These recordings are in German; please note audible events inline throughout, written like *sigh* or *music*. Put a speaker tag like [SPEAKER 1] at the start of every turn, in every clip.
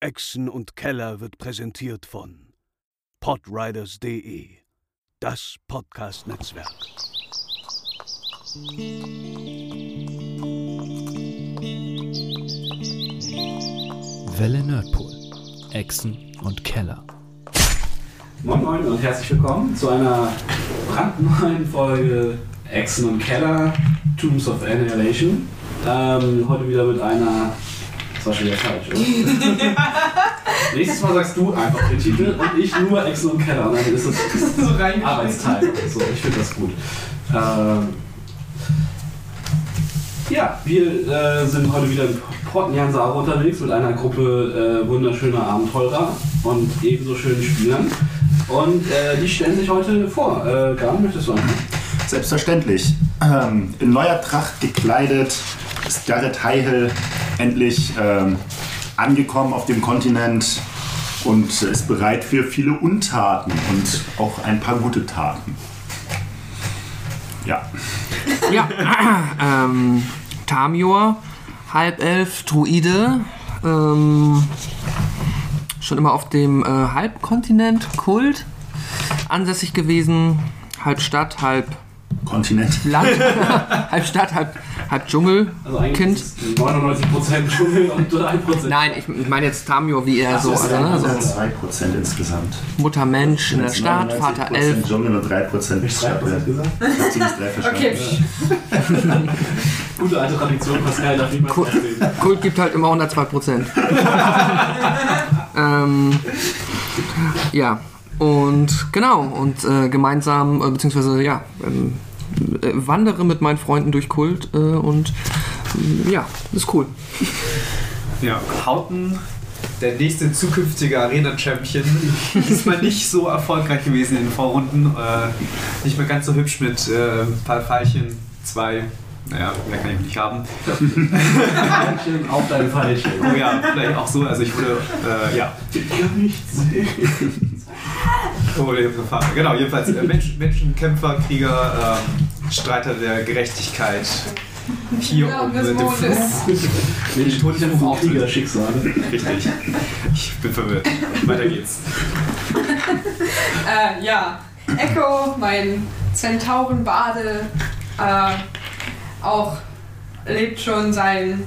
[SPEAKER 1] Echsen und Keller wird präsentiert von podriders.de, das Podcast-Netzwerk.
[SPEAKER 2] Welle Nerdpool. Echsen und Keller.
[SPEAKER 3] Moin Moin und herzlich willkommen zu einer brandneuen Folge Echsen und Keller, Tombs of Annihilation. Ähm, heute wieder mit einer. Das war schon wieder falsch, oder? Nächstes Mal sagst du einfach den Titel und ich nur Echsen und Keller. Und dann ist es
[SPEAKER 4] so rein.
[SPEAKER 3] Arbeitsteil. So, ich finde das gut. Ähm, ja, wir äh, sind heute wieder in Portenjansau unterwegs mit einer Gruppe äh, wunderschöner Abenteurer und ebenso schönen Spielern. Und äh, die stellen sich heute vor. Äh, Garn, möchtest du anfangen?
[SPEAKER 5] Selbstverständlich. Ähm, in neuer Tracht gekleidet ist Garrett Heihel endlich ähm, angekommen auf dem Kontinent und ist bereit für viele Untaten und auch ein paar gute Taten. Ja,
[SPEAKER 4] Ja, *clears throat* ähm, Tamior, Halbelf, Druide, ähm, schon immer auf dem äh, Halbkontinent, Kult, ansässig gewesen, halb Stadt, halb
[SPEAKER 5] Kontinent.
[SPEAKER 4] Land, *laughs* halb Stadt, halb, halb Dschungel,
[SPEAKER 3] Also eigentlich
[SPEAKER 4] Kind.
[SPEAKER 3] ist es 99% Dschungel und 3%.
[SPEAKER 4] Nein, ich, ich meine jetzt Tamior, wie er so, also, ne, also
[SPEAKER 5] 2% insgesamt.
[SPEAKER 4] Mutter Mensch in der
[SPEAKER 5] Jetzt
[SPEAKER 4] Stadt,
[SPEAKER 5] 99%
[SPEAKER 4] Vater Elf.
[SPEAKER 5] Dschungel und 3%
[SPEAKER 3] Ich habe 3%
[SPEAKER 5] Stadt.
[SPEAKER 3] gesagt.
[SPEAKER 5] Ich hab zumindest drei verstanden.
[SPEAKER 6] Okay.
[SPEAKER 3] Gute alte Tradition, Pascal darf niemals
[SPEAKER 4] Cool.
[SPEAKER 3] erzählen.
[SPEAKER 4] Kult gibt halt immer 102 Prozent. ähm, ja, und genau, und äh, gemeinsam, äh, beziehungsweise ja, ähm, äh, wandere mit meinen Freunden durch Kult äh, und äh, ja, ist cool.
[SPEAKER 7] Ja, Houghton, der nächste zukünftige Arena-Champion, *laughs* ist mal nicht so erfolgreich gewesen in den Vorrunden. Äh, nicht mehr ganz so hübsch mit äh, ein paar Pfeilchen, zwei. Naja, mehr kann ich nicht haben.
[SPEAKER 3] Pfeilchen auf dein Pfeilchen.
[SPEAKER 7] Oh ja, vielleicht auch so. Also ich würde, äh, ja.
[SPEAKER 3] Ich kann nichts sehen.
[SPEAKER 7] Oh, ich hab's erfahren. Genau, jedenfalls äh, Mensch, Menschenkämpfer, Krieger, ähm, Streiter der Gerechtigkeit. Hier
[SPEAKER 6] Ja,
[SPEAKER 7] oben
[SPEAKER 6] des
[SPEAKER 7] sind
[SPEAKER 6] Mondes.
[SPEAKER 3] Ich tue dich einfach auf Kriegerschicksale.
[SPEAKER 7] Richtig. Ich bin verwirrt. Weiter geht's.
[SPEAKER 6] Äh, ja, Echo, mein Zentaurenbade, äh, auch lebt schon sein,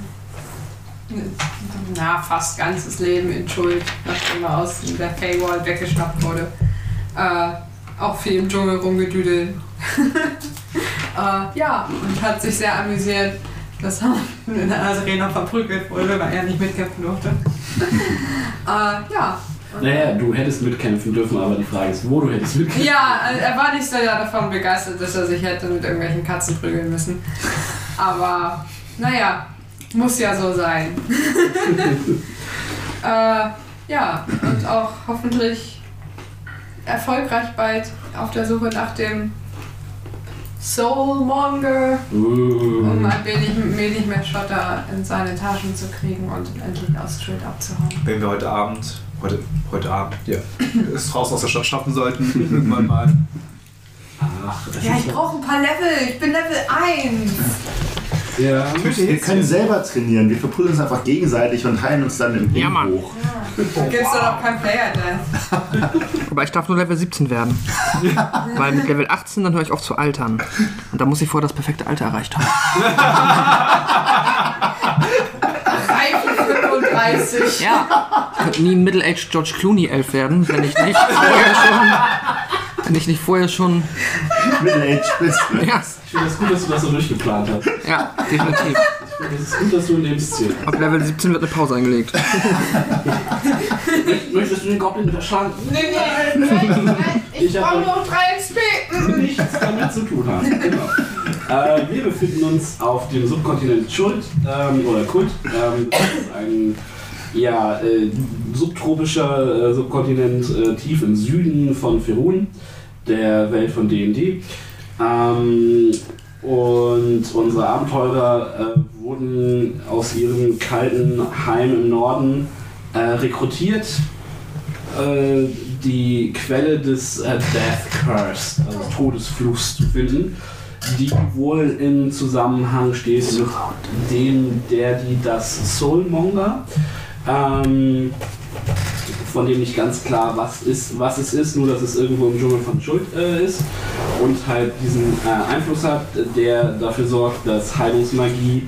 [SPEAKER 6] na, fast ganzes Leben in Schuld, nachdem er aus der Paywall weggeschnappt wurde. Äh, auch viel im Dschungel rumgedüdelt. *laughs* äh, ja, und hat sich sehr amüsiert, dass er in der Arena verprügelt wurde, weil er nicht mitkämpfen durfte. *laughs* äh, ja,
[SPEAKER 3] Naja, du hättest mitkämpfen dürfen, aber die Frage ist, wo du hättest mitkämpfen
[SPEAKER 6] Ja, also er war nicht so davon begeistert, dass er sich hätte mit irgendwelchen Katzen prügeln müssen. Aber naja, muss ja so sein. äh, ja, und auch hoffentlich erfolgreich bald auf der Suche nach dem Soulmonger, um
[SPEAKER 4] Oh
[SPEAKER 3] Uh,
[SPEAKER 6] ein wenig Milchmärschotter in seine Taschen zu kriegen und endlich aus Schild abzuhauen.
[SPEAKER 7] wenn wir heute Abend, heute, heute Abend, ja, es raus aus der Stadt schaffen sollten, irgendwann mal.
[SPEAKER 3] Ach, das
[SPEAKER 6] Ja,
[SPEAKER 3] ist
[SPEAKER 6] ich brauche ein paar Level. Ich bin Level 1.
[SPEAKER 3] ja.
[SPEAKER 5] Wir können selber trainieren. Wir verprügeln uns einfach gegenseitig und heilen uns dann im
[SPEAKER 4] Ja, Mann.
[SPEAKER 5] hoch.
[SPEAKER 6] Da gibt's doch noch kein Player Death.
[SPEAKER 4] Aber ich darf nur Level 17 werden. Weil mit Level 18 dann höre ich auf zu altern. Und da muss ich vorher das perfekte Alter erreicht haben.
[SPEAKER 6] 35.
[SPEAKER 4] Ja. Ich könnte nie ein Middle-aged George Clooney-Elf werden, wenn ich nicht vorher schon. Wenn ich nicht vorher schon.
[SPEAKER 5] Middle-aged bist du.
[SPEAKER 4] Ja,
[SPEAKER 3] Ich finde das gut, dass du das so durchgeplant hast. Ich
[SPEAKER 4] ja definitiv.
[SPEAKER 3] finde, das ist gut, dass du lebst hier.
[SPEAKER 4] Ab Level 17 wird eine Pause eingelegt.
[SPEAKER 3] Möchtest du den Goblin erschlagen?
[SPEAKER 6] Nee, nee, nein, nein, ich
[SPEAKER 3] Ich hab
[SPEAKER 6] brauche
[SPEAKER 3] doch-
[SPEAKER 6] noch 3 XP.
[SPEAKER 3] nichts damit zu tun haben. Genau. Äh, wir befinden uns auf dem Subkontinent Schuld ähm, oder Kult. Ähm, das ist ein ja, äh, subtropischer äh, Subkontinent äh, tief im Süden von Ferun, der Welt von D&D. Ähm, und unsere Abenteurer äh, wurden aus ihrem kalten Heim im Norden äh, rekrutiert äh, die Quelle des äh, Death Curse, also des Todesfluchs, zu finden, die wohl im Zusammenhang steht mit dem, der die das Soulmonger ähm, von dem nicht ganz klar was ist, was es ist, nur dass es irgendwo im Dschungel von Schuld äh, ist und halt diesen äh, Einfluss hat, der dafür sorgt, dass Heilungsmagie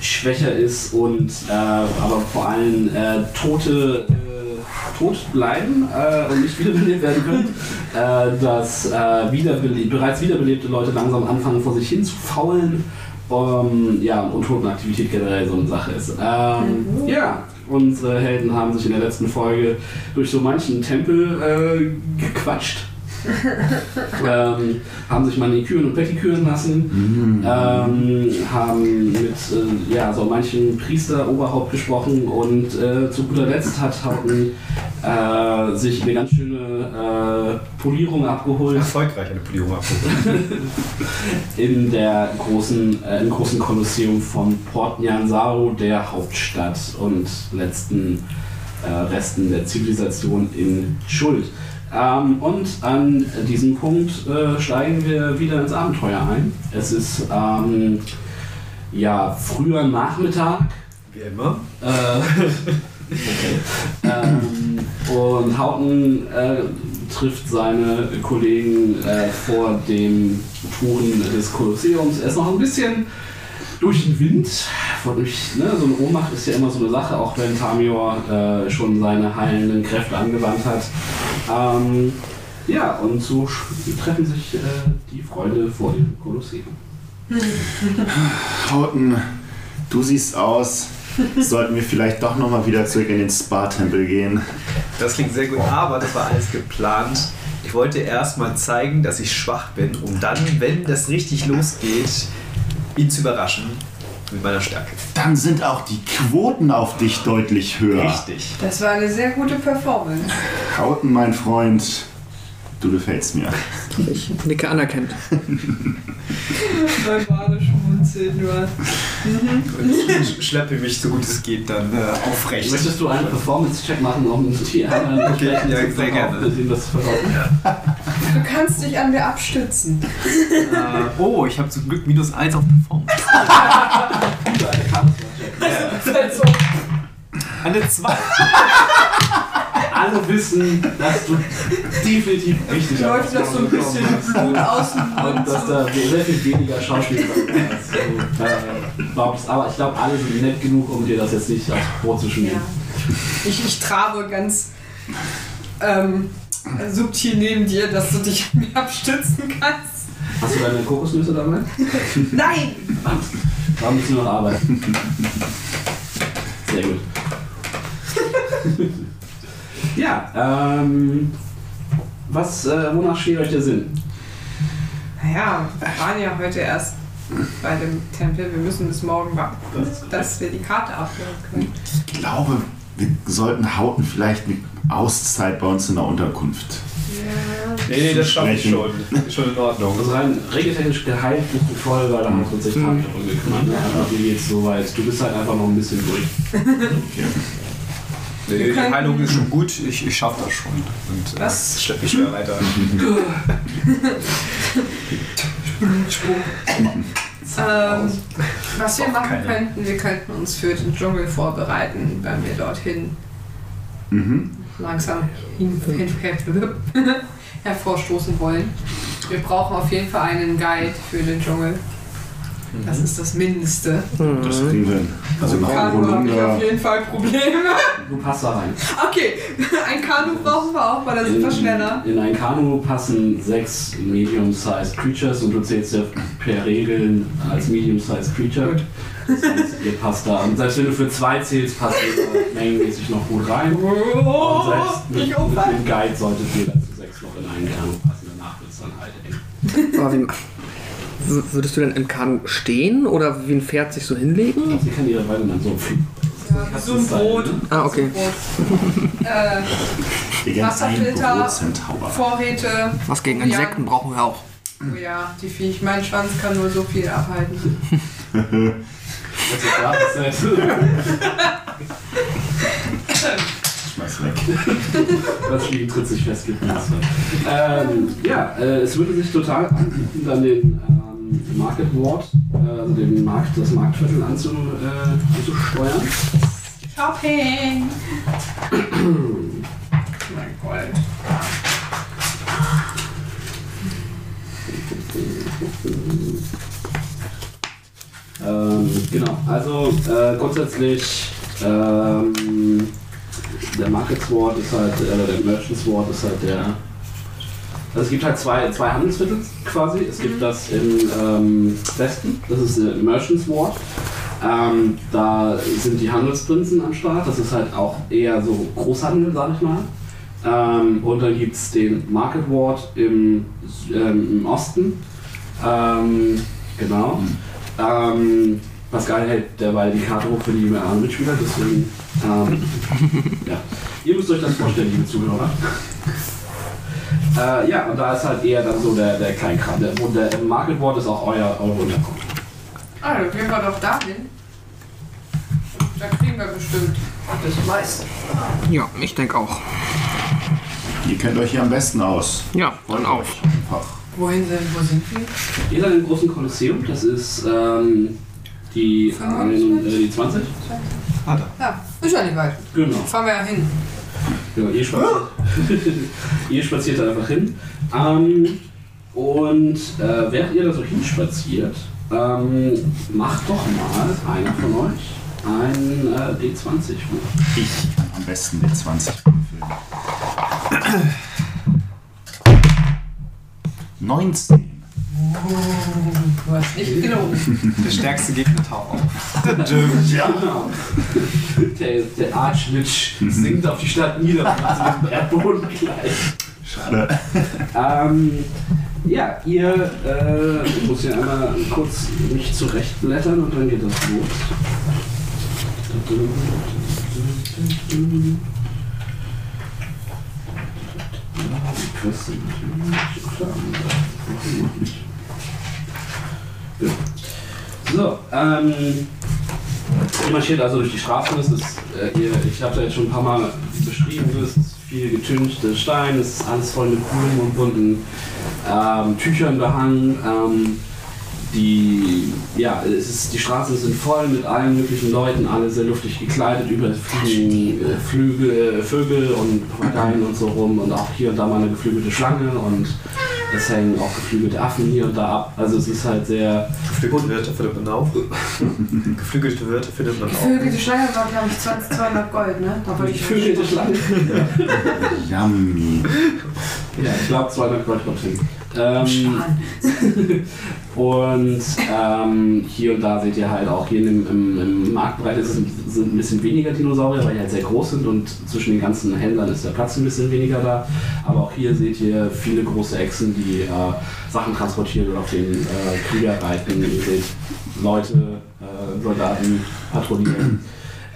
[SPEAKER 3] schwächer ist und äh, aber vor allem äh, Tote äh, tot bleiben äh, und nicht wiederbelebt werden können, äh, dass äh, wiederbele bereits wiederbelebte Leute langsam anfangen vor sich hin zu faulen. Ähm, ja, und Totenaktivität generell so eine Sache ist. Ähm, Ja, unsere Helden haben sich in der letzten Folge durch so manchen Tempel äh, gequatscht. ähm, haben sich Maniküren und Pettiküren lassen, ähm, haben mit äh, ja, so manchen Priesteroberhaupt gesprochen und äh, zu guter Letzt hat Hauten äh, sich eine ganz schöne äh, Polierung abgeholt
[SPEAKER 8] Erfolgreich eine Polierung abgeholt.
[SPEAKER 3] in der großen, äh, im großen Kolosseum von Port Nyansaru, der Hauptstadt und letzten äh, Resten der Zivilisation in Schuld. Ähm, und an diesem Punkt äh, steigen wir wieder ins Abenteuer ein. Es ist ähm, ja früher Nachmittag.
[SPEAKER 8] Wie immer.
[SPEAKER 3] Äh, *laughs* okay. ähm, und Houghton äh, trifft seine Kollegen äh, vor dem Toren des Kolosseums. Er ist noch ein bisschen durch den Wind. Von durch, ne, so eine Ohnmacht ist ja immer so eine Sache, auch wenn Tamior äh, schon seine heilenden Kräfte angewandt hat. Ähm, ja, und so sch- treffen sich äh, die Freunde vor dem Kolosseum.
[SPEAKER 5] Hauten, du siehst aus. Sollten wir vielleicht doch nochmal wieder zurück in den Spa-Tempel gehen?
[SPEAKER 8] Das klingt sehr gut, aber das war alles geplant. Ich wollte erst mal zeigen, dass ich schwach bin, um dann, wenn das richtig losgeht, ihn zu überraschen mit meiner Stärke.
[SPEAKER 5] Dann sind auch die Quoten auf dich deutlich höher.
[SPEAKER 8] Richtig.
[SPEAKER 6] Das war eine sehr gute Performance.
[SPEAKER 5] Hauten, mein Freund, du gefällst mir.
[SPEAKER 9] Ich nicke anerkennt.
[SPEAKER 6] Beim Badeschmunzeln nur.
[SPEAKER 8] Und ich *laughs* schleppe mich so gut es geht dann äh, aufrecht.
[SPEAKER 3] Möchtest du einen Performance-Check machen, um die anderen
[SPEAKER 8] *laughs* Okay,
[SPEAKER 3] entsprechend
[SPEAKER 8] ja,
[SPEAKER 3] zu
[SPEAKER 8] sehr gerne.
[SPEAKER 3] verkaufen, das zu verkaufen?
[SPEAKER 6] Du kannst dich an mir *laughs* abstützen.
[SPEAKER 8] Äh, oh, ich habe zum Glück minus 1 auf Performance.
[SPEAKER 6] Also,
[SPEAKER 8] Eine 2.
[SPEAKER 3] Alle wissen, dass du definitiv richtig
[SPEAKER 6] läuft das so ein bisschen Blut aus dem
[SPEAKER 3] Und
[SPEAKER 6] Mund.
[SPEAKER 3] dass da sehr viel weniger Schauspieler als du äh, glaubst. Aber ich glaube, alle sind nett genug, um dir das jetzt nicht aufs Brot zu schmieren.
[SPEAKER 6] Ja. Ich, ich trabe ganz ähm, subtil neben dir, dass du dich an mir abstützen kannst.
[SPEAKER 3] Hast du deine Kokosnüsse dabei?
[SPEAKER 6] Nein!
[SPEAKER 3] Da müssen wir noch arbeiten. Sehr gut. *laughs* ja, ähm, was, äh, wonach steht euch der Sinn?
[SPEAKER 6] Naja, wir waren ja heute erst bei dem Tempel. Wir müssen bis morgen warten, dass wir die Karte abholen können.
[SPEAKER 5] Ich glaube, wir sollten Hauten vielleicht eine Auszeit bei uns in der Unterkunft.
[SPEAKER 8] Nee, nee, das schaffe ich schon. Ist schon in Ordnung.
[SPEAKER 3] Also rein regeltechnisch geheilt bist du voll, weil da haben wir uns echt hart darum gekümmert. Ne? Aber wie geht's so weit? Du bist halt einfach noch ein bisschen durch.
[SPEAKER 8] Nee,
[SPEAKER 6] Wir
[SPEAKER 8] die
[SPEAKER 6] können-
[SPEAKER 8] Heilung ist schon gut, ich, ich schaffe das schon. Und äh,
[SPEAKER 6] Was?
[SPEAKER 8] schleppe ich
[SPEAKER 6] *laughs*
[SPEAKER 8] wieder weiter.
[SPEAKER 6] Ähm, was wir
[SPEAKER 8] Doch,
[SPEAKER 6] machen
[SPEAKER 8] keine.
[SPEAKER 6] könnten, wir könnten uns für den Dschungel vorbereiten, wenn wir dorthin
[SPEAKER 5] Mhm.
[SPEAKER 6] langsam hin, hin, *laughs* hervorstoßen wollen. Wir brauchen auf jeden Fall einen Guide für den Dschungel. Das
[SPEAKER 8] Mhm.
[SPEAKER 6] ist das Mindeste.
[SPEAKER 9] Hm.
[SPEAKER 5] Das kriegen wir. hin. Also noch ein
[SPEAKER 6] Kanu habe ich
[SPEAKER 5] Holunder.
[SPEAKER 6] auf jeden Fall Probleme. *laughs*
[SPEAKER 3] Du passt da rein.
[SPEAKER 6] Okay, *laughs* ein Kanu brauchen wir auch, weil da sind wir Also, schneller.
[SPEAKER 3] in ein Kanu passen sechs medium-sized creatures und du zählst ja per Regeln als medium-sized creature.
[SPEAKER 6] Gut.
[SPEAKER 3] Das heißt, ihr passt da. Und selbst wenn du für zwei zählst, passt ihr mengenmäßig noch gut rein.
[SPEAKER 6] Oh,
[SPEAKER 3] und selbst mit,
[SPEAKER 6] ich
[SPEAKER 3] mit
[SPEAKER 6] umfallen.
[SPEAKER 3] dem Guide solltet ihr dann zu sechs noch in einen Kanu passen. Danach wird es dann halt eng.
[SPEAKER 9] Aber wie, w- würdest du denn im Kanu stehen oder wie ein Pferd sich so hinlegen?
[SPEAKER 3] Sie kann ihre Weile dann so fliegen.
[SPEAKER 6] Ja, so ein Brot.
[SPEAKER 9] Ah, okay.
[SPEAKER 6] Äh,
[SPEAKER 5] Digga, ein
[SPEAKER 6] Wasserfilter.
[SPEAKER 5] Brotzentauber.
[SPEAKER 6] Vorräte.
[SPEAKER 9] Was gegen Insekten brauchen wir auch.
[SPEAKER 6] Oh ja, die Viech. Mein Schwanz kann nur so viel abhalten.
[SPEAKER 3] Das ist klar, das ist halt-
[SPEAKER 5] Schmeiß weg.
[SPEAKER 3] Das Spiel tritt sich fest gibt. Ähm, ja, äh, es würde sich total anbieten, dann den ähm, Market Ward, äh, also den Markt, das Marktviertel anzu, äh, anzusteuern.
[SPEAKER 6] Shopping!
[SPEAKER 3] Genau, also äh, grundsätzlich ähm, der Market Sword ist halt, oder der Merchant Sword ist halt der. Also es gibt halt zwei, zwei Handelsviertel quasi. Es gibt das im ähm, Westen, das ist der Merchant Sword. Ähm, da sind die Handelsprinzen am Start, das ist halt auch eher so Großhandel, sag ich mal. Ähm, und dann gibt es den Market Ward im, Sü- ähm, im Osten. Ähm, genau. Ähm, Pascal hält derweil die Karte hoch für die äh, Mitspieler, deswegen. Ähm, ja. Ihr müsst euch das vorstellen, liebe Zuhörer. *laughs* Äh, ja, und da ist halt eher dann so der, der Kleinkram. Der, und der Market Ward ist auch euer, eure Unterkunft.
[SPEAKER 6] Also, gehen wir doch dahin. Da kriegen wir bestimmt das meiste.
[SPEAKER 9] Ja, ich denke auch.
[SPEAKER 5] Ihr kennt euch hier am besten aus.
[SPEAKER 9] Ja, dann auf.
[SPEAKER 5] Einfach.
[SPEAKER 6] Wohin sind, wo sind wir?
[SPEAKER 3] Ihr seid im großen Kolosseum, das ist ähm, die, ein, äh, die 20.
[SPEAKER 8] Ah, da.
[SPEAKER 6] Ja, ist ja nicht weit.
[SPEAKER 3] Genau.
[SPEAKER 6] Fahren wir ja hin.
[SPEAKER 3] Genau, ihr spaziert, ihr spaziert da einfach hin. Ähm, und äh, während ihr da so hinspaziert, ähm, macht doch mal einer von euch ein äh, D20 hoch.
[SPEAKER 5] Ich kann am besten mit 20 filmen. 19.
[SPEAKER 6] Du hast nicht gelogen.
[SPEAKER 8] Der stärkste Gegner taucht auf.
[SPEAKER 5] Ja.
[SPEAKER 3] Genau. *laughs* Der, der Arschwitsch sinkt auf die Stadt nieder und macht sie mit dem Erdboden gleich.
[SPEAKER 5] Schade.
[SPEAKER 3] Ähm, ja, ihr äh, muss hier einmal kurz mich zurechtblättern und dann geht das los. So, ähm, ihr marschiert also durch die Straßen. Es ist, äh, ihr, ich habe da jetzt schon ein paar Mal beschrieben, es ist viel getünchte Stein, es ist alles voll mit Blumen und bunten ähm, Tüchern behangen. Ähm, die, ja, es ist, die Straßen sind voll mit allen möglichen Leuten, alle sehr luftig gekleidet, überall fliegen äh, Flügel, Vögel und Papageien und so rum und auch hier und da mal eine geflügelte Schlange und es hängen auch geflügelte Affen hier und da ab. Also es ist halt sehr,
[SPEAKER 7] Geflügelte Wörter findet man auch. Geflügelte Wörter findet man auch.
[SPEAKER 6] Vögel, die Schlange war, glaube ich, 20, 200 Gold, ne? Da wollte
[SPEAKER 3] ich geflügelte Schlange.
[SPEAKER 5] Yummy.
[SPEAKER 3] Ja, ich glaube 200 Gold kommt hin. Ähm, und ähm, hier und da seht ihr halt auch hier im, im, im Marktbereich ist es ein, sind ein bisschen weniger Dinosaurier, weil die halt sehr groß sind und zwischen den ganzen Händlern ist der Platz ein bisschen weniger da. Aber auch hier seht ihr viele große Echsen, die äh, Sachen transportieren und auf den äh, Krieger reiten. Ihr seht Leute, äh, Soldaten patrouillieren.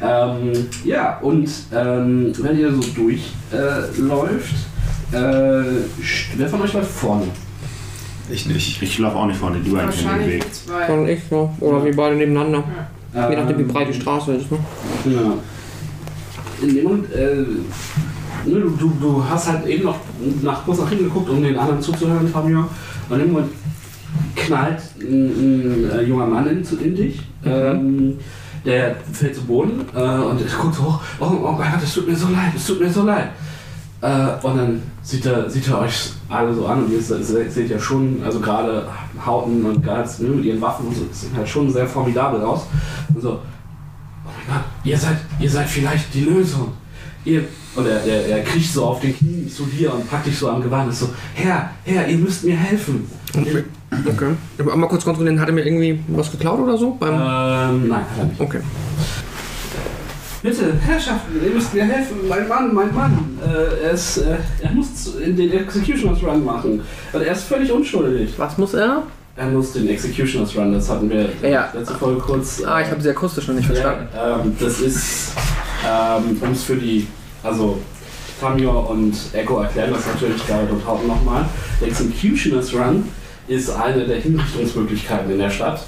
[SPEAKER 3] Ähm, ja, und ähm, wenn ihr so durchläuft, äh, läuft, äh, st- wer von euch läuft vorne?
[SPEAKER 7] Ich nicht.
[SPEAKER 5] Ich laufe auch nicht vorne, lieber einen den
[SPEAKER 6] Wahrscheinlich
[SPEAKER 5] Weg.
[SPEAKER 6] die zwei.
[SPEAKER 9] Dann ich, ne? Oder wir beide nebeneinander. Je nachdem, wie
[SPEAKER 3] Ähm,
[SPEAKER 9] breit die Straße ist, ne?
[SPEAKER 3] Genau. In dem Moment, äh, ne, du, du, du hast halt eben noch nach, kurz nach hinten geguckt, um den anderen zuzuhören, Fabio. Und in dem Moment knallt ein, ein äh, junger Mann in, zu- in dich. Ähm, der fällt zu Boden äh, und er guckt so hoch. Oh, oh mein Gott, es tut mir so leid, es tut mir so leid. Äh, und dann sieht er, sieht er euch alle so an und ihr se- se- seht ja schon, also gerade Hauten und Gals ne, mit ihren Waffen und so, sehen halt schon sehr formidabel aus. Und so, oh mein Gott, ihr seid, ihr seid vielleicht die Lösung. Ihr, und er, er, er kriecht so auf den Knien zu dir und packt dich so am Gewand. Ist so, Herr, Herr, ihr müsst mir helfen.
[SPEAKER 9] Okay. Aber mal kurz kontrollieren, hat er mir irgendwie was geklaut oder so? Beim
[SPEAKER 3] Ähm, nein, hat er nicht.
[SPEAKER 9] okay.
[SPEAKER 3] Bitte, Herrschaften, ihr müsst mir helfen. Mein Mann, mein Mann. Äh, er, ist, äh, er muss zu- in den Executioner's Run machen. Und er ist völlig unschuldig.
[SPEAKER 9] Was muss er?
[SPEAKER 3] Er muss den Executioner's Run, das hatten wir äh,
[SPEAKER 9] Ja.
[SPEAKER 3] letzte Folge kurz. äh,
[SPEAKER 9] Ah, ich habe sie akustisch noch nicht verstanden.
[SPEAKER 3] Ja, ähm, das ist, ähm, um es für die, also Tamio und Echo erklären das natürlich gerade und Hauten nochmal. Der Executioner's Run ist eine der Hinrichtungsmöglichkeiten in der Stadt.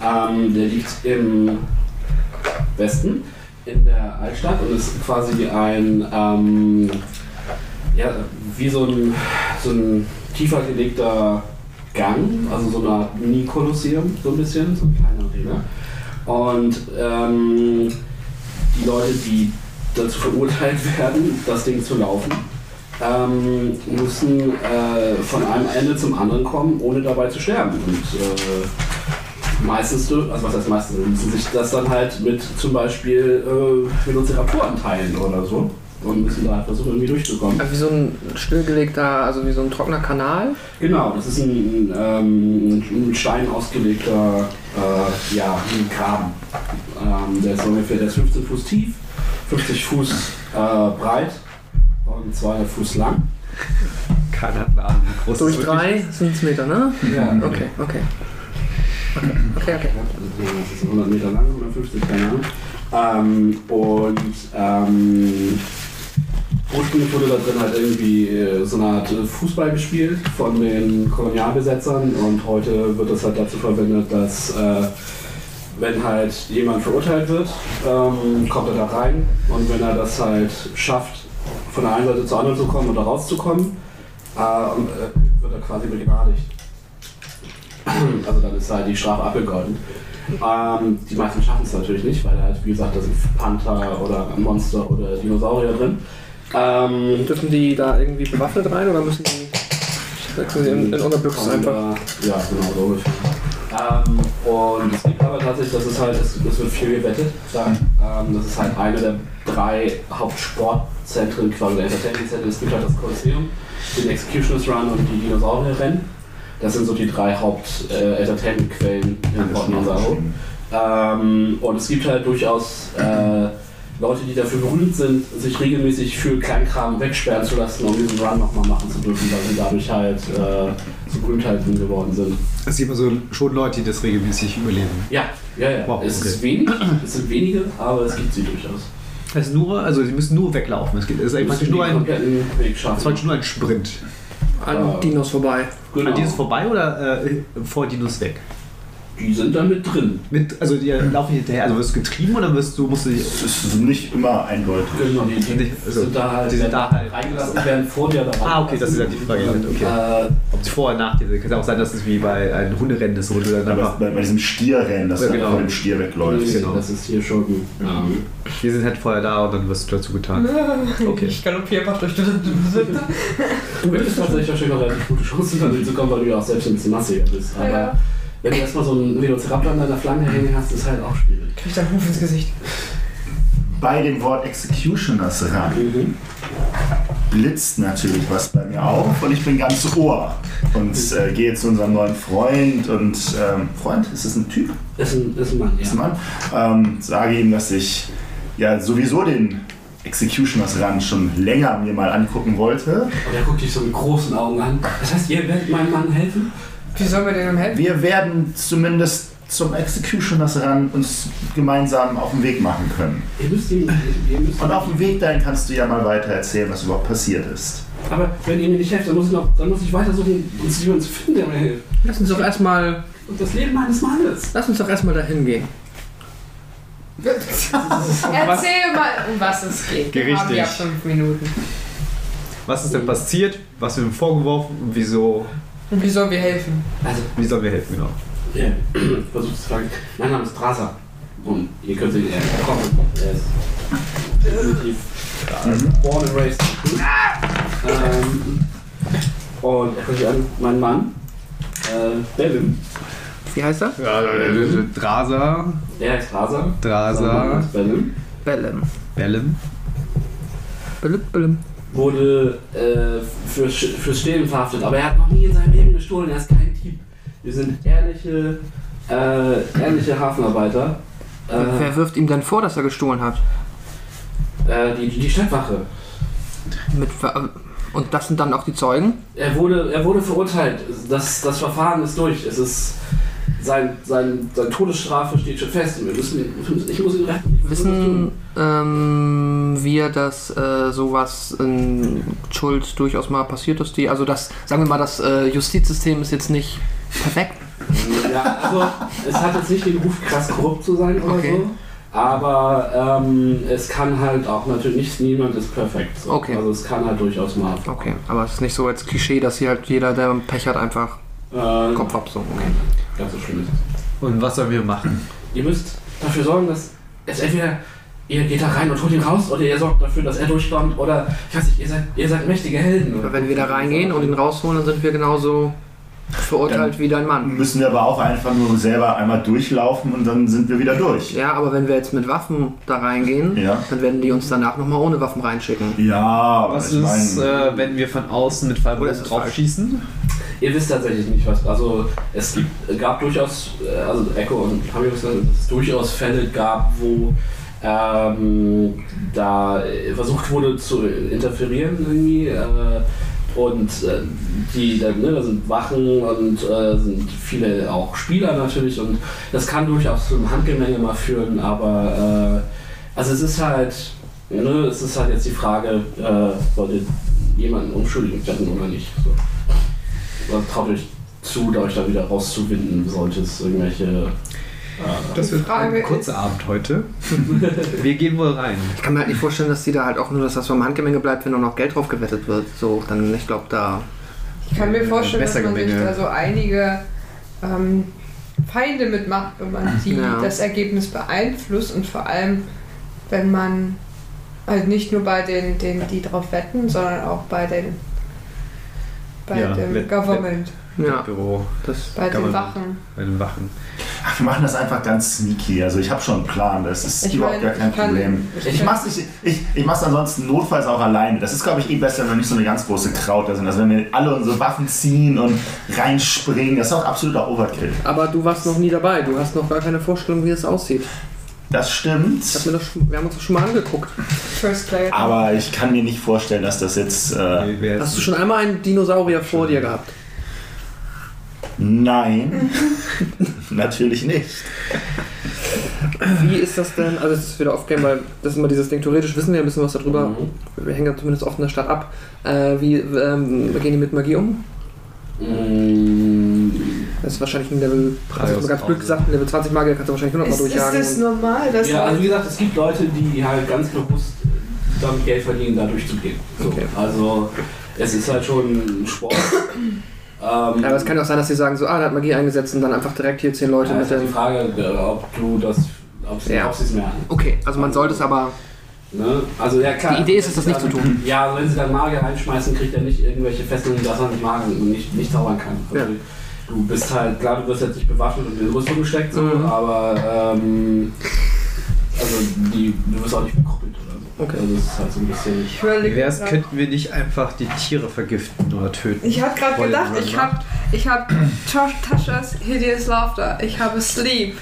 [SPEAKER 3] Ähm, der liegt im Westen, in der Altstadt und ist quasi ein, ähm, ja, wie so ein, so ein tiefer gelegter Gang, also so eine Art Mini-Kolosseum, so ein bisschen, so ein kleiner Arena. Und ähm, die Leute, die dazu verurteilt *laughs* werden, das Ding zu laufen, ähm, müssen äh, von einem Ende zum anderen kommen, ohne dabei zu sterben. Und äh, Meistens, dür- also was heißt meistens, die müssen sich das dann halt mit zum Beispiel äh, Velociraptoren teilen oder so und müssen da halt versuchen, irgendwie durchzukommen.
[SPEAKER 9] Äh, Wie so ein stillgelegter, also wie so ein trockener Kanal.
[SPEAKER 3] Genau, das ist ein, ähm, ein Stein ausgelegter äh, ja, ein Graben. Ähm, der ist ungefähr der ist 15 Fuß tief, 50 Fuß äh, breit und 200 Fuß lang.
[SPEAKER 8] Keiner hat eine Ahnung. wie groß
[SPEAKER 9] Durch
[SPEAKER 8] das
[SPEAKER 9] drei sind es Meter, ne?
[SPEAKER 3] Ja,
[SPEAKER 9] Okay, okay. Okay, okay. okay.
[SPEAKER 3] Also das ist 100 Meter lang, 150, keine Ahnung. Ähm, und ähm, ursprünglich wurde da drin halt irgendwie äh, so eine Art äh, Fußball gespielt von den Kolonialbesetzern und heute wird das halt dazu verwendet, dass äh, wenn halt jemand verurteilt wird, ähm, kommt er da rein und wenn er das halt schafft, von der einen Seite zur anderen zu kommen und da rauszukommen, äh, und, äh, wird er quasi begnadigt. *clears throat* Also dann ist halt die Strafe abgegolten. Ähm, die meisten schaffen es natürlich nicht, weil halt, wie gesagt, da sind Panther oder Monster oder Dinosaurier drin. Ähm,
[SPEAKER 9] Dürfen die da irgendwie bewaffnet rein oder müssen die, müssen die in, in Unterbüchsen
[SPEAKER 3] und,
[SPEAKER 9] einfach?
[SPEAKER 3] äh, Ja, genau, so ungefähr. Ähm, und es gibt aber tatsächlich, das ist halt, es, es wird viel gewettet, da. Ähm, das ist halt eine der drei Hauptsportzentren, quasi der Entertainment-Zentren. Es gibt halt das Kolosseum, den Executioners Run und die Dinosaurierrennen. Das sind so die drei äh, Haupt-Entertainment-Quellen in Port Nassau. Ähm, und es gibt halt durchaus äh, Leute, die dafür berühmt sind, sich regelmäßig für Kleinkram wegsperren zu lassen, um diesen Run nochmal machen zu dürfen, weil sie dadurch halt äh, zu Berühmtheiten geworden sind.
[SPEAKER 8] Es gibt also schon Leute, die das regelmäßig überleben.
[SPEAKER 3] Ja, ja, ja.
[SPEAKER 8] Wow,
[SPEAKER 3] es
[SPEAKER 8] okay.
[SPEAKER 3] ist wenig, es sind wenige, aber es gibt sie durchaus.
[SPEAKER 8] Es ist nur, also sie müssen nur weglaufen. Es geht- es ist
[SPEAKER 3] Wir
[SPEAKER 8] eigentlich
[SPEAKER 3] müssen
[SPEAKER 8] Also praktisch nur
[SPEAKER 3] den
[SPEAKER 8] ein,
[SPEAKER 3] kompletten Weg
[SPEAKER 8] es ist praktisch
[SPEAKER 3] schaffen.
[SPEAKER 8] nur ein Sprint.
[SPEAKER 9] An
[SPEAKER 3] äh,
[SPEAKER 9] Dinos vorbei.
[SPEAKER 3] Genau.
[SPEAKER 8] An Dinos vorbei oder äh, vor Dinos weg?
[SPEAKER 3] Die sind dann mit drin.
[SPEAKER 8] Mit, also die laufen hinterher. Also wirst du getrieben oder wirst du, musst du dich
[SPEAKER 5] Es ist nicht immer eindeutig.
[SPEAKER 3] Genau, die, die
[SPEAKER 8] Also,
[SPEAKER 3] sind da halt,
[SPEAKER 8] die sind da halt.
[SPEAKER 3] reingelassen, werden vor dir da
[SPEAKER 8] Ah, okay, das ist ja die
[SPEAKER 3] reingelassen.
[SPEAKER 8] Frage. Okay.
[SPEAKER 3] Äh,
[SPEAKER 8] Ob es vor oder nach dir sind. Kann ja auch sein, dass es wie bei einem Hunderennen ist, wo du dann
[SPEAKER 5] Aber
[SPEAKER 8] einfach.
[SPEAKER 5] bei, bei diesem Stierrennen, dass
[SPEAKER 8] Ja,
[SPEAKER 5] du
[SPEAKER 8] genau.
[SPEAKER 5] vor dem Stier wegläufst.
[SPEAKER 3] nee,
[SPEAKER 8] genau.
[SPEAKER 3] Das ist hier schon. Ähm,
[SPEAKER 8] Wir sind halt vorher da und dann wirst du dazu getan. Okay.
[SPEAKER 7] Ich galoppiere einfach durch die
[SPEAKER 3] Du hättest tatsächlich wahrscheinlich noch relativ gute Chancen, damit zu kommen, weil du ja auch selbst ein Zemassier bist. Aber
[SPEAKER 6] Ja.
[SPEAKER 3] wenn du erstmal so einen Velociraptor an deiner Flanke hängen hast, ist halt auch schwierig.
[SPEAKER 7] Krieg ich dann Huf ins Gesicht.
[SPEAKER 5] Bei dem Wort Executioners ran
[SPEAKER 3] Mhm.
[SPEAKER 5] blitzt natürlich was bei mir auf und ich bin ganz Ohr und äh, gehe zu unserem neuen Freund und ähm, Freund, ist das ein Typ?
[SPEAKER 3] Ist ein, ist ein Mann,
[SPEAKER 5] Ist ein
[SPEAKER 3] ja.
[SPEAKER 5] Mann? Ähm, sage ihm, dass ich ja sowieso den Executioners Run schon länger mir mal angucken wollte.
[SPEAKER 3] Und er guckt dich so mit großen Augen an. Das heißt, ihr werdet meinem Mann helfen?
[SPEAKER 6] Wie sollen wir denen helfen?
[SPEAKER 5] Wir werden zumindest zum Executioners Run uns gemeinsam auf den Weg machen können.
[SPEAKER 3] Ihr müsst ihm. Ihr müsst
[SPEAKER 5] Und auf dem Weg dahin kannst du ja mal weiter erzählen, was überhaupt passiert ist.
[SPEAKER 3] aber wenn ihr mir nicht helft, dann muss ich, noch, dann muss ich weiter suchen, uns jemanden zu finden, der mir hilft.
[SPEAKER 9] Lass uns doch erstmal,
[SPEAKER 3] Und das Leben meines Mannes.
[SPEAKER 9] lass uns doch erstmal dahin gehen.
[SPEAKER 6] Erzähl mal, um was es geht. Wir haben
[SPEAKER 8] Richtig.
[SPEAKER 6] ja fünf Minuten.
[SPEAKER 8] Was ist denn passiert? Was wird ihm vorgeworfen? Und wieso?
[SPEAKER 6] Und wie sollen wir helfen?
[SPEAKER 3] Also,
[SPEAKER 8] Wie sollen wir helfen, genau?
[SPEAKER 3] ja, versucht zu fragen. Mein Name ist Drasa. Und ihr könnt ihn er kommen. Er ist definitiv born and raised. Ähm, und er guckt sich an, mein Mann, äh, Devin,
[SPEAKER 9] Wie heißt er?
[SPEAKER 8] äh, Drasa,
[SPEAKER 3] der heißt Drasa. Sein Name
[SPEAKER 8] Drasa,
[SPEAKER 3] ist Devin.
[SPEAKER 9] Bellem.
[SPEAKER 8] Bellem.
[SPEAKER 9] Bellem, Bellem.
[SPEAKER 3] Wurde äh, für, fürs Stehlen verhaftet, aber er hat noch nie in seinem Leben gestohlen, er ist kein Dieb. Wir sind ehrliche, äh, ehrliche Hafenarbeiter. Äh,
[SPEAKER 9] Wer wirft ihm denn vor, dass er gestohlen hat?
[SPEAKER 3] äh, die, die Stadtwache.
[SPEAKER 9] Mit, Ver- und das sind dann auch die Zeugen?
[SPEAKER 3] Er wurde, er wurde verurteilt. Das, das Verfahren ist durch. Es ist sein, sein, seine Todesstrafe steht schon fest. Und wir müssen, ihn- ich muss ihn retten. Ich muss ihn
[SPEAKER 9] Wissen
[SPEAKER 3] tun.
[SPEAKER 9] ähm, wir, dass äh, sowas in Schuld durchaus mal passiert ist? Die, also das, sagen wir mal, das äh, Justizsystem ist jetzt nicht perfekt.
[SPEAKER 3] Ja, also es hat jetzt nicht den Ruf, krass korrupt zu sein oder
[SPEAKER 9] Okay.
[SPEAKER 3] so. Aber ähm, es kann halt auch natürlich nicht, niemand ist perfekt. So.
[SPEAKER 9] Okay. Oh.
[SPEAKER 3] Also es kann halt durchaus mal.
[SPEAKER 9] Okay, aber es ist nicht so als Klischee, dass hier halt jeder, der Pech hat, einfach
[SPEAKER 3] Äh,
[SPEAKER 9] Kopf ab so. Okay.
[SPEAKER 3] Ganz so schlimm ist.
[SPEAKER 8] Und was sollen wir machen?
[SPEAKER 3] Ihr müsst dafür sorgen, dass es entweder ihr geht da rein und holt ihn raus oder ihr sorgt dafür, dass er durchkommt oder ich weiß nicht, ihr seid, ihr seid mächtige Helden.
[SPEAKER 9] Wenn wir da reingehen und ihn rausholen, dann sind wir genauso
[SPEAKER 4] Verurteilt wie dein Mann.
[SPEAKER 5] Müssen wir aber auch einfach nur selber einmal durchlaufen und dann sind wir wieder durch.
[SPEAKER 4] Ja, aber wenn wir jetzt mit Waffen da reingehen,
[SPEAKER 5] Ja.
[SPEAKER 4] dann werden die uns danach nochmal ohne Waffen reinschicken.
[SPEAKER 5] Ja, aber
[SPEAKER 8] Was
[SPEAKER 5] ich
[SPEAKER 8] ist,
[SPEAKER 5] meine.
[SPEAKER 8] äh, wenn wir von außen mit
[SPEAKER 4] Oder
[SPEAKER 8] Fallbogen
[SPEAKER 4] ist es falsch?
[SPEAKER 8] draufschießen?
[SPEAKER 3] Ihr wisst tatsächlich nicht was. Also es gibt, gab durchaus, äh, also Echo und Pamir, dass es durchaus Fälle gab, wo ähm, da äh, versucht wurde zu interferieren irgendwie. Äh, und äh, die, da, ne, da sind Wachen und äh, sind viele auch Spieler natürlich und das kann durchaus zu einem Handgemenge mal führen, aber äh, also es ist halt, ne, es ist halt jetzt die Frage, äh, sollte jemanden unschuldig werden oder nicht. So. Was traut euch zu, da euch da wieder rauszuwinden, sollte es irgendwelche. äh,
[SPEAKER 8] Das wird
[SPEAKER 6] Frage
[SPEAKER 8] ein kurzer Abend heute. *laughs* wir gehen wohl rein.
[SPEAKER 4] Ich kann mir halt nicht vorstellen, dass die da halt auch nur, dass das vom Handgemenge bleibt, wenn da noch Geld drauf gewettet wird. So, dann, ich glaube, da.
[SPEAKER 6] Ich kann
[SPEAKER 5] Äh,
[SPEAKER 6] mir vorstellen, dass man sich
[SPEAKER 8] Messergemenge.
[SPEAKER 6] da so einige ähm, Feinde mitmacht, wenn man die,
[SPEAKER 4] Ja.
[SPEAKER 6] das Ergebnis beeinflusst und vor allem, wenn man also nicht nur bei den, den die drauf wetten, sondern auch bei den bei
[SPEAKER 8] Ja,
[SPEAKER 6] dem
[SPEAKER 8] Wett-
[SPEAKER 6] Government,
[SPEAKER 4] Ja,
[SPEAKER 8] Büro,
[SPEAKER 4] das.
[SPEAKER 6] bei den
[SPEAKER 8] Government.
[SPEAKER 6] Wachen.
[SPEAKER 8] bei den Wachen.
[SPEAKER 5] Ach, wir machen das einfach ganz sneaky. Also ich habe schon einen Plan. Das ist
[SPEAKER 6] Ich
[SPEAKER 5] überhaupt
[SPEAKER 6] meine,
[SPEAKER 5] gar kein
[SPEAKER 6] ich kann-
[SPEAKER 5] Problem.
[SPEAKER 6] ich
[SPEAKER 5] Ich
[SPEAKER 6] kann-
[SPEAKER 5] mach's, ich, ich, ich mach's ansonsten notfalls auch alleine. Das ist, glaube ich, eh besser, wenn nicht so eine ganz große Kraut da sind. Also wenn wir alle unsere Waffen ziehen und reinspringen, das ist auch absoluter Overkill.
[SPEAKER 4] Aber du warst noch nie dabei, du hast noch gar keine Vorstellung, wie es aussieht.
[SPEAKER 5] Das stimmt.
[SPEAKER 4] Ich hab mir das schon, wir haben uns das schon mal angeguckt.
[SPEAKER 6] First Player.
[SPEAKER 5] Aber ich kann mir nicht vorstellen, dass das jetzt. Äh,
[SPEAKER 8] Nee, wer
[SPEAKER 4] Hast
[SPEAKER 8] ist-
[SPEAKER 4] du schon einmal einen Dinosaurier vor dir gehabt?
[SPEAKER 5] *laughs* nein. Natürlich nicht.
[SPEAKER 4] Wie ist das denn? Also, es ist wieder off-game, weil das ist immer dieses Ding. Theoretisch wissen wir ein bisschen was darüber.
[SPEAKER 3] Mhm.
[SPEAKER 4] Wir hängen ja zumindest oft in der Stadt ab. Äh, wie ähm, gehen die mit Magie um?
[SPEAKER 3] Mm,
[SPEAKER 4] Das ist wahrscheinlich ein Level, also
[SPEAKER 8] Preis-
[SPEAKER 4] ganz blöd gesagt, ein Level 20 Magier kannst du wahrscheinlich 100 Mal
[SPEAKER 6] Ist, ist
[SPEAKER 4] durchjagen.
[SPEAKER 6] das normal, dass
[SPEAKER 3] Ja, also
[SPEAKER 6] man
[SPEAKER 3] wie gesagt, es gibt Leute, die halt ganz bewusst damit Geld verdienen, da durchzugehen. So.
[SPEAKER 4] Okay.
[SPEAKER 3] Also es ist halt schon ein
[SPEAKER 4] *coughs*
[SPEAKER 3] Sport. Ähm,
[SPEAKER 4] ja, aber es kann ja auch sein, dass sie sagen, so, ah, der hat Magie eingesetzt und dann einfach direkt hier 10 Leute
[SPEAKER 3] ja,
[SPEAKER 4] mit
[SPEAKER 3] ist halt die
[SPEAKER 4] dem.
[SPEAKER 3] Frage, äh, ob du das, ob sie
[SPEAKER 4] Ja.
[SPEAKER 3] ob sie es merken.
[SPEAKER 4] Okay, also man sollte es aber.
[SPEAKER 3] Ne? Also ja klar.
[SPEAKER 4] Die Idee ist es, das nicht zu tun.
[SPEAKER 3] Ja, also wenn sie dann Magier reinschmeißen, kriegt er nicht irgendwelche Fesseln, dass er nicht Magier nicht, nicht zaubern kann. Also,
[SPEAKER 4] Ja.
[SPEAKER 3] Du bist halt, klar, du wirst jetzt nicht bewaffnet und in Rüstung gesteckt, so,
[SPEAKER 4] Mhm.
[SPEAKER 3] aber ähm, also die, du wirst auch nicht bekoppelt oder so.
[SPEAKER 4] Okay.
[SPEAKER 3] Also das ist halt so ein bisschen.
[SPEAKER 6] ich
[SPEAKER 8] Wie
[SPEAKER 6] überlege
[SPEAKER 8] wär's,
[SPEAKER 6] grad.
[SPEAKER 8] könnten wir nicht einfach die Tiere vergiften oder töten?
[SPEAKER 6] Ich habe gerade
[SPEAKER 8] Wollen
[SPEAKER 6] gedacht,
[SPEAKER 8] wir
[SPEAKER 6] ich
[SPEAKER 8] mal.
[SPEAKER 6] habe ich hab Josh Taschas Hideous Laughter, ich habe Sleep.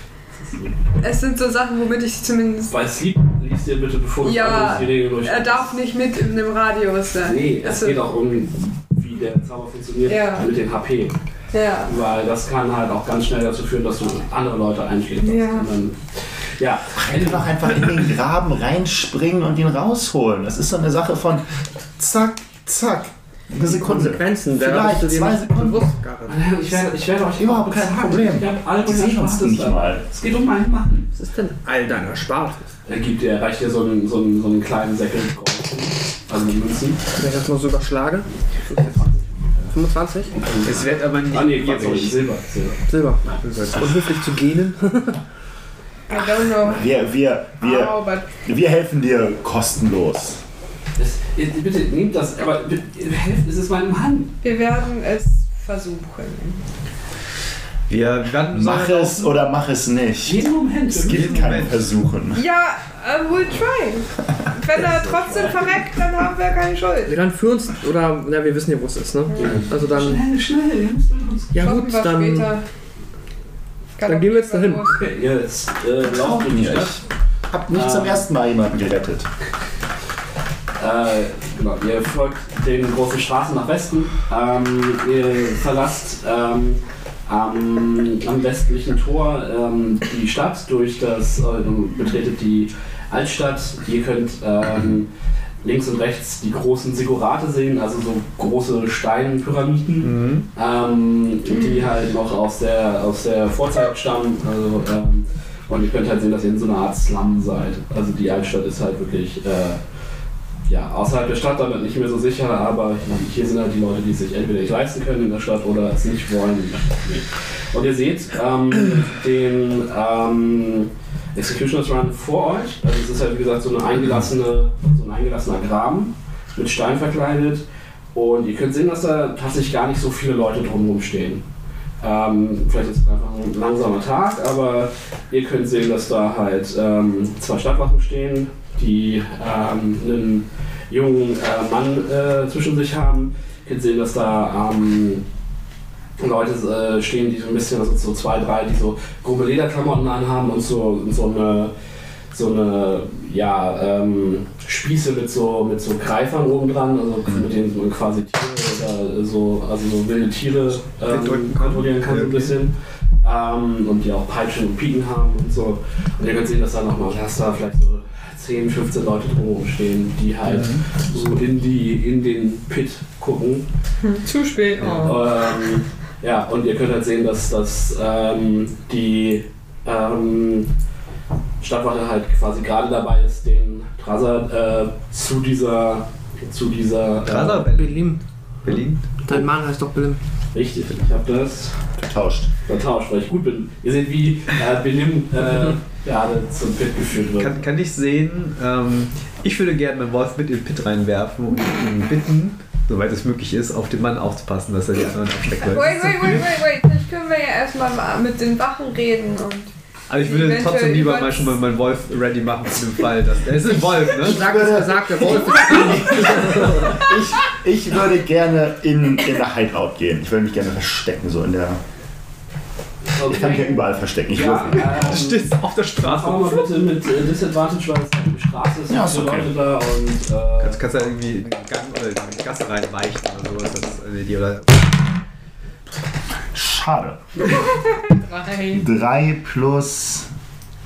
[SPEAKER 6] Es sind so Sachen, womit ich zumindest.
[SPEAKER 3] Bei Sleep liest dir bitte bevor du
[SPEAKER 6] Ja,
[SPEAKER 3] alles die Regeln durch.
[SPEAKER 6] Er
[SPEAKER 4] äh,
[SPEAKER 6] darf nicht mit in dem Radius sein.
[SPEAKER 3] Nee, es
[SPEAKER 6] Also-
[SPEAKER 3] geht auch um, wie der Zauber funktioniert
[SPEAKER 6] Ja.
[SPEAKER 3] mit dem HP.
[SPEAKER 6] Ja.
[SPEAKER 3] Weil das kann halt auch ganz schnell dazu führen, dass du andere Leute einschlägst.
[SPEAKER 6] Ja.
[SPEAKER 3] Und dann- Ja,
[SPEAKER 5] Könnte doch einfach in den Graben reinspringen und ihn rausholen. Das ist so eine Sache von zack, zack. Eine Sekunde.
[SPEAKER 4] Konsequenzen, da
[SPEAKER 5] Vielleicht
[SPEAKER 4] bist du dir
[SPEAKER 5] zwei
[SPEAKER 4] nicht
[SPEAKER 5] Sekunden.
[SPEAKER 4] bewusst, Gareth.
[SPEAKER 3] Ich werde, ich werde euch
[SPEAKER 5] Überhaupt kein
[SPEAKER 3] bezahlen.
[SPEAKER 5] Problem.
[SPEAKER 3] Ich habe all
[SPEAKER 5] Wir
[SPEAKER 3] meine
[SPEAKER 5] sehen uns
[SPEAKER 3] Spaß
[SPEAKER 5] nicht mal.
[SPEAKER 3] Es geht um mein Machen.
[SPEAKER 4] Was ist denn all deiner Sparte?
[SPEAKER 3] Er gibt dir, reicht dir so einen, so einen, so einen kleinen Säckel mit Gold. Also mit Münzen.
[SPEAKER 4] Wenn ich das mal so überschlage. 25?
[SPEAKER 8] Es wird aber nicht
[SPEAKER 3] Ah nee,
[SPEAKER 8] ihr
[SPEAKER 3] Quatsch, sorry, Silber. Silber.
[SPEAKER 4] Silber. Und höflich zu gähnen.
[SPEAKER 6] I don't know
[SPEAKER 5] Wir, wir,
[SPEAKER 6] how,
[SPEAKER 5] wir,
[SPEAKER 6] but
[SPEAKER 5] wir helfen dir kostenlos.
[SPEAKER 3] Das, ihr- bitte nehmt das, aber bitte, helft, es ist mein Mann.
[SPEAKER 6] wir werden es versuchen.
[SPEAKER 8] Wir werden
[SPEAKER 5] Mach es oder mach es nicht.
[SPEAKER 3] Jeden Moment.
[SPEAKER 5] Es gibt kein Versuchen.
[SPEAKER 6] Ja, I will try. Wenn er trotzdem verreckt, dann haben wir keine Schuld.
[SPEAKER 4] Ja, dann für uns, oder, na, wir wissen ja, wo es ist, ne? Also dann,
[SPEAKER 3] Schnell, schnell, ihr müsst mit uns.
[SPEAKER 4] ja
[SPEAKER 6] Schaffen
[SPEAKER 4] gut,
[SPEAKER 6] wir
[SPEAKER 4] dann,
[SPEAKER 6] später.
[SPEAKER 4] dann gehen wir jetzt dahin.
[SPEAKER 3] Okay, jetzt äh, lauft in die Stadt.
[SPEAKER 5] Habt nicht zum ersten Mal jemanden gerettet.
[SPEAKER 3] Äh, genau, ihr folgt den großen Straßen nach Westen. Ähm, ihr verlasst ähm, am, am westlichen Tor ähm, die Stadt durch das äh, und betretet die Altstadt. Ihr könnt ähm, links und rechts die großen Sigurate sehen, also so große Steinpyramiden,
[SPEAKER 8] Mhm.
[SPEAKER 3] ähm, die halt noch aus der, aus der Vorzeit stammen. Also, ähm, und ihr könnt halt sehen, dass ihr in so einer Art Slum seid. Also die Altstadt ist halt wirklich äh, ja, außerhalb der Stadt damit nicht mehr so sicher, aber hier sind halt die Leute, die es sich entweder nicht leisten können in der Stadt oder es nicht wollen. in der Stadt leben. Und ihr seht ähm, den ähm, Executioners Run vor euch. Also es ist halt wie gesagt so, eine eingelassene, so ein eingelassener Graben mit Stein verkleidet. Und ihr könnt sehen, dass da tatsächlich gar nicht so viele Leute drumherum stehen. Ähm, vielleicht ist es einfach ein langsamer Tag, aber ihr könnt sehen, dass da halt ähm, zwei Stadtwachen stehen, die ähm, einen jungen äh, Mann äh, zwischen sich haben. Ihr könnt sehen, dass da ähm, Leute äh, stehen, die so ein bisschen, also so zwei, drei, die so grobe Lederklamotten anhaben und so, so eine so eine ja, ähm, Spieße mit so, mit so Greifern oben dran, also
[SPEAKER 7] Mhm.
[SPEAKER 3] mit denen man quasi Tiere oder so, also so wilde Tiere ähm,
[SPEAKER 7] Wegdrücken kann.
[SPEAKER 3] kontrollieren kann so ein
[SPEAKER 7] Ja, okay.
[SPEAKER 3] bisschen. Ähm, und die auch Peitschen und Piken haben und so. Und ihr könnt sehen, dass da nochmal, dass da vielleicht so 10, 15 Leute drumherum stehen, die halt so in, die, in den Pit gucken.
[SPEAKER 6] Zu spät. Oh.
[SPEAKER 3] Ähm, ja, und ihr könnt halt sehen, dass, dass ähm, die ähm, Stadtwache halt quasi gerade dabei ist, den Traser äh, zu dieser. Zu dieser. äh,
[SPEAKER 8] Traser?
[SPEAKER 9] Belim.
[SPEAKER 8] Berlin?
[SPEAKER 9] Dein Mann heißt doch Belim.
[SPEAKER 3] richtig, ich habe das
[SPEAKER 5] *laughs* Vertauscht.
[SPEAKER 3] vertauscht, weil ich gut bin. Ihr seht, wie äh, Benim äh, gerade zum Pit geführt wird.
[SPEAKER 8] Kann, kann ich sehen, ähm, ich würde gerne meinen Wolf mit in den Pit reinwerfen und ihn bitten, soweit es möglich ist, auf den Mann aufzupassen, dass er den anderen abschreckt. weil-
[SPEAKER 6] Wait, wait, wait, wait, wait. Dann können wir ja erstmal mal mit den Wachen reden und.
[SPEAKER 8] Aber ich würde
[SPEAKER 6] Eventuell
[SPEAKER 8] trotzdem lieber mal
[SPEAKER 6] übers-
[SPEAKER 8] schon mal meinen Wolf ready machen für den Fall. Dass, er ist ein Wolf, ne?
[SPEAKER 9] Sag es gesagt, der
[SPEAKER 5] *laughs*
[SPEAKER 9] Wolf ist
[SPEAKER 5] Ich, ich würde gerne in, in der Hideout gehen. Ich würde mich gerne verstecken, so in der. Ich kann mich *laughs* ja überall verstecken. Ich
[SPEAKER 3] Ja,
[SPEAKER 5] würfel.
[SPEAKER 8] Du
[SPEAKER 3] ähm,
[SPEAKER 8] stehst auf *laughs* der Straße.
[SPEAKER 3] Machen wir mal bitte mit äh, Disadvantage, weil es die Straße ist,
[SPEAKER 5] Ja,
[SPEAKER 3] ja,
[SPEAKER 5] ist
[SPEAKER 3] viele
[SPEAKER 5] okay.
[SPEAKER 3] Leute da und. Äh,
[SPEAKER 8] Kannst, kannst ja irgendwie in den Gang oder in die Gasse reinweichen oder sowas. Das ist eine Idee. Oder *laughs*
[SPEAKER 5] Schade.
[SPEAKER 6] Drei.
[SPEAKER 5] 3 plus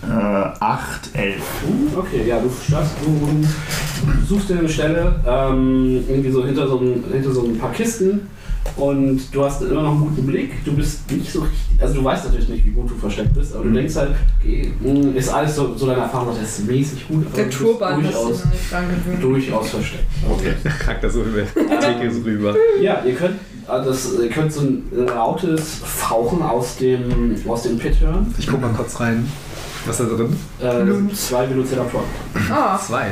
[SPEAKER 5] äh, 8, 11.
[SPEAKER 3] Uh, Okay, ja, du, starrst, du suchst dir eine Stelle, ähm, irgendwie so hinter so, einem, hinter so ein paar Kisten und du hast immer noch einen guten Blick. Du bist nicht so richtig, also du weißt natürlich nicht, wie gut du versteckt bist, aber du denkst halt, okay, mh, ist alles so, so deine Erfahrung, sagt, das ist mäßig gut, aber
[SPEAKER 6] Der
[SPEAKER 3] du bist
[SPEAKER 6] Turban hast du
[SPEAKER 3] durchaus,
[SPEAKER 6] noch nicht dran gewöhnt.
[SPEAKER 3] durchaus versteckt. Ähm,
[SPEAKER 5] Okay.
[SPEAKER 8] kackt er so über *laughs* die Theke so rüber.
[SPEAKER 3] Ja, ihr könnt, also das, ihr könnt so ein äh, lautes Fauchen aus dem, aus dem Pit hören.
[SPEAKER 8] Ich guck mal kurz rein. Was ist da drin?
[SPEAKER 3] Äh, zwei Velociraptoren.
[SPEAKER 6] Oh.
[SPEAKER 8] Zwei.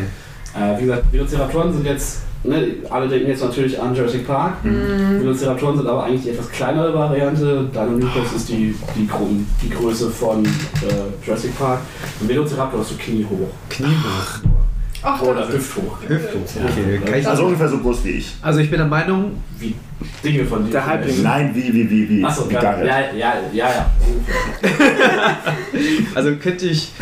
[SPEAKER 3] Äh, wie gesagt, Velociraptoren sind jetzt, ne, alle denken jetzt natürlich an Jurassic Park.
[SPEAKER 6] hm. Mhm.
[SPEAKER 3] Velociraptoren sind aber eigentlich die etwas kleinere Variante. Deinonychus ist die, die, Gro- die Größe von äh, Jurassic Park. Ein Velociraptor ist so kniehoch
[SPEAKER 8] Kniehoch.
[SPEAKER 6] Ach,
[SPEAKER 3] oder
[SPEAKER 6] das ist
[SPEAKER 3] hüfthoch.
[SPEAKER 8] Hüfthoch. Okay. Kann ich,
[SPEAKER 5] Also ungefähr so groß wie ich.
[SPEAKER 8] also ich bin der Meinung,
[SPEAKER 3] Wie Dinge von dir.
[SPEAKER 7] Der Halbling.
[SPEAKER 5] Nein, wie, wie, wie, wie.
[SPEAKER 3] Achso,
[SPEAKER 5] wie
[SPEAKER 3] ja,
[SPEAKER 5] Garrett.
[SPEAKER 3] ja, ja, ja, ja.
[SPEAKER 8] also könnte ich.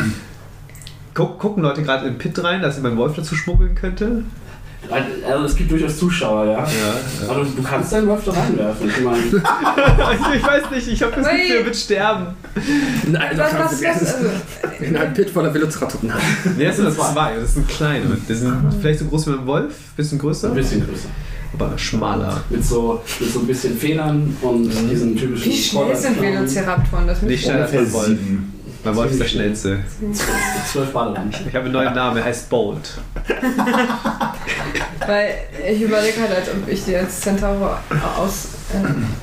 [SPEAKER 8] Guck, gucken Leute gerade in den Pit rein, dass ich meinen Wolf dazu schmuggeln könnte?
[SPEAKER 3] Also es gibt durchaus Zuschauer, ja.
[SPEAKER 8] Ja. *laughs*
[SPEAKER 3] Aber du, du kannst deinen Wolf da reinwerfen. Ich meine,
[SPEAKER 6] *laughs*
[SPEAKER 8] Ich, ich weiß nicht, ich habe das Gefühl, er wird sterben.
[SPEAKER 7] Nein,
[SPEAKER 6] Was, was,
[SPEAKER 7] das
[SPEAKER 6] was,
[SPEAKER 7] ist
[SPEAKER 6] also,
[SPEAKER 7] in einem Pit voller Velociraptoren. Nein.
[SPEAKER 8] Nee, das sind nur zwei, das sind kleine. Die
[SPEAKER 5] Ah.
[SPEAKER 8] sind vielleicht so groß wie ein Wolf, bisschen
[SPEAKER 3] ein
[SPEAKER 8] größer,
[SPEAKER 3] bisschen größer.
[SPEAKER 8] aber schmaler.
[SPEAKER 3] Mit so, mit so ein bisschen Federn und diesen typischen
[SPEAKER 6] Mhm. wie schnell sind
[SPEAKER 3] Vorderklauen.
[SPEAKER 6] Velociraptoren? Das
[SPEAKER 8] Nicht
[SPEAKER 6] müssen
[SPEAKER 8] schneller als
[SPEAKER 5] Ungefähr
[SPEAKER 8] mein Wolf.
[SPEAKER 5] sieben.
[SPEAKER 8] Mein Wolf ist der schnellste.
[SPEAKER 3] Zwölf Badewanne.
[SPEAKER 8] Ich habe einen neuen Namen, er heißt Bolt.
[SPEAKER 6] Weil ich überlege halt, als ob ich die als Centauro aus,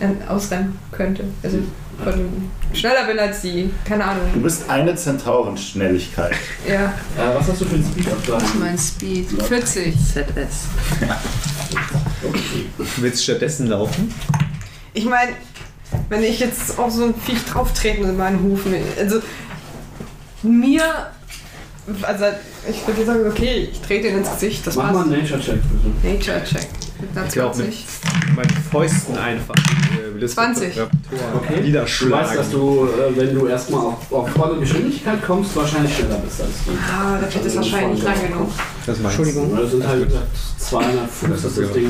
[SPEAKER 6] äh, äh, ausrennen könnte. Also von dem schneller bin als sie. Keine
[SPEAKER 5] Du
[SPEAKER 6] Ahnung.
[SPEAKER 5] bist eine Zentaurenschnelligkeit.
[SPEAKER 6] *laughs* Ja.
[SPEAKER 3] Äh, was hast du für ein Speed-Up da?
[SPEAKER 10] Mein Speed. 40. ZS.
[SPEAKER 8] Willst du stattdessen laufen?
[SPEAKER 6] Ich meine, wenn ich jetzt auf so ein Viech drauftreten mit meinen Hufen, also mir, also ich würde sagen, okay, ich trete ihn ins Gesicht, das
[SPEAKER 3] Mach
[SPEAKER 6] war's.
[SPEAKER 3] mal einen Nature-Check, bitte.
[SPEAKER 6] Nature Check. Mit einer
[SPEAKER 8] Ich glaub, mit
[SPEAKER 6] 20.
[SPEAKER 8] Meine Fäusten einfach. äh, das
[SPEAKER 6] 20.
[SPEAKER 8] Tor
[SPEAKER 3] Okay. Du
[SPEAKER 8] Niederschlagen.
[SPEAKER 3] weißt, dass du, äh, wenn du erstmal auf, auf volle Geschwindigkeit kommst, wahrscheinlich schneller bist als du.
[SPEAKER 6] Ah, da wird es wahrscheinlich nicht lang genug.
[SPEAKER 8] das meinst.
[SPEAKER 9] Entschuldigung.
[SPEAKER 3] Weil Das sind halt 200 Fuß, das ist das Ding.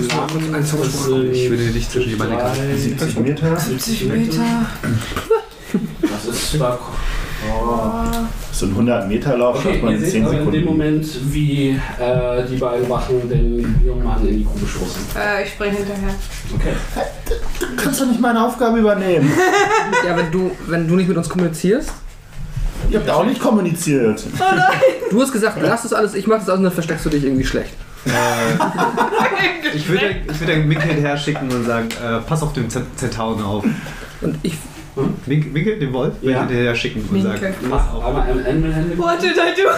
[SPEAKER 7] Ein Zauber-
[SPEAKER 3] Das sind
[SPEAKER 8] Ich würde dich zwischen die Beine
[SPEAKER 3] drei-
[SPEAKER 8] greifen.
[SPEAKER 5] 70 Meter.
[SPEAKER 6] 70 Meter.
[SPEAKER 3] Das ist stark. Oh.
[SPEAKER 5] So ein 100-Meter-Lauf
[SPEAKER 3] Okay,
[SPEAKER 5] schafft man
[SPEAKER 3] ihr
[SPEAKER 5] in
[SPEAKER 3] seht
[SPEAKER 5] 10
[SPEAKER 3] aber in dem
[SPEAKER 5] Sekunden.
[SPEAKER 3] Moment, wie äh, die beiden Wachen den jungen Mann in die Grube stoßen.
[SPEAKER 6] Äh, ich springe hinterher.
[SPEAKER 3] Okay.
[SPEAKER 5] Du kannst doch nicht meine Aufgabe übernehmen.
[SPEAKER 9] Ja, wenn du, wenn du nicht mit uns kommunizierst.
[SPEAKER 5] Ihr habt auch nicht kommuniziert.
[SPEAKER 9] Du hast gesagt, lass das alles, ich mach das alles und dann versteckst du dich irgendwie schlecht.
[SPEAKER 8] *laughs* Ich würde, ich würde den Winkel hinterher schicken und sagen, äh, pass auf den Z- Zentauren auf.
[SPEAKER 9] Und ich.
[SPEAKER 8] Wink- Winkel, den Wolf, würde ich
[SPEAKER 3] Ja.
[SPEAKER 8] hinterher schicken und sagen,
[SPEAKER 6] Winkel.
[SPEAKER 8] pass auf.
[SPEAKER 3] Einmal ein Animal Handling.
[SPEAKER 6] What did I do?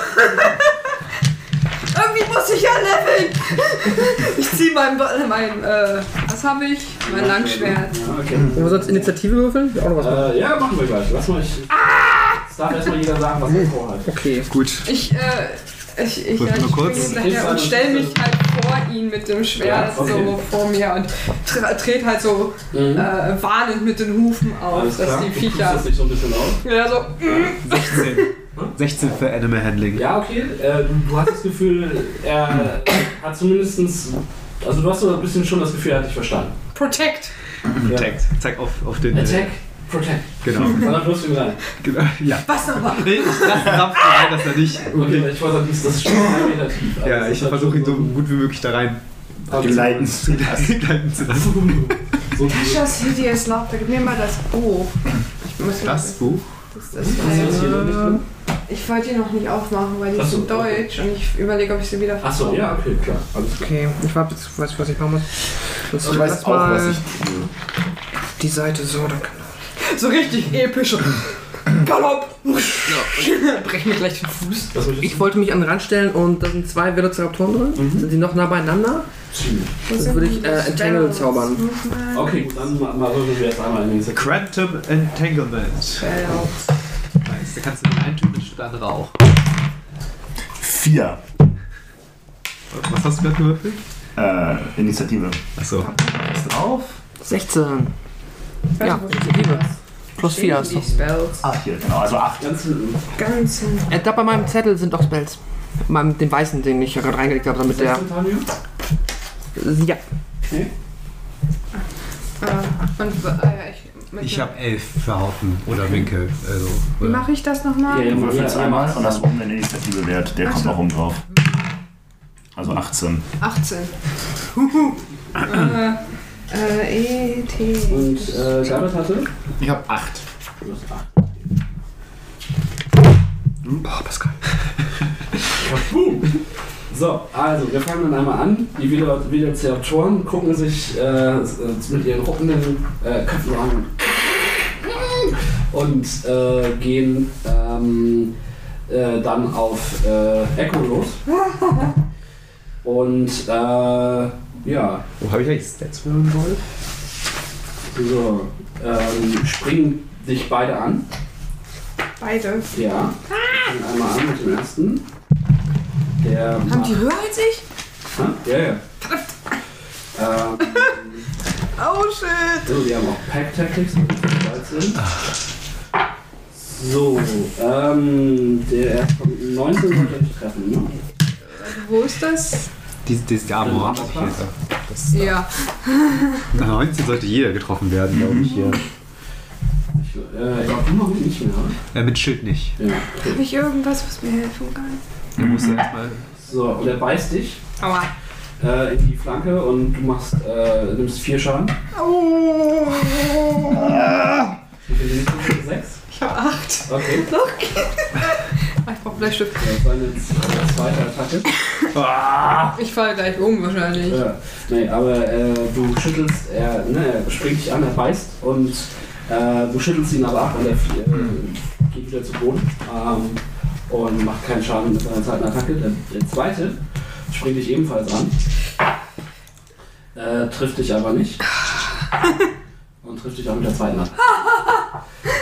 [SPEAKER 8] *laughs*
[SPEAKER 6] Irgendwie muss ich ja leveln. Ich zieh meinen, Ba- meinen äh, was
[SPEAKER 10] das habe ich. Mein Langschwert.
[SPEAKER 3] Ja, okay.
[SPEAKER 9] Wollen wir sonst Initiative würfeln? Ja, auch noch was.
[SPEAKER 3] Äh, ja, machen wir gleich. Lass mal ich.
[SPEAKER 6] Ah!
[SPEAKER 3] Es darf erstmal jeder sagen, was er vorhat.
[SPEAKER 9] Okay.
[SPEAKER 7] Gut.
[SPEAKER 6] Ich, äh, ich, ich,
[SPEAKER 7] Warte
[SPEAKER 6] ja,
[SPEAKER 7] mal
[SPEAKER 6] ich
[SPEAKER 7] kurz.
[SPEAKER 6] springe hinterher und stelle mich halt vor ihn mit dem Schwert
[SPEAKER 3] Ja, okay.
[SPEAKER 6] so vor mir und tre trete halt so äh, warnend mit den Hufen auf,
[SPEAKER 3] Alles
[SPEAKER 6] Oh, dass
[SPEAKER 3] klar.
[SPEAKER 6] die
[SPEAKER 3] Du pustest *laughs*
[SPEAKER 6] Viecher. Mhm.
[SPEAKER 3] dich so ein bisschen auf.
[SPEAKER 6] Ja, so.
[SPEAKER 8] 16. 16 für Animal Handling.
[SPEAKER 3] Ja, okay. Äh, du- du hast das Gefühl, er hat zumindestens, Also du hast so ein bisschen schon das Gefühl, er hat dich verstanden.
[SPEAKER 6] Protect!
[SPEAKER 8] Protect. Zeig auf, auf den.
[SPEAKER 3] Attack, protect.
[SPEAKER 8] Genau.
[SPEAKER 3] Und dann wirst du ihn rein.
[SPEAKER 8] genau. Ja.
[SPEAKER 6] Was nochmal?
[SPEAKER 8] Nee, ich lasse Dampf da rein, dass er nicht.
[SPEAKER 3] Okay, ich wollte sagen, das ist schon ein Meter tief. aber
[SPEAKER 8] Ja,
[SPEAKER 3] das ist
[SPEAKER 8] ich
[SPEAKER 3] halt
[SPEAKER 8] versuche ihn so
[SPEAKER 3] schon
[SPEAKER 8] gut wie möglich da rein *laughs*
[SPEAKER 5] Geleiten zu lassen.
[SPEAKER 8] gleiten zu lassen.
[SPEAKER 3] So die-
[SPEAKER 10] Cassius Hideous Laughter, gib mir mal das Buch.
[SPEAKER 6] Ich muss
[SPEAKER 8] Das Buch.
[SPEAKER 6] Das, das
[SPEAKER 3] Hast du das hier noch nicht drin?
[SPEAKER 6] Mhm. ich wollte die noch nicht aufmachen, weil die
[SPEAKER 3] Ach so,
[SPEAKER 6] sind
[SPEAKER 3] okay.
[SPEAKER 6] deutsch und ich überlege, ob ich sie wieder
[SPEAKER 3] Achso, ja, okay, klar. Alles klar.
[SPEAKER 9] Okay, ich hab jetzt, weiß, was ich machen muss. Das
[SPEAKER 5] Ich weiß auch, was ich tue.
[SPEAKER 9] die Seite so, dann kann
[SPEAKER 6] So
[SPEAKER 3] *laughs*
[SPEAKER 6] richtig episch. Galopp!
[SPEAKER 9] ich *laughs* brech mir gleich den Fuß.
[SPEAKER 3] Das möchte
[SPEAKER 9] Ich wollte mich an den Rand stellen und da sind zwei Velociraptoren drin. Sind die noch nah beieinander?
[SPEAKER 3] ziehen.
[SPEAKER 9] Dann würde ich äh, Entangle zaubern.
[SPEAKER 3] Okay, gut, dann mal, mal würfeln wir jetzt einmal in den Sektor.
[SPEAKER 8] Quantum Entanglement. Nice. Da kannst du den einen tun, den anderen auch.
[SPEAKER 5] Vier.
[SPEAKER 8] Was hast du gerade gewürfelt?
[SPEAKER 5] Äh, Initiative.
[SPEAKER 8] Achso.
[SPEAKER 5] Was drauf?
[SPEAKER 9] 16. Ja, Initiative. Plus 4 hast du.
[SPEAKER 5] Ah, hier, genau. Also acht.
[SPEAKER 3] Ganz hinten.
[SPEAKER 6] Ganz hinten.
[SPEAKER 9] Äh, da bei meinem Zettel sind doch Spells. Meinem, den weißen, den ich ja gerade reingelegt habe, damit der.
[SPEAKER 3] Antonio?
[SPEAKER 9] Ja.
[SPEAKER 10] Äh, und, äh, ich, mit
[SPEAKER 8] Ich habe elf für Haufen oder Winkel. Also,
[SPEAKER 10] Wie
[SPEAKER 8] oder?
[SPEAKER 10] mache ich das nochmal?
[SPEAKER 3] Ja,
[SPEAKER 5] Du
[SPEAKER 3] ja.
[SPEAKER 5] würfelst einmal und hast oben den Initiative-Wert. Der kommt noch oben drauf. Also 18.
[SPEAKER 10] 18. Huhu. äh, äh, E, T.
[SPEAKER 3] Und äh, Garnet hatte?
[SPEAKER 5] Ich habe acht.
[SPEAKER 3] Du hast acht.
[SPEAKER 5] Hm,
[SPEAKER 9] Boah, Pascal.
[SPEAKER 3] Boom. So, also wir fangen dann einmal an. Die Velo- Velociraptoren gucken sich äh, s- äh, mit ihren ruckenden äh, Köpfen an und äh, gehen ähm, äh, dann auf äh, Echo los. Und äh, ja,
[SPEAKER 8] Wo habe ich eigentlich Stats würfeln wollen?
[SPEAKER 3] so ähm, springen dich beide an.
[SPEAKER 10] Beide.
[SPEAKER 3] Ja, wir fangen einmal an mit dem ersten. Der
[SPEAKER 10] Haben die höher als ich?
[SPEAKER 3] Hä? Ja, ja. ähm,
[SPEAKER 10] Oh shit.
[SPEAKER 3] So, wir haben auch Pack Tactics, wo wir sind. So, ähm, der erst kommt 19 sollte nicht treffen, ne?
[SPEAKER 10] Wo ist das?
[SPEAKER 8] Die, die, die Armor. hab ich jetzt. Das,
[SPEAKER 10] Ja.
[SPEAKER 8] Na, 19 sollte jeder getroffen werden, glaube ich. Hier.
[SPEAKER 3] Ich, äh, ja, du noch nicht mehr. ne?
[SPEAKER 8] Äh, mit Schild nicht.
[SPEAKER 3] Ja,
[SPEAKER 10] Habe
[SPEAKER 3] okay.
[SPEAKER 10] ich irgendwas, was mir helfen kann?
[SPEAKER 8] Der muss erstmal.
[SPEAKER 3] So, und er beißt dich
[SPEAKER 10] Aua.
[SPEAKER 3] äh, in die Flanke und du machst, äh, nimmst 4 Schaden. Wie viel nimmst du? 6?
[SPEAKER 10] Ich habe 8.
[SPEAKER 3] Okay,
[SPEAKER 10] Ich brauche Bleistift.
[SPEAKER 3] das war eine z- äh, zweite Attacke.
[SPEAKER 10] Ich falle gleich um wahrscheinlich.
[SPEAKER 3] Ja, nee, aber äh, du schüttelst, er, ne, er springt dich an, er beißt und äh, du schüttelst ihn aber ab und er flie- äh, geht wieder zu Boden ähm, und macht keinen Schaden mit seiner zweiten Attacke. Der, der zweite springt dich ebenfalls an, äh, trifft dich aber
[SPEAKER 6] *laughs*
[SPEAKER 3] nicht und trifft dich auch mit der zweiten Attacke.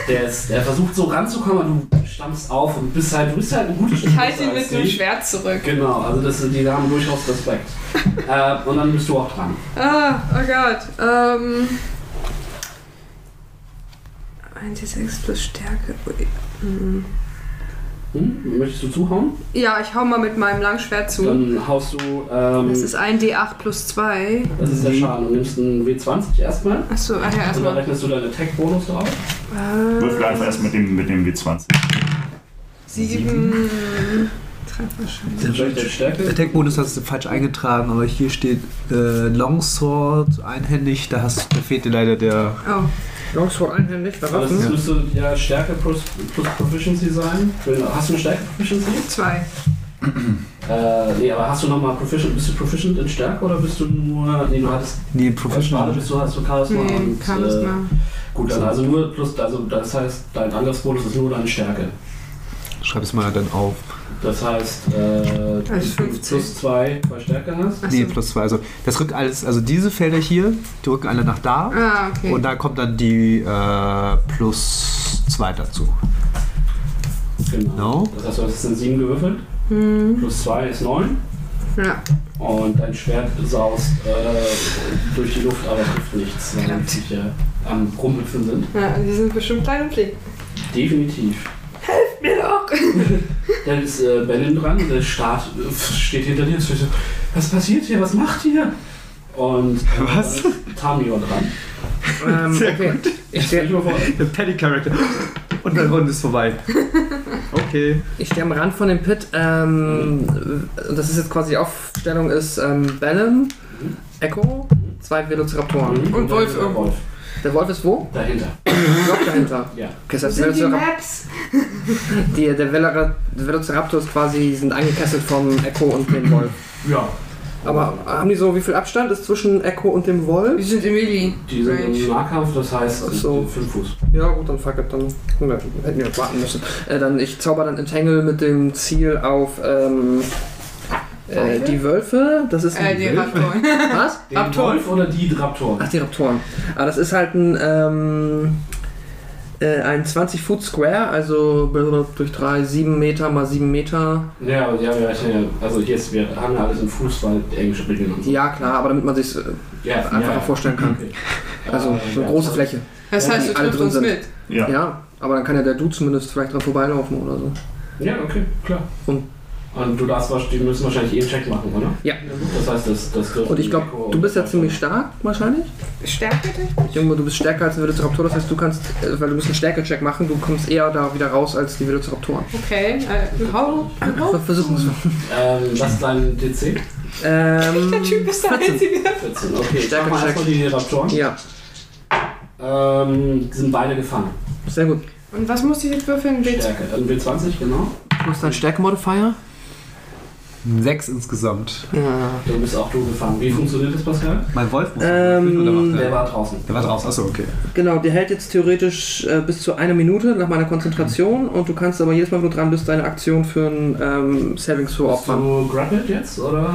[SPEAKER 3] Der, ist, der versucht so ranzukommen, aber du stammst auf und bist halt, du bist halt ein gutes Stück
[SPEAKER 6] Ich halte ihn
[SPEAKER 3] besser als
[SPEAKER 6] mit dem
[SPEAKER 3] die.
[SPEAKER 6] Schwert zurück.
[SPEAKER 3] Genau, also das, die haben durchaus
[SPEAKER 10] *laughs*
[SPEAKER 3] Respekt. äh, und dann bist du auch dran.
[SPEAKER 10] Ah, oh Gott. Ähm. 1d6 plus Stärke. Ui. Hm.
[SPEAKER 3] Hm? Möchtest du zuhauen?
[SPEAKER 10] Ja, ich hau mal mit meinem Langschwert zu.
[SPEAKER 3] Dann haust du, ähm,
[SPEAKER 10] Das ist 1d8 plus 2.
[SPEAKER 3] der Schaden. Du nimmst einen W20 erstmal
[SPEAKER 10] Achso, ah ja,
[SPEAKER 3] und dann
[SPEAKER 10] erstmal. Ah,
[SPEAKER 3] rechnest du deinen Attack-Bonus drauf.
[SPEAKER 5] Würfel einfach erst mit dem, mit dem W20.
[SPEAKER 10] 7. Trefferschein.
[SPEAKER 3] Durch deine Stärke.
[SPEAKER 8] Attack-Bonus hast du falsch eingetragen, aber hier steht äh, Longsword einhändig. Da, hast, da fehlt dir leider der.
[SPEAKER 10] Oh.
[SPEAKER 9] Longsword einhändig,
[SPEAKER 3] Aber das
[SPEAKER 9] verwaffen.
[SPEAKER 3] müsste ja Stärke plus, plus Proficiency sein. Genau. Hast du eine Stärke-Proficiency?
[SPEAKER 10] Zwei.
[SPEAKER 3] Äh, nee, aber hast du nochmal Proficient? Bist du Proficient in Stärke oder bist du nur. Nee, du hattest.
[SPEAKER 8] Nee,
[SPEAKER 3] Gerade
[SPEAKER 8] Professional.
[SPEAKER 3] bist du, hast du Charisma.
[SPEAKER 10] Nee,
[SPEAKER 3] und, Äh,
[SPEAKER 10] Charisma.
[SPEAKER 3] gut, dann also nur plus. Also, das heißt, dein Angriffsbonus ist nur deine Stärke.
[SPEAKER 8] Schreib es mal dann auf.
[SPEAKER 3] Das heißt, äh,
[SPEAKER 11] Also
[SPEAKER 3] du
[SPEAKER 11] 15.
[SPEAKER 3] plus 2 bei Stärke hast.
[SPEAKER 11] Ach
[SPEAKER 8] Nee,
[SPEAKER 11] so.
[SPEAKER 8] plus zwei. Also das rückt alles, also diese Felder hier, die rücken alle nach da.
[SPEAKER 11] Ah, okay.
[SPEAKER 8] Und da kommt dann die äh, plus zwei dazu.
[SPEAKER 3] Genau.
[SPEAKER 8] No.
[SPEAKER 3] Das heißt, du hast jetzt in 7 gewürfelt.
[SPEAKER 11] Hm,
[SPEAKER 3] Plus 2 ist 9.
[SPEAKER 11] ja.
[SPEAKER 3] Und dein Schwert saust äh, durch die Luft, aber trifft nichts, weil die Viecher am Rumpeln sind.
[SPEAKER 6] Ja, die sind bestimmt klein und pfleg.
[SPEAKER 3] Definitiv.
[SPEAKER 11] Mir doch.
[SPEAKER 3] Dann ist äh, Benin dran, der Staat äh, steht hinter dir und sagt, was passiert hier, was macht ihr? Und äh, *laughs* was? Tamion dran.
[SPEAKER 4] Ähm, okay. Ich
[SPEAKER 3] Stell
[SPEAKER 4] stehe
[SPEAKER 3] dir mal vor,
[SPEAKER 8] Der Paddy Character. Und der Runde ist *laughs* vorbei. Okay.
[SPEAKER 4] ich steh am Rand von dem Pit. Ähm, das ist jetzt quasi die Aufstellung ist ähm, Bellum,
[SPEAKER 9] Mhm.
[SPEAKER 4] Echo, zwei Velociraptoren.
[SPEAKER 3] Mhm.
[SPEAKER 6] Und Wolf
[SPEAKER 3] dann
[SPEAKER 6] irgendwo.
[SPEAKER 3] Wolf
[SPEAKER 4] Der Wolf ist wo?
[SPEAKER 3] dahinter.
[SPEAKER 9] Mhm.
[SPEAKER 4] Block dahinter.
[SPEAKER 3] Ja.
[SPEAKER 4] Okay, das heißt,
[SPEAKER 6] Sind die
[SPEAKER 4] Velociraptor,
[SPEAKER 6] Maps?
[SPEAKER 4] die, der Velora- der Velociraptor ist quasi, sind eingekesselt vom Echo und dem Wolf.
[SPEAKER 3] Ja.
[SPEAKER 4] Aber haben die so, wie viel Abstand ist zwischen Echo und dem
[SPEAKER 6] Die
[SPEAKER 4] Wolf?
[SPEAKER 6] sind im Melee.
[SPEAKER 3] Die sind im Nahkampf, das heißt
[SPEAKER 4] Ach so.
[SPEAKER 3] 5 Fuß.
[SPEAKER 4] Ja gut, dann fuck it, dann ja, hätten wir warten müssen. Äh, dann, ich zauber dann Entangle mit dem Ziel auf ähm, äh, die Wölfe. Das ist
[SPEAKER 6] Äh,
[SPEAKER 4] ein
[SPEAKER 6] die Raptoren.
[SPEAKER 4] *laughs* Was?
[SPEAKER 3] Den
[SPEAKER 6] Raptor.
[SPEAKER 3] Wolf oder die Raptor?
[SPEAKER 4] Ach, die Raptoren. Ah, das ist halt ein, ähm, äh, ein 20 Foot Square, also durch 3, 7 Meter mal 7 Meter.
[SPEAKER 3] Ja, aber die haben ja, also hier ist, wir haben ja alles im Fuß, weil die englische Regeln und so.
[SPEAKER 4] Ja, klar, aber damit man sich äh,
[SPEAKER 3] Ja,
[SPEAKER 4] einfacher vorstellen kann.
[SPEAKER 3] Okay.
[SPEAKER 4] *laughs* Also
[SPEAKER 3] Äh,
[SPEAKER 4] so
[SPEAKER 3] ja.
[SPEAKER 4] eine große Fläche.
[SPEAKER 6] Das
[SPEAKER 3] Ja,
[SPEAKER 6] heißt,
[SPEAKER 4] die
[SPEAKER 6] du
[SPEAKER 4] alle
[SPEAKER 6] triffst
[SPEAKER 4] drin
[SPEAKER 6] uns
[SPEAKER 4] sind.
[SPEAKER 6] mit.
[SPEAKER 5] Ja.
[SPEAKER 4] Ja, aber dann kann ja der Du zumindest vielleicht dran vorbeilaufen oder so.
[SPEAKER 3] Ja, okay, klar.
[SPEAKER 4] Und-
[SPEAKER 3] Und du darfst, wahrscheinlich- die müssen wahrscheinlich eh einen Check machen, oder?
[SPEAKER 4] Ja.
[SPEAKER 3] Das heißt, das, das dürfen
[SPEAKER 4] Und ich
[SPEAKER 3] die Echo-
[SPEAKER 4] glaube, du bist ja ziemlich stark wahrscheinlich.
[SPEAKER 6] Stärke dich?
[SPEAKER 4] Junge, du bist stärker als ein Velociraptor, das heißt, du kannst, äh, weil du musst einen Stärke-Check machen, du kommst eher da wieder raus als die Velociraptoren.
[SPEAKER 6] Okay. Äh, hau.
[SPEAKER 4] Wir
[SPEAKER 6] hau.
[SPEAKER 4] versuchen es.
[SPEAKER 3] Ähm, was ist dein DC?
[SPEAKER 4] *laughs* Ähm,
[SPEAKER 6] *laughs* Der Typ ist der
[SPEAKER 4] 14.
[SPEAKER 6] Einzige.
[SPEAKER 3] 14, okay. Ich
[SPEAKER 4] Stärke
[SPEAKER 3] mach mal
[SPEAKER 4] check.
[SPEAKER 3] erstmal die Raptoren.
[SPEAKER 4] Ja,
[SPEAKER 3] Ähm, die sind beide gefangen.
[SPEAKER 4] sehr gut.
[SPEAKER 6] Und was muss ich jetzt würfeln? W20?
[SPEAKER 3] Stärke. Also W20, genau.
[SPEAKER 4] Plus dein Stärke-Modifier.
[SPEAKER 8] Sechs insgesamt.
[SPEAKER 4] Ja.
[SPEAKER 3] Du bist auch du gefangen. Wie funktioniert das, Pascal?
[SPEAKER 8] Mein Wolf muss
[SPEAKER 4] Ähm,
[SPEAKER 8] oder macht
[SPEAKER 3] Der
[SPEAKER 8] der?
[SPEAKER 3] war draußen.
[SPEAKER 8] Äh, Der war draußen, achso, okay.
[SPEAKER 4] Genau, der hält jetzt theoretisch äh, bis zu einer Minute nach meiner Konzentration und du kannst aber jedes Mal, wenn du dran bist, deine Aktion für einen ähm, Saving Throw
[SPEAKER 3] Bist
[SPEAKER 4] opfern.
[SPEAKER 3] du grappled jetzt, oder?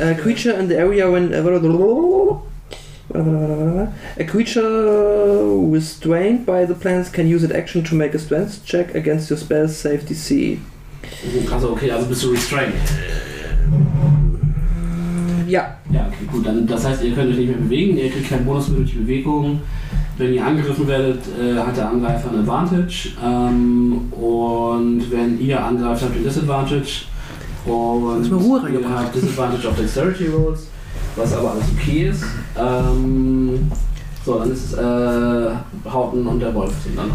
[SPEAKER 4] A creature in the area when. uh, A creature restrained by the plants can use an action to make a strength check against your spell's save DC.
[SPEAKER 3] Also okay, also bist du restrained.
[SPEAKER 4] Ja,
[SPEAKER 3] Ja, okay, gut. Dann, das heißt, ihr könnt euch nicht mehr bewegen. Ihr kriegt keinen Bonus mehr durch die Bewegung. Wenn ihr angegriffen werdet, äh, hat der Angreifer ein Advantage. Ähm, und wenn ihr angreift, habt ihr Disadvantage. Und
[SPEAKER 4] Hast du mal Ruhe
[SPEAKER 3] ihr
[SPEAKER 4] reingebracht?
[SPEAKER 3] habt Disadvantage auf Dexterity Rolls, was aber alles okay ist. Ähm, so, dann ist es äh, Hauten und der Wolf sind dann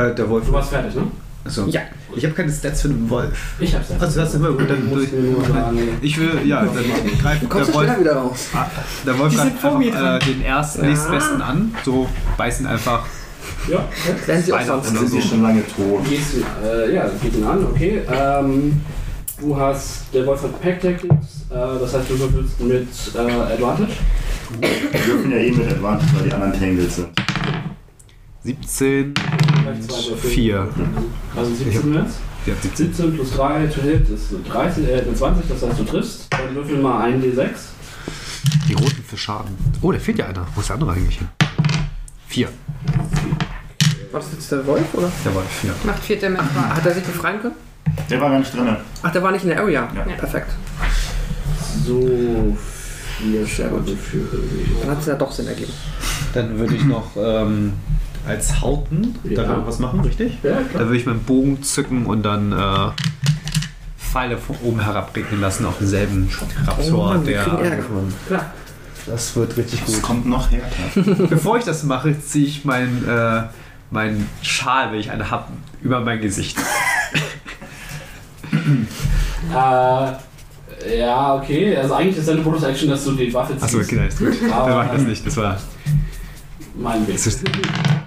[SPEAKER 3] an.
[SPEAKER 8] Äh, der Wolf.
[SPEAKER 3] Du warst fertig, ne?
[SPEAKER 8] Achso.
[SPEAKER 4] Ja.
[SPEAKER 8] Ich habe keine Stats für den Wolf.
[SPEAKER 3] Ich hab's fertig.
[SPEAKER 8] Also das ist immer gut, dann
[SPEAKER 3] Du musst
[SPEAKER 8] durch.
[SPEAKER 3] mir nur sagen,
[SPEAKER 8] Ich will, ja, dann greift
[SPEAKER 4] kommst
[SPEAKER 8] der
[SPEAKER 4] du schneller
[SPEAKER 8] Wolf,
[SPEAKER 4] wieder raus.
[SPEAKER 8] der Wolf
[SPEAKER 6] Die sind
[SPEAKER 8] greift
[SPEAKER 6] vor mir
[SPEAKER 8] einfach äh, den ersten, nächstbesten an. So beißen einfach.
[SPEAKER 3] ja,
[SPEAKER 4] Wären sie auch
[SPEAKER 8] Weihnachten
[SPEAKER 4] sonst.
[SPEAKER 5] Dann sind die schon lange tot.
[SPEAKER 3] Gehst du, äh, ja, geht ihn an, okay. Ähm, du hast, der Wolf hat Pack Tactics, äh, das heißt, du würfelst mit äh, Advantage.
[SPEAKER 5] Wir dürfen ja eh mit Advantage, weil die anderen Tangled sind.
[SPEAKER 8] 17.
[SPEAKER 3] Vielleicht zwei Würfel.
[SPEAKER 8] Vier.
[SPEAKER 3] Also 17 jetzt.
[SPEAKER 8] Die hat 17.
[SPEAKER 3] 17 plus 3 to hit ist eine 13, äh, eine 20, das heißt, du triffst. Dann würfel mal einen D6.
[SPEAKER 8] Die roten für Schaden. Oh, da fehlt ja einer. Wo ist der andere eigentlich hin? Vier.
[SPEAKER 4] War das jetzt der Wolf oder?
[SPEAKER 8] Der Wolf, ja.
[SPEAKER 6] Macht vier Damage.
[SPEAKER 4] Hat er sich befreien können?
[SPEAKER 5] Der war gar nicht drin.
[SPEAKER 4] Ach, der war nicht in der Area.
[SPEAKER 5] Ja.
[SPEAKER 4] Perfekt.
[SPEAKER 3] So, 4
[SPEAKER 4] Sehr
[SPEAKER 3] Schaden
[SPEAKER 4] gut.
[SPEAKER 3] für
[SPEAKER 4] Dann hat es ja doch Sinn ergeben.
[SPEAKER 8] Dann würde ich noch ähm, als Hauten
[SPEAKER 3] Ja.
[SPEAKER 8] da was machen, richtig?
[SPEAKER 3] Ja,
[SPEAKER 8] Da würde ich meinen Bogen zücken und dann äh, Pfeile von oben herabregnen lassen auf denselben
[SPEAKER 4] Oh
[SPEAKER 8] Raptor,
[SPEAKER 4] Mann, wir
[SPEAKER 8] der
[SPEAKER 4] kriegen Ärger.
[SPEAKER 8] angegriffen wurde.
[SPEAKER 4] Klar.
[SPEAKER 8] Das wird richtig
[SPEAKER 5] Das
[SPEAKER 8] gut.
[SPEAKER 5] kommt noch her.
[SPEAKER 8] Bevor ich das mache, ziehe ich meinen äh, meinen Schal, wenn ich einen habe, über mein Gesicht.
[SPEAKER 3] Äh, ja, okay. Also eigentlich ist deine Bonus-Action, dass du die Waffe ziehst.
[SPEAKER 8] Achso, okay, das ist gut. Dann
[SPEAKER 3] Aber-
[SPEAKER 8] mache ich das nicht. Das war.
[SPEAKER 3] Mein Weg.
[SPEAKER 8] Das ist,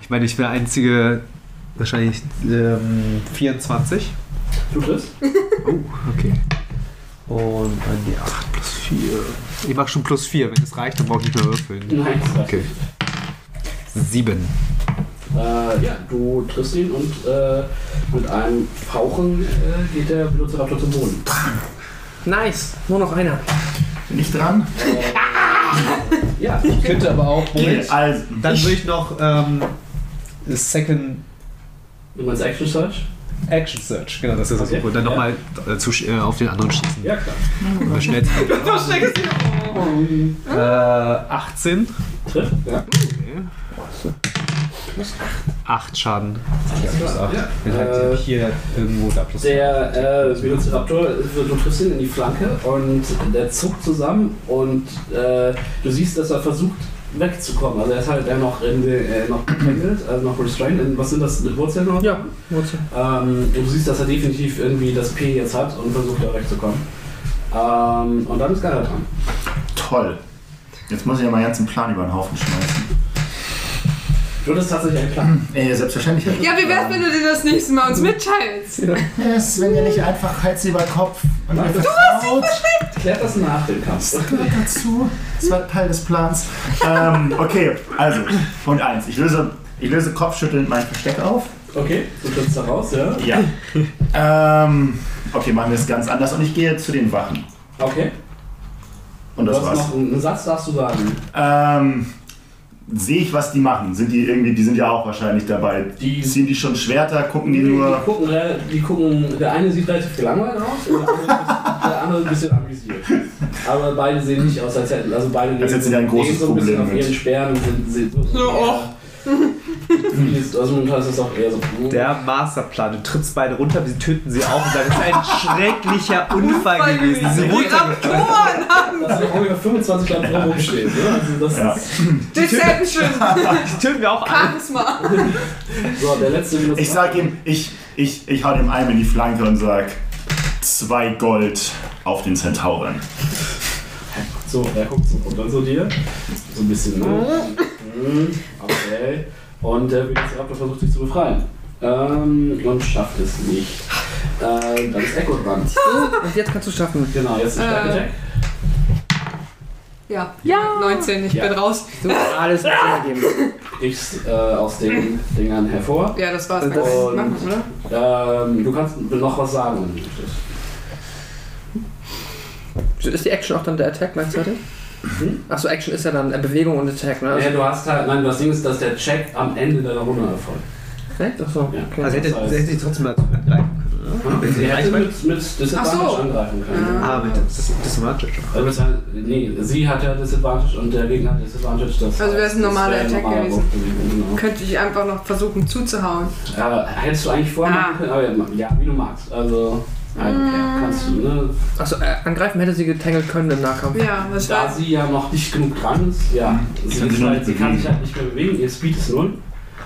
[SPEAKER 8] ich meine, ich bin der einzige, wahrscheinlich ähm, 24.
[SPEAKER 3] Du triffst?
[SPEAKER 8] Okay. Und an die 8 plus 4. Ich mache schon plus 4. Wenn es reicht, dann brauche ich nicht mehr würfeln.
[SPEAKER 3] Nein, das
[SPEAKER 8] Okay. 7.
[SPEAKER 3] Äh, ja, du triffst ihn und äh, mit einem Fauchen äh, geht der Velociraptor zum *laughs* Boden.
[SPEAKER 4] Nice, nur noch einer.
[SPEAKER 5] Bin ich dran?
[SPEAKER 3] Äh, Ja, ich könnte aber auch.
[SPEAKER 5] Geht also.
[SPEAKER 8] Dann würde ich noch ähm, Second
[SPEAKER 3] Du meinst Action Search?
[SPEAKER 8] Action Search. Genau, das ist das
[SPEAKER 3] Okay.
[SPEAKER 8] Symbol. Dann nochmal äh, zusch- äh, auf den anderen schießen.
[SPEAKER 3] Ja, klar.
[SPEAKER 8] Über Schnell.
[SPEAKER 3] *laughs* Oh.
[SPEAKER 8] äh, 18.
[SPEAKER 3] Trifft? Ja.
[SPEAKER 8] 8 Schaden.
[SPEAKER 3] Ja.
[SPEAKER 8] Dann halt
[SPEAKER 3] Äh,
[SPEAKER 8] hier irgendwo da plus.
[SPEAKER 3] Der äh, Velociraptor, äh, du triffst ihn in die Flanke und der zuckt zusammen und äh, du siehst, dass er versucht wegzukommen. Also er ist halt äh, noch in den, äh, noch getangled, also noch restrained. In, was sind das? Wurzeln noch?
[SPEAKER 4] Ja, Wurzel.
[SPEAKER 3] Ähm, du siehst, dass er definitiv irgendwie das P jetzt hat und versucht da wegzukommen. Ähm, und dann ist Gara dran.
[SPEAKER 5] Toll. Jetzt muss ich ja meinen ganzen Plan über den Haufen schmeißen.
[SPEAKER 3] Du hattest tatsächlich einen Plan.
[SPEAKER 5] Ey, Äh, selbstverständlich.
[SPEAKER 6] Ja, wie wär's, wenn du dir das nächste Mal uns mitteilst?
[SPEAKER 5] Ja, Sven ja nicht einfach Hals über Kopf. Und mir vertraut.
[SPEAKER 3] Klärt das nach dem Kampf.
[SPEAKER 5] Das gehört dazu. Das war Teil des Plans. ähm, okay, also, Punkt 1. Ich löse, ich löse kopfschüttelnd mein Versteck auf.
[SPEAKER 3] Okay, du trittst da raus, ja?
[SPEAKER 5] Ja. ähm, okay, machen wir es ganz anders. Und ich gehe zu den Wachen.
[SPEAKER 3] Okay.
[SPEAKER 5] Und
[SPEAKER 3] Du
[SPEAKER 5] das
[SPEAKER 3] hast
[SPEAKER 5] war's.
[SPEAKER 3] noch einen Satz, darfst du sagen.
[SPEAKER 5] Ähm, Sehe ich, was die machen. Sind die irgendwie, die sind ja auch wahrscheinlich dabei.
[SPEAKER 3] Die-
[SPEAKER 5] ziehen die schon Schwerter, gucken die
[SPEAKER 3] Die, die,
[SPEAKER 5] nur.
[SPEAKER 3] gucken, re- die gucken, der eine sieht relativ gelangweilt aus, und der andere, der andere ein
[SPEAKER 5] *laughs*
[SPEAKER 3] bisschen amüsiert. Aber beide sehen nicht aus, als hätten, also beide
[SPEAKER 5] Als hätten sie ein großes
[SPEAKER 3] so ein bisschen
[SPEAKER 5] Problem
[SPEAKER 3] auf
[SPEAKER 5] mit.
[SPEAKER 3] ihren Sperren und sind, sind so.
[SPEAKER 12] So, och.
[SPEAKER 3] Vieles- Also momentan ist das auch eher so.
[SPEAKER 8] Der Masterplan. Du trittst beide runter, wir töten sie auch und dann
[SPEAKER 3] *laughs*
[SPEAKER 8] ist ein schrecklicher Unfall gewesen. Sie sind runtergefallen.
[SPEAKER 12] Raptoren haben
[SPEAKER 3] Das sind ungefähr 25 Leute drum rumstehen. Ne? Also das
[SPEAKER 5] Ja.
[SPEAKER 3] ist,
[SPEAKER 12] Deception,
[SPEAKER 8] Die töten wir auch alle.
[SPEAKER 12] Charisma.
[SPEAKER 3] so, der letzte Minus
[SPEAKER 5] Ich sag ihm, ich, ich, ich hau dem einem in die Flanke und sag: zwei Gold auf den Zentauren.
[SPEAKER 3] So, er guckt so runter zu dir. So ein bisschen, ne? Mhm, Okay. Und der Velociraptor versucht sich zu befreien. Ähm, und schafft es nicht. Ähm, dann ist Echo dran.
[SPEAKER 4] Und jetzt kannst du schaffen.
[SPEAKER 3] Genau, jetzt ist Stärke Check.
[SPEAKER 6] Ja.
[SPEAKER 4] Ja.
[SPEAKER 6] 19, ich
[SPEAKER 3] Ja.
[SPEAKER 6] bin raus.
[SPEAKER 4] Du hast alles mitgegeben.
[SPEAKER 3] Kriegst äh, aus den Dingern hervor.
[SPEAKER 6] Ja, das war's.
[SPEAKER 4] Das-
[SPEAKER 6] Dann kannst du's
[SPEAKER 3] Und-
[SPEAKER 6] machen, oder?
[SPEAKER 3] Ähm, du kannst noch was sagen, wenn du möchtest.
[SPEAKER 4] Ist die Action auch dann der Attack gleichzeitig?
[SPEAKER 8] Hm?
[SPEAKER 4] Achso, Action ist ja dann äh, Bewegung und Attack, ne?
[SPEAKER 3] Ja, du hast halt, nein, das Ding ist, dass der Check am Ende deiner Runde erfolgt.
[SPEAKER 4] Korrekt? Achso.
[SPEAKER 3] Ja.
[SPEAKER 4] Okay.
[SPEAKER 8] Also hätte, hätte sie trotzdem mal angreifen können, oder? Wenn sie
[SPEAKER 3] Er hätte
[SPEAKER 8] erreicht war.
[SPEAKER 3] mit, mit Disadvantage
[SPEAKER 6] Ach so.
[SPEAKER 3] angreifen können.
[SPEAKER 6] Ah.
[SPEAKER 8] Ah, mit das Disadvantage.
[SPEAKER 3] Also das heißt, nee, sie hat ja Disadvantage und der Gegner hat Disadvantage. Das
[SPEAKER 6] Also wäre es ein
[SPEAKER 3] das
[SPEAKER 6] normaler
[SPEAKER 3] wäre
[SPEAKER 6] Attack gewesen.
[SPEAKER 3] Wurf Genau.
[SPEAKER 6] Könnte ich einfach noch versuchen zuzuhauen.
[SPEAKER 3] Äh, hättest du eigentlich vorher
[SPEAKER 6] Ah. Mm.
[SPEAKER 3] machen können, aber ja, ma- ja, wie du magst. Also, ja, kannst du, ne?
[SPEAKER 4] Achso, äh, angreifen hätte sie getangelt können im Nahkampf.
[SPEAKER 6] Ja, das Mm.
[SPEAKER 3] Da
[SPEAKER 6] war's.
[SPEAKER 3] sie ja noch nicht genug dran ist, ja,
[SPEAKER 5] Ich
[SPEAKER 3] sie,
[SPEAKER 5] kann
[SPEAKER 3] ist
[SPEAKER 5] sie noch
[SPEAKER 3] halt,
[SPEAKER 5] nicht
[SPEAKER 3] sie kann
[SPEAKER 5] bewegen.
[SPEAKER 3] sich halt nicht mehr bewegen, ihr Speed ist null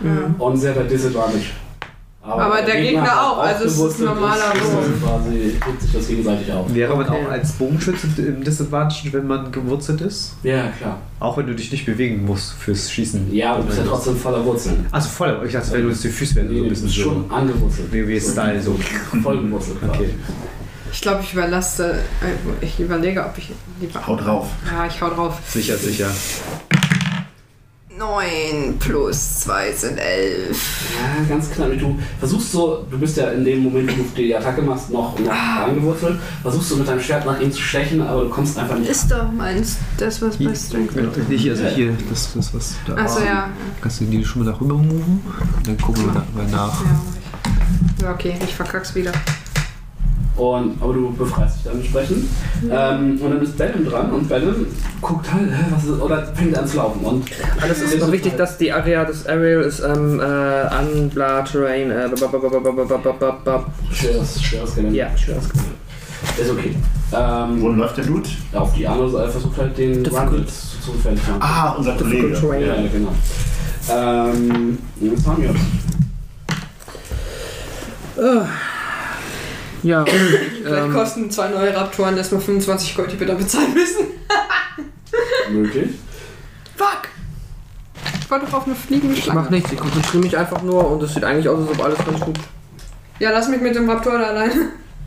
[SPEAKER 6] Ja.
[SPEAKER 3] und sie hat halt Disadvantage.
[SPEAKER 6] Aber der Gegner
[SPEAKER 3] hat
[SPEAKER 6] auch, also es ist
[SPEAKER 3] aufgewurzelt
[SPEAKER 6] ein normaler
[SPEAKER 3] und ist
[SPEAKER 6] Wurf.
[SPEAKER 3] Quasi wirkt sich das gegenseitig auf.
[SPEAKER 8] Wäre man
[SPEAKER 4] Okay.
[SPEAKER 8] auch als Bogenschütze im Disadvantage, wenn man gewurzelt ist?
[SPEAKER 3] Ja, klar.
[SPEAKER 8] Auch wenn du dich nicht bewegen musst fürs Schießen.
[SPEAKER 3] Ja, aber du bist ja trotzdem voller Wurzeln.
[SPEAKER 8] Achso, voll. Ich dachte, wenn du jetzt die Füße wären,
[SPEAKER 3] Nee,
[SPEAKER 8] so
[SPEAKER 3] du
[SPEAKER 8] ein
[SPEAKER 3] bist
[SPEAKER 8] bisschen so.
[SPEAKER 3] schon angewurzelt.
[SPEAKER 8] WW-Style, so.
[SPEAKER 3] Vollgewurzelt quasi.
[SPEAKER 8] Okay.
[SPEAKER 6] Ich glaube, ich überlasse. äh, Ich überlege, ob ich lieber.
[SPEAKER 5] Hau drauf.
[SPEAKER 6] Ja, ich hau drauf.
[SPEAKER 8] Sicher, sicher.
[SPEAKER 6] 9 plus 2 sind 11.
[SPEAKER 3] Ja, ganz knapp. Du versuchst so, du bist ja in dem Moment, wo du die Attacke machst, noch, noch angewurzelt. Versuchst du mit deinem Schwert nach ihm zu stechen, aber du kommst einfach nicht.
[SPEAKER 6] Ist doch meins. Das, was bei Strength
[SPEAKER 8] Genau. Nee, hier, also hier, das, das was da
[SPEAKER 6] Achso,
[SPEAKER 8] war.
[SPEAKER 6] ja.
[SPEAKER 8] Kannst du die schon mal nach rüber moven? Dann gucken wir mal nach.
[SPEAKER 6] Ja, ja, okay, ich verkack's wieder.
[SPEAKER 3] Und, aber du befreist dich dann entsprechend. Ähm, und dann ist Benham dran und Benham guckt halt, hä, was ist, oder fängt an zu laufen. Und
[SPEAKER 4] Alles ist noch wichtig, dass die Area des Aerial ist ähm, äh, Unblar Terrain. Äh, bab, bab, bab, bab, bab, bab, bab, bab.
[SPEAKER 3] schweres, schweres Gelände.
[SPEAKER 4] Ja, schön.
[SPEAKER 3] Ist okay. Ähm,
[SPEAKER 5] Wo läuft der Dude?
[SPEAKER 3] auf die andere Seite versucht halt den
[SPEAKER 4] Difficult.
[SPEAKER 3] Rundle zu zu entfernen.
[SPEAKER 5] Ah, unser Kollege.
[SPEAKER 3] Ja,
[SPEAKER 4] Terrain.
[SPEAKER 3] genau. Ähm, jetzt haben wir.
[SPEAKER 4] Ja, ähm,
[SPEAKER 6] Vielleicht kosten zwei neue Raptoren erstmal 25 Gold, die wir da bezahlen müssen.
[SPEAKER 3] Möglich.
[SPEAKER 6] Fuck! Ich war doch auf eine fliegende
[SPEAKER 4] ich mach
[SPEAKER 6] Schlange.
[SPEAKER 4] nichts. Ich konzentriere mich einfach nur und es sieht eigentlich aus, als ob alles ganz gut.
[SPEAKER 6] Ja, lass mich mit dem Raptor da alleine.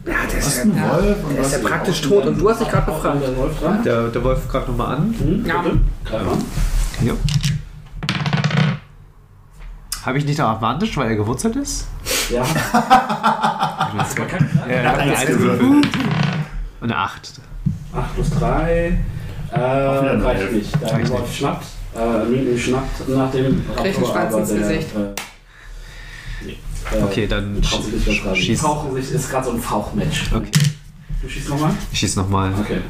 [SPEAKER 4] Ja, der
[SPEAKER 5] Was ein Wolf und
[SPEAKER 4] der ist
[SPEAKER 5] was
[SPEAKER 4] ja praktisch tot und du hast dich gerade
[SPEAKER 3] Auch an
[SPEAKER 4] befragt.
[SPEAKER 3] der Wolf dran.
[SPEAKER 8] Der, der Wolf greift nochmal an.
[SPEAKER 3] Mhm,
[SPEAKER 4] Ja.
[SPEAKER 3] bitte. Greif an.
[SPEAKER 8] Ja. Habe ich nicht auch Advantage, weil er gewurzelt ist?
[SPEAKER 7] Ja.
[SPEAKER 8] Ja, ich
[SPEAKER 5] Hat
[SPEAKER 8] habe eine
[SPEAKER 5] eins
[SPEAKER 8] 1
[SPEAKER 5] gewürfelt.
[SPEAKER 8] und eine 8.
[SPEAKER 3] 8 plus 3. Äh,
[SPEAKER 5] wieder
[SPEAKER 3] reicht
[SPEAKER 5] elf.
[SPEAKER 3] nicht. Da
[SPEAKER 8] Reicht
[SPEAKER 3] Reicht
[SPEAKER 8] nicht.
[SPEAKER 3] Schnappt. Äh, Milton schnappt nach dem
[SPEAKER 10] Kriegt einen
[SPEAKER 3] Raptor,
[SPEAKER 10] Schwanz
[SPEAKER 3] aber
[SPEAKER 10] ins
[SPEAKER 3] der,
[SPEAKER 10] Gesicht.
[SPEAKER 3] Äh, nee. Äh,
[SPEAKER 8] Okay, dann
[SPEAKER 3] traut sich nicht mehr dran.
[SPEAKER 8] sch schieß,
[SPEAKER 3] Fauchen sich ist gerade so ein Fauchmatch.
[SPEAKER 8] Okay.
[SPEAKER 3] Du schießt nochmal?
[SPEAKER 8] schieß nochmal.
[SPEAKER 3] Okay.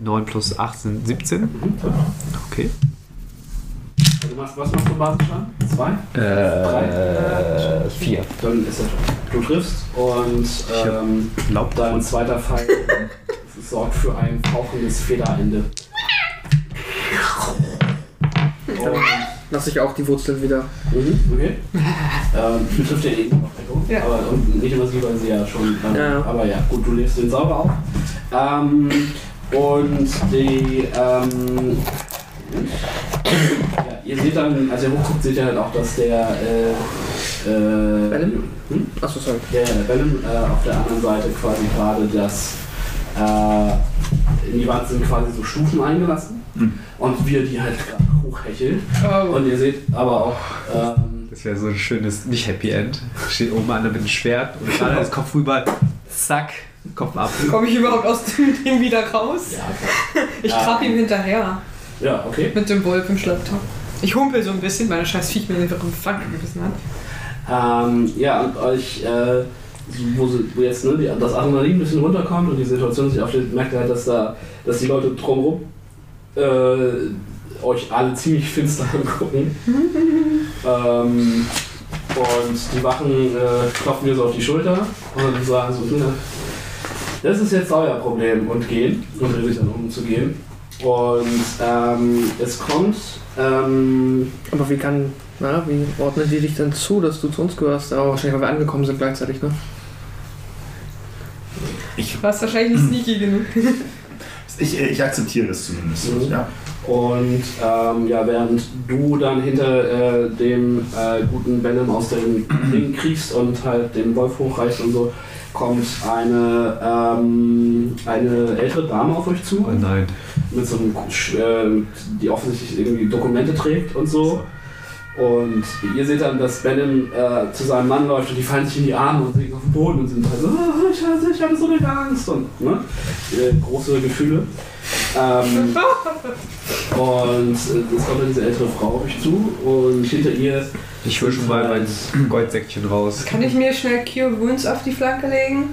[SPEAKER 8] 9 plus 8 sind 17. Okay.
[SPEAKER 3] Mhm. Also machst, was machst du Basisschaden? Zwei?
[SPEAKER 7] Äh, vier.
[SPEAKER 3] Dann ist er Du triffst und ähm,
[SPEAKER 8] Glaub
[SPEAKER 3] dein zweiter Fall sorgt für ein fauchendes Federende. Und
[SPEAKER 9] Lass ich auch die Wurzeln wieder.
[SPEAKER 3] Mhm, okay. ähm, du triffst ja eh noch Deckung,
[SPEAKER 9] Ja.
[SPEAKER 3] aber und nicht immer sie, weil sie ja schon. Ähm,
[SPEAKER 9] Ja, ja.
[SPEAKER 3] Aber ja, gut, du lebst den sauber auf. Ähm, und die. Ähm, ja, ihr seht dann, als ihr hochguckt, seht ihr halt auch, dass der. Äh, äh,
[SPEAKER 9] Bellum?
[SPEAKER 3] Hm?
[SPEAKER 9] Achso, sorry.
[SPEAKER 3] Der Bellum äh, auf der anderen Seite quasi gerade das. Äh, in die Wand sind quasi so Stufen eingelassen.
[SPEAKER 5] Mhm.
[SPEAKER 3] Und wir die halt gerade hochhecheln.
[SPEAKER 10] Oh.
[SPEAKER 3] Und ihr seht aber auch. Ähm,
[SPEAKER 8] Das wäre so ein schönes, nicht Happy End. Steht oben einer mit dem Schwert und gerade das Kopf rüber, zack, Kopf ab.
[SPEAKER 10] Komme ich überhaupt aus dem Ding wieder raus?
[SPEAKER 3] Ja, okay.
[SPEAKER 10] Ich trab ihm hinterher.
[SPEAKER 3] ja, okay.
[SPEAKER 10] Mit dem Wolf im Schlepptau. Ich humpel so ein bisschen, weil das scheiß Viech mir den Flanken gebissen hat.
[SPEAKER 3] Ähm, ja, und euch, äh, wo, sie, wo jetzt ne, die, das Adrenalin ein bisschen runterkommt und die Situation sich aufstellt, merkt ihr halt, dass, da, dass die Leute drumherum äh, euch alle ziemlich finster *laughs* angucken. ähm, und die Wachen äh, klopfen mir so auf die Schulter und sagen so, "Ne, das ist jetzt euer Problem und gehen und drehen sich dann um zu gehen. Und ähm, es kommt ähm,
[SPEAKER 9] Aber wie kann, na, wie ordnet die dich denn zu, dass du zu uns gehörst? Aber wahrscheinlich, weil wir angekommen sind gleichzeitig, ne?
[SPEAKER 5] Ich,
[SPEAKER 10] Warst wahrscheinlich
[SPEAKER 4] *clears throat*
[SPEAKER 10] nicht sneaky genug.
[SPEAKER 5] ich, ich akzeptiere es zumindest.
[SPEAKER 3] Mhm.
[SPEAKER 5] Ja.
[SPEAKER 3] Und ähm, ja, während du dann hinter äh, dem äh, guten Venom aus dem Ding kriegst und halt den Wolf hochreißt und so, kommt eine, ähm, eine ältere Dame auf euch zu,
[SPEAKER 8] Oh nein.
[SPEAKER 3] mit so einem, Sch- äh, die offensichtlich irgendwie Dokumente trägt und so. Und ihr seht dann, dass Venom äh, zu seinem Mann läuft und die fallen sich in die Arme und liegen auf dem Boden und sind halt so, oh, ich, hatte, ich hatte so eine Angst und ne? äh, große Gefühle.
[SPEAKER 10] *laughs*
[SPEAKER 3] Ähm, und äh, es kommt dann diese ältere Frau auf euch zu und hinter ihr
[SPEAKER 8] Ich hole schon mal mein Goldsäckchen raus.
[SPEAKER 10] Kann ich mir schnell Cure Wounds auf die Flanke legen?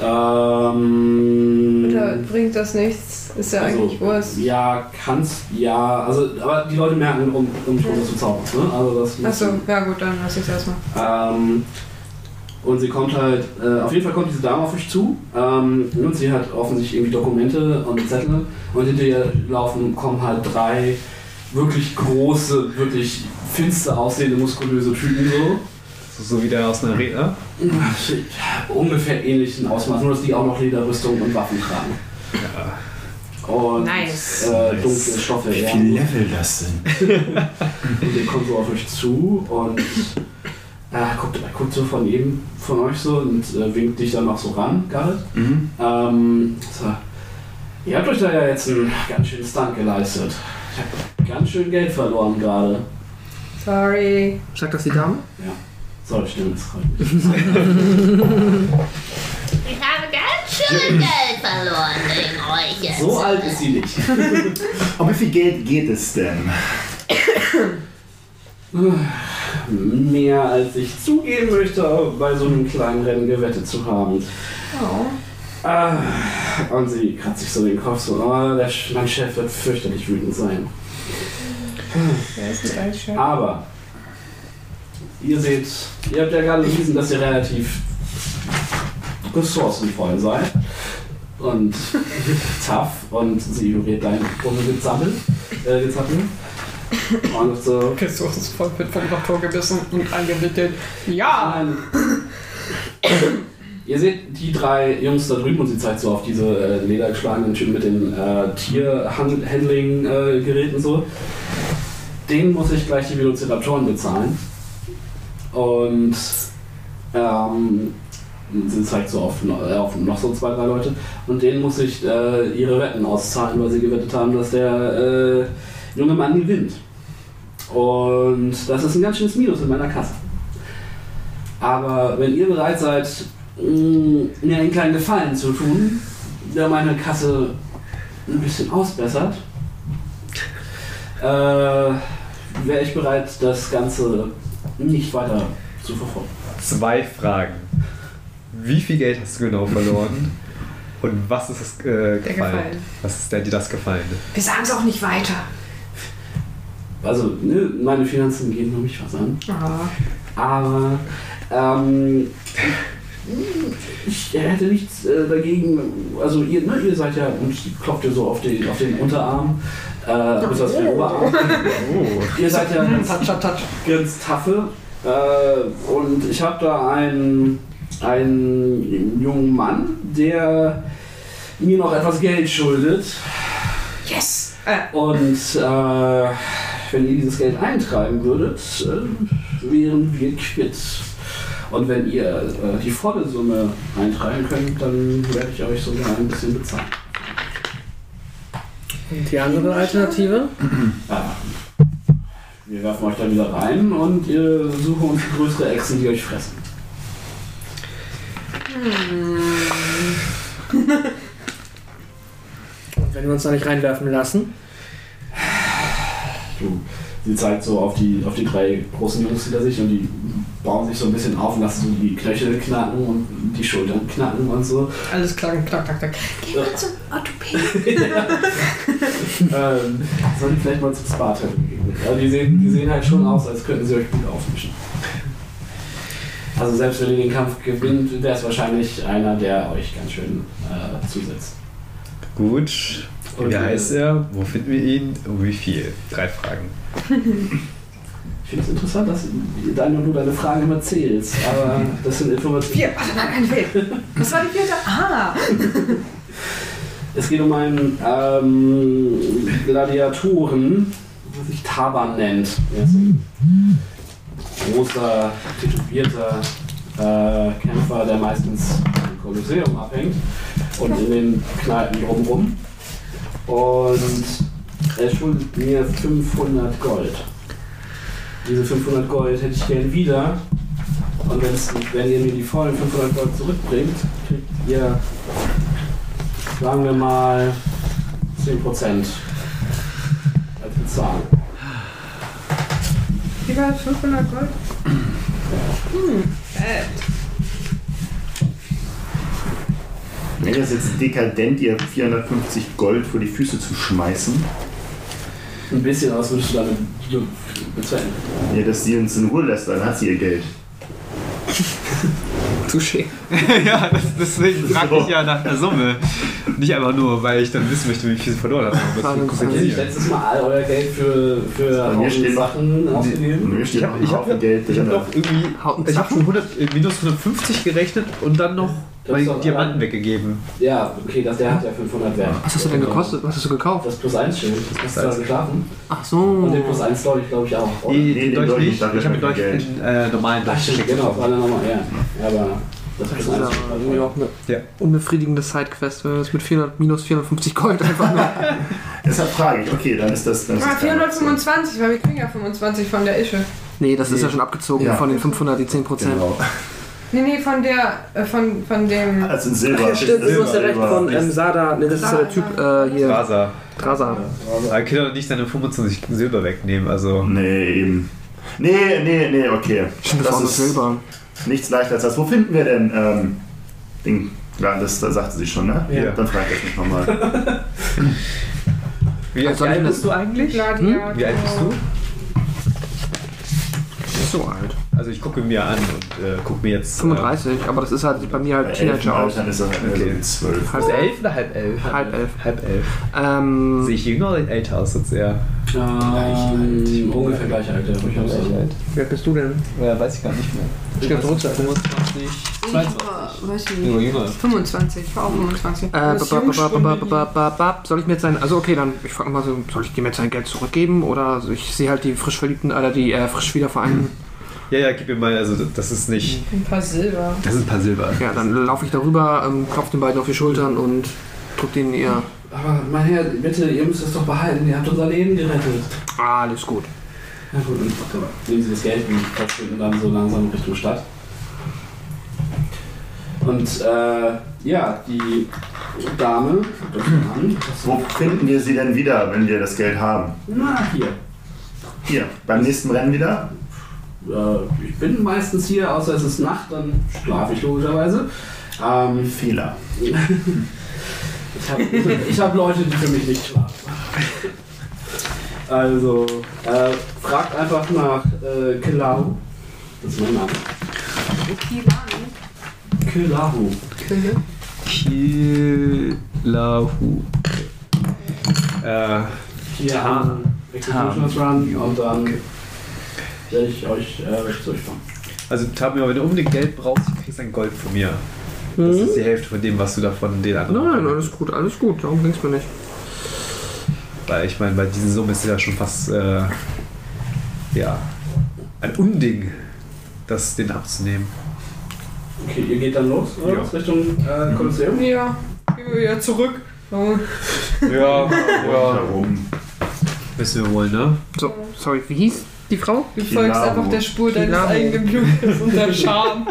[SPEAKER 3] ähm,
[SPEAKER 10] Oder bringt das nichts? Ist ja
[SPEAKER 3] Also,
[SPEAKER 10] eigentlich Wurst.
[SPEAKER 3] Ja, kannst, ja, also, aber die Leute merken, um, um schon was du zauberst, ne? Also das muss-
[SPEAKER 10] Achso, ja gut, dann lass ich es erstmal.
[SPEAKER 3] Ähm, und sie kommt halt, äh, auf jeden Fall kommt diese Dame auf euch zu ähm, und sie hat offensichtlich irgendwie Dokumente und Zettel und hinter ihr laufen, kommen halt drei wirklich große, wirklich finster aussehende, muskulöse Typen so.
[SPEAKER 8] So, so wie der aus einer ne? Redner.
[SPEAKER 3] Ungefähr ähnlichen Ausmaß, nur dass die auch noch Lederrüstung und Waffen tragen. Und
[SPEAKER 10] Nice.
[SPEAKER 3] äh,
[SPEAKER 5] Nice.
[SPEAKER 3] dunkle Stoffe,
[SPEAKER 5] Wie
[SPEAKER 3] ja.
[SPEAKER 5] viel Level das sind.
[SPEAKER 3] Und der kommt so auf euch zu und äh, guckt, guckt so von eben von euch so und äh, winkt dich dann auch so ran, Garrett.
[SPEAKER 5] Mhm.
[SPEAKER 3] Ähm, so. Ihr habt euch da ja jetzt einen ganz schönen Stunt geleistet. Ich hab ganz schön Geld verloren gerade.
[SPEAKER 10] Sorry.
[SPEAKER 9] Sagt das die Dame?
[SPEAKER 3] So, ich stimme jetzt rein.
[SPEAKER 13] Ich habe ganz schön Geld verloren wegen euch jetzt.
[SPEAKER 3] So alt ist sie nicht.
[SPEAKER 5] Um wie viel Geld geht es denn?
[SPEAKER 3] Mehr als ich zugeben möchte, bei so einem kleinen Rennen gewettet zu haben.
[SPEAKER 10] Oh.
[SPEAKER 3] Ah, und sie kratzt sich so den Kopf so, oh, der, Sch- mein Chef wird fürchterlich wütend sein.
[SPEAKER 10] Wer ist mit euch schön?
[SPEAKER 3] Aber ihr seht, ihr habt ja gerade bewiesen, dass ihr relativ ressourcenvoll seid und *laughs* tough und sie ignoriert dein Rumgezappel. Äh, Gezappel. und so,
[SPEAKER 10] Ressourcenvoll wird vom Doktor gebissen und angewickelt. Ja!
[SPEAKER 3] Nein. *coughs* Ihr seht die drei Jungs da drüben und sie zeigt so auf diese äh, ledergeschlagenen Typen mit den äh, Tierhandling-Geräten so. Den muss ich gleich die Velociraptoren bezahlen. Und ähm, sie zeigt so auf, äh, auf noch so zwei, drei Leute. Und denen muss ich äh, ihre Wetten auszahlen, weil sie gewettet haben, dass der äh, Junger Mann gewinnt. Und das ist ein ganz schönes Minus in meiner Kasse. Aber wenn ihr bereit seid, mh, mir einen kleinen Gefallen zu tun, der meine Kasse ein bisschen ausbessert, äh, wäre ich bereit, das Ganze nicht weiter zu verfolgen.
[SPEAKER 8] Zwei Fragen. Wie viel Geld hast du genau verloren? Und was ist das
[SPEAKER 7] Der
[SPEAKER 8] äh, gefallen?
[SPEAKER 7] Gefallen.
[SPEAKER 8] Was ist denn dir das Gefallene?
[SPEAKER 7] Wir sagen es auch nicht weiter.
[SPEAKER 3] Also, ne, meine Finanzen gehen nur mich was an.
[SPEAKER 7] Ah.
[SPEAKER 3] Aber ähm, ich hätte nichts äh, dagegen. Also ihr, ne, ihr seid ja und klopft ihr so auf den, auf den Unterarm. Äh, bis auf den Oberarm. Oh. Ihr seid ja ganz, ganz taffe. Äh, und ich habe da einen, einen jungen Mann, der mir noch etwas Geld schuldet.
[SPEAKER 7] Yes!
[SPEAKER 3] Und äh, wenn ihr dieses Geld eintreiben würdet, äh, wären wir quitt. Und wenn ihr äh, die volle Summe eintreiben könnt, dann werde ich euch sogar ein bisschen bezahlen.
[SPEAKER 14] Und die andere Alternative?
[SPEAKER 3] Ja. Wir werfen euch dann wieder rein und ihr suche uns größere Echsen, die euch fressen.
[SPEAKER 14] Und wenn wir uns da nicht reinwerfen lassen?
[SPEAKER 3] Du, sie zeigt so auf die, auf die drei großen Jungs hinter sich und die bauen sich so ein bisschen auf und lassen so die Knöchel knacken und die Schultern knacken und so.
[SPEAKER 7] Alles klacken, knack, knack, knack.
[SPEAKER 3] Ja.
[SPEAKER 7] zum Orthopäden.
[SPEAKER 3] *laughs* ähm, sollte vielleicht mal zum Spartan gehen. Also die, sehen, die sehen halt schon aus, als könnten sie euch gut aufmischen. Also selbst wenn ihr den Kampf gewinnt, wäre es wahrscheinlich einer, der euch ganz schön äh, zusetzt.
[SPEAKER 8] Gut.
[SPEAKER 3] Und,
[SPEAKER 8] Wie
[SPEAKER 3] äh,
[SPEAKER 8] heißt er? Wo finden wir ihn? Und wie viel? Drei Fragen.
[SPEAKER 3] Ich finde es interessant, dass Daniel du deine Fragen immer zählst, aber das sind Informationen.
[SPEAKER 6] Vier, warte, nein, kein Fehl. Das war die vierte. Ah!
[SPEAKER 3] Es geht um einen ähm, Gladiatoren, der sich Taban nennt. Er ist ein großer, tätowierter äh, Kämpfer, der meistens im Kolosseum abhängt und in den Kneipen drumrum. Und er schuldet mir 500 Gold. Diese 500 Gold hätte ich gern wieder. Und wenn's, wenn ihr mir die vollen 500 Gold zurückbringt, kriegt ihr Sagen wir mal 10% als Bezahlung.
[SPEAKER 6] Über 500 Gold. Hm, äh,
[SPEAKER 5] Wäre es jetzt dekadent, ihr 450 Gold vor die Füße zu schmeißen?
[SPEAKER 3] Ein bisschen aus würdest du damit bezahlen.
[SPEAKER 5] Ja, dass sie uns in Ruhe lässt, dann hat sie ihr Geld.
[SPEAKER 4] Touché.
[SPEAKER 15] *laughs* ja, das, deswegen frage ich ja nach der Summe. Nicht einfach nur, weil ich dann wissen möchte, wie viel ich verloren habe. aber
[SPEAKER 4] Fragen-
[SPEAKER 15] zu
[SPEAKER 3] Habt ihr
[SPEAKER 15] kompensieren.
[SPEAKER 3] letztes Mal all euer Geld für, für
[SPEAKER 5] Bei mir
[SPEAKER 3] Haufen
[SPEAKER 5] steht-
[SPEAKER 3] Sachen
[SPEAKER 5] Und
[SPEAKER 3] ausgegeben?
[SPEAKER 5] mir
[SPEAKER 15] Ich
[SPEAKER 5] steht noch
[SPEAKER 15] hab-
[SPEAKER 5] ein
[SPEAKER 15] ich hab-
[SPEAKER 5] Haufen Geld
[SPEAKER 15] Ich
[SPEAKER 5] drin.
[SPEAKER 15] habe noch irgendwie.
[SPEAKER 4] Haut
[SPEAKER 15] Ich habe schon 100, äh, minus 150 gerechnet und dann noch
[SPEAKER 3] Das
[SPEAKER 15] meine
[SPEAKER 3] ist doch-
[SPEAKER 15] Diamanten weggegeben.
[SPEAKER 3] Ja, okay, das, der hat ja 500 Wert.
[SPEAKER 4] Was hast du denn gekostet? Was hast du gekauft?
[SPEAKER 3] Das plus 1 Schild, das hast du da geschlafen.
[SPEAKER 4] Ach
[SPEAKER 3] Und den
[SPEAKER 4] so.
[SPEAKER 3] plus 1 glaube ich, glaube ich auch.
[SPEAKER 8] Eh.
[SPEAKER 3] oder?
[SPEAKER 15] Nee,
[SPEAKER 5] Nee,
[SPEAKER 15] den
[SPEAKER 5] den
[SPEAKER 15] Dolch
[SPEAKER 5] Dolch
[SPEAKER 15] nicht.
[SPEAKER 5] nicht, dafür
[SPEAKER 15] Ich habe den
[SPEAKER 5] kein
[SPEAKER 15] Dolch in äh, normalen
[SPEAKER 3] Ach,
[SPEAKER 15] Dolch
[SPEAKER 3] stimmt,
[SPEAKER 15] geschickt.
[SPEAKER 3] genau, das war dann nochmal, ja. Aber das
[SPEAKER 4] Das
[SPEAKER 3] plus
[SPEAKER 4] ist ja
[SPEAKER 3] 1
[SPEAKER 4] irgendwie auch eine
[SPEAKER 15] Ja.
[SPEAKER 4] unbefriedigende Sidequest, wenn wir das mit 400, minus 450 Gold *laughs* einfach nur.
[SPEAKER 5] Deshalb frage ich, okay, dann ist das. Dann ist
[SPEAKER 6] ah,
[SPEAKER 5] das keine Option.
[SPEAKER 6] 425, weil wir kriegen ja 25 von der Ische.
[SPEAKER 4] Nee, das ist ja schon abgezogen
[SPEAKER 5] Ja.
[SPEAKER 4] von den 500, die 10%.
[SPEAKER 5] Genau.
[SPEAKER 6] Nee, nee, von der, äh, von, von dem...
[SPEAKER 8] Äh,
[SPEAKER 5] Also in Silber.
[SPEAKER 14] Ach Hm. ja, stimmt, du hast ja recht von ähm, Sada. Ne, das ist ja der Typ.
[SPEAKER 4] Äh, hier,
[SPEAKER 8] Rasa.
[SPEAKER 4] Drasa.
[SPEAKER 8] Aber kann doch nicht seine 25 Silber wegnehmen, also.
[SPEAKER 5] Nee, eben. Nee, nee, nee, okay.
[SPEAKER 4] Stimmt, das, war nur Silber.
[SPEAKER 5] nichts leichter als das. Wo finden wir denn ähm, den. Ja, das, das sagte sie schon, ne?
[SPEAKER 8] Ja.
[SPEAKER 5] Dann frag ich mich nochmal.
[SPEAKER 8] Wie,
[SPEAKER 4] Also
[SPEAKER 8] wie alt
[SPEAKER 4] eine-
[SPEAKER 8] bist du eigentlich?
[SPEAKER 6] Gladiator.
[SPEAKER 8] Hm? Wie alt
[SPEAKER 6] genau.
[SPEAKER 8] bist du?
[SPEAKER 4] So alt.
[SPEAKER 8] Also ich gucke mir an und äh, guck mir jetzt.
[SPEAKER 4] 35, aber das ist halt bei mir
[SPEAKER 5] Bei
[SPEAKER 4] halt
[SPEAKER 5] elf
[SPEAKER 4] *laughs* Teenager aus.
[SPEAKER 5] Altern ist das halt okay. so
[SPEAKER 8] Okay.
[SPEAKER 5] mit zwölf.
[SPEAKER 8] Äh,
[SPEAKER 4] Halb
[SPEAKER 8] ist er
[SPEAKER 4] elf.
[SPEAKER 8] elf oder halb elf?
[SPEAKER 4] Halb elf.
[SPEAKER 8] Halb elf. Sehe
[SPEAKER 4] Ähm,
[SPEAKER 8] ich jünger oder älter aus als er?
[SPEAKER 3] Ähm, ungefähr gleich alt, ja, ich auch sagen.
[SPEAKER 4] wer bist du denn?
[SPEAKER 8] Ja, weiß ich gar nicht mehr.
[SPEAKER 4] Stimmt, runter.
[SPEAKER 8] 25,
[SPEAKER 7] Ich
[SPEAKER 8] 22.
[SPEAKER 7] war, weiß ich
[SPEAKER 8] Sogar
[SPEAKER 7] nicht.
[SPEAKER 8] jünger.
[SPEAKER 7] 25, ich war auch 25.
[SPEAKER 4] Äh, ba- ba- ba- ba- ba- ba- ba- ba- Soll ich mir jetzt sein, also okay, dann ich frage mal so, soll ich dem jetzt sein Geld zurückgeben oder so, ich sehe halt die frisch Verliebten, oder die äh, frisch wiedervereinten.
[SPEAKER 8] Ja, ja, gib mir mal, also das ist nicht.
[SPEAKER 7] Ein paar Silber.
[SPEAKER 8] Das sind ein paar Silber.
[SPEAKER 4] Ja, dann laufe ich darüber, ähm, klopfe den beiden auf die Schultern und drück denen ihr
[SPEAKER 3] Aber mein Herr, bitte, ihr müsst das doch behalten. Ihr habt unser Leben gerettet.
[SPEAKER 4] Ah, alles gut.
[SPEAKER 3] Ja gut, und nehmen Sie das Geld und verschwinden dann so langsam Richtung Stadt. Und äh, ja, die Dame, das Mann, das
[SPEAKER 5] Wo finden wir sie denn wieder, wenn wir das Geld haben?
[SPEAKER 3] na hier.
[SPEAKER 5] Hier, beim nächsten Rennen wieder?
[SPEAKER 3] Äh, ich bin meistens hier, außer es ist Nacht, dann schlafe ich logischerweise. Ähm,
[SPEAKER 5] Fehler.
[SPEAKER 3] ich habe ich hab Leute, die für mich nicht schlafen. Also, äh, fragt einfach nach äh, Kelahu. Das ist mein Name. Kelahu.
[SPEAKER 8] Kilahu. Äh,
[SPEAKER 3] Hier
[SPEAKER 8] Tam.
[SPEAKER 3] am Executioners Run und dann werde ich euch äh, durchfahren.
[SPEAKER 8] also Tabio, wenn du unbedingt Geld brauchst, du kriegst ein Gold von mir. Das ist die Hälfte von dem, was du davon den anderen.
[SPEAKER 4] Mhm. Nein, alles gut, alles gut. Darum ging's mir nicht.
[SPEAKER 8] Weil ich meine, bei diesen Summen ist ja schon fast äh, ja, ein Unding, das den abzunehmen.
[SPEAKER 3] Okay, ihr geht dann los, oder?
[SPEAKER 8] Ja.
[SPEAKER 3] was? Richtung äh, Kolosseum?
[SPEAKER 6] Ja, gehen wir wieder zurück. So.
[SPEAKER 8] Ja,
[SPEAKER 5] Warum?
[SPEAKER 8] Wissen wir wohl, ne?
[SPEAKER 4] So, sorry, wie hieß die Frau?
[SPEAKER 6] Du folgst
[SPEAKER 5] Kilabo.
[SPEAKER 6] einfach der Spur deines
[SPEAKER 4] Kilabo.
[SPEAKER 6] eigenen Blutes und der Charme.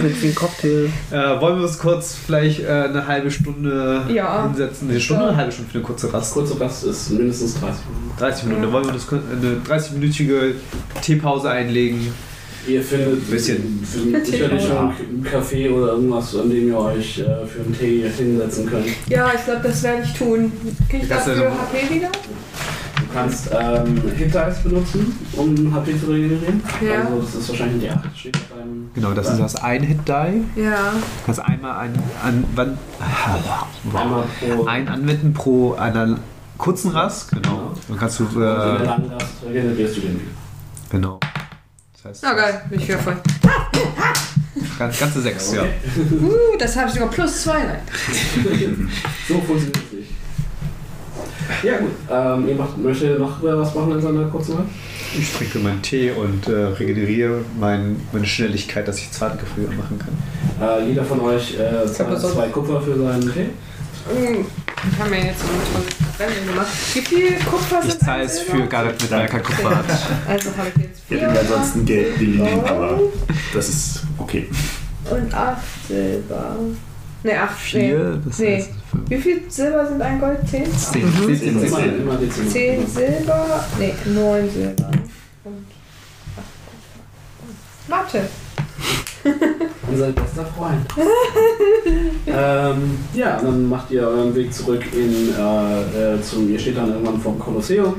[SPEAKER 4] Mit dem Cocktail.
[SPEAKER 8] Äh, wollen wir uns kurz vielleicht äh, eine halbe Stunde
[SPEAKER 6] Ja.
[SPEAKER 8] hinsetzen? Eine Stunde,
[SPEAKER 6] Ja.
[SPEAKER 8] eine halbe Stunde für eine kurze Rast.
[SPEAKER 3] Kurze Rast ist mindestens 30 Minuten.
[SPEAKER 8] 30 Minuten. Dann wollen wir uns kurz- äh, eine 30-minütige Teepause einlegen.
[SPEAKER 3] Ihr findet,
[SPEAKER 8] Bisschen.
[SPEAKER 3] findet
[SPEAKER 6] *laughs*
[SPEAKER 3] sicherlich schon einen Café oder irgendwas, an dem ihr euch äh, für einen Tee hinsetzen könnt.
[SPEAKER 6] *laughs* Ja, ich glaube, das werde ich tun. Krieg ich
[SPEAKER 8] Das ist
[SPEAKER 6] dafür
[SPEAKER 8] eine-
[SPEAKER 6] HP wieder?
[SPEAKER 3] Du kannst ähm, Hit Dice benutzen, um HP zu regenerieren.
[SPEAKER 6] Ja.
[SPEAKER 3] Also das ist wahrscheinlich die 8, steht auf deinem...
[SPEAKER 8] Genau, das ist das Ein-Hit-Die.
[SPEAKER 6] Ja.
[SPEAKER 8] Kannst einmal ein, an, wann,
[SPEAKER 3] Einmal pro...
[SPEAKER 8] ein anwenden pro einer kurzen Rast. Genau. Dann kannst du.
[SPEAKER 3] Also, wenn du
[SPEAKER 8] Äh,
[SPEAKER 3] lang hast, regenerierst du den.
[SPEAKER 8] genau. Das heißt,
[SPEAKER 6] Na geil, bin ich wieder voll.
[SPEAKER 8] ganz, ganze sechs, ja.
[SPEAKER 6] Uh, das habe ich sogar plus zwei. Nein.
[SPEAKER 3] So funktioniert es nicht. Ja gut, ähm, ihr macht, möchtet ihr noch äh, was machen in seiner kurzen Hand?
[SPEAKER 8] Ich trinke meinen Tee und äh, regeneriere mein, meine Schnelligkeit, dass ich Zartgefühle machen kann.
[SPEAKER 3] Äh, jeder von euch äh,
[SPEAKER 6] hab
[SPEAKER 3] zahlt
[SPEAKER 6] das auch-
[SPEAKER 3] zwei Kupfer für seinen Tee.
[SPEAKER 6] Mm, Ich habe mir jetzt so ein Rennen gemacht. Wie viel Kupfer sind
[SPEAKER 8] Ich zahle es für
[SPEAKER 6] Silber?
[SPEAKER 8] Gareth mit Merker Kupferart.
[SPEAKER 6] Also habe ich jetzt
[SPEAKER 5] Wir
[SPEAKER 6] vier
[SPEAKER 5] hätten ansonsten Geld gegeben, aber das ist okay.
[SPEAKER 6] und acht Silber. Ne, acht
[SPEAKER 8] Vier,
[SPEAKER 6] Silber.
[SPEAKER 8] das
[SPEAKER 6] Nee.
[SPEAKER 8] heißt fünf.
[SPEAKER 6] Wie viel Silber sind ein Gold? Zehn?
[SPEAKER 8] Zehn. Zehn, zehn,
[SPEAKER 5] Immer,
[SPEAKER 8] zehn.
[SPEAKER 3] Immer, immer Dezim.
[SPEAKER 6] Zehn Silber? Ne, neun Silber. Und acht Kupfer. Warte.
[SPEAKER 3] Unser bester Freund. ähm, ja, dann macht ihr euren Weg zurück in, äh, äh, zum, ihr steht dann irgendwann vom Kolosseum.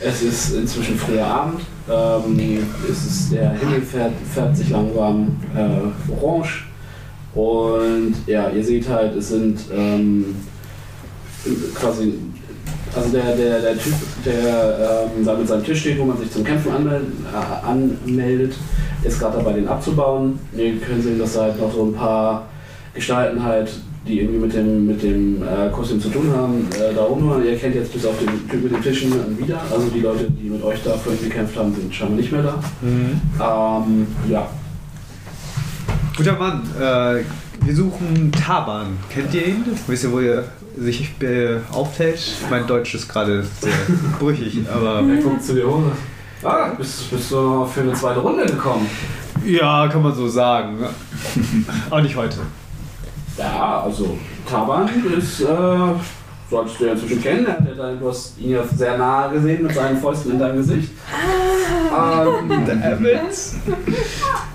[SPEAKER 3] Es ist inzwischen früher Abend. Ähm, es ist, der Himmel fährt, fährt sich langsam äh, orange. Und ja, ihr seht halt, es sind ähm, quasi, also der, der, der Typ, der ähm, da mit seinem Tisch steht, wo man sich zum Kämpfen anmelden, äh, anmeldet, ist gerade dabei, den abzubauen. Ihr könnt sehen, dass da halt noch so ein paar Gestalten halt, die irgendwie mit dem, mit dem äh, Kostüm zu tun haben, äh, da rumhören. Ihr kennt jetzt bis auf den Typ mit den Tischen wieder. Also die Leute, die mit euch da vorhin gekämpft haben, sind scheinbar nicht mehr
[SPEAKER 8] Mhm.
[SPEAKER 3] da. Ähm, ja.
[SPEAKER 8] Guter Mann, äh, wir suchen Taban. Kennt ihr ihn? Wisst ihr, wo er sich äh, auffällt? Mein Deutsch ist gerade sehr brüchig, aber.
[SPEAKER 3] Er guckt zu dir hoch. Ah, bist, bist du noch für eine zweite Runde gekommen?
[SPEAKER 8] Ja, kann man so sagen. Aber nicht heute.
[SPEAKER 3] Ja, also Taban ist, äh, solltest du ja inzwischen kennen. Er hat ja dein- Du hast ihn ja sehr nahe gesehen mit seinen Fäusten in deinem Gesicht. Ähm,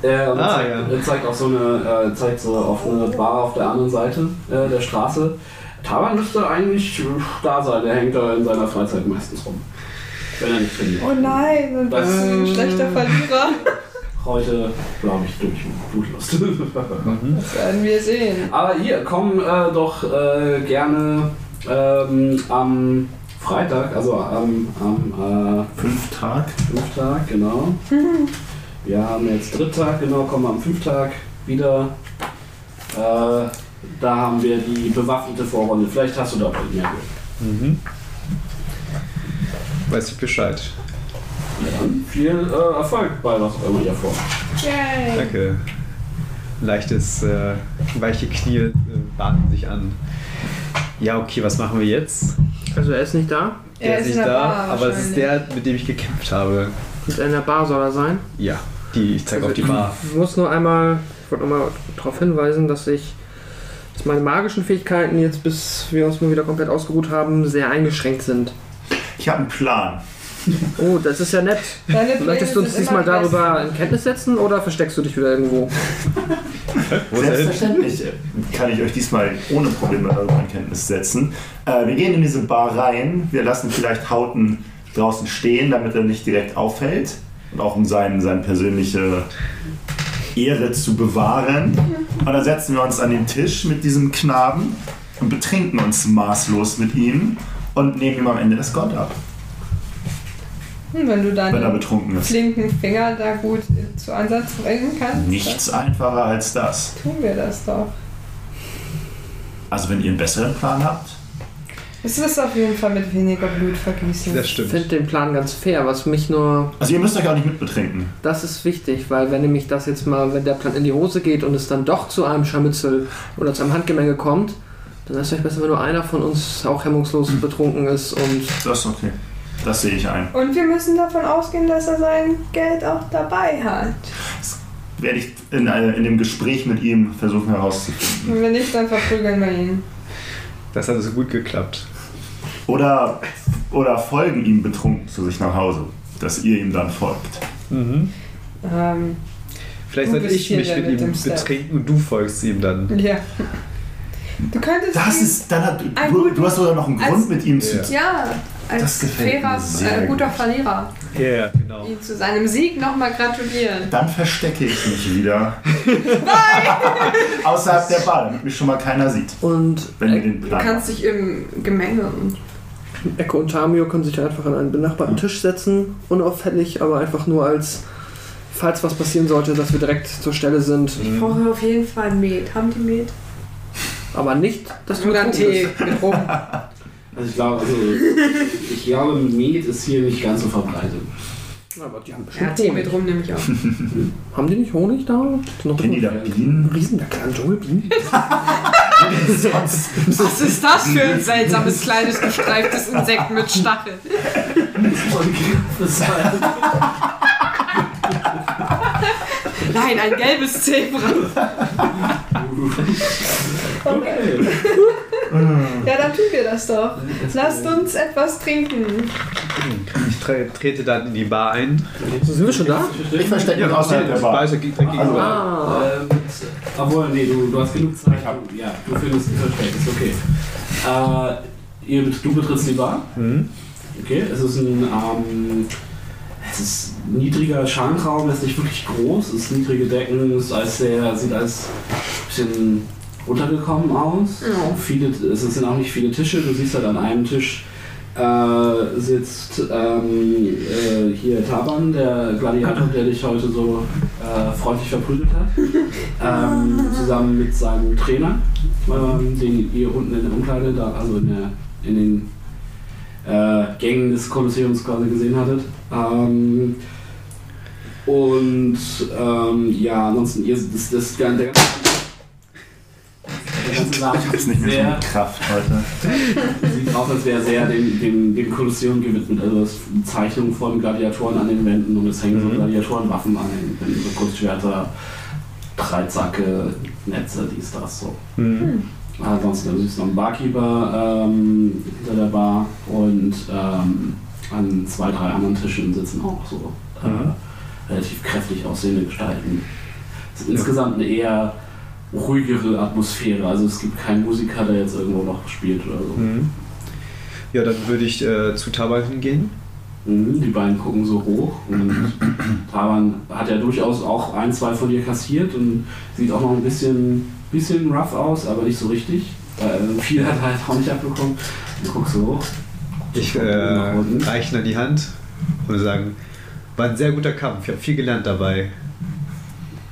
[SPEAKER 3] äh, und
[SPEAKER 8] Ah,
[SPEAKER 3] zeigt,
[SPEAKER 8] ja.
[SPEAKER 3] äh, zeigt auch so eine, äh, zeigt so auf eine Bar auf der anderen Seite äh, der Straße. Taban müsste eigentlich äh, da sein. Der hängt da in seiner Freizeit meistens rum. Wenn er nicht trainiert.
[SPEAKER 6] Oh nein, so ein
[SPEAKER 3] Das-
[SPEAKER 6] bisschen schlechter Verlierer.
[SPEAKER 3] Heute, glaube ich, durch Blutlust. *laughs*
[SPEAKER 8] Mhm,
[SPEAKER 6] Das werden wir sehen.
[SPEAKER 3] Aber hier, komm äh, doch äh, gerne ähm, am Freitag, also am, am äh,
[SPEAKER 5] Fünf Tag.
[SPEAKER 3] Fünftag, genau. Wir haben jetzt Dritttag, genau, kommen am Fünftag wieder. Äh, da haben wir die bewaffnete Vorrunde. Vielleicht hast du da bald mehr Glück.
[SPEAKER 8] Mhm. Weiß ich Bescheid.
[SPEAKER 3] Ja, Dann viel äh, Erfolg bei was auch immer ihr vor.
[SPEAKER 6] Yay.
[SPEAKER 8] Danke. Leichtes, äh, weiche Knie äh, bahnen sich an.
[SPEAKER 7] ja, okay, was machen wir jetzt?
[SPEAKER 4] Also er ist nicht da.
[SPEAKER 7] Der
[SPEAKER 4] Er
[SPEAKER 7] ist,
[SPEAKER 4] ist in
[SPEAKER 7] nicht
[SPEAKER 4] der
[SPEAKER 7] da,
[SPEAKER 4] Bar
[SPEAKER 7] aber es ist der, mit dem ich gekämpft habe.
[SPEAKER 4] Mit einer Bar soll er sein.
[SPEAKER 7] Ja, die, ich zeige auf die
[SPEAKER 4] *laughs*
[SPEAKER 7] Bar.
[SPEAKER 4] Ich muss nur einmal, ich wollte nochmal darauf hinweisen, dass ich dass meine magischen Fähigkeiten jetzt, bis wir uns mal wieder komplett ausgeruht haben, sehr eingeschränkt sind.
[SPEAKER 5] Ich habe einen Plan.
[SPEAKER 4] Oh, das ist ja nett.
[SPEAKER 6] Deine Pläne
[SPEAKER 4] Möchtest du uns
[SPEAKER 6] sind
[SPEAKER 4] diesmal
[SPEAKER 6] immer die
[SPEAKER 4] darüber in Kenntnis setzen oder versteckst du dich wieder irgendwo?
[SPEAKER 5] Selbstverständlich äh, kann ich euch diesmal ohne Probleme darüber in Kenntnis setzen. Äh, wir gehen in diese Bar rein. Wir lassen vielleicht Hauten draußen stehen, damit er nicht direkt auffällt. Und auch um sein, seine persönliche Ehre zu bewahren. Und dann setzen wir uns an den Tisch mit diesem Knaben und betrinken uns maßlos mit ihm und nehmen ihm am Ende das Gold ab,
[SPEAKER 6] Hm, wenn du
[SPEAKER 5] wenn er
[SPEAKER 6] deinen
[SPEAKER 5] betrunken ist.
[SPEAKER 6] flinken Finger da gut äh, zu Ansatz bringen kannst,
[SPEAKER 5] Nichts einfacher als das.
[SPEAKER 6] dann tun wir das doch.
[SPEAKER 5] Also wenn ihr einen besseren Plan habt,
[SPEAKER 6] Es ist auf jeden Fall mit weniger Blut vergießen.
[SPEAKER 4] Ich finde den Plan ganz fair, was mich nur.
[SPEAKER 5] Also ihr müsst euch auch nicht mitbetrinken.
[SPEAKER 4] Das ist wichtig, weil wenn nämlich das jetzt mal, wenn der Plan in die Hose geht und es dann doch zu einem Scharmützel oder zu einem Handgemenge kommt, dann ist es vielleicht besser, wenn nur einer von uns auch hemmungslos betrunken ist und.
[SPEAKER 5] Das ist okay. Das sehe ich ein.
[SPEAKER 6] Und wir müssen davon ausgehen, dass er sein Geld auch dabei hat.
[SPEAKER 5] werde ich in, eine- in dem Gespräch mit ihm versuchen herauszufinden.
[SPEAKER 6] Und wenn nicht, dann verprügeln wir ihn.
[SPEAKER 5] Das hat so gut geklappt. Oder, oder folgen ihm betrunken zu sich nach Hause, dass ihr ihm dann folgt.
[SPEAKER 7] Mhm.
[SPEAKER 6] Ähm,
[SPEAKER 7] Vielleicht
[SPEAKER 6] Du
[SPEAKER 7] sollte
[SPEAKER 6] bist
[SPEAKER 7] ich
[SPEAKER 6] hier
[SPEAKER 7] mich
[SPEAKER 6] der
[SPEAKER 7] mit,
[SPEAKER 6] mit
[SPEAKER 7] ihm
[SPEAKER 6] dem Step.
[SPEAKER 7] betrinken und du folgst ihm dann.
[SPEAKER 6] ja. Du könntest.
[SPEAKER 5] Das
[SPEAKER 6] ihn-
[SPEAKER 5] ist, dann hat,
[SPEAKER 6] Ein
[SPEAKER 5] du,
[SPEAKER 6] guten-
[SPEAKER 5] du hast sogar noch einen
[SPEAKER 6] als-
[SPEAKER 5] Grund mit ihm zu
[SPEAKER 6] Ja, als
[SPEAKER 5] Das gefällt mir
[SPEAKER 6] fairer,
[SPEAKER 5] sehr
[SPEAKER 6] äh, guter Verlierer.
[SPEAKER 5] Ja, genau.
[SPEAKER 6] Ihn zu seinem Sieg nochmal gratulieren.
[SPEAKER 5] Dann verstecke ich mich
[SPEAKER 6] *laughs*
[SPEAKER 5] wieder. Außerhalb der Bar, damit mich schon mal keiner sieht.
[SPEAKER 4] Und
[SPEAKER 5] wenn wir den
[SPEAKER 6] Du
[SPEAKER 5] Plan
[SPEAKER 6] kannst dich im Gemenge. um
[SPEAKER 4] Ecke und Tamio können sich einfach an einen benachbarten Tisch setzen, unauffällig, aber einfach nur als, falls was passieren sollte, dass wir direkt zur Stelle sind.
[SPEAKER 6] Ich brauche auf jeden Fall Met. Haben die Met?
[SPEAKER 4] Aber nicht, dass du
[SPEAKER 6] Oder einen
[SPEAKER 4] betrunken
[SPEAKER 6] Tee Oh.
[SPEAKER 4] bist. *laughs*
[SPEAKER 6] mit rum.
[SPEAKER 3] Also ich glaube, also, ich glaube, Met ist hier nicht ganz so verbreitet.
[SPEAKER 4] Aber die haben bestimmt
[SPEAKER 6] Ja, Tee mit rum nehme ich auch.
[SPEAKER 4] Haben die nicht Honig da? Ist Noch
[SPEAKER 5] Kennen die da Bienen?
[SPEAKER 4] Riesen, der kleine Dschungelbienen.
[SPEAKER 5] Sonst.
[SPEAKER 6] *laughs* Was ist das für ein seltsames, kleines, gestreiftes Insekt mit Stachel? Nein, ein gelbes Zebra. Okay. Ja, dann tun wir das doch. Lasst uns etwas trinken.
[SPEAKER 7] Ich tre trete dann in die Bar ein.
[SPEAKER 4] Sind wir schon da?
[SPEAKER 5] Ich verstecke mich
[SPEAKER 7] Ja,
[SPEAKER 5] außerhalb der Bar. Also,
[SPEAKER 7] Speise geht direkt gegenüber.
[SPEAKER 3] Ähm, obwohl, nee, du, du hast genug Zeit. Du, ja, du findest ein Versteck, ist okay. Äh, ihr, du betrittst die Bar. Okay, es ist ein ähm, es ist ein niedriger Schankraum, er ist nicht wirklich groß, es ist niedrige Decken, es ist alles sehr, sieht alles ein bisschen runtergekommen aus.
[SPEAKER 6] Ja.
[SPEAKER 3] Viele, es sind auch nicht viele Tische, du siehst halt an einem Tisch äh, sitzt ähm, äh, hier Taban, der Gladiator, der dich heute so äh, freundlich verprügelt hat, ähm, zusammen mit seinem Trainer, ähm, den ihr unten in der Umkleide, da, also in, der, in den äh, Gängen des Kolosseums quasi gesehen hattet. Ähm, und ähm, ja, ansonsten, ihr, das, das, der ganze, der ganze Sache
[SPEAKER 5] Ich hab's nicht mehr so
[SPEAKER 3] sehr,
[SPEAKER 5] mit Kraft heute.
[SPEAKER 3] sieht aus, als wäre sehr dem, dem, dem Kolosseum gewidmet. Also es sind Zeichnungen von Gladiatoren an den Wänden und es hängen
[SPEAKER 5] Mhm.
[SPEAKER 3] so Gladiatorenwaffen an den Wänden, so Kurzschwerter, Dreizacke, Netze, dies, das, so.
[SPEAKER 6] Hm.
[SPEAKER 3] Ansonsten also ist noch ein Barkeeper ähm, hinter der Bar und ähm, an zwei, drei anderen Tischen sitzen auch so äh, relativ kräftig aussehende Gestalten. Es ist insgesamt eine eher ruhigere Atmosphäre, also es gibt keinen Musiker, der jetzt irgendwo noch spielt oder so.
[SPEAKER 7] Mhm. Ja, dann würde ich äh, zu Tabak hingehen.
[SPEAKER 3] Mhm, Die beiden gucken so hoch
[SPEAKER 7] *clears throat*
[SPEAKER 3] und Taban hat ja durchaus auch ein, zwei von dir kassiert und sieht auch noch ein bisschen, bisschen rough aus, aber nicht so richtig. Äh, viel hat er halt auch nicht abbekommen. Du guckst so hoch.
[SPEAKER 7] Ich äh, reiche dann die Hand und sagen, war ein sehr guter Kampf, ich habe viel gelernt dabei.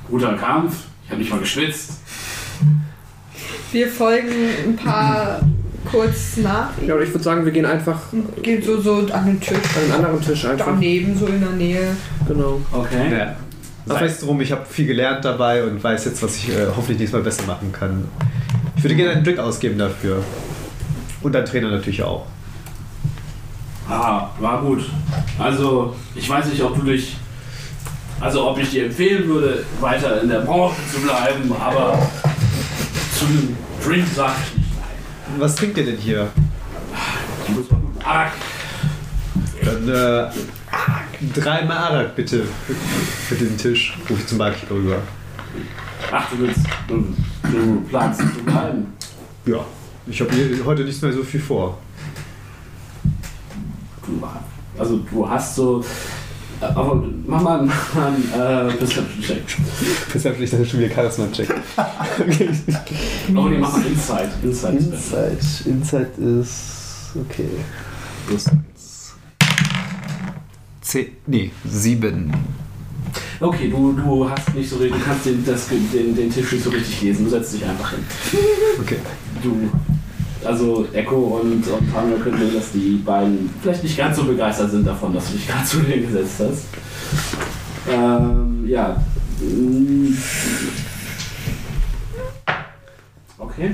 [SPEAKER 3] Guter Kampf, ich habe nicht mal geschwitzt.
[SPEAKER 6] Wir folgen ein paar kurz nach.
[SPEAKER 4] Ja, aber ich würde sagen, wir gehen einfach an
[SPEAKER 6] Geht so, so an den Tisch.
[SPEAKER 4] einen anderen Tisch einfach.
[SPEAKER 6] Daneben, so in der Nähe.
[SPEAKER 4] Genau.
[SPEAKER 3] Okay.
[SPEAKER 7] Ja. Das heißt drum, ich habe viel gelernt dabei und weiß jetzt, was ich äh, hoffentlich nächstes Mal besser machen kann. Ich würde gerne einen Blick ausgeben dafür.
[SPEAKER 8] Und dein Trainer natürlich auch.
[SPEAKER 3] Ah, war gut. Also, ich weiß nicht, ob du dich. Also, ob ich dir empfehlen würde, weiter in der Branche zu bleiben, aber zu einem Drink sag ich nicht.
[SPEAKER 8] Was trinkt ihr denn hier?
[SPEAKER 3] Ich muss mal gucken. Arak,
[SPEAKER 8] Dann äh, dreimal Arak bitte für den Tisch. Ruf ich zum Barkeeper rüber.
[SPEAKER 3] ach, du willst. Du, du planst zu bleiben.
[SPEAKER 8] Ja. Ich habe heute nicht mehr so viel vor.
[SPEAKER 3] Du, also, du hast so. äh, Aber mach mal einen, mach mal einen äh, Perception-Check.
[SPEAKER 8] Deshalb ich das schon wieder Charisma-Check.
[SPEAKER 3] Oh, nee, mach mal Insight. Insight.
[SPEAKER 8] Insight. Insight ist. Okay.
[SPEAKER 3] Plus
[SPEAKER 16] Zehn, nee, sieben.
[SPEAKER 3] Okay, du, du hast nicht so richtig, du kannst den, das, den, den Tisch nicht so richtig lesen, du setzt dich einfach hin.
[SPEAKER 8] Okay.
[SPEAKER 3] Du, also Echo und, und Pamela können sehen, dass die beiden vielleicht nicht ganz so begeistert sind davon, dass du dich gerade *laughs* zu denen gesetzt hast. Ähm, ja. Mm. Okay.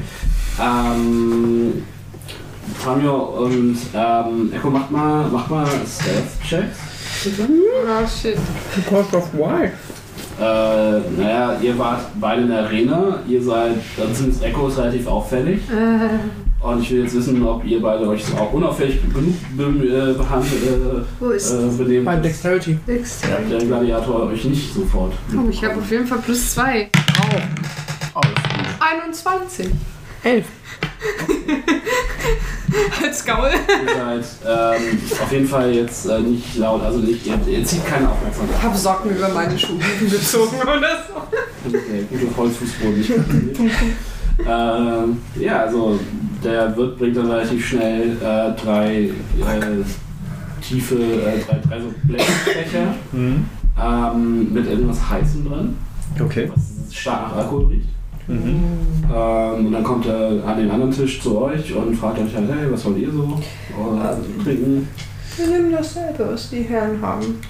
[SPEAKER 3] Ähm, Tamio und ähm, Echo, macht mal, macht mal Stealth-Checks.
[SPEAKER 17] Ah, shit.
[SPEAKER 4] Because of why?
[SPEAKER 3] Äh, naja, ihr wart beide in der Arena, ihr seid, dann sind Echo ist relativ auffällig.
[SPEAKER 17] Äh,
[SPEAKER 3] Und ich will jetzt wissen, ob ihr beide euch so auch unauffällig genug be äh, behandelt, äh,
[SPEAKER 6] wo ist
[SPEAKER 3] äh, benehmen.
[SPEAKER 4] Beim Dexterity.
[SPEAKER 3] Ja,
[SPEAKER 6] Dexter?
[SPEAKER 3] der Gladiator euch nicht sofort.
[SPEAKER 17] Oh, ich habe auf jeden Fall plus 2. Oh. 21.
[SPEAKER 6] *laughs*
[SPEAKER 4] 11.
[SPEAKER 17] Als Gaul.
[SPEAKER 3] ihr seid ähm, auf jeden Fall jetzt äh, nicht laut, also nicht, ihr, ihr zieht keine Aufmerksamkeit.
[SPEAKER 17] Ich habe Socken über meine Schuhe *laughs* gezogen oder so.
[SPEAKER 3] Okay, gute Holzfußboden. nicht funktioniert. ähm, ja, also der Wirt bringt dann relativ schnell äh, drei äh, tiefe, äh, drei, drei so Blechbecher
[SPEAKER 8] Mhm.
[SPEAKER 3] ähm, mit irgendwas Heißem drin,
[SPEAKER 8] Okay.
[SPEAKER 3] was stark nach Alkohol riecht.
[SPEAKER 6] Mhm.
[SPEAKER 3] Ähm, und dann kommt er an den anderen Tisch zu euch und fragt euch halt, hey, was wollt ihr so äh, trinken?
[SPEAKER 6] Wir nehmen dasselbe, was die Herren haben.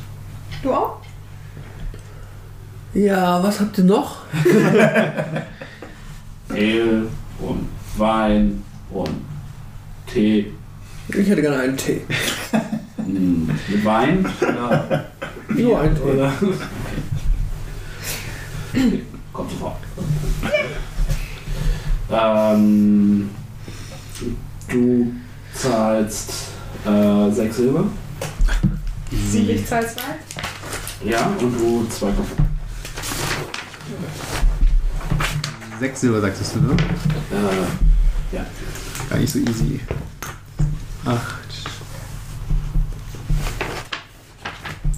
[SPEAKER 6] Du auch?
[SPEAKER 4] Ja, was habt ihr noch?
[SPEAKER 3] Ale und Wein und Tee.
[SPEAKER 4] Ich hätte gerne einen Tee.
[SPEAKER 3] Hm, mit Wein? Oder
[SPEAKER 4] Nur einen Tee.
[SPEAKER 3] Oder? Okay, Kommt sofort. ähm, du zahlst äh, 6 Silber.
[SPEAKER 6] Sie, ich zahl zwei.
[SPEAKER 3] Ja, und du 2 Kaffee.
[SPEAKER 8] Sechs Silber sagtest du, ne?
[SPEAKER 3] Äh,
[SPEAKER 8] Gar nicht so easy. Acht.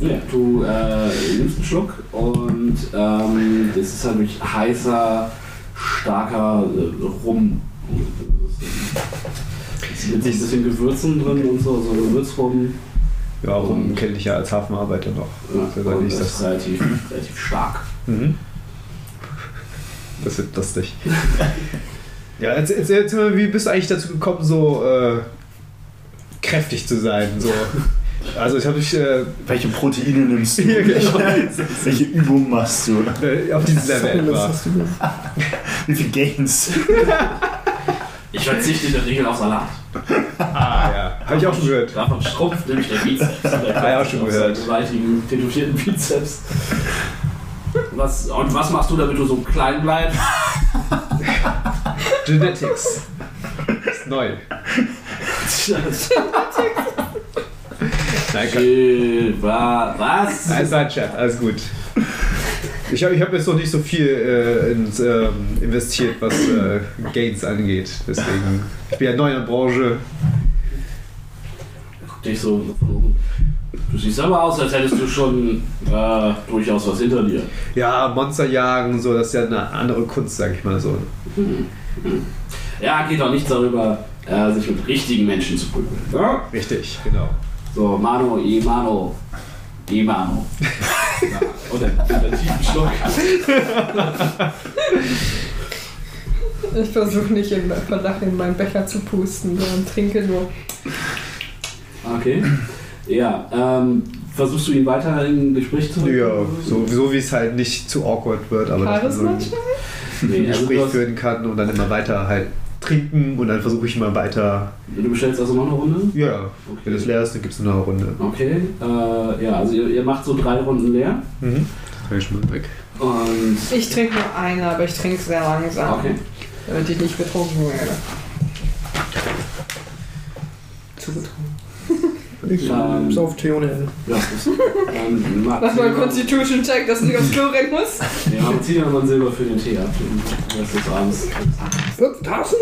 [SPEAKER 3] Ja, du äh, nimmst einen Schluck und ähm, das ist halt wirklich heißer, starker äh, Rum. Es ist mit ein bisschen Gewürzen drin und so, so Gewürzrum.
[SPEAKER 8] Ja, warum kenne ich ja als Hafenarbeiter noch?
[SPEAKER 3] Ja,
[SPEAKER 8] Also, weil
[SPEAKER 3] und
[SPEAKER 8] ich
[SPEAKER 3] das ist
[SPEAKER 8] das,
[SPEAKER 3] relativ, relativ stark.
[SPEAKER 8] mhm. das wird lustig. *laughs* ja, erzähl, erzähl, erzähl mal, wie bist du eigentlich dazu gekommen, so äh, kräftig zu sein? So. Also ich habe mich äh,
[SPEAKER 5] Welche Proteine nimmst du?
[SPEAKER 8] Ja, genau.
[SPEAKER 5] Welche Übungen machst du?
[SPEAKER 8] äh, auf diesem Level etwa.
[SPEAKER 3] *laughs*
[SPEAKER 5] Wie viel Gains?
[SPEAKER 3] Ich verzichte in der Regel auf Salat.
[SPEAKER 8] Ah ja, habe ich auch schon gehört.
[SPEAKER 3] Davon schrumpft nämlich der Bizeps.
[SPEAKER 8] *laughs*
[SPEAKER 3] Der
[SPEAKER 8] Ah, ja, auch schon
[SPEAKER 3] auf
[SPEAKER 8] gehört.
[SPEAKER 3] seinen Gewaltigen, tätowierten Bizeps. Was, und was machst du, damit du so klein bleibst?
[SPEAKER 8] *laughs* Genetics. Ist neu. Nein, kann,
[SPEAKER 3] Äh, wa- was?
[SPEAKER 8] nein, ist ein Chat, alles gut. Ich habe ich hab jetzt noch nicht so viel äh, ins, ähm, investiert, was äh, Gains angeht. Deswegen, ich bin ja neu in der Branche.
[SPEAKER 3] dich so von oben. Du siehst aber aus, als hättest du schon äh, durchaus was hinter dir.
[SPEAKER 8] Ja, Monster jagen, so, das ist ja eine andere Kunst, sag ich mal so.
[SPEAKER 3] Ja, geht doch nichts darüber, äh, sich mit richtigen Menschen zu prügeln. Ja?
[SPEAKER 8] Richtig, genau.
[SPEAKER 3] So, Mano, e Mano, e
[SPEAKER 8] *laughs*
[SPEAKER 3] Mano. ja, und der, der tiefen Schluck.
[SPEAKER 6] Ich versuche nicht im Verdacht in meinen Becher zu pusten, sondern trinke nur.
[SPEAKER 3] Okay. Ja, ähm, versuchst du ihn weiter in Gespräch zu
[SPEAKER 8] Ja, so, so wie es halt nicht zu awkward wird, aber dass man so
[SPEAKER 6] Charisma
[SPEAKER 8] ein
[SPEAKER 3] Nee, also du
[SPEAKER 8] Gespräch
[SPEAKER 3] hast,
[SPEAKER 8] führen kann und dann immer weiter halt trinken und dann versuche ich mal weiter.
[SPEAKER 3] Du bestellst also noch eine Runde?
[SPEAKER 8] Ja. Wenn das leer ist, dann gibt es noch eine Runde.
[SPEAKER 3] Okay, äh, ja, also ihr, ihr macht so drei Runden leer.
[SPEAKER 8] Mhm. Trage ich schon mal weg.
[SPEAKER 3] Und
[SPEAKER 6] Ich trinke nur eine, aber ich trinke sehr langsam.
[SPEAKER 3] Okay.
[SPEAKER 6] Damit ich nicht betrunken werde. Zu betrunken.
[SPEAKER 4] *laughs* Ich
[SPEAKER 3] Ähm,
[SPEAKER 4] ähm, auf Tee ohne Ende.
[SPEAKER 3] ja, das ähm, Marc,
[SPEAKER 6] Mach mal einen
[SPEAKER 3] Silber-
[SPEAKER 6] Constitution Check, dass du nicht aufs Klo rennen musst.
[SPEAKER 3] Ja, man zieht ja nochmal einen Silber für den Tee ab. Den Rest des Abends.
[SPEAKER 4] Fünf Tassen?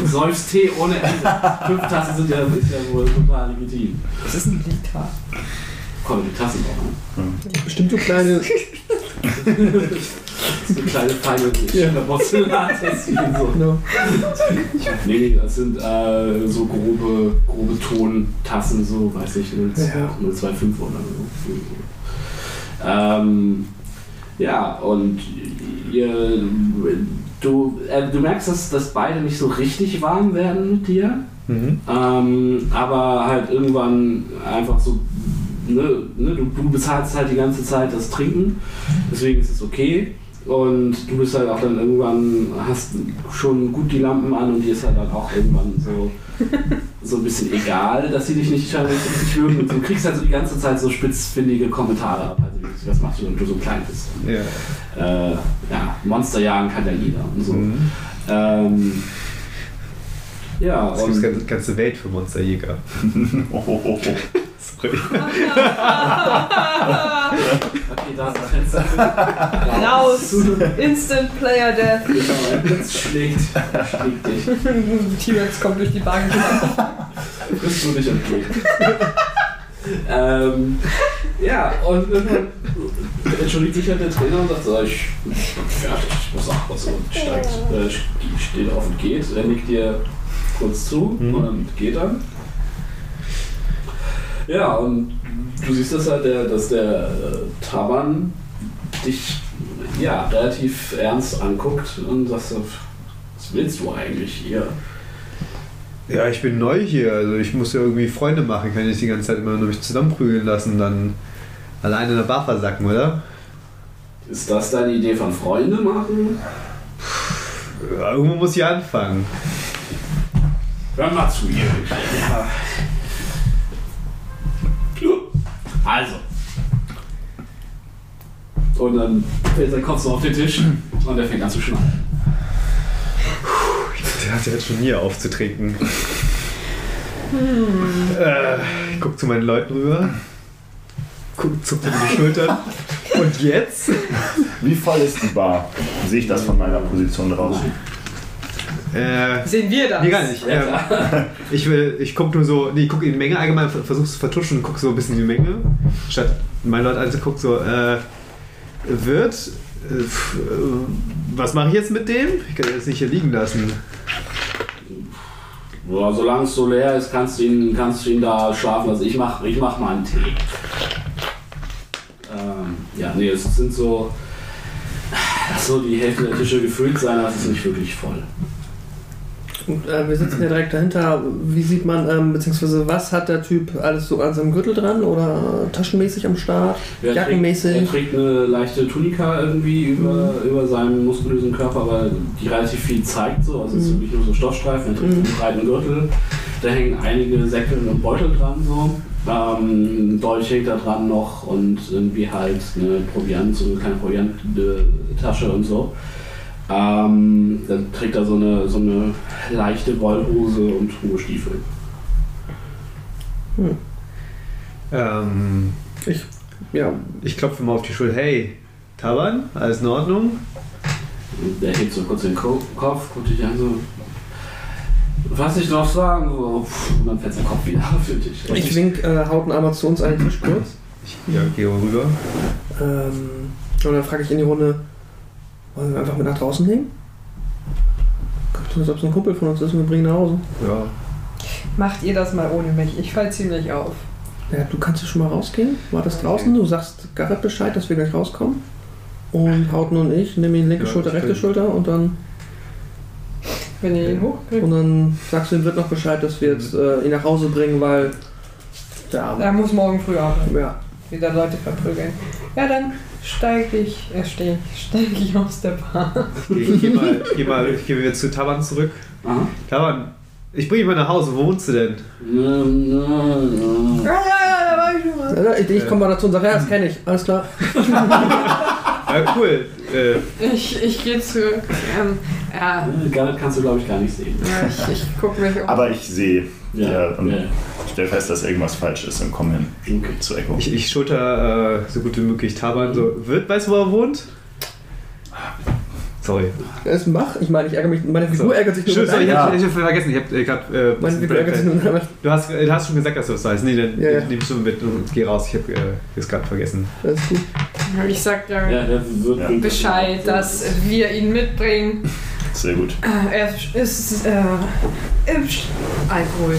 [SPEAKER 3] Und säufst Tee ohne Ende. Fünf Tassen sind ja, ist ja wohl total legitim.
[SPEAKER 6] Das ist ein Liter.
[SPEAKER 3] Komm, die Tassen auch. Ne?
[SPEAKER 4] Bestimmt so kleine.
[SPEAKER 3] Das sind kleine feine *laughs* Schilderporzellantassen. So.
[SPEAKER 4] Genau.
[SPEAKER 3] Nee, nee, das sind äh, so grobe, grobe Tontassen, so weiß ich, 0,
[SPEAKER 4] Ja.
[SPEAKER 3] 025 oder so. Ähm, ja, und ihr, du, äh, du merkst, dass, dass beide nicht so richtig warm werden mit dir.
[SPEAKER 8] Mhm.
[SPEAKER 3] Ähm, aber halt irgendwann einfach so, ne, ne, du, du bezahlst halt die ganze Zeit das Trinken, deswegen ist es okay. Und du bist halt auch dann irgendwann, hast schon gut die Lampen an und dir ist halt dann auch irgendwann so, so ein bisschen egal, dass sie dich nicht scheinbar so richtig mögen. Und du kriegst halt so die ganze Zeit so spitzfindige Kommentare ab. Also, wie- was machst du, wenn du so klein bist? Äh,
[SPEAKER 8] Ja.
[SPEAKER 3] ja, Monster jagen kann ja jeder und so.
[SPEAKER 8] Mhm.
[SPEAKER 3] Ähm, ja,
[SPEAKER 8] Es
[SPEAKER 3] und-
[SPEAKER 8] gibt die ganze Welt für *laughs* Monsterjäger.
[SPEAKER 5] Oh, oh, oh, oh.
[SPEAKER 8] Sorry.
[SPEAKER 6] *laughs*
[SPEAKER 3] Okay, da ist das Fenster.
[SPEAKER 6] Laus! *laughs* Instant Player Death.
[SPEAKER 3] Das schlägt, schlägt dich.
[SPEAKER 6] *laughs* T-Rex kommt durch die Bank.
[SPEAKER 3] Bist du nicht okay. *laughs* ähm, ja, und irgendwann entschuldigt sich halt der Trainer und sagt, so, ich bin fertig, ich muss nach Hause und steigt, äh, steht auf und geht. Er nickt dir kurz zu
[SPEAKER 8] Mhm.
[SPEAKER 3] und dann geht dann. Ja, und du siehst das halt, der, dass der äh, Taban dich ja, relativ ernst anguckt und sagt, so, was willst du eigentlich hier?
[SPEAKER 8] Ja, ich bin neu hier, also ich muss ja irgendwie Freunde machen, kann ich nicht die ganze Zeit immer nur mich zusammenprügeln lassen, dann alleine in der Bar versacken, oder?
[SPEAKER 3] Ist das deine Idee von Freunde machen?
[SPEAKER 8] Ja, Irgendwo muss ich anfangen.
[SPEAKER 3] Hör mal zu ihr. Also. Und dann fällt sein Kopf so auf den Tisch und er fängt an zu schneiden.
[SPEAKER 8] Der hat ja jetzt schon hier aufzutrinken. Äh, ich guck zu meinen Leuten rüber, guck, zuck mir die Schultern. Und jetzt?
[SPEAKER 5] Wie voll ist die Bar? Sehe ich das von meiner Position
[SPEAKER 3] Oh
[SPEAKER 5] raus?
[SPEAKER 8] Äh,
[SPEAKER 6] Sehen wir das?
[SPEAKER 8] nee, gar nicht. Ähm, ich will, ich guck nur so, nee, ich guck in die Menge allgemein, ver- versuch's zu vertuschen und guck so ein bisschen die Menge. Statt meine Leute anzugucken, so, äh, wird, äh, pf, äh, was mache ich jetzt mit dem? Ich kann das nicht hier liegen lassen.
[SPEAKER 3] Ja, solange es so leer ist, kannst du ihn, kannst du ihn da schlafen lassen. Ich mach, ich mach mal einen Tee. Ähm, ja, nee, es sind so. So, die Hälfte der Tische gefüllt sein, das ist nicht wirklich voll.
[SPEAKER 4] Und, äh, wir sitzen ja direkt dahinter. Wie sieht man, ähm, beziehungsweise was hat der Typ alles so an seinem Gürtel dran oder taschenmäßig am Start?
[SPEAKER 3] Er Trägt,
[SPEAKER 4] Jackenmäßig.
[SPEAKER 3] er trägt eine leichte Tunika irgendwie über, über seinem muskulösen Körper, weil die relativ viel zeigt. So. Also es ist
[SPEAKER 4] Mhm.
[SPEAKER 3] wirklich nur so Stoffstreifen, er trägt einen breiten Gürtel. Da hängen einige Säcke und Beutel dran. So. Ähm, ein Dolch hängt da dran noch und irgendwie halt eine Proviant, so eine kleine Provianttasche und so. Ähm, dann trägt er so eine, so eine leichte Wollhose und hohe Stiefel.
[SPEAKER 8] Ähm,
[SPEAKER 4] Ja,
[SPEAKER 8] ich klopfe mal auf die Schulter. Hey, Taban, alles in Ordnung?
[SPEAKER 3] Der hebt so kurz den Ko Kopf, guckt dich an so. Was ich noch sagen, so, pff, und dann fällt sein Kopf wieder *laughs* für dich.
[SPEAKER 4] ich wink äh, Hauten einmal zu uns an den Tisch kurz.
[SPEAKER 8] Ich ja, gehe rüber.
[SPEAKER 4] Ähm, und dann frage ich in die Runde, wollen wir einfach mit nach draußen nehmen? Kommt so, als ob es ein Kumpel von uns ist und wir bringen ihn nach Hause.
[SPEAKER 8] Ja.
[SPEAKER 6] Macht ihr das mal ohne mich? Ich fall ziemlich auf.
[SPEAKER 4] Ja, du kannst ja schon mal rausgehen. War das draußen? Du sagst Garrett Bescheid, dass wir gleich rauskommen. Und Hauten und ich nehmen ihn linke
[SPEAKER 8] Ja,
[SPEAKER 4] Schulter,
[SPEAKER 8] das
[SPEAKER 4] rechte
[SPEAKER 8] stimmt.
[SPEAKER 4] Schulter und dann,
[SPEAKER 6] Wenn ihr ihn hochkriegt.
[SPEAKER 4] und dann sagst du ihm wird noch Bescheid, dass wir jetzt äh, ihn nach Hause bringen, weil der Arme.
[SPEAKER 6] Er muss morgen früh arbeiten.
[SPEAKER 4] Ja.
[SPEAKER 6] Wieder Leute verprügeln. Ja, dann steige ich, äh, steige steig ich aus der Bahn.
[SPEAKER 8] Ich geh mal, geh mal ich geh wieder zu Taban zurück. Taban, ich bringe dich mal nach Hause. Wo wohnst
[SPEAKER 4] *laughs*
[SPEAKER 8] du denn?
[SPEAKER 3] Äh,
[SPEAKER 6] Ja, ja, ja, da war ich schon mal.
[SPEAKER 4] Äh, Ich, ich komme mal dazu und sage, ja, das kenne ich. Alles klar.
[SPEAKER 8] Ja, cool. Äh,
[SPEAKER 6] Ich, ich gehe zu. Ähm, ja,
[SPEAKER 3] Garnet kannst du, glaube ich, gar nicht sehen.
[SPEAKER 6] ja, ich, ich gucke mich um.
[SPEAKER 5] Aber ich sehe. Ja.
[SPEAKER 3] Ja.
[SPEAKER 5] und
[SPEAKER 3] Ja.
[SPEAKER 5] stell fest, dass irgendwas falsch ist und komm hin
[SPEAKER 3] Okay.
[SPEAKER 5] zu Echo.
[SPEAKER 8] ich, ich schulter äh, so gut wie möglich Taban. So, wird, weißt du, wo er wohnt? Sorry.
[SPEAKER 4] Es mach. Ich meine, ich ärgere mich. Meine Figur ärgert sich nur.
[SPEAKER 8] Stimmt, sorry, ich
[SPEAKER 4] deiner-
[SPEAKER 8] hab, ich hab vergessen. Ich hab äh, grad, äh,
[SPEAKER 4] meine Figur ärgert sich nur. deiner-
[SPEAKER 8] Du hast, du hast schon gesagt, dass du das weißt. Nee, dann
[SPEAKER 4] Ja, ja.
[SPEAKER 8] nimmst du mit und geh raus. Ich hab äh, das gerade vergessen.
[SPEAKER 4] Alles gut.
[SPEAKER 6] Ich sag ja,
[SPEAKER 3] Ja, der wird Äh,
[SPEAKER 5] Ja.
[SPEAKER 6] Bescheid, dass wir ihn mitbringen.
[SPEAKER 5] Sehr gut.
[SPEAKER 6] Äh, Er ist äh, im Sch- Alkohol.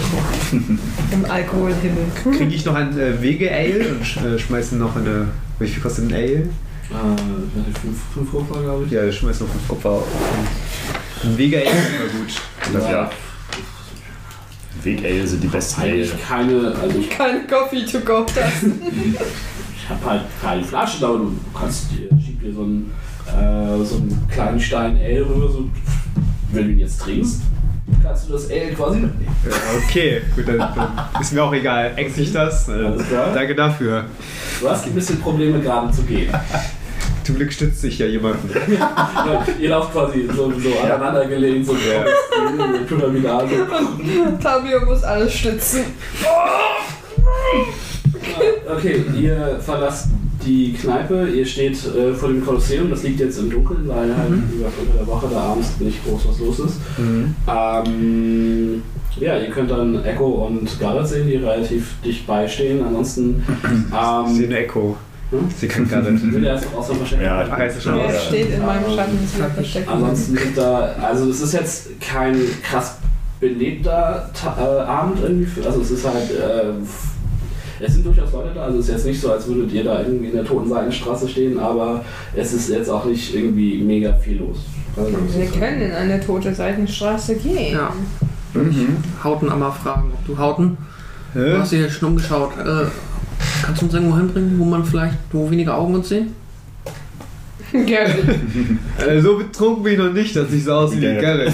[SPEAKER 6] Im Alkoholhimmel.
[SPEAKER 8] Kriege ich noch ein äh, Wege-Ale und sch äh, schmeißen noch eine. Wie viel kostet ein Ale?
[SPEAKER 3] Äh, hatte ich fünf, fünf Hofer, glaube ich.
[SPEAKER 8] Ja, ich schmeiß noch einen Kopf auf. Ein Wege-Ale ist immer gut.
[SPEAKER 5] Ja. Weg Ale sind die besten Ale.
[SPEAKER 3] Eigentlich keine, also
[SPEAKER 6] *laughs*
[SPEAKER 3] ich,
[SPEAKER 6] Keine Coffee to go. Das.
[SPEAKER 3] ich habe halt keine Flasche, aber du kannst dir, schieb dir so einen, äh, so einen kleinen Stein Ale rüber, so, wenn du ihn jetzt trinkst, kannst du das Ale quasi mitnehmen.
[SPEAKER 8] Ja, okay, gut, dann, dann ist mir auch egal. Ängstlich das. Äh,
[SPEAKER 3] Alles klar.
[SPEAKER 8] danke dafür.
[SPEAKER 3] Du hast ein bisschen Probleme gerade zu gehen.
[SPEAKER 8] Zum Glück stützt sich ja jemanden.
[SPEAKER 3] Ja, Ihr lauft quasi so, so aneinander gelehnt, so
[SPEAKER 8] Ja.
[SPEAKER 3] eine Pyramidale.
[SPEAKER 6] Fabio muss alles stützen.
[SPEAKER 3] Okay, ihr verlasst die Kneipe, ihr steht äh, vor dem Kolosseum, das liegt jetzt im Dunkeln, weil halt über unter der Woche da abends nicht groß was los ist.
[SPEAKER 5] Mhm.
[SPEAKER 3] Ähm, ja, ihr könnt dann Echo und Garrett sehen, die relativ dicht beistehen. Ansonsten
[SPEAKER 8] Sie ist
[SPEAKER 3] ähm,
[SPEAKER 8] eine Echo.
[SPEAKER 3] Hm?
[SPEAKER 8] Sie kann gerade.
[SPEAKER 3] will er erst noch aus dem Versteck.
[SPEAKER 5] Mhm. Ja, ich
[SPEAKER 8] Ach, er ist schon
[SPEAKER 6] Er
[SPEAKER 8] raus.
[SPEAKER 6] steht in meinem Schatten, ist mir versteckt.
[SPEAKER 3] Ansonsten sind da, also es ist jetzt kein krass belebter Ta äh, Abend irgendwie, für- also es ist halt, äh, es sind durchaus Leute da, also es ist jetzt nicht so, als würdet ihr da irgendwie in der Totenseitenstraße stehen, aber es ist jetzt auch nicht irgendwie mega viel los. Also, es
[SPEAKER 6] Wir
[SPEAKER 3] ist-
[SPEAKER 6] können in eine tote Seitenstraße gehen.
[SPEAKER 4] Ja.
[SPEAKER 6] *laughs*
[SPEAKER 4] Hauten einmal fragen, ob du Hauten. Du
[SPEAKER 8] Mhm. Hä?
[SPEAKER 4] hast dich jetzt schon umgeschaut. Äh, kannst du uns irgendwo hinbringen, wo man vielleicht, wo weniger Augen uns sehen?
[SPEAKER 6] Gary.
[SPEAKER 8] Äh, so betrunken bin ich noch nicht, dass ich so aussehe wie
[SPEAKER 5] Ja.
[SPEAKER 8] Garrett.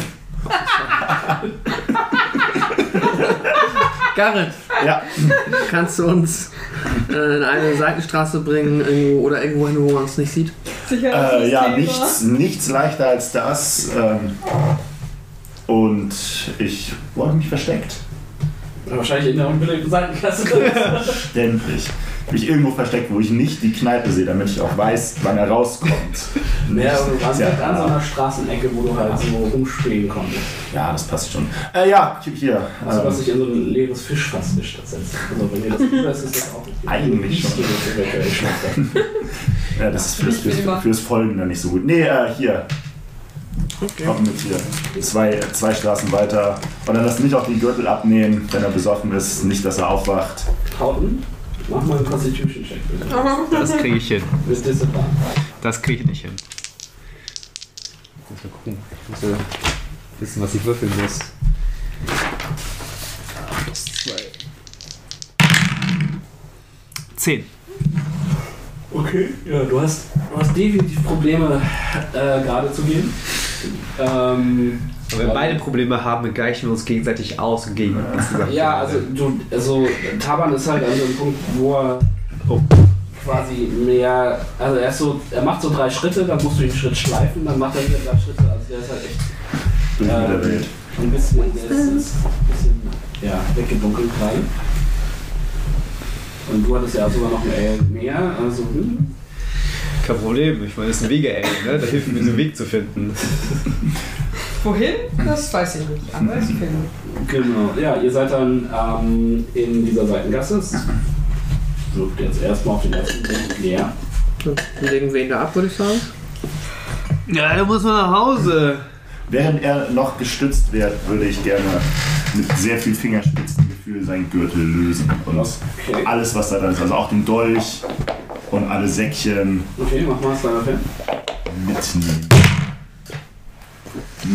[SPEAKER 4] Garrett,
[SPEAKER 5] Ja,
[SPEAKER 4] *laughs* kannst du uns äh, in eine Seitenstraße bringen irgendwo, oder irgendwo hin, wo man uns nicht sieht?
[SPEAKER 6] Sicher
[SPEAKER 5] äh,
[SPEAKER 6] ist
[SPEAKER 5] ja
[SPEAKER 6] das
[SPEAKER 5] nichts, nichts leichter als das. Ähm, und ich wurde mich versteckt.
[SPEAKER 3] Wahrscheinlich in der unbelebten
[SPEAKER 6] *laughs*
[SPEAKER 3] Seitenklasse.
[SPEAKER 5] Ständig. Mich irgendwo versteckt, wo ich nicht die Kneipe sehe, damit ich auch weiß, wann er rauskommt.
[SPEAKER 3] *laughs* ja, also du warst
[SPEAKER 5] Ja.
[SPEAKER 3] halt an so einer Straßenecke, wo du halt so rumstehen konntest.
[SPEAKER 5] Ja, das passt schon. Äh, ja, hier.
[SPEAKER 3] Also, was
[SPEAKER 5] ähm,
[SPEAKER 3] sich in so ein leeres Fischfass gestattet. Also, wenn ihr das übers, ist das auch nicht.
[SPEAKER 5] Eigentlich
[SPEAKER 3] Riechst du das eventuell schon.
[SPEAKER 5] Ja, das ist fürs,
[SPEAKER 6] Ich bin
[SPEAKER 5] fürs,
[SPEAKER 6] immer-
[SPEAKER 5] fürs Folgen dann nicht so gut. Nee, äh, hier. Komm mit hier. Zwei, zwei Straßen weiter. Und dann lass nicht auch den Gürtel abnehmen, wenn er besoffen ist. Nicht, dass er aufwacht.
[SPEAKER 3] Hauten, mach mal einen Constitution-Check
[SPEAKER 6] Oh,
[SPEAKER 3] bitte.
[SPEAKER 8] Das kriege ich hin.
[SPEAKER 3] Mit Disadvantage.
[SPEAKER 8] Das kriege ich nicht hin. Ich muss mal gucken. Ich muss ja wissen, was ich würfeln muss. Das ist zwei. Zehn.
[SPEAKER 3] Okay, ja, du hast, du hast definitiv Probleme, äh, gerade zu gehen. Ähm,
[SPEAKER 8] Und wenn beide Probleme haben, dann gleichen wir uns gegenseitig aus und gegen insgesamt.
[SPEAKER 3] ja, also, du, also, Taban ist halt an so einem Punkt, wo er
[SPEAKER 8] Oh.
[SPEAKER 3] quasi mehr. Also, er, ist so, er macht so drei Schritte, dann musst du ihn Schritt schleifen, dann macht er wieder drei Schritte. Also, der ist halt echt
[SPEAKER 5] Durch mit der
[SPEAKER 3] Ähm,
[SPEAKER 5] Welt.
[SPEAKER 3] Ein bisschen, der ist, ist ein bisschen ja, weggedunkelt gerade. Und du hattest ja sogar noch ein L mehr. Also, hm.
[SPEAKER 8] Kein Problem, ich meine, das ist ein Wege, ne? Da hilft mir, so einen Weg zu finden.
[SPEAKER 6] Wohin? Das weiß ich nicht. Aber ich finde.
[SPEAKER 3] Genau. Ja, ihr seid dann ähm, in dieser Seitengasse. Es wirkt jetzt erstmal auf den ersten Blick leer.
[SPEAKER 4] Dann legen wir ihn da ab, würde ich sagen.
[SPEAKER 8] Ja, da muss man nach Hause.
[SPEAKER 5] Während er noch gestützt wird, würde ich gerne mit sehr viel Fingerspitzengefühl seinen Gürtel lösen. Und
[SPEAKER 3] Okay,
[SPEAKER 5] alles, was da drin ist. Also auch den Dolch und alle Säckchen
[SPEAKER 3] okay mach mal Slider Fan.
[SPEAKER 5] mitnehmen.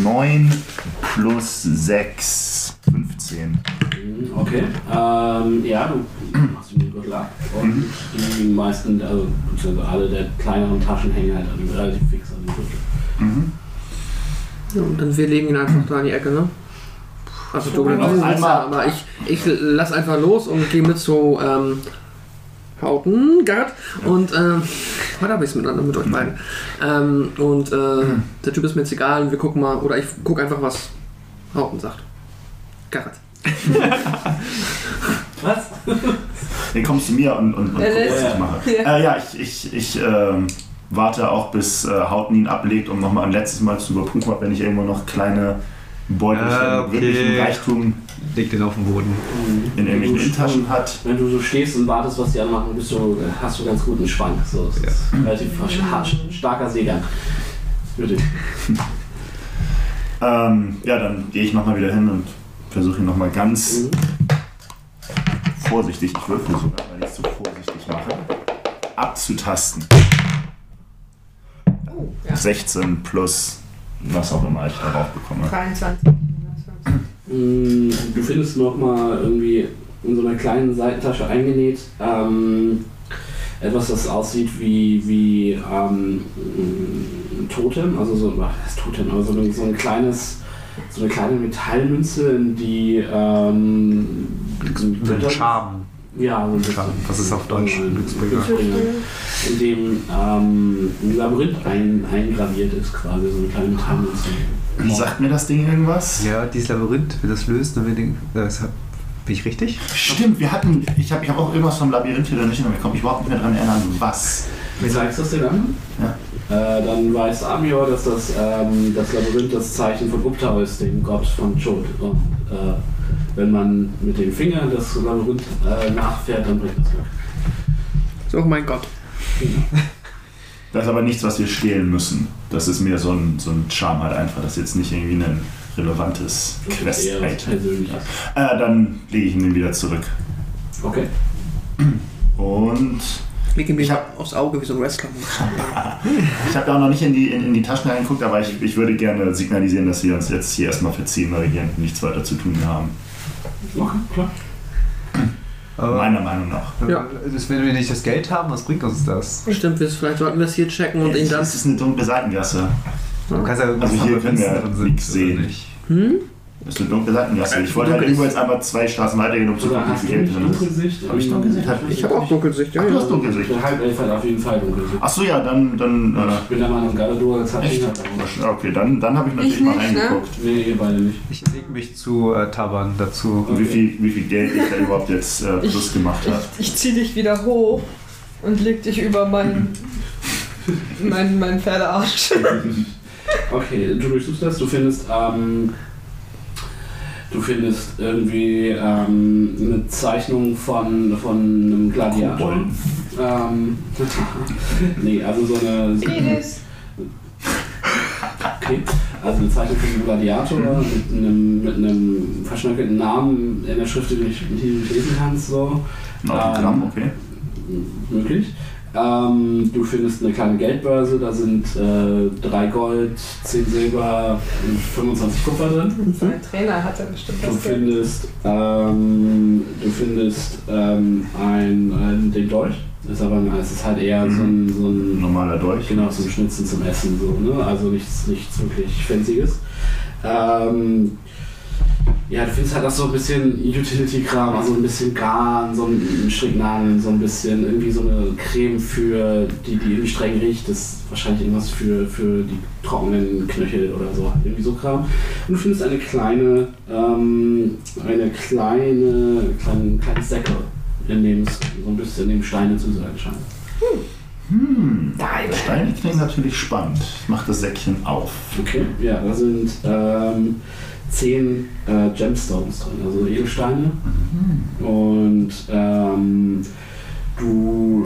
[SPEAKER 5] 9 plus 6, 15.
[SPEAKER 3] Mhm, Auch Okay. Ähm, ja, du machst den Gürtel ab und
[SPEAKER 5] Mhm.
[SPEAKER 3] die meisten, also beziehungsweise alle der kleineren Taschen hängen halt an, dem- relativ fix an dem Gürtel.
[SPEAKER 5] Mhm.
[SPEAKER 4] Ja, und dann wir legen ihn einfach da in die Ecke, ne? Also du
[SPEAKER 3] Ja,
[SPEAKER 4] oder
[SPEAKER 3] noch
[SPEAKER 4] noch
[SPEAKER 3] einmal.
[SPEAKER 4] aber ich, ich lass einfach los und gehe mit zu ähm, Hauten, Gerd und ähm, heute habe ich es miteinander mit euch beiden. Ähm, und äh,
[SPEAKER 5] Hm.
[SPEAKER 4] der Typ ist mir jetzt egal und wir gucken mal, oder ich gucke einfach, was Hauten sagt. Garrett.
[SPEAKER 3] Was?
[SPEAKER 5] Dann kommst du mir und, und, und
[SPEAKER 10] Er
[SPEAKER 5] guck, was
[SPEAKER 10] lässt-
[SPEAKER 5] ich mache.
[SPEAKER 10] Ja.
[SPEAKER 5] Ja, äh, ja ich, ich, ich ähm, warte auch, bis äh, Hauten ihn ablegt, um nochmal ein letztes Mal zu überprüfen, ob er nicht irgendwo noch kleine Beutelchen
[SPEAKER 8] Ah,
[SPEAKER 5] mit
[SPEAKER 8] okay.
[SPEAKER 5] wirklichem Reichtum
[SPEAKER 8] Leg den auf den Boden.
[SPEAKER 5] in irgendwelchen
[SPEAKER 3] Wenn du-
[SPEAKER 5] Innentaschen hat.
[SPEAKER 3] Wenn du so stehst und wartest, was die anmachen, bist du, hast du ganz guten Schwank. So, es ist relativ rasch- hart, starker Seegang. Bitte.
[SPEAKER 5] Ähm, ja, dann gehe ich nochmal wieder hin und versuche ihn nochmal ganz
[SPEAKER 3] Mhm.
[SPEAKER 5] vorsichtig, ich würfel sogar, weil ich es so vorsichtig mache, abzutasten. 16 plus was auch immer ich darauf bekomme.
[SPEAKER 6] 23.
[SPEAKER 3] Mm, Du findest noch mal irgendwie in so einer kleinen Seitentasche eingenäht ähm, etwas, das aussieht wie, wie ähm, ein Totem, also so, ach, das Totem, aber so ein, so ein kleines, so eine kleine Metallmünze, in die ähm, Götter-
[SPEAKER 8] Charme.
[SPEAKER 3] Ja, so ein bisschen.
[SPEAKER 8] Charme. Was ist auf Deutsch? Glücksbringer.
[SPEAKER 3] Glücksbringer. In dem ähm, ein Labyrinth ein, eingraviert ist, quasi so eine kleine Metallmünze.
[SPEAKER 5] Sagt mir das Ding irgendwas?
[SPEAKER 8] Ja, dieses Labyrinth, wenn das löst, dann wird den, das, hab- bin ich richtig?
[SPEAKER 5] Stimmt, wir hatten, ich habe ich hab auch irgendwas vom Labyrinth hier drin nicht erinnert, ich kann mich überhaupt nicht mehr daran erinnern, was.
[SPEAKER 3] Wie zeigst du es den an?
[SPEAKER 5] Ja.
[SPEAKER 3] Äh, dann weiß Amior, dass das, ähm, das Labyrinth das Zeichen von Upta ist, dem Gott von Chod. Und äh, wenn man mit dem Finger das Labyrinth äh, nachfährt, dann bringt das Glück.
[SPEAKER 4] So, oh mein Gott.
[SPEAKER 5] Das ist aber nichts, was wir stehlen müssen. Das ist mir so ein, so ein Charme halt einfach, das ist jetzt nicht irgendwie ein relevantes
[SPEAKER 3] Das ist eher was
[SPEAKER 5] Quest-Item.
[SPEAKER 3] Persönliches.
[SPEAKER 5] Äh, dann lege ich ihn wieder zurück.
[SPEAKER 3] Okay.
[SPEAKER 5] Und *laughs*
[SPEAKER 4] Wir gehen
[SPEAKER 5] Ich
[SPEAKER 4] mir
[SPEAKER 5] hab-
[SPEAKER 4] aufs Auge wie so ein Wrestler.
[SPEAKER 5] ich habe da auch noch nicht in die, in, in die Taschen reingeguckt, aber ich, ich würde gerne signalisieren, dass wir uns jetzt hier erstmal verziehen, weil wir hier nichts weiter zu tun haben.
[SPEAKER 3] Okay, klar.
[SPEAKER 8] Aber,
[SPEAKER 5] Meiner Meinung nach.
[SPEAKER 4] Ja.
[SPEAKER 8] das, wenn wir nicht das Geld haben, was bringt uns das?
[SPEAKER 4] Stimmt, wir, vielleicht sollten wir es hier checken und ihn dann.
[SPEAKER 5] das ist eine dunkle Seitengasse.
[SPEAKER 8] Du kannst ja
[SPEAKER 5] Also hier können wir nichts sehen.
[SPEAKER 4] Hm?
[SPEAKER 5] Das ist eine dunkle Seitengasse. Ich wollte halt irgendwo jetzt einmal zwei Straßen weitergehen, um zu
[SPEAKER 3] Oder
[SPEAKER 5] gucken, wie
[SPEAKER 3] hast du
[SPEAKER 5] viel Geld
[SPEAKER 3] nicht Ähm,
[SPEAKER 5] drin ist.
[SPEAKER 3] Dunkelsicht?
[SPEAKER 5] Hab ich Dunkelsicht? Hab ich-
[SPEAKER 4] Ich habe auch Dunkelsicht, ja.
[SPEAKER 5] Ach, du hast
[SPEAKER 4] ja.
[SPEAKER 5] Dunkelsicht.
[SPEAKER 3] Der Halbelf hat auf jeden Fall Dunkelsicht.
[SPEAKER 5] Achso, ja, dann. dann
[SPEAKER 3] Ich bin der Meinung, Galadur als
[SPEAKER 5] äh,
[SPEAKER 3] hat
[SPEAKER 5] echt?
[SPEAKER 3] ihn halt
[SPEAKER 5] Okay, dann, dann habe ich natürlich
[SPEAKER 10] Ich
[SPEAKER 5] mal
[SPEAKER 10] nicht, ne?
[SPEAKER 5] reingeguckt.
[SPEAKER 3] Nee, ihr beide nicht.
[SPEAKER 8] Ich leg mich zu äh, Taban dazu.
[SPEAKER 5] Wie viel, wie viel Geld ich da überhaupt jetzt äh,
[SPEAKER 10] Ich-
[SPEAKER 5] plus gemacht habe.
[SPEAKER 10] Ich, ich zieh dich wieder hoch und leg dich über
[SPEAKER 5] *laughs*
[SPEAKER 10] meinen. meinen, meinen Pferdearsch.
[SPEAKER 3] Okay, du durchsuchst das, du findest, ähm, du findest irgendwie ähm, eine Zeichnung von, von einem Gladiator.
[SPEAKER 5] Kobold.
[SPEAKER 3] Ähm, *laughs* nee, also so eine. so-
[SPEAKER 10] Penis.
[SPEAKER 3] Okay, also eine Zeichnung von einem Gladiator mit einem, mit einem verschnörkelten Namen in der Schrift, die du nicht, die du nicht lesen kannst, so.
[SPEAKER 5] Ein Autogramm,
[SPEAKER 3] Ähm,
[SPEAKER 5] okay.
[SPEAKER 3] möglich. Ähm, du findest eine kleine Geldbörse, da sind äh, 3 Gold, 10 Silber und 25 Kupfer drin.
[SPEAKER 6] Mein Trainer hatte bestimmt
[SPEAKER 3] Du
[SPEAKER 6] das Geld.
[SPEAKER 3] findest, ähm, du findest ähm, ein, äh, den Dolch. Ist aber es ist halt eher so ein, so
[SPEAKER 5] Ein
[SPEAKER 3] ein
[SPEAKER 5] normaler Dolch.
[SPEAKER 3] Genau, zum Schnitzen, zum Essen, so, ne? Also nichts, nichts wirklich Fancyes. Ähm, ja, du findest halt auch so ein bisschen Utility-Kram, also ein bisschen Garn, so ein Stricknadeln, so ein bisschen irgendwie so eine Creme für die, die irgendwie streng riecht, das ist wahrscheinlich irgendwas für, für die trockenen Knöchel oder so, irgendwie so Kram. Und du findest eine kleine, ähm, eine kleine, kleinen, kleinen Säckel, in dem es so ein bisschen, in dem Steine zu sein scheinen.
[SPEAKER 5] Hm. Steine klingen natürlich spannend. Ich mache das Säckchen auf.
[SPEAKER 3] Okay, ja, da sind ähm, zehn äh, Gemstones drin, also Edelsteine.
[SPEAKER 10] Mhm.
[SPEAKER 3] Und ähm, du,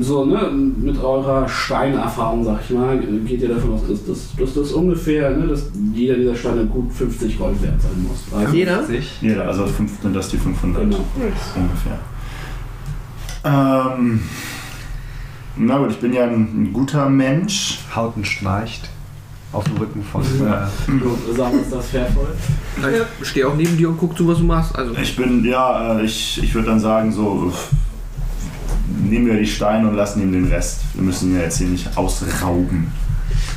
[SPEAKER 3] so, ne, mit eurer Steinerfahrung, sag ich mal, geht ihr davon aus, dass das, dass das ungefähr, ne, dass jeder dieser Steine gut 50 Gold wert sein muss. Also,
[SPEAKER 4] Jeder?
[SPEAKER 8] Sich.
[SPEAKER 5] Ja, also fünf, dann das die 500
[SPEAKER 3] Genau.
[SPEAKER 5] ungefähr. Ähm, na gut, ich bin ja ein, ein guter Mensch.
[SPEAKER 8] Hauten schnarcht.
[SPEAKER 18] auf dem Rücken von.
[SPEAKER 3] Äh, Sagen ist das fairvoll.
[SPEAKER 6] *laughs*
[SPEAKER 4] Ich stehe auch neben dir und guck zu, was du machst. Also.
[SPEAKER 5] Ich bin, ja, äh, ich, ich würde dann sagen, so. pff, Nehmen wir die Steine und lassen ihm den Rest. Wir müssen ihn ja jetzt hier nicht ausrauben.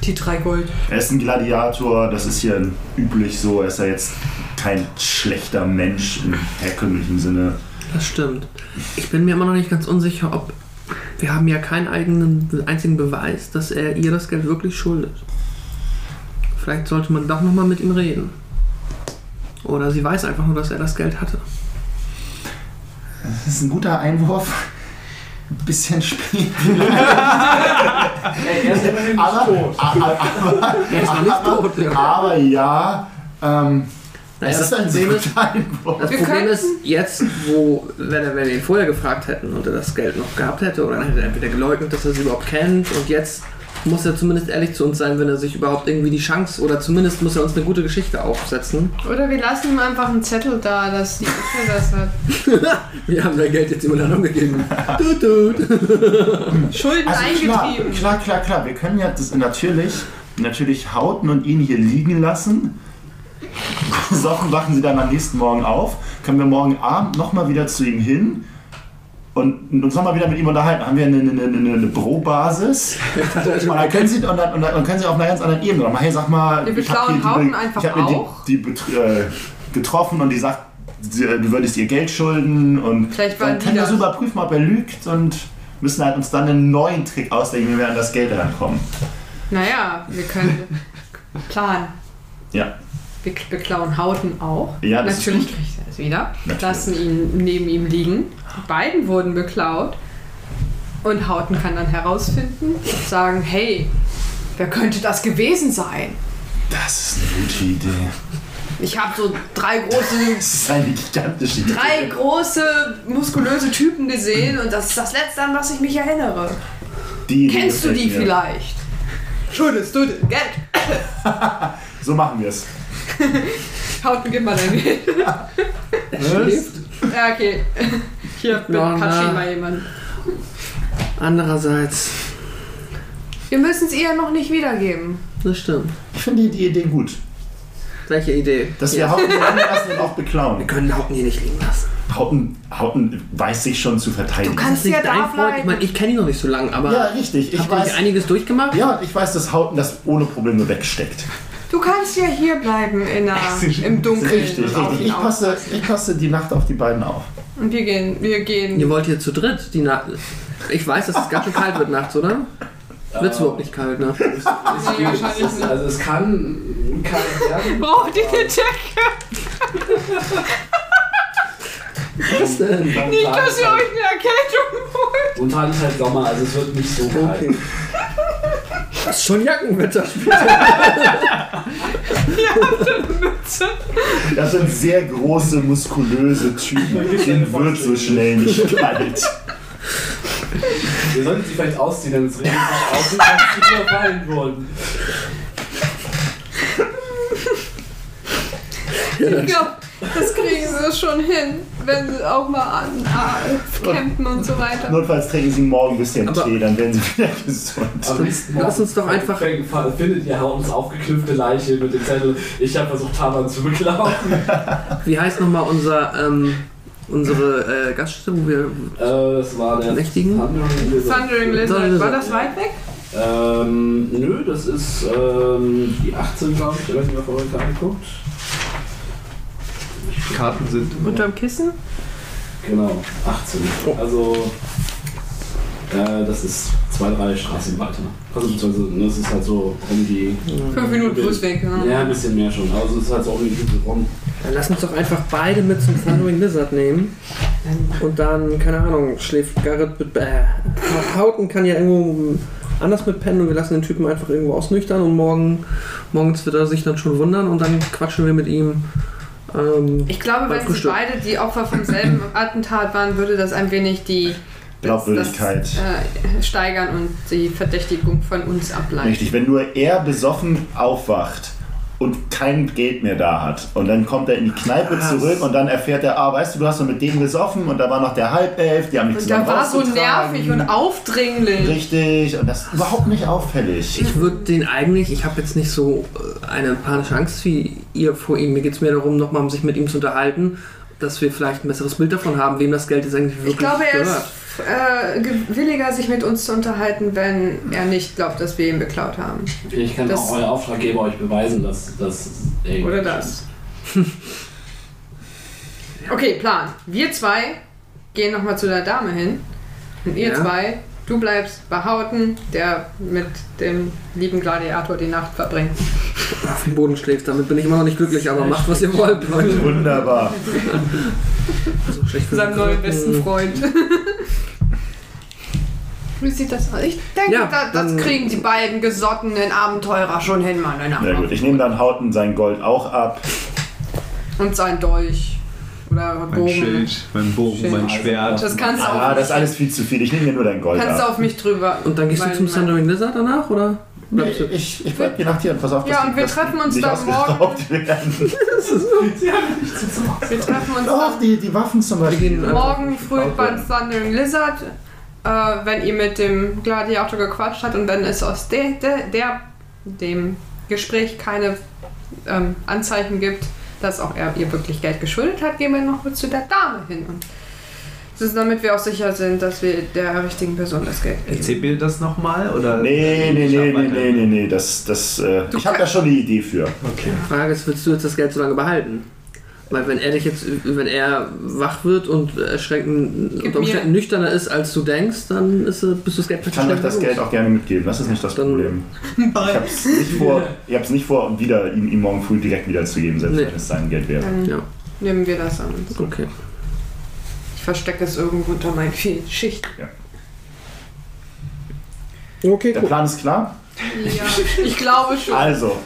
[SPEAKER 10] Die drei Gold.
[SPEAKER 5] Er ist ein Gladiator, das ist hier üblich so. Er ist ja jetzt kein schlechter Mensch im herkömmlichen Sinne.
[SPEAKER 4] Das stimmt. Ich bin mir immer noch nicht ganz unsicher, ob. Wir haben ja keinen eigenen, einzigen Beweis, dass er ihr das Geld wirklich schuldet. Vielleicht sollte man doch nochmal mit ihm reden. Oder sie weiß einfach nur, dass er das Geld hatte.
[SPEAKER 18] Das ist ein guter Einwurf. Ein bisschen spät.
[SPEAKER 4] *laughs*
[SPEAKER 18] aber, aber, aber,
[SPEAKER 4] Er ist
[SPEAKER 5] *laughs*
[SPEAKER 4] noch nicht tot, ja.
[SPEAKER 18] aber ja, ähm,
[SPEAKER 4] Naja,
[SPEAKER 18] es
[SPEAKER 4] das
[SPEAKER 18] ist ein sehr
[SPEAKER 4] Problem ist-
[SPEAKER 18] guter Einwurf.
[SPEAKER 4] Das Problem ist, jetzt, wo, wenn, er- wenn wir ihn vorher gefragt hätten und er das Geld noch gehabt hätte, oder dann hätte er entweder geleugnet, dass er sie überhaupt kennt, und jetzt muss er zumindest ehrlich zu uns sein, wenn er sich überhaupt irgendwie die Chance, oder zumindest muss er uns eine gute Geschichte aufsetzen.
[SPEAKER 6] Oder wir lassen ihm einfach einen Zettel da, dass die Ecke das hat.
[SPEAKER 4] Wir haben dein Geld jetzt jemand
[SPEAKER 5] *laughs*
[SPEAKER 4] anderem gegeben. Tut, tut.
[SPEAKER 5] Also,
[SPEAKER 6] Schulden
[SPEAKER 5] klar,
[SPEAKER 6] eingetrieben.
[SPEAKER 5] klar, klar, klar. Wir können ja das natürlich, natürlich hauten und ihn hier liegen lassen. *laughs* Socken wachen sie dann am nächsten Morgen auf. Können wir morgen Abend nochmal wieder zu ihm hin und uns nochmal wieder mit ihm unterhalten. Haben wir eine, eine, eine, eine Pro-Basis.
[SPEAKER 4] Also,
[SPEAKER 5] und, dann können sie, und, dann, und dann können sie auf einer ganz anderen Ebene nochmal, hey, sag mal,
[SPEAKER 6] Ja, wir
[SPEAKER 5] ich hab
[SPEAKER 6] klauen
[SPEAKER 5] hier
[SPEAKER 6] Hauten
[SPEAKER 5] die,
[SPEAKER 6] einfach
[SPEAKER 5] ich hab mir
[SPEAKER 6] auch.
[SPEAKER 5] die, die bet- äh, getroffen und die sagt, sie- du würdest ihr Geld schulden und
[SPEAKER 6] Vielleicht waren
[SPEAKER 5] dann
[SPEAKER 6] die
[SPEAKER 5] können wir
[SPEAKER 6] das.
[SPEAKER 5] so überprüfen, ob er lügt und müssen halt uns dann einen neuen Trick ausdenken, wie wir an das Geld rankommen.
[SPEAKER 6] Naja,
[SPEAKER 5] *laughs*
[SPEAKER 6] wir können planen.
[SPEAKER 5] Ja.
[SPEAKER 6] Wir, wir klauen Hauten auch.
[SPEAKER 5] Ja, das ist
[SPEAKER 6] Natürlich
[SPEAKER 5] gut.
[SPEAKER 6] kriegt er es wieder.
[SPEAKER 5] Natürlich.
[SPEAKER 6] Lassen ihn neben ihm liegen. Die beiden wurden beklaut. Und Hauten kann dann herausfinden und sagen, hey, wer könnte das gewesen sein?
[SPEAKER 5] Das ist eine gute Idee.
[SPEAKER 6] Ich habe so drei große,
[SPEAKER 5] Das ist eine gigantische Idee.
[SPEAKER 6] drei große muskulöse Typen gesehen und das ist das Letzte, an was ich mich erinnere.
[SPEAKER 5] Die Idee
[SPEAKER 6] Kennst du
[SPEAKER 5] gefällt
[SPEAKER 6] die
[SPEAKER 5] mir.
[SPEAKER 6] vielleicht? Schuldest du denn Geld?
[SPEAKER 5] So machen wir es.
[SPEAKER 6] Hauten, gib mal dein Geld.
[SPEAKER 4] schläft.
[SPEAKER 6] Ja, okay. Hier, patsche
[SPEAKER 4] Na, na.
[SPEAKER 6] mal jemanden.
[SPEAKER 4] Andererseits,
[SPEAKER 6] Wir müssen es ihr noch nicht wiedergeben.
[SPEAKER 4] das stimmt.
[SPEAKER 5] Ich finde die Idee gut.
[SPEAKER 4] Welche Idee?
[SPEAKER 5] Dass
[SPEAKER 6] *laughs*
[SPEAKER 5] wir Hauten hier liegen lassen und auch beklauen.
[SPEAKER 4] Wir können Hauten hier nicht liegen lassen.
[SPEAKER 5] Hauten, Hauten weiß sich schon zu verteidigen.
[SPEAKER 4] Das
[SPEAKER 6] kannst-
[SPEAKER 4] ist
[SPEAKER 6] ja
[SPEAKER 4] nicht dein
[SPEAKER 6] da
[SPEAKER 4] Freund. Ich
[SPEAKER 6] bleiben.
[SPEAKER 4] meine, ich kenne ihn noch nicht so lange, aber
[SPEAKER 5] ja, richtig. Ich
[SPEAKER 4] habt ihr nicht
[SPEAKER 5] weiß,
[SPEAKER 4] einiges durchgemacht?
[SPEAKER 5] ja, ich weiß, dass Hauten das ohne Probleme wegsteckt.
[SPEAKER 6] Du kannst ja hier bleiben
[SPEAKER 5] *laughs*
[SPEAKER 6] in der, im Dunkeln.
[SPEAKER 5] Richtig,
[SPEAKER 6] und auf
[SPEAKER 5] richtig.
[SPEAKER 6] ihn
[SPEAKER 5] Ich
[SPEAKER 6] auf-
[SPEAKER 5] passe, ich passe die Nacht auf die beiden auf.
[SPEAKER 6] Und wir gehen, wir
[SPEAKER 4] Ihr
[SPEAKER 6] gehen.
[SPEAKER 4] wollt hier zu dritt die Nacht. Ich weiß, dass es ganz schön kalt wird nachts, oder? Wird es überhaupt nicht
[SPEAKER 5] *laughs*
[SPEAKER 4] kalt, ne?
[SPEAKER 6] Nee, wahrscheinlich nicht.
[SPEAKER 3] Also es kann, kann ähm, werden.
[SPEAKER 6] Braucht ihr eine Decke?
[SPEAKER 3] *laughs*
[SPEAKER 4] Was denn?
[SPEAKER 6] Nicht, dass ihr euch eine Erkältung holt.
[SPEAKER 3] Momentan ist halt Sommer, also es wird nicht so kalt.
[SPEAKER 4] Okay. Das ist schon Jackenwetter.
[SPEAKER 5] Das sind sehr große, muskulöse Typen. Den wird so schnell nicht kalt.
[SPEAKER 3] Wir sollten sie vielleicht ausziehen, denn es regnet auch aus und dann sind sie überfallen worden.
[SPEAKER 6] Ich glaube, das kriegen sie schon hin, wenn sie auch mal an ah, campen und so weiter.
[SPEAKER 5] Notfalls trinken sie morgen ein bisschen
[SPEAKER 4] Aber-
[SPEAKER 5] Tee, dann werden sie wieder gesund.
[SPEAKER 3] Am nächsten
[SPEAKER 4] Lass uns doch
[SPEAKER 3] Morgen
[SPEAKER 4] einfach-
[SPEAKER 3] fängt- Findet ihr uns aufgeknüpfte Leiche mit dem Zettel, ich habe versucht, Taban zu beklauen.
[SPEAKER 4] Wie heißt nochmal unser, ähm, unsere äh, Gaststätte, wo wir.
[SPEAKER 3] äh, das war der
[SPEAKER 4] Nächtigen?
[SPEAKER 3] Thundering Lizard.
[SPEAKER 6] Thundering Lizard, war das weit weg?
[SPEAKER 3] Ähm, nö, das ist ähm, die 18, glaube ich. Ich weiß nicht, ob ihr euch da angeguckt.
[SPEAKER 8] äh,
[SPEAKER 7] Karten sind.
[SPEAKER 6] Unterm Kissen?
[SPEAKER 3] Genau, 18. Also, äh, das ist zwei, drei Straßen weiter. Also, beziehungsweise, ne, das ist halt so um die.
[SPEAKER 6] Fünf Minuten Fußweg, ja.
[SPEAKER 3] Ja, ein bisschen mehr schon. Also, es ist halt so um die Hügel rum.
[SPEAKER 4] Dann lass uns doch einfach beide mit zum Thundering Lizard nehmen. Und dann, keine Ahnung, schläft Garrett mit. Äh, Hauten kann ja irgendwo anders mit pennen und wir lassen den Typen einfach irgendwo ausnüchtern und morgen, morgens wird er sich dann schon wundern und dann quatschen wir mit ihm. Ähm,
[SPEAKER 6] Ich glaube,
[SPEAKER 4] Beim
[SPEAKER 6] wenn sie
[SPEAKER 4] Frühstück.
[SPEAKER 6] beide die Opfer vom selben Attentat waren, würde das ein wenig die
[SPEAKER 5] Glaubwürdigkeit.
[SPEAKER 6] das, äh, steigern und die Verdächtigung von uns ableiten.
[SPEAKER 5] Richtig, wenn nur er besoffen aufwacht und kein Geld mehr da hat. Und dann kommt er in die Kneipe zurück und dann erfährt er, ah, weißt du, du hast doch mit dem gesoffen und da war noch der Halbelf, die haben mich
[SPEAKER 6] Und
[SPEAKER 5] zusammen
[SPEAKER 6] da war so
[SPEAKER 5] rausgetragen.
[SPEAKER 6] nervig und aufdringlich.
[SPEAKER 5] Richtig, und das ist überhaupt nicht auffällig.
[SPEAKER 4] Ich würde den eigentlich, ich habe jetzt nicht so äh, eine panische Angst wie ihr vor ihm. Mir geht es mehr darum, nochmal sich mit ihm zu unterhalten, dass wir vielleicht ein besseres Bild davon haben, wem das Geld jetzt eigentlich wirklich
[SPEAKER 6] Ich glaube, er
[SPEAKER 4] gehört.
[SPEAKER 6] ist äh, ge- williger, sich mit uns zu unterhalten, wenn er nicht glaubt, dass wir ihn beklaut haben.
[SPEAKER 3] Ich kann
[SPEAKER 6] Das-
[SPEAKER 3] auch euer Auftraggeber euch beweisen, dass das.
[SPEAKER 6] Oder das. Okay, Plan. Wir zwei gehen nochmal zu der Dame hin. Und ihr
[SPEAKER 4] Ja.
[SPEAKER 6] zwei, du bleibst bei Hauten, der mit dem lieben Gladiator die Nacht verbringt.
[SPEAKER 4] auf dem Boden schläft. Damit bin ich immer noch nicht glücklich, aber macht, was ihr wollt, Leute.
[SPEAKER 5] Wunderbar.
[SPEAKER 4] So Also schlecht für
[SPEAKER 6] Seinem
[SPEAKER 4] den
[SPEAKER 6] neuen
[SPEAKER 4] Knochen.
[SPEAKER 6] besten Freund. *laughs* Wie sieht das aus? Ich denke,
[SPEAKER 5] Ja,
[SPEAKER 6] da, das
[SPEAKER 5] dann-
[SPEAKER 6] kriegen die beiden gesottenen Abenteurer schon hin, meine
[SPEAKER 5] Na
[SPEAKER 6] Nachbarn.
[SPEAKER 5] gut, ich nehme dann Hauten sein Gold auch ab.
[SPEAKER 6] Und sein Dolch. Oder Bogen.
[SPEAKER 5] Mein Schild,
[SPEAKER 19] mein Bogen,
[SPEAKER 6] Schild.
[SPEAKER 3] Also,
[SPEAKER 6] mein Schwert. Das kannst du
[SPEAKER 5] ah,
[SPEAKER 6] auch
[SPEAKER 5] das ist alles viel zu viel. Ich nehme mir nur dein Gold
[SPEAKER 6] Kannst du
[SPEAKER 5] ab.
[SPEAKER 6] auf mich drüber.
[SPEAKER 4] Und dann gehst du
[SPEAKER 6] Mein-
[SPEAKER 4] zum Thundering Lizard danach, oder?
[SPEAKER 5] ich, ich bleib hier nach dir und pass auf,
[SPEAKER 6] Ja, und wir treffen uns
[SPEAKER 5] nicht
[SPEAKER 6] da morgen.
[SPEAKER 5] ausgeraubt werden.
[SPEAKER 6] *laughs* *laughs* Wir treffen
[SPEAKER 5] Oh,
[SPEAKER 6] uns
[SPEAKER 20] Doch, die, die Waffen zum Beispiel.
[SPEAKER 6] morgen früh bei Thundering Lizard, äh, wenn ihr mit dem Gladiator gequatscht habt und wenn es aus de, de, der, dem Gespräch keine ähm, Anzeichen gibt, dass auch er ihr wirklich Geld geschuldet hat, gehen wir noch zu der Dame hin. Und das ist, damit wir auch sicher sind, dass wir der richtigen Person das Geld geben.
[SPEAKER 8] Erzähl mir das nochmal oder.
[SPEAKER 5] Nee, nee, nee, nee, nee, nee, nee, das, das, äh, ich habe da schon eine Idee für.
[SPEAKER 4] Die Frage ist, willst du jetzt das Geld so lange behalten? Weil wenn er dich jetzt, wenn er wach wird und erschreckend unter Umständen nüchterner ist, als du denkst, dann ist, er- bist du das Geld
[SPEAKER 5] Ich kann euch das Geld auch gerne mitgeben, das ist nicht das
[SPEAKER 6] *laughs*
[SPEAKER 5] Problem. Ich hab's nicht vor, ich hab's nicht vor, wieder ihm, ihm morgen früh direkt wiederzugeben, selbst
[SPEAKER 6] Nee.
[SPEAKER 5] wenn es sein Geld wäre.
[SPEAKER 6] Dann nehmen wir das an uns.
[SPEAKER 4] Okay.
[SPEAKER 6] Ich verstecke es irgendwo unter meinen vielen Schichten.
[SPEAKER 4] Okay,
[SPEAKER 5] Der Plan ist klar.
[SPEAKER 6] Ja, ich glaube schon.
[SPEAKER 5] Also,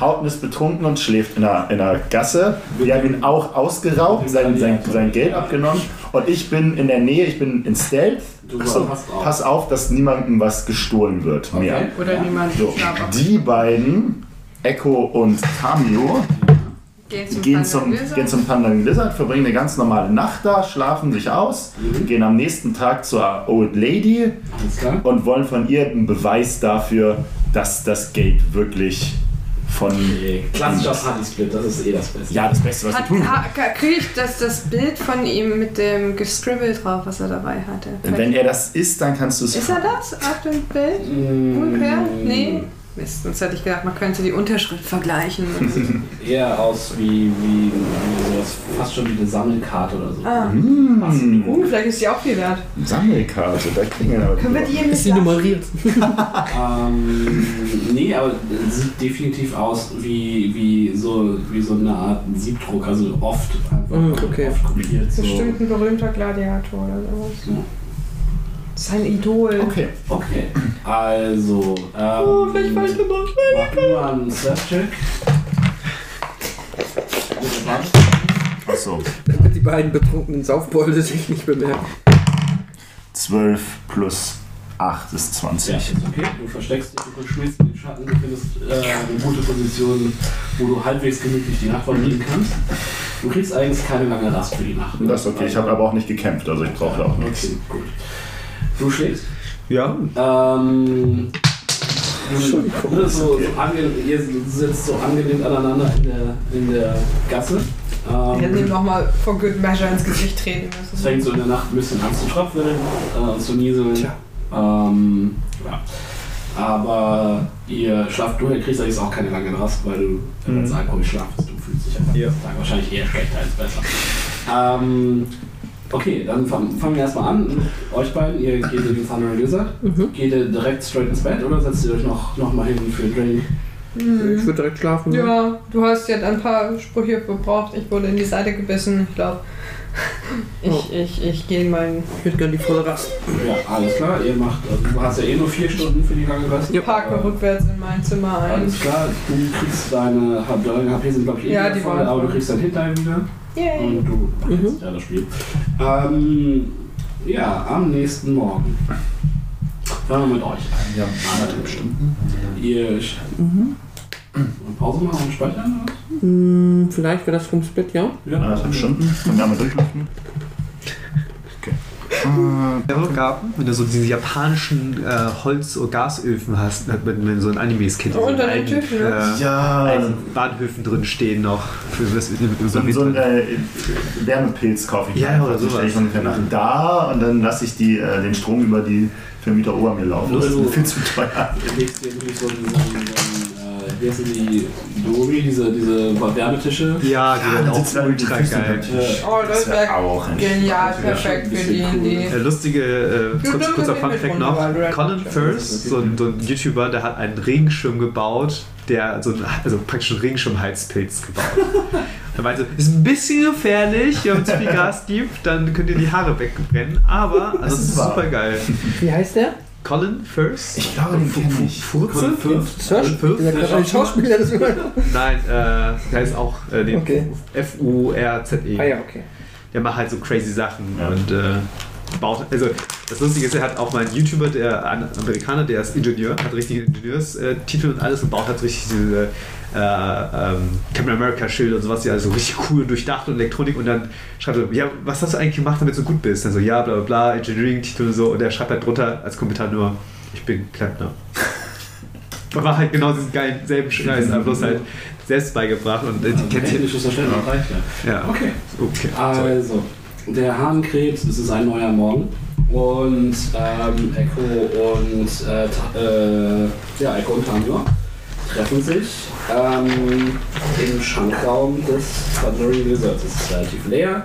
[SPEAKER 5] Haupten ist betrunken und schläft in einer, in einer Gasse. Wir haben ihn auch ausgeraubt, sein, sein, sein Geld abgenommen. Und ich bin in der Nähe, ich bin in Stealth.
[SPEAKER 3] Du
[SPEAKER 5] Achso,
[SPEAKER 3] passt auf.
[SPEAKER 5] pass auf, dass niemandem was gestohlen wird. Mehr.
[SPEAKER 6] Oder niemand.
[SPEAKER 5] So,
[SPEAKER 6] Aber-
[SPEAKER 5] die beiden, Echo und Cameo,
[SPEAKER 6] Gehen zum
[SPEAKER 5] gehen zum,
[SPEAKER 6] Thundering Lizard.
[SPEAKER 5] gehen zum Pandaren Lizard, verbringen eine ganz normale Nacht da, schlafen sich aus, gehen am nächsten Tag zur Old Lady und wollen von ihr einen Beweis dafür, dass das Gate wirklich von.
[SPEAKER 3] Klassischer Party-Split, das ist eh das Beste.
[SPEAKER 5] Ja, das Beste, was du
[SPEAKER 6] Hat,
[SPEAKER 5] tun
[SPEAKER 6] ha, kriege ich das, das Bild von ihm mit dem Gescribble drauf, was er dabei hatte?
[SPEAKER 5] kannst. Wenn er das ist, dann kannst du es.
[SPEAKER 6] Ist er das auf dem Bild? Ungefähr?
[SPEAKER 3] Mm,
[SPEAKER 6] Nee. Mist, sonst hätte ich gedacht, man könnte die Unterschrift vergleichen.
[SPEAKER 5] *laughs*
[SPEAKER 3] Eher aus wie, wie, wie sowas, fast schon wie eine Sammelkarte oder so.
[SPEAKER 6] ah. Uh, vielleicht ist die auch viel wert.
[SPEAKER 5] Hm, Sammelkarte, da klingeln aber.
[SPEAKER 6] Können wir die hier mit
[SPEAKER 4] nummeriert?
[SPEAKER 3] ähm, nee, aber es sieht definitiv aus wie, wie, so, wie so eine Art Siebdruck, also oft einfach
[SPEAKER 6] Mm,
[SPEAKER 3] oft kopiert. So.
[SPEAKER 6] Bestimmt ein berühmter Gladiator oder sowas.
[SPEAKER 3] Ja.
[SPEAKER 6] Sein Idol.
[SPEAKER 5] Okay.
[SPEAKER 3] Okay, also. Ähm,
[SPEAKER 6] Oh, vielleicht falsch gemacht.
[SPEAKER 3] Mach mal einen Self-Check. Bitte warte.
[SPEAKER 5] Achso,
[SPEAKER 4] Damit die beiden betrunkenen Saufbolde sich nicht bemerken.
[SPEAKER 5] 12 plus 8 ist 20.
[SPEAKER 3] Okay, du versteckst dich, du schmilzt in den Schatten, du findest äh, eine gute Position, wo du halbwegs gemütlich die Nacht verbringen kannst. Du kriegst eigentlich keine lange Rast für die Nacht.
[SPEAKER 5] Das ist okay, ich habe aber auch nicht gekämpft, also ich brauche auch nichts.
[SPEAKER 3] Okay, gut. Du schläfst.
[SPEAKER 19] Ja.
[SPEAKER 3] Ähm, ne, so, so ange ihr sitzt so angelehnt aneinander in der, in der Gasse.
[SPEAKER 6] Wir hätten ihm
[SPEAKER 3] Ähm,
[SPEAKER 6] nochmal for good measure ins Gesicht treten
[SPEAKER 3] es
[SPEAKER 6] müssen.
[SPEAKER 3] fängt so in der Nacht ein bisschen an zu tröpfeln, äh, und zu nieseln. Ähm, ja. Aber ihr schlaft durch, ihr kriegt allerdings auch keine lange Rast, weil du äh,
[SPEAKER 19] Mhm.
[SPEAKER 3] als Alkohol schlafst. Du fühlst dich am nächsten Tag wahrscheinlich eher schlechter als besser. Ähm, okay, dann fangen fangen wir erstmal an. Euch beiden, ihr geht in den Thunder Lizard. Geht ihr direkt straight ins Bett oder setzt ihr euch noch, noch mal hin für einen Drink?
[SPEAKER 4] Ich würde direkt schlafen.
[SPEAKER 6] Hm. Ja, du hast jetzt ein paar Sprüche verbraucht. Ich wurde in die Seite gebissen. Ich glaube, *laughs* ich, ich, ich gehe in meinen
[SPEAKER 4] Ich hätte gerne die volle Rast.
[SPEAKER 3] Ja, alles klar. Ihr macht, also du hast ja eh nur vier Stunden für die lange Rast.
[SPEAKER 6] Ich parke
[SPEAKER 3] Äh,
[SPEAKER 6] rückwärts in mein Zimmer ein.
[SPEAKER 3] Alles klar, du kriegst deine, deine HP sind glaube ich eh
[SPEAKER 6] Ja,
[SPEAKER 3] wieder
[SPEAKER 6] die
[SPEAKER 3] voll,
[SPEAKER 6] waren
[SPEAKER 3] aber du
[SPEAKER 6] voll.
[SPEAKER 3] kriegst dein Hintern wieder.
[SPEAKER 6] Yay.
[SPEAKER 3] Und du mhm. ja das Spiel. Ähm, ja, am nächsten Morgen.
[SPEAKER 4] Mhm.
[SPEAKER 3] Fangen wir mit euch an. Ja, anderthalb Stunden. Ihr sch- Und Pause machen und speichern?
[SPEAKER 4] Hm, vielleicht wäre das vom Split, ja?
[SPEAKER 3] Ja,
[SPEAKER 5] anderthalb Stunden. Können wir einmal durchlaufen? Äh,
[SPEAKER 8] Levelgarten, wenn du so diese japanischen äh, Holz- oder Gasöfen hast, hat man- wenn du so ein Animes kennt, die
[SPEAKER 21] Oh,
[SPEAKER 8] so in
[SPEAKER 21] unter den
[SPEAKER 8] alten,
[SPEAKER 21] Tüten, ne?
[SPEAKER 8] äh,
[SPEAKER 5] Ja.
[SPEAKER 8] alten Bahnhöfen drin stehen noch. Für was im, im
[SPEAKER 5] So, so einen äh, Wärmepilz kaufe ich.
[SPEAKER 8] Ja,
[SPEAKER 5] mir.
[SPEAKER 8] oder
[SPEAKER 5] Die
[SPEAKER 8] sowas.
[SPEAKER 5] stelle ich ungefähr nach da und dann lasse ich die, äh, den Strom über die Vermieter ober mir laufen. Das
[SPEAKER 8] Also,
[SPEAKER 5] ist viel zu teuer.
[SPEAKER 3] Du legst dir irgendwie so einen, so einen, so einen äh, wie heißen die, Dori, diese, diese Wärmetische?
[SPEAKER 8] Ja,
[SPEAKER 5] Also,
[SPEAKER 8] die werden auch ultra geil.
[SPEAKER 6] Oh, das wäre genial, perfekt für die Idee.
[SPEAKER 8] Äh, lustige, äh, kurz,
[SPEAKER 6] Dürfen
[SPEAKER 8] kurzer
[SPEAKER 6] wir
[SPEAKER 8] Fun
[SPEAKER 6] mit
[SPEAKER 8] Fact
[SPEAKER 6] Hund
[SPEAKER 8] noch:
[SPEAKER 6] überall Red
[SPEAKER 8] Colin
[SPEAKER 6] Bull
[SPEAKER 8] Firth, so ein, so ein YouTuber, der hat einen Regenschirm gebaut, der so einen, also praktisch einen Regenschirmheizpilz *laughs* gebaut. Er meinte, ist ein bisschen gefährlich, wenn man zu viel Gas gibt, dann könnt ihr die Haare wegbrennen, aber also das ist
[SPEAKER 4] wahr.
[SPEAKER 8] super geil.
[SPEAKER 4] Wie heißt der?
[SPEAKER 8] Colin Firth?
[SPEAKER 5] Ich glaube, den kenne ich.
[SPEAKER 8] Furze? Firth?
[SPEAKER 4] Der
[SPEAKER 8] der
[SPEAKER 4] ein Schauspieler, das
[SPEAKER 8] Nein, äh, der heißt auch äh, den
[SPEAKER 4] Okay.
[SPEAKER 8] F-U-R-Z-E.
[SPEAKER 4] Ah ja, okay.
[SPEAKER 8] E. Der macht halt so crazy Sachen und äh, baut. Also, das Lustige ist, er hat auch mal einen YouTuber, der ein Amerikaner, der ist Ingenieur, hat richtige Ingenieurstitel und alles und baut halt richtig diese äh, ähm, Captain America-Schilder und sowas, die also richtig cool und durchdacht und Elektronik und dann schreibt er, ja, was hast du eigentlich gemacht, damit du gut bist? Also, ja, bla bla bla, Engineering-Titel und so und er schreibt halt drunter als Kommentar nur, ich bin Klempner. *laughs* Und war halt genau diesen geilen selben Scheiß, aber bloß halt selbst beigebracht und äh, die kennt sich-
[SPEAKER 3] Technisch ist das schnell erreicht.
[SPEAKER 8] Ja.
[SPEAKER 3] Okay.
[SPEAKER 8] Okay. Ah.
[SPEAKER 3] Also, der Hahnkrebs, es ist ein neuer Morgen. Und ähm, Echo und äh, Ta- äh, ja, Echo und Tanjor treffen sich ähm, im Schankraum des Thundering Lizards. Es ist relativ leer.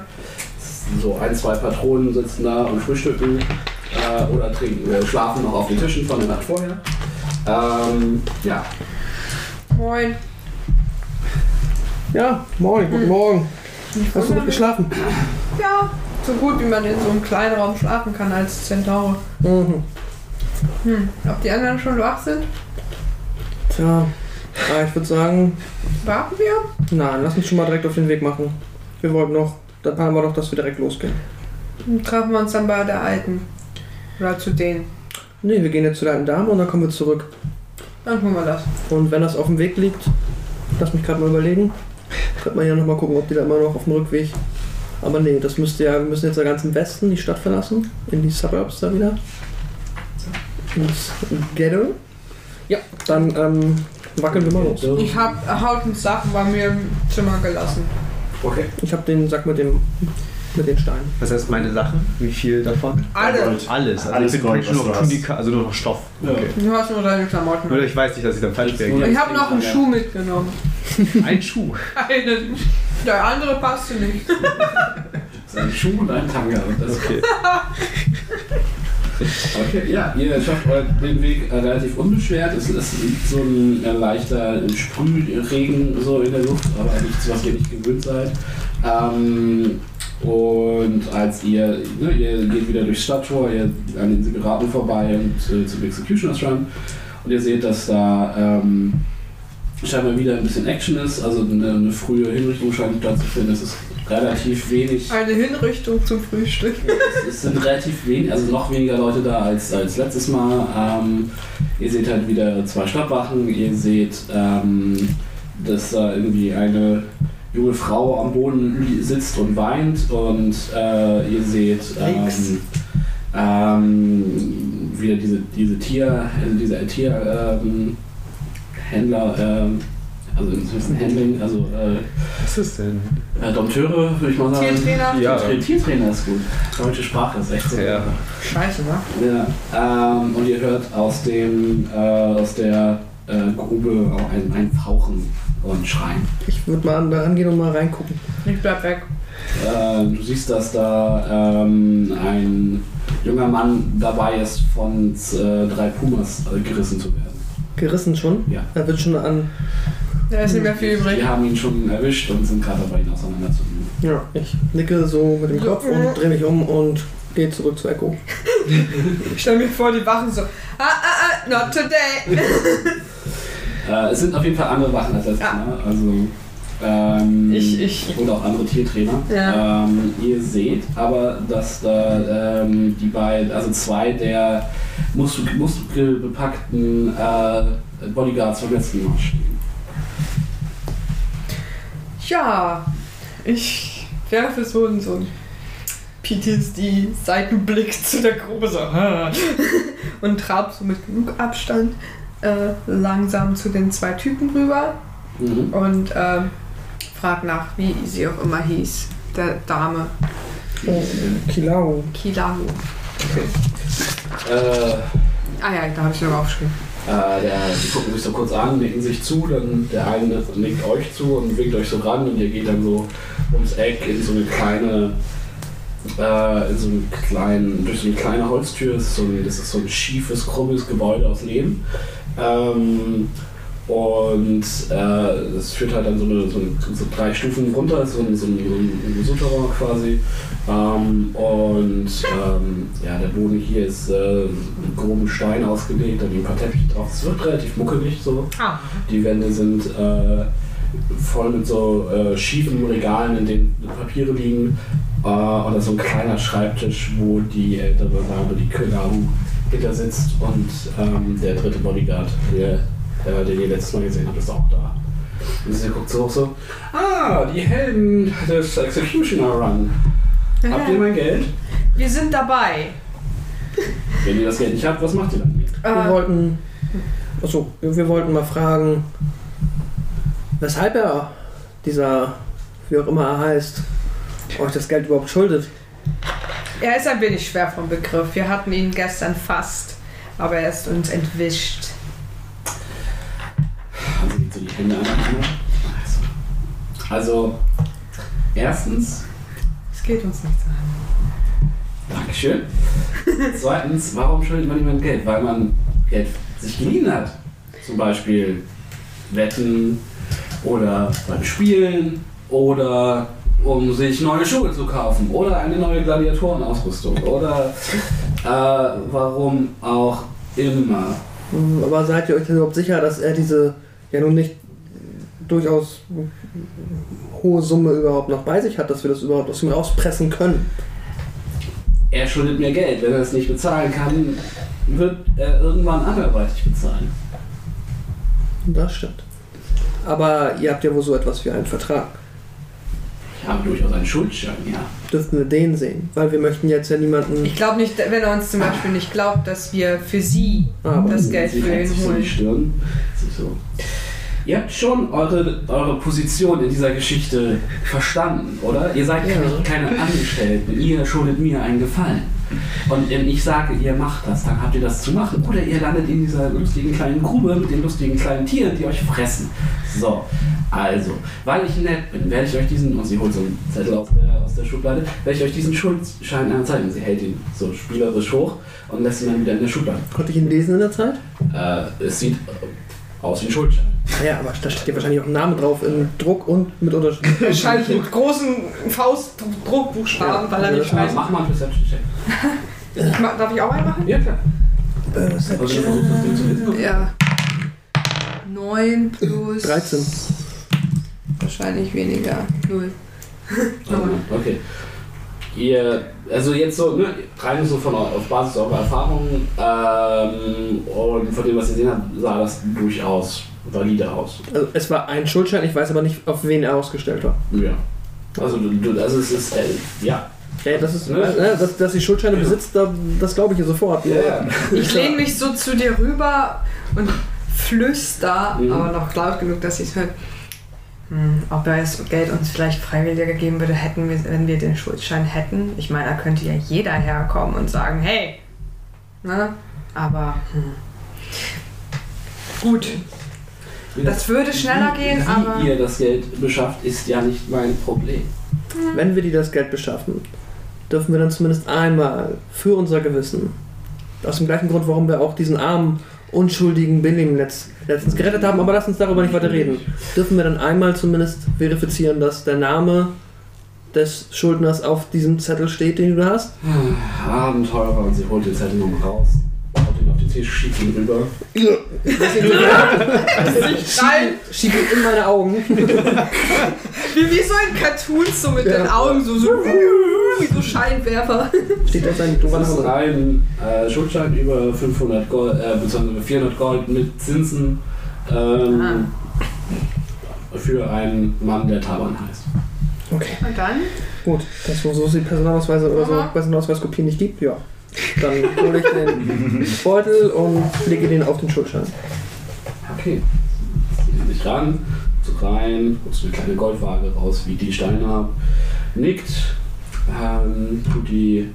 [SPEAKER 3] Es sind So ein, zwei Patronen sitzen da und frühstücken äh, oder trinken, äh, schlafen noch auf den Tischen von der Nacht vorher. Ähm, ja,
[SPEAKER 6] Moin.
[SPEAKER 4] Ja, moin, guten Morgen. Hast du gut geschlafen?
[SPEAKER 6] Ja, so gut wie man in so einem kleinen Raum schlafen kann als Zentaure.
[SPEAKER 4] Mhm.
[SPEAKER 6] Hm, ob die anderen schon wach sind?
[SPEAKER 4] Tja, ja, ich würde sagen,
[SPEAKER 6] Warten wir?
[SPEAKER 4] nein, lass uns schon mal direkt auf den Weg machen. Wir wollten noch, da planen wir doch, dass wir direkt losgehen.
[SPEAKER 6] Dann treffen wir uns dann bei der Alten. Oder zu denen.
[SPEAKER 4] Nee, wir gehen jetzt zu der alten Dame und dann kommen wir zurück.
[SPEAKER 6] Dann tun wir das.
[SPEAKER 4] Und wenn das auf dem Weg liegt, lass mich gerade mal überlegen. Könnte man ja nochmal gucken, ob die da immer noch auf dem Rückweg. Aber nee, das müsste ja, wir müssen jetzt ja ganz im Westen die Stadt verlassen, in die Suburbs da wieder. Ins Ghetto. Ja, dann ähm, wackeln wir mal los.
[SPEAKER 6] Ich hab Haut und Sachen bei mir im Zimmer gelassen.
[SPEAKER 3] Okay.
[SPEAKER 4] Ich habe den Sack mit dem mit den Steinen.
[SPEAKER 8] Was heißt meine Sachen? Wie viel davon?
[SPEAKER 6] Alles.
[SPEAKER 8] Alles. Also
[SPEAKER 5] Alles
[SPEAKER 8] ich bin
[SPEAKER 5] Gold,
[SPEAKER 8] praktisch
[SPEAKER 5] was
[SPEAKER 8] nur noch
[SPEAKER 5] du hast.
[SPEAKER 8] Tunika, also nur noch Stoff. Okay.
[SPEAKER 6] Du hast nur deine Klamotten.
[SPEAKER 8] Oder ich weiß nicht, dass ich dann falsch reagiere.
[SPEAKER 6] Ich habe noch einen Schuh mitgenommen.
[SPEAKER 8] Ein Schuh.
[SPEAKER 6] Einen. Der andere passte nicht.
[SPEAKER 3] Ein Schuh und ein Tanga. Und das okay. *laughs* okay, ja, ihr schafft euren- den Weg äh, relativ unbeschwert. Es, es liegt so ein äh, leichter Sprühregen so in der Luft, aber nichts, was ihr nicht gewöhnt seid. Ähm, und als ihr, ne, ihr geht wieder durchs Stadttor, ihr an den Sigaraten vorbei und äh, zum Executioner's Run und ihr seht, dass da ähm, scheinbar wieder ein bisschen Action ist, also eine, eine frühe Hinrichtung scheint stattzufinden. Es ist relativ wenig
[SPEAKER 6] Eine Hinrichtung zum Frühstück.
[SPEAKER 3] es sind relativ wenig, also noch weniger Leute da als, als letztes Mal. Ähm, ihr seht halt wieder zwei Stadtwachen, ihr seht, ähm, dass da irgendwie eine junge Frau am Boden li- sitzt und weint und äh, ihr seht ähm, ähm, wieder diese, diese Tier, also diese Tier ähm, Händler, ähm, also das ist ein Handling, also äh,
[SPEAKER 8] Was ist denn?
[SPEAKER 3] äh, Dompteure, würde ich mal sagen.
[SPEAKER 6] Tiertrainer?
[SPEAKER 3] Ja.
[SPEAKER 6] Ja.
[SPEAKER 3] Tiertrainer ist gut. Deutsche Sprache ist echt so. Ja.
[SPEAKER 6] Scheiße, ne?
[SPEAKER 3] Ja, ähm, und ihr hört aus dem äh, aus der äh, Grube auch ein, ein Fauchen und Schreien.
[SPEAKER 4] Ich würde mal an- da rangehen und mal reingucken.
[SPEAKER 6] Ich bleib weg.
[SPEAKER 3] Äh, du siehst, dass da ähm, ein junger Mann dabei ist, von äh, drei Pumas äh, gerissen zu werden.
[SPEAKER 4] Gerissen schon?
[SPEAKER 3] Ja.
[SPEAKER 4] Da wird schon an.
[SPEAKER 6] Da ist nicht mehr viel übrig.
[SPEAKER 3] Die haben ihn schon erwischt und sind gerade dabei, ihn auseinanderzunehmen.
[SPEAKER 4] Ja, ich nicke so mit dem Kopf und drehe mich um und gehe zurück zu Echo.
[SPEAKER 6] Ich stell mir vor, die Wachen so. Ah, ah, ah, not today.
[SPEAKER 3] Äh, es sind auf jeden Fall andere Wachen als letztes Mal. Also, ähm, Und auch andere Tiertrainer.
[SPEAKER 6] Ja.
[SPEAKER 3] Ähm, ihr seht aber, dass da ähm, die beiden, also zwei der muskel- muskelbepackten äh, Bodyguards vom letzten Mal stehen.
[SPEAKER 6] Tja, ich werfe so in so ein PTSD-Seitenblick zu der Grube so "Ah", und trab so mit genug Abstand äh, langsam zu den zwei Typen rüber
[SPEAKER 3] Mhm.
[SPEAKER 6] und äh, frag nach, wie sie auch immer hieß, der Dame.
[SPEAKER 4] Kilau.
[SPEAKER 6] Kilahu.
[SPEAKER 3] Äh,
[SPEAKER 6] Ah ja, da habe ich noch aufgeschrieben.
[SPEAKER 3] Äh, der, die gucken sich so kurz an, nicken sich zu, dann der eine nickt euch zu und winkt euch so ran und ihr geht dann so ums Eck in so eine kleine, äh, in so einen kleinen, durch so eine kleine Holztür. Das ist so ein, das ist so ein schiefes, krummes Gebäude aus Lehm. Ähm, und äh, es führt halt dann so, eine, so, eine, so drei Stufen runter, so ein, so ein, so ein Souterrain quasi. Ähm, und ähm, ja, der Boden hier ist äh, mit groben Stein ausgelegt, da liegen ein paar Teppiche drauf. Es wird relativ muckelig so.
[SPEAKER 6] Ah.
[SPEAKER 3] Die Wände sind äh, voll mit so äh, schiefen Regalen, in denen Papiere liegen. Äh, und da ist so ein kleiner Schreibtisch, wo die ältere Dame, die Könau, hinter sitzt. Und ähm, der dritte Bodyguard, der, äh, den ihr letztes Mal gesehen habt, ist auch da. Und sie guckt so hoch so, ah, die Helden des Executioner Run. Habt ihr mein Geld?
[SPEAKER 6] Wir sind dabei.
[SPEAKER 3] Wenn ihr das Geld nicht habt, was macht ihr dann?
[SPEAKER 6] Ähm, Ah.
[SPEAKER 4] Wir wollten. Achso, wir wollten mal fragen, weshalb er dieser, wie auch immer er heißt, euch das Geld überhaupt schuldet.
[SPEAKER 6] Er ist ein wenig schwer vom Begriff. Wir hatten ihn gestern fast, aber er ist uns entwischt.
[SPEAKER 3] Also geht so die Hände aneinander. Also, erstens,
[SPEAKER 6] Es geht uns nichts an.
[SPEAKER 3] Dankeschön. *laughs* Zweitens, warum schuldet man jemandem Geld? Weil man Geld sich geliehen hat. Zum Beispiel Wetten oder beim Spielen oder um sich neue Schuhe zu kaufen oder eine neue Gladiatorenausrüstung oder äh, warum auch immer.
[SPEAKER 4] Hm, Aber seid ihr euch denn überhaupt sicher, dass er diese ja nun nicht durchaus hohe Summe überhaupt noch bei sich hat, dass wir das überhaupt aus ihm rauspressen können?
[SPEAKER 3] Er schuldet mir Geld. Wenn er es nicht bezahlen kann, wird er irgendwann anderweitig bezahlen.
[SPEAKER 4] Das stimmt. Aber ihr habt ja wohl so etwas wie einen Vertrag.
[SPEAKER 3] Ich habe durchaus einen Schuldschein, ja.
[SPEAKER 4] Dürften wir den sehen? Weil wir möchten jetzt ja niemanden.
[SPEAKER 6] Ich glaube nicht, wenn er uns zum Beispiel nicht glaubt, dass wir für sie das Geld
[SPEAKER 3] Sie
[SPEAKER 6] für
[SPEAKER 3] reibt
[SPEAKER 6] ihn
[SPEAKER 3] sich so die
[SPEAKER 6] holen.
[SPEAKER 3] Stirn. Sich so. Ihr habt schon eure, eure Position in dieser Geschichte verstanden, oder? Ihr seid keine, keine Angestellten. Ihr schuldet mir einen Gefallen. Und wenn ich sage, ihr macht das, dann habt ihr das zu machen. Oder ihr landet in dieser lustigen kleinen Grube mit den lustigen kleinen Tieren, die euch fressen. So, also, weil ich nett bin, werde ich euch diesen, und sie holt so einen Zettel aus der, aus der Schublade, werde ich euch diesen Schuldschein anzeigen. Sie hält ihn so spielerisch hoch und lässt ihn dann wieder in der Schublade.
[SPEAKER 4] Konnte ich ihn lesen in der Zeit?
[SPEAKER 3] Äh, es sieht äh, aus wie ein Schuldschein.
[SPEAKER 4] Ja, aber da steht ja wahrscheinlich auch ein Name drauf in Druck und mit
[SPEAKER 6] *laughs*
[SPEAKER 4] Unterschrift.
[SPEAKER 6] Wahrscheinlich mit großen Faustdruckbuchstaben, weil er nicht weiß.
[SPEAKER 3] Mach mal einen Perception-Check.
[SPEAKER 6] Ich mach- Darf ich auch einen machen?
[SPEAKER 3] Ja, klar.
[SPEAKER 4] Äh,
[SPEAKER 6] Ja. 9 plus.
[SPEAKER 4] 13.
[SPEAKER 6] Wahrscheinlich weniger. 0.
[SPEAKER 3] Okay. Ihr, also jetzt so, ne, rein so von, eu- auf Basis eurer Erfahrungen ähm, und von dem, was ihr gesehen habt, sah das durchaus valide aus.
[SPEAKER 4] Also es war ein Schuldschein, ich weiß aber nicht, auf wen er ausgestellt war.
[SPEAKER 3] Ja. Also, du, du, also es ist, äh, ja.
[SPEAKER 4] Ja, das ist,
[SPEAKER 6] Ne?
[SPEAKER 4] äh, dass, dass die Schuldscheine besitzt, da, das glaube ich ihr sofort.
[SPEAKER 3] Ja,
[SPEAKER 6] Ich lehne mich so zu dir rüber und flüster,
[SPEAKER 4] Mhm.
[SPEAKER 6] aber noch laut genug, dass sie es hört. Hm, ob er das Geld uns vielleicht freiwilliger gegeben würde, hätten wir, wenn wir den Schuldschein hätten. Ich meine, da könnte ja jeder herkommen und sagen, hey, ne? Aber hm. gut. Das würde schneller gehen,
[SPEAKER 3] wie
[SPEAKER 6] aber-
[SPEAKER 3] ihr das Geld beschafft, ist ja nicht mein Problem.
[SPEAKER 4] Wenn wir die das Geld beschaffen, dürfen wir dann zumindest einmal für unser Gewissen, aus dem gleichen Grund, warum wir auch diesen armen, unschuldigen Billim letzt, letztens gerettet haben, aber lass uns darüber nicht weiter reden, dürfen wir dann einmal zumindest verifizieren, dass der Name des Schuldners auf diesem Zettel steht, den du da hast?
[SPEAKER 3] Ah, Abenteurer und sie holt den Zettel nun raus, haut ihn auf den Tisch, schiebt ihn rüber.
[SPEAKER 6] Nein!
[SPEAKER 4] Schieb ihn in meine Augen.
[SPEAKER 6] Wie, wie so ein Cartoon, so mit den Augen, so, so, wie so Scheinwerfer.
[SPEAKER 4] Steht auf seinem
[SPEAKER 3] Das ist ein äh, Schuldschein über 500 Gold, äh, beziehungsweise 400 Gold mit Zinsen. Ähm, für einen Mann, der Taban heißt.
[SPEAKER 4] Okay.
[SPEAKER 6] Und dann?
[SPEAKER 4] Gut, dass wo so die Personalausweise oder so Personalausweiskopien nicht gibt, ja. Dann hole ich den Beutel und lege den auf den Schuldschein.
[SPEAKER 3] Okay. Lehnt sich ran, so rein, holst eine kleine Goldwaage raus, wie die Steine ab, nickt, ähm, tut die,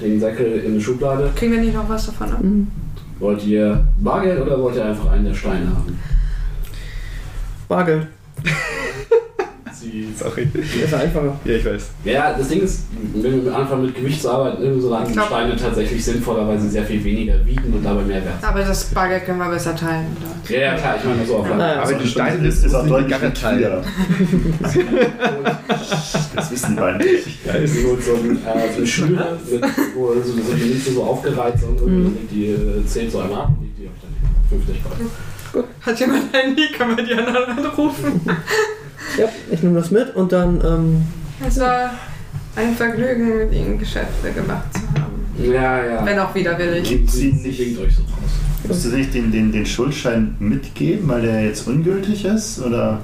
[SPEAKER 3] den Säckel in die Schublade.
[SPEAKER 6] Kriegen wir nicht noch was davon ab?
[SPEAKER 8] Mhm.
[SPEAKER 3] Wollt ihr Bargeld oder wollt ihr einfach einen der Steine haben?
[SPEAKER 4] Bargeld.
[SPEAKER 3] Sie,
[SPEAKER 8] Sorry.
[SPEAKER 4] Ist ja einfacher.
[SPEAKER 8] Ja, ich weiß.
[SPEAKER 3] Ja, das Ding ist, wenn wir anfangen mit Gewicht zu arbeiten, irgendwie so lange
[SPEAKER 6] Ich glaub-
[SPEAKER 3] Steine tatsächlich sinnvollerweise sehr viel weniger wiegen und dabei mehr wert.
[SPEAKER 6] Aber das Bargeld können wir besser teilen. oder?
[SPEAKER 3] Ja, ja, klar, ich meine so auf
[SPEAKER 8] Aber
[SPEAKER 5] Also
[SPEAKER 8] die Steine ist, ist auch deutlich Garantei.
[SPEAKER 5] *laughs* Das wissen wir nicht.
[SPEAKER 3] Ja, ist so, so, ein, äh, so ein Schnüre, mit, wo so, so die Nähte so aufgereizt und
[SPEAKER 4] Mhm.
[SPEAKER 3] legt die äh, 10 so einmal ab und legt die auf dann 50 Gold.
[SPEAKER 6] Hat jemand ein Handy? Können wir die anderen anrufen?
[SPEAKER 4] Ja, ich nehme das mit und dann, ähm,
[SPEAKER 6] Es war ein Vergnügen, mit ihnen Geschäfte gemacht zu haben.
[SPEAKER 3] Ja, ja.
[SPEAKER 6] Wenn auch widerwillig.
[SPEAKER 5] Gibt sie nicht,
[SPEAKER 3] Klingt euch so raus.
[SPEAKER 5] musst du nicht den, den, den Schuldschein mitgeben, weil der jetzt ungültig ist? Oder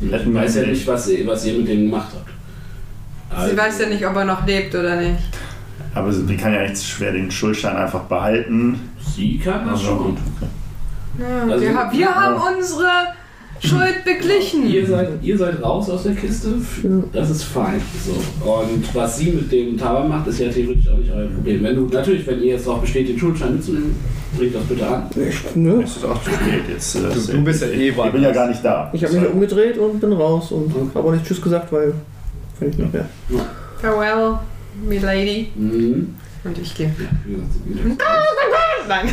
[SPEAKER 3] Ich weiß ja nicht, was, ihr- was ihr mit denen gemacht habt.
[SPEAKER 6] Sie weiß ja nicht, ob er noch lebt oder nicht.
[SPEAKER 5] Aber sie kann ja nicht schwer den Schuldschein einfach behalten.
[SPEAKER 3] Also, Sie kann das schon.
[SPEAKER 6] Ja,
[SPEAKER 3] Also-
[SPEAKER 6] wir, ha- wir haben unsere Schuld beglichen.
[SPEAKER 3] Ihr seid, ihr seid raus aus der Kiste, das ist fein. So. Und was sie mit dem Taber macht, ist ja theoretisch auch nicht euer Problem. Wenn du, natürlich, wenn ihr jetzt darauf besteht, den Schuldschein mitzunehmen, bringt das bitte an.
[SPEAKER 4] ich, ne?
[SPEAKER 5] Es ist auch zu spät jetzt. äh,
[SPEAKER 8] Du, du bist ja eh
[SPEAKER 5] Ich bin
[SPEAKER 8] woanders.
[SPEAKER 5] ja gar nicht da.
[SPEAKER 4] Ich habe
[SPEAKER 8] um-
[SPEAKER 4] mich umgedreht und bin raus und
[SPEAKER 8] Mhm.
[SPEAKER 4] habe auch nicht Tschüss gesagt, weil finde ich nicht mehr.
[SPEAKER 6] Farewell, milady.
[SPEAKER 3] Mhm.
[SPEAKER 6] Und ich gehe.
[SPEAKER 3] Ja, wie gesagt, sie geht.
[SPEAKER 6] *laughs* Nein,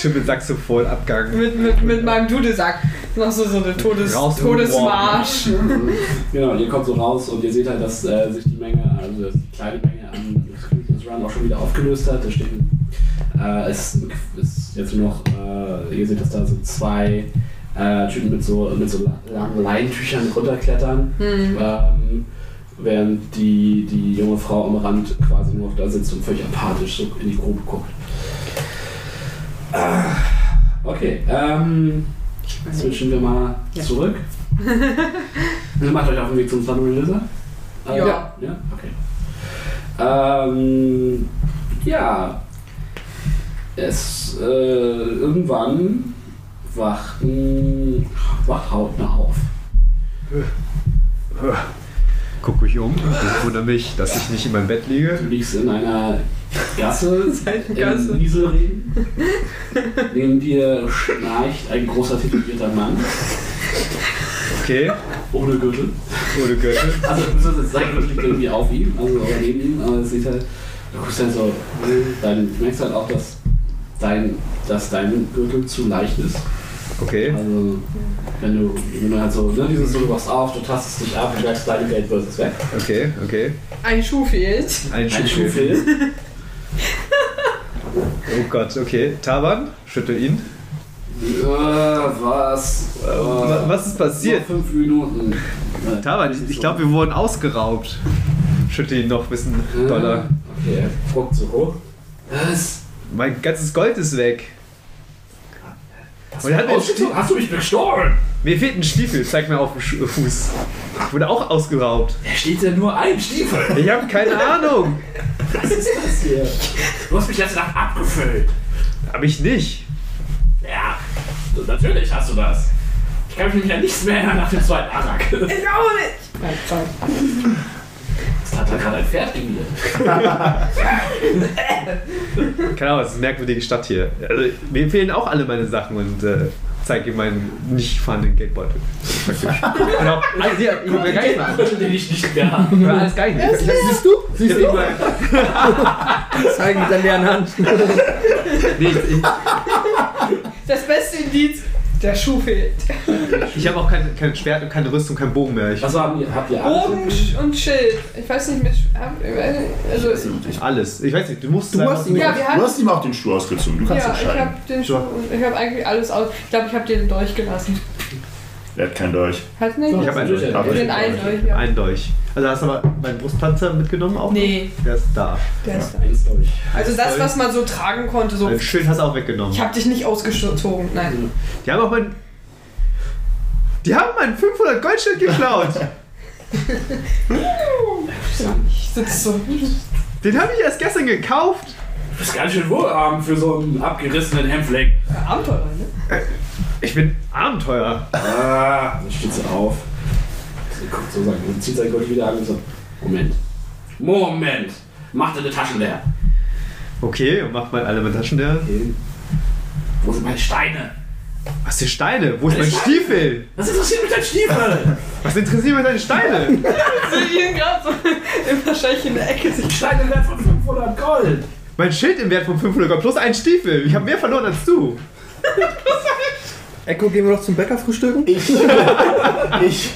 [SPEAKER 8] Schon mit Saxophon abgegangen.
[SPEAKER 6] mit, mit, mit meinem Dudelsack. Noch so, so eine Todes,
[SPEAKER 8] Raus und
[SPEAKER 6] Todesmarsch.
[SPEAKER 3] Genau, ihr kommt so raus und ihr seht halt, dass äh, sich die Menge, also dass die kleine Menge an Exclusives Run auch schon wieder aufgelöst hat. Da steht, äh, es ist jetzt nur noch, äh, ihr seht, dass da so zwei äh, Typen mit so, mit so la- langen Leintüchern runterklettern,
[SPEAKER 6] Mhm.
[SPEAKER 3] ähm, während die, die junge Frau am Rand quasi nur noch da sitzt und völlig apathisch so in die Grube guckt. Ah, okay, ähm,
[SPEAKER 6] *laughs*
[SPEAKER 3] switchen wir mal
[SPEAKER 6] Ja.
[SPEAKER 3] zurück. Ihr macht euch auf den Weg zum Thunder Lizard? Äh,
[SPEAKER 6] Ja.
[SPEAKER 3] Ja, okay. Ähm, ja. Es, äh, irgendwann wachten, wacht Hautner auf.
[SPEAKER 8] Guck mich um. Ich wundere mich, dass ich nicht in meinem Bett liege.
[SPEAKER 3] Du liegst in einer Gasse,
[SPEAKER 6] Seitengasse.
[SPEAKER 3] in Nieselregen. *laughs* Neben dir schnarcht ein großer tätowierter Mann,
[SPEAKER 8] Okay,
[SPEAKER 3] ohne Gürtel.
[SPEAKER 8] ohne Gürtel.
[SPEAKER 3] Also, das Seil liegt irgendwie auf ihm, also oder neben ihm, aber es sieht halt, du guckst halt so, dann merkst halt auch, dass dein, dass dein Gürtel zu leicht ist.
[SPEAKER 8] Okay.
[SPEAKER 3] Also, wenn du, wenn du halt so, ne, dieses, so, du wachst auf, du tastest dich ab, du merkst, deine Geldbörse ist weg.
[SPEAKER 8] Okay, okay.
[SPEAKER 6] Ein Schuh fehlt.
[SPEAKER 8] Ein
[SPEAKER 3] Ein
[SPEAKER 8] Schuh.
[SPEAKER 3] Schuh fehlt.
[SPEAKER 8] Oh Gott, okay. Taban, schüttel ihn.
[SPEAKER 3] Äh, was? Äh,
[SPEAKER 8] Wa- Was ist passiert?
[SPEAKER 3] Noch fünf Minuten. Äh,
[SPEAKER 8] Taban, ich, ich glaube, wir wurden ausgeraubt. Schüttel ihn noch ein bisschen
[SPEAKER 3] äh,
[SPEAKER 8] doller.
[SPEAKER 3] Okay, guckt so hoch. Was?
[SPEAKER 8] Mein ganzes Gold ist weg.
[SPEAKER 3] Hast,
[SPEAKER 8] Und er hat mir einen
[SPEAKER 3] ausgezogen? hast du mich gestohlen?
[SPEAKER 8] Mir fehlt ein Stiefel, zeig mir auf den Schu- Fuß. Ich wurde auch ausgeraubt.
[SPEAKER 3] Da steht ja nur ein Stiefel.
[SPEAKER 8] Ich habe keine Ahnung.
[SPEAKER 3] Was ist das hier? Du hast mich letzte Nacht abgefüllt.
[SPEAKER 8] Hab ich nicht.
[SPEAKER 3] Ja, natürlich hast du das. Ich kann mich an nichts mehr erinnern nach dem zweiten Arak. *laughs*
[SPEAKER 6] Ich auch nicht.
[SPEAKER 3] Das hat da gerade ein Pferd gemietet.
[SPEAKER 8] Keine Ahnung, es ist eine merkwürdige Stadt hier. Also, mir fehlen auch alle meine Sachen und äh, zeig ihm meinen nicht vorhandenen Geldbeutel. Praktisch. Genau. Also, hier, ich will gar nicht machen.
[SPEAKER 3] Würde den ich nicht mehr haben.
[SPEAKER 8] Ich will alles gar nicht. Ich,
[SPEAKER 4] Siehst du?
[SPEAKER 8] ich, ich, ich, ich,
[SPEAKER 4] Zeig mit der leeren Hand.
[SPEAKER 8] nee, ich, ich,
[SPEAKER 6] Das beste Indiz, der Schuh fehlt.
[SPEAKER 8] ich habe auch kein, kein Schwert und keine Rüstung, keinen Bogen mehr. Ich,
[SPEAKER 3] Was haben ihr? Habt ihr
[SPEAKER 6] Bogen
[SPEAKER 3] alles?
[SPEAKER 6] und Schild. Ich weiß nicht, mit. Also,
[SPEAKER 8] alles. Ich weiß nicht, du musst.
[SPEAKER 4] Du
[SPEAKER 8] sagen,
[SPEAKER 4] hast
[SPEAKER 8] was-
[SPEAKER 4] ihn-
[SPEAKER 6] ja, wir
[SPEAKER 5] Du
[SPEAKER 6] haben.
[SPEAKER 5] hast ihm auch den Schuh ausgezogen. Du kannst
[SPEAKER 6] Ja, ich
[SPEAKER 5] entscheiden.
[SPEAKER 6] habe den Schuh und ich habe eigentlich alles aus. Ich glaube, ich habe den durchgelassen.
[SPEAKER 5] Er hat keinen Dolch.
[SPEAKER 6] Hat nicht?
[SPEAKER 8] Ich habe einen Dolch.
[SPEAKER 5] Aber
[SPEAKER 6] den
[SPEAKER 5] ich-
[SPEAKER 6] einen durch, ja.
[SPEAKER 8] Einen Dolch. Also hast du aber meinen Brustpanzer mitgenommen auch?
[SPEAKER 6] Nee,
[SPEAKER 8] Der ist da.
[SPEAKER 6] der ist da.
[SPEAKER 3] Eins durch.
[SPEAKER 6] Also das, was man so tragen konnte, so.
[SPEAKER 8] Ein Schild hast du auch weggenommen.
[SPEAKER 6] Ich habe dich nicht ausgezogen, nein.
[SPEAKER 8] Die haben auch mein Die haben meinen 500 Goldstück geklaut.
[SPEAKER 3] Ich sitze so.
[SPEAKER 6] Äh,
[SPEAKER 8] Den habe ich erst gestern gekauft.
[SPEAKER 3] Das ist ganz schön wohlhabend für so einen abgerissenen Hemdfleck.
[SPEAKER 4] Abenteuer, ne?
[SPEAKER 8] Ich bin Abenteuer.
[SPEAKER 3] Ah, dann steht sie auf. Sie guckt so sagen und zieht sein Gold wieder an und sagt: Moment. Moment! Mach deine Taschen leer.
[SPEAKER 8] Okay, macht mal alle meine Taschen leer.
[SPEAKER 3] Wo sind meine Steine?
[SPEAKER 8] Was für Steine? Wo ist
[SPEAKER 3] Meine
[SPEAKER 8] mein
[SPEAKER 3] Steine?
[SPEAKER 8] Stiefel?
[SPEAKER 3] Was interessiert mich dein Stiefel?
[SPEAKER 8] Was interessiert mich deine Steine?
[SPEAKER 6] Sehen gerade so *laughs* im wahrscheinlich in der Ecke sich
[SPEAKER 3] Steine wert von 500 Gold.
[SPEAKER 8] Mein Schild im Wert von 500 Gold plus ein Stiefel. Ich habe mehr verloren als du.
[SPEAKER 4] Echo, gehen wir doch zum Bäcker frühstücken?
[SPEAKER 5] Ich. Ich. Ich.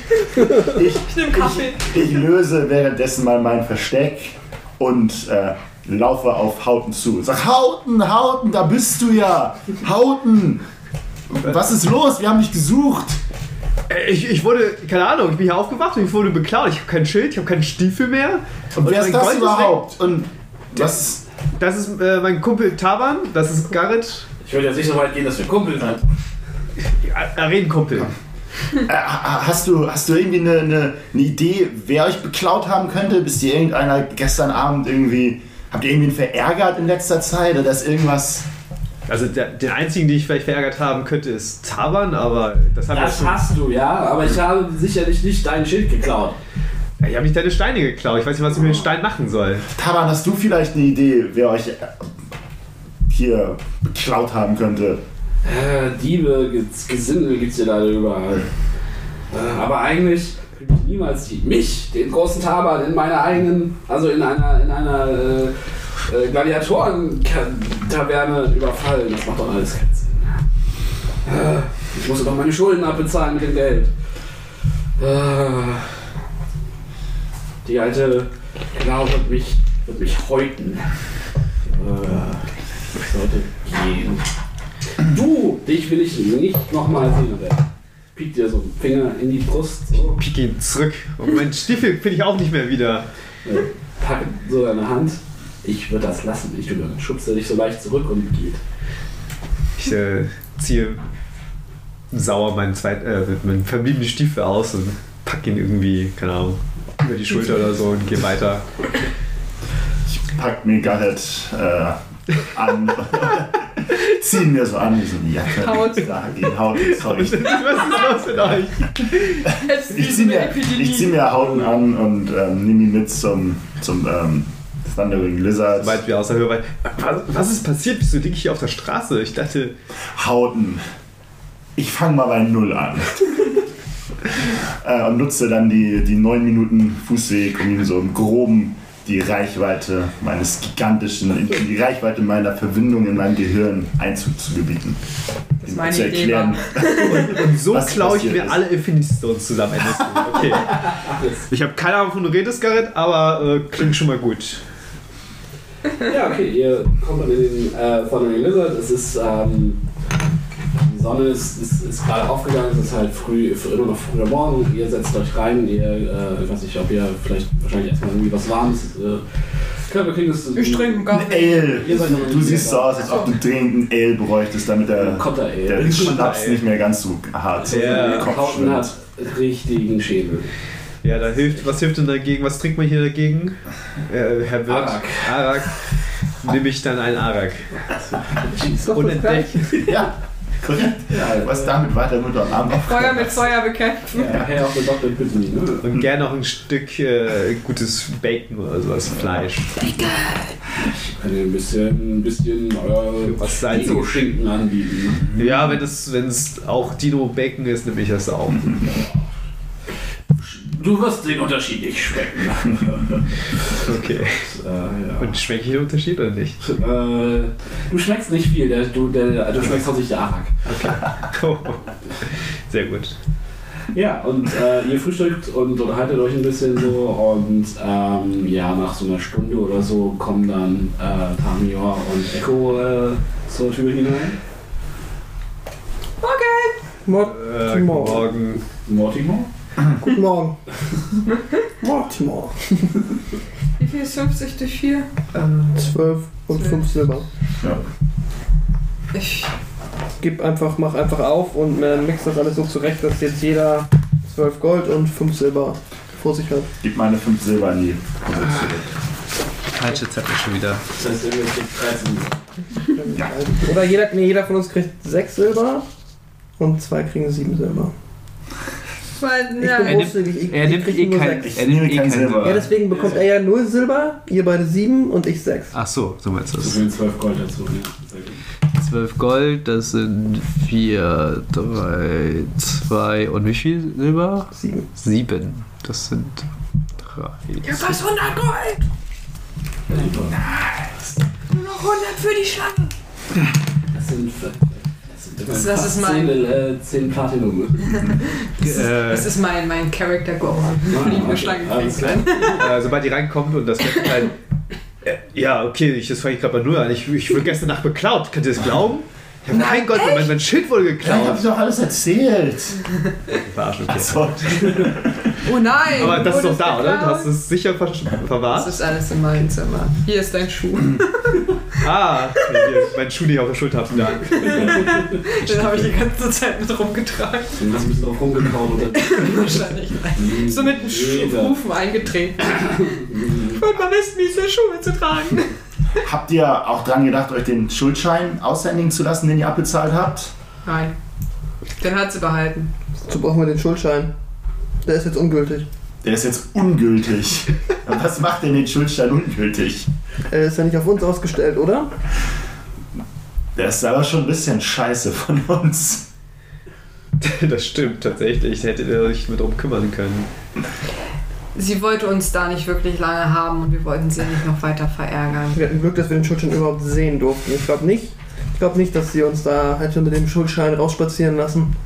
[SPEAKER 6] Ich nehme Kaffee.
[SPEAKER 5] Ich löse währenddessen mal mein Versteck und äh, laufe auf Hauten zu. Sag, Hauten, Hauten, da bist du ja. Hauten, was ist los? Wir haben dich gesucht.
[SPEAKER 8] Äh, Ich, ich wurde, keine Ahnung, ich bin hier aufgewacht und ich wurde beklaut. Ich habe kein Schild, ich habe keinen Stiefel mehr.
[SPEAKER 5] Und wer
[SPEAKER 8] mein
[SPEAKER 5] ist das
[SPEAKER 8] Gold weg.
[SPEAKER 5] überhaupt? Und was?
[SPEAKER 8] Das ist äh, mein Kumpel Taban, das ist Garrett.
[SPEAKER 3] Ich würde jetzt nicht so weit gehen, dass wir Kumpel sind.
[SPEAKER 8] A- Arenenkumpel.
[SPEAKER 5] Äh, hast, du, hast du irgendwie eine, eine, eine Idee, wer euch beklaut haben könnte? Bist ihr irgendeiner gestern Abend irgendwie. Habt ihr irgendwen verärgert in letzter Zeit? Oder ist irgendwas.
[SPEAKER 8] Also der, den einzigen, den ich vielleicht verärgert haben könnte, ist Taban, aber das haben wir
[SPEAKER 3] Das hast du, ja, aber ich habe sicherlich nicht dein Schild geklaut.
[SPEAKER 8] Ja, Ich habe nicht deine Steine geklaut. Ich weiß nicht, was ich mit den Steinen machen soll.
[SPEAKER 5] Taban, hast du vielleicht eine Idee, wer euch äh, hier beklaut haben könnte?
[SPEAKER 3] Äh, Diebe, Ges- Gesindel gibt's hier leider überall. Äh, aber eigentlich kriege ich niemals die, mich, den großen Taban, in meiner eigenen, also in einer, in einer äh, äh, Gladiatoren-Taverne überfallen. Das macht doch alles keinen Sinn. Äh, ich muss doch meine Schulden abbezahlen mit dem Geld. Äh, die alte Klau wird mich, wird mich häuten. Äh, ich sollte gehen. Du, dich will ich nicht nochmal sehen. Und er piekt dir so einen Finger in die Brust. So.
[SPEAKER 8] Ich gehe zurück. Und meinen Stiefel finde ich auch nicht mehr wieder.
[SPEAKER 3] Äh, Pack so deine Hand. Ich würde das lassen, wenn ich du bist. Schubst dich so leicht zurück und geht.
[SPEAKER 8] Ich äh, ziehe sauer meinen, zweit, äh, meinen verbliebenen Stiefel aus und pack ihn irgendwie, keine Ahnung, über die Schulter oder so und gehe weiter.
[SPEAKER 5] packt mir Garrett äh, *laughs* an. Ziehen mir so an wie so eine Jacke.
[SPEAKER 6] Haut.
[SPEAKER 5] Da, gehen Haut ins Zeug.
[SPEAKER 8] *laughs* Was ist los mit euch?
[SPEAKER 6] Jetzt
[SPEAKER 5] Ich zieh mir, ich zieh mir Hauten an und ähm, nehme ihn mit zum, zum ähm, Thundering Lizard.
[SPEAKER 8] Sobald wir aus der Höhe was, was ist passiert? Wieso liege ich hier auf der Straße? Ich dachte,
[SPEAKER 5] Hauten. Ich fange mal bei Null an. äh, und nutze dann die, die neun Minuten Fußweg, um ihm so im Groben die Reichweite meines gigantischen, die Reichweite meiner Verwindung in meinem Gehirn Einzug zu gebieten. Das
[SPEAKER 22] meine Idee
[SPEAKER 8] und so
[SPEAKER 5] Was
[SPEAKER 8] klaue ich
[SPEAKER 5] passiert
[SPEAKER 8] mir
[SPEAKER 5] ist.
[SPEAKER 8] alle Infinity Stones zusammen. Ende Story. Okay. Ich habe keine Ahnung, von du redest, Garrett, aber äh, klingt schon mal gut.
[SPEAKER 3] Ja, okay, ihr kommt dann in den äh, Thundering Lizard. Es ist, ähm, die Sonne ist, ist, ist gerade aufgegangen, es ist halt früh, immer noch früher Morgen. Ihr setzt euch rein, ihr, äh, ich weiß nicht, ob ihr vielleicht, wahrscheinlich erstmal irgendwie was Warmes. Äh, Körper kriegen das.
[SPEAKER 6] Ich trinke einen
[SPEAKER 5] Ein
[SPEAKER 6] Kaffee.
[SPEAKER 5] Ale.
[SPEAKER 3] Ihr seid aber
[SPEAKER 5] Du siehst so
[SPEAKER 3] lecker.
[SPEAKER 5] aus, als ob du dringend ein Ale bräuchtest, damit der,
[SPEAKER 3] Kotter, ey.
[SPEAKER 5] der Schnaps
[SPEAKER 8] Ale.
[SPEAKER 5] nicht mehr ganz so hart
[SPEAKER 8] Ja.
[SPEAKER 5] im Kopf
[SPEAKER 3] Kauten
[SPEAKER 5] schwimmt.
[SPEAKER 3] hat richtigen Schädel.
[SPEAKER 8] Ja, da hilft, was hilft denn dagegen? Was trinkt man hier dagegen? Äh, Herr Wirt.
[SPEAKER 3] Arak.
[SPEAKER 8] Arak. Nehme ich dann einen Arak. Unentdeckt.
[SPEAKER 5] *laughs* Ja, korrekt. Was damit weiter mit am Arm auf?
[SPEAKER 6] Feuer mit Feuer bekämpfen.
[SPEAKER 3] Herr auf der Dr. Bitten, ne?
[SPEAKER 8] Und gerne noch ein Stück äh, gutes Bacon oder sowas, Fleisch.
[SPEAKER 3] Kann ihr ein bisschen, ein bisschen euer
[SPEAKER 8] Was Salz-
[SPEAKER 3] Schinken anbieten. ne?
[SPEAKER 8] Ja, wenn es wenn es auch Dino Bacon ist, nehme ich das auch.
[SPEAKER 3] Du wirst den Unterschied nicht schmecken. *laughs*
[SPEAKER 8] Okay.
[SPEAKER 3] äh, ja.
[SPEAKER 8] Und schmecke ich den Unterschied oder nicht? *laughs*
[SPEAKER 3] äh, du schmeckst nicht viel, der, du, der, du schmeckst hauptsächlich der Arak.
[SPEAKER 8] Sehr gut.
[SPEAKER 3] Ja, und äh, ihr frühstückt und unterhaltet euch ein bisschen so und ähm, ja, nach so einer Stunde oder so kommen dann äh, Tamior und Echo äh, zur Tür hinein.
[SPEAKER 4] Mor
[SPEAKER 8] Äh, guten
[SPEAKER 4] Morgen.
[SPEAKER 8] Morgen.
[SPEAKER 3] Mortimer?
[SPEAKER 4] Guten Morgen. Mortimer.
[SPEAKER 6] Wie viel ist 50 durch 4?
[SPEAKER 4] 12 und 5 Silber.
[SPEAKER 5] Ja.
[SPEAKER 6] Ich
[SPEAKER 4] gib einfach, mach einfach auf und äh, mix das alles so zurecht, dass jetzt jeder 12 Gold und 5 Silber vor sich hat.
[SPEAKER 5] Gib meine 5 Silber in die.
[SPEAKER 8] Falsche Zettel schon wieder.
[SPEAKER 3] Das heißt, ihr kriegt 13
[SPEAKER 4] Oder jeder, nee, jeder von uns kriegt 6 Silber und zwei kriegen 7 Silber.
[SPEAKER 6] Weil,
[SPEAKER 4] Ich
[SPEAKER 6] ja.
[SPEAKER 4] bin großzügig, ich-
[SPEAKER 8] er
[SPEAKER 4] ich
[SPEAKER 8] nimmt
[SPEAKER 4] krieg
[SPEAKER 8] eh
[SPEAKER 4] nur
[SPEAKER 8] kein-
[SPEAKER 4] sechs.
[SPEAKER 8] er nimmt eh kein Silber.
[SPEAKER 4] Ja, deswegen bekommt er ja 0 Silber, ihr beide 7 und ich 6.
[SPEAKER 8] Ach so, so meinst du das.
[SPEAKER 3] sind 12 Gold dazu.
[SPEAKER 8] 12 Gold, das sind 4, 3, 2 und wie viel Silber?
[SPEAKER 4] 7.
[SPEAKER 8] 7. Das sind 3.
[SPEAKER 6] Ja, fast 100 Gold! Nur noch 100 für die Schlange!
[SPEAKER 3] Das sind.
[SPEAKER 6] Das- das ist mein-
[SPEAKER 3] 10, äh, 10
[SPEAKER 6] *laughs*
[SPEAKER 3] Platinum.
[SPEAKER 6] Das ist,
[SPEAKER 7] Äh.
[SPEAKER 6] das ist mein, mein Character Goal. Liebe Schlange.
[SPEAKER 7] Alles klar. äh, sobald die reinkommt und das Laptop halt. Äh, Ja, okay, ich, das fange ich gerade bei Null an. Ich, ich wurde gestern Nacht beklaut. Könnt ihr das glauben? Ich hab kein Gott, mein, mein Schild wurde
[SPEAKER 23] Dann hab
[SPEAKER 7] geklaut.
[SPEAKER 23] ich doch alles erzählt.
[SPEAKER 7] Verarschen.
[SPEAKER 5] Also,
[SPEAKER 6] Oh nein!
[SPEAKER 7] Aber das ist
[SPEAKER 6] wurde
[SPEAKER 7] doch da, oder? Du
[SPEAKER 6] geklaut?
[SPEAKER 7] hast es sicher ver
[SPEAKER 6] Das
[SPEAKER 7] verwahrt.
[SPEAKER 6] ist alles in meinem Zimmer. Hier ist dein Schuh.
[SPEAKER 7] Hm. Ah, hier, mein Schuh, den ich auf der Schulter habe. Da.
[SPEAKER 6] Den habe ich die ganze Zeit mit rumgetragen. *laughs*
[SPEAKER 3] Den hast du bist auch rumgekaut oder?
[SPEAKER 6] Wahrscheinlich nein. *laughs* So mit dem Schuh- Rufen eingetreten. Und man lässt miese Schuhe zu tragen.
[SPEAKER 5] *laughs* Habt ihr auch dran gedacht, euch den Schuldschein aushändigen zu lassen, den ihr abbezahlt habt?
[SPEAKER 6] Nein. Den hat sie behalten.
[SPEAKER 4] Wozu brauchen wir den Schuldschein? Der ist jetzt ungültig.
[SPEAKER 5] Der ist jetzt *laughs* ungültig. Was macht denn den Schuldschein ungültig?
[SPEAKER 4] Er ist ja nicht auf uns ausgestellt, oder?
[SPEAKER 5] Der ist aber schon ein bisschen scheiße von uns.
[SPEAKER 7] *laughs* Das stimmt tatsächlich. Da hätte er sich mit drum kümmern können.
[SPEAKER 6] Sie wollte uns da nicht wirklich lange haben und wir wollten sie nicht noch weiter verärgern.
[SPEAKER 4] Wir hatten Glück, dass wir den Schuldschein überhaupt sehen durften. Ich glaube nicht. Ich glaube nicht, dass sie uns da hätte mit dem Schuldschein rausspazieren lassen.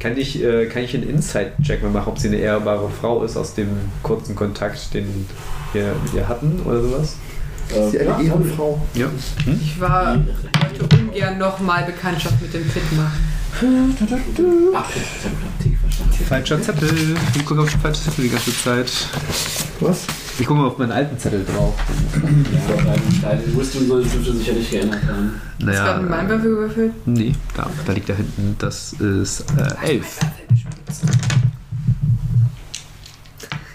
[SPEAKER 7] Kann ich, äh, kann ich einen Inside-Check mal machen, ob sie eine ehrbare Frau ist aus dem kurzen Kontakt, den wir, wir hatten oder sowas?
[SPEAKER 4] Ist sie eine Ehrenfrau?
[SPEAKER 7] Ja.
[SPEAKER 6] Ich war, wollte ungern nochmal Bekanntschaft mit dem Pit machen.
[SPEAKER 8] Falscher Zettel. Ich gucke auf den falschen Zettel die ganze Zeit.
[SPEAKER 4] Was?
[SPEAKER 8] Ich gucke mal auf meinen alten Zettel drauf.
[SPEAKER 3] Ja, dein, dein Wisdom soll dürfte sich ja nicht geändert haben.
[SPEAKER 6] Ist gerade mit meinem
[SPEAKER 7] ähm,
[SPEAKER 8] Naja,
[SPEAKER 6] Würfel gewürfelt?
[SPEAKER 8] nee, da, da liegt da hinten. Das ist äh, 11.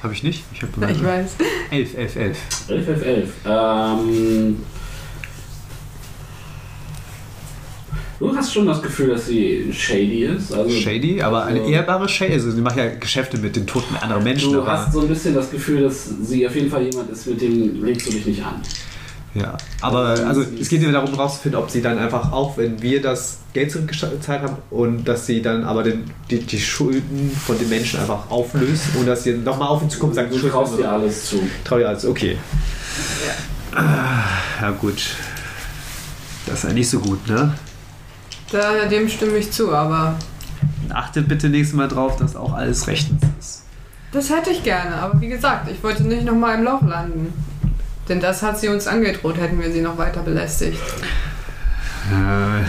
[SPEAKER 8] Habe ich nicht? Ich habe
[SPEAKER 6] Ich weiß.
[SPEAKER 8] 11, 11, 11.
[SPEAKER 3] 11, 11, 11. Ähm, du hast schon das Gefühl, dass sie shady ist. Also
[SPEAKER 8] Shady, aber eine
[SPEAKER 3] Also-
[SPEAKER 8] ehrbare Shady. Also, sie macht ja Geschäfte mit den Toten anderer Menschen.
[SPEAKER 3] du
[SPEAKER 8] aber,
[SPEAKER 3] hast so ein bisschen das Gefühl, dass sie auf jeden Fall jemand ist, mit dem legst du dich nicht an.
[SPEAKER 8] ja.
[SPEAKER 7] Aber also es geht ja darum rauszufinden, ob sie dann einfach auch, wenn wir das Geld zurückgezahlt haben und dass sie dann aber den, die, die Schulden von den Menschen einfach auflöst und dass sie nochmal auf uns zukommt und sagt,
[SPEAKER 3] Du traust dir alles zu.
[SPEAKER 7] Trau dir alles, okay. Ah, ja gut.
[SPEAKER 8] Das ist ja nicht so gut, ne?
[SPEAKER 6] Da, dem stimme ich zu, aber
[SPEAKER 8] Achtet bitte nächstes Mal drauf, dass auch alles rechtens ist.
[SPEAKER 6] das hätte ich gerne. Aber wie gesagt, ich wollte nicht nochmal im Loch landen. Denn das hat sie uns angedroht, hätten wir sie noch weiter belästigt. Äh,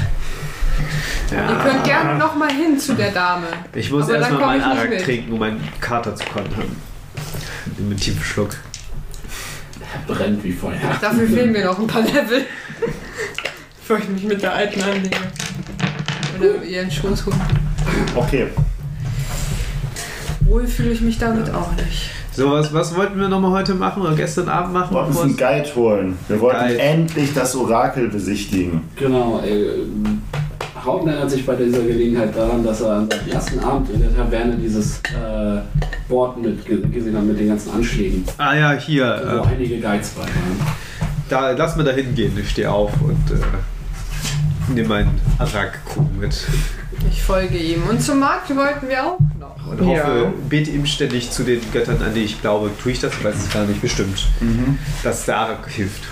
[SPEAKER 6] Ihr könnt gerne nochmal hin zu der Dame.
[SPEAKER 7] Ich muss
[SPEAKER 6] Aber dann
[SPEAKER 7] erstmal
[SPEAKER 6] komm
[SPEAKER 7] meinen
[SPEAKER 6] ich nicht
[SPEAKER 7] Arak
[SPEAKER 6] mit.
[SPEAKER 7] trinken, um meinen Kater zu kontern. Mit tiefen Schluck.
[SPEAKER 3] Brennt wie Feuer.
[SPEAKER 6] Dafür fehlen mir noch ein paar Level. Bevor ich mich mit der alten anlege. Oder ihren Schoß holen.
[SPEAKER 5] Okay.
[SPEAKER 6] Wohl fühle ich mich damit auch nicht.
[SPEAKER 7] So, was, was wollten wir nochmal heute machen oder gestern Abend machen?
[SPEAKER 5] Wir wollten uns einen Guide holen. Wir wollten
[SPEAKER 7] Guide.
[SPEAKER 5] endlich das Orakel besichtigen.
[SPEAKER 3] Genau. Äh, Houghton erinnert sich bei dieser Gelegenheit daran, dass er am ersten Abend in der Taverne dieses äh, Board mit ge- gesehen hat mit den ganzen Anschlägen.
[SPEAKER 7] Ah ja,
[SPEAKER 3] Wo
[SPEAKER 7] hier. Äh,
[SPEAKER 3] einige Guides bei waren.
[SPEAKER 7] da, lass mir da hingehen. Ich stehe auf und äh, nehme meinen Arak-Kuchen mit.
[SPEAKER 6] Ich folge ihm. Und zum Markt wollten wir auch noch.
[SPEAKER 7] Und hoffe, bete ihm ständig zu den Göttern, an die ich glaube. Tue ich das? Ich weiß es gar nicht. Bestimmt.
[SPEAKER 5] Mhm.
[SPEAKER 7] Dass der Arak hilft.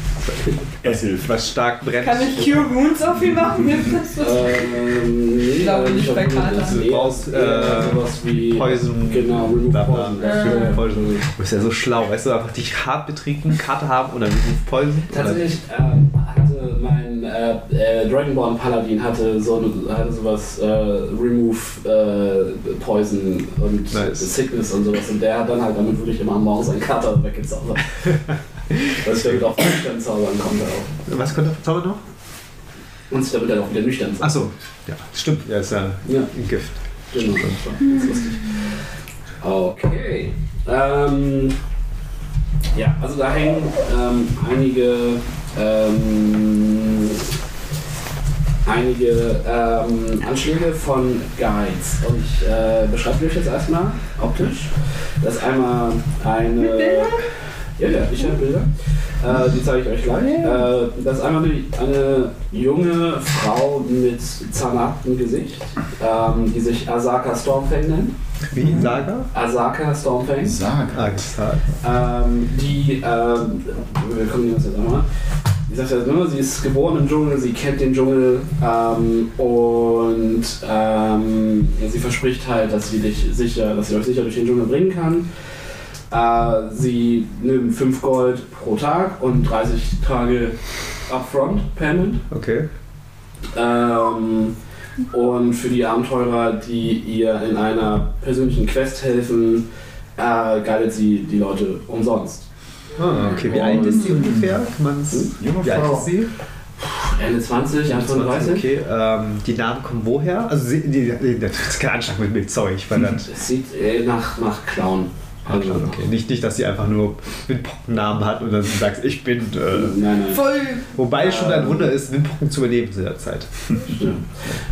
[SPEAKER 5] Es hilft.
[SPEAKER 7] Was stark brennt.
[SPEAKER 6] Kann ich Cure Wounds auf ihn *laughs* machen? Hilft das so?
[SPEAKER 3] Ähm, nee,
[SPEAKER 6] Ich glaube
[SPEAKER 3] äh,
[SPEAKER 6] nicht bei
[SPEAKER 3] auf jeden Fall.
[SPEAKER 6] Kater.
[SPEAKER 7] Du
[SPEAKER 3] Nee,
[SPEAKER 7] brauchst
[SPEAKER 3] nee,
[SPEAKER 7] äh,
[SPEAKER 3] sowas wie
[SPEAKER 7] Poison.
[SPEAKER 3] Genau, Remove
[SPEAKER 7] Bla, bla.
[SPEAKER 3] Poison.
[SPEAKER 7] Remove
[SPEAKER 3] Äh,
[SPEAKER 7] Poison. Du bist ja so schlau, weißt du, einfach dich hart betrinken, Karte haben und dann Remove Poison.
[SPEAKER 3] Tatsächlich ähm, hatte mein äh, äh, Dragonborn Paladin hatte so eine, hatte sowas äh, Remove äh, Poison und
[SPEAKER 7] Nice.
[SPEAKER 3] Sickness und sowas und der hat dann halt damit wirklich immer am Morgen seinen Kater *laughs* weggezaubert. Deswegen auf Abstand zaubern kommt er auch.
[SPEAKER 7] Was könnte Zauber noch?
[SPEAKER 3] Und sich damit dann auch wieder nüchtern sein.
[SPEAKER 7] Achso, ja, stimmt. Ja, ist ja, ein Gift.
[SPEAKER 3] Genau, das war- das ist lustig. Okay. Ähm, ja, also da hängen ähm, einige ähm, einige ähm, Anschläge von Guides. Und ich äh, beschreibe euch jetzt erstmal optisch. Das ist einmal eine. Ja, ja, ich habe Bilder. Äh, die zeige ich euch gleich. Äh, das ist einmal eine, eine junge Frau mit zernagtem Gesicht, ähm, die sich Asaka Stormfang nennt.
[SPEAKER 7] Wie? Saga?
[SPEAKER 3] Asaka Stormfang.
[SPEAKER 7] Saga.
[SPEAKER 3] Ähm, die, ähm, wir kommen hier jetzt nochmal. Ich sagte das nur, sie ist geboren im Dschungel, sie kennt den Dschungel ähm, und ähm, sie verspricht halt, dass sie, dich sicher, dass sie euch sicher durch den Dschungel bringen kann. Äh, sie nimmt 5 Gold pro Tag und 30 Tage Upfront Payment.
[SPEAKER 7] Okay.
[SPEAKER 3] Ähm, und für die Abenteurer, die ihr in einer persönlichen Quest helfen, äh, guidet sie die Leute umsonst.
[SPEAKER 7] Ah, okay, wie alt ist sie ungefähr? Kann man's,
[SPEAKER 3] Junge
[SPEAKER 7] wie alt
[SPEAKER 3] Frau.
[SPEAKER 7] ist sie?
[SPEAKER 3] Ende 20, Anfang 30.
[SPEAKER 7] Okay, ähm, die Namen kommen woher? Also, sie, die, die, das ist kein Anschlag mit Bildzeug, weil das.
[SPEAKER 3] Es sieht äh, nach, nach Clown.
[SPEAKER 7] Ah, klar, okay. Nicht, nicht, dass sie einfach nur Windpockennamen hat und dann sie sagt, ich bin. Äh,
[SPEAKER 3] nein, nein.
[SPEAKER 6] Voll.
[SPEAKER 7] Wobei es schon ein Wunder ist, Windpocken zu überleben zu der Zeit.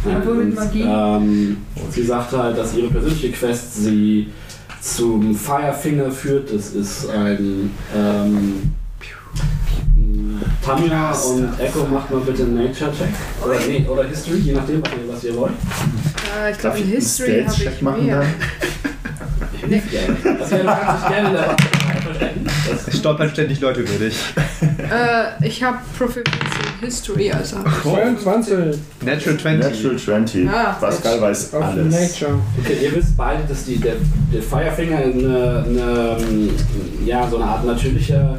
[SPEAKER 3] Obwohl mit Magie. Ähm, sie sagt halt, dass ihre persönliche Quest sie zum Firefinger führt. Das ist ein. Ähm, Tanja und Echo macht mal bitte einen Nature-Check. Oder, nee, oder History, je nachdem, was ihr, was ihr wollt.
[SPEAKER 6] Äh, ich glaube, in History habe ich mehr.
[SPEAKER 3] Nicht gerne. Also, ihr könnt sich gerne in der Wand verstecken.
[SPEAKER 7] Es stolpern ständig Leute über dich.
[SPEAKER 6] Äh, ich habe Proficiency in History, also.
[SPEAKER 7] 22. Natural 20.
[SPEAKER 5] Natural 20.
[SPEAKER 6] Ah.
[SPEAKER 5] Pascal weiß alles.
[SPEAKER 3] Okay, ihr wisst beide, dass die, der, der Firefinger eine, eine, ähm, ja, so eine Art natürlicher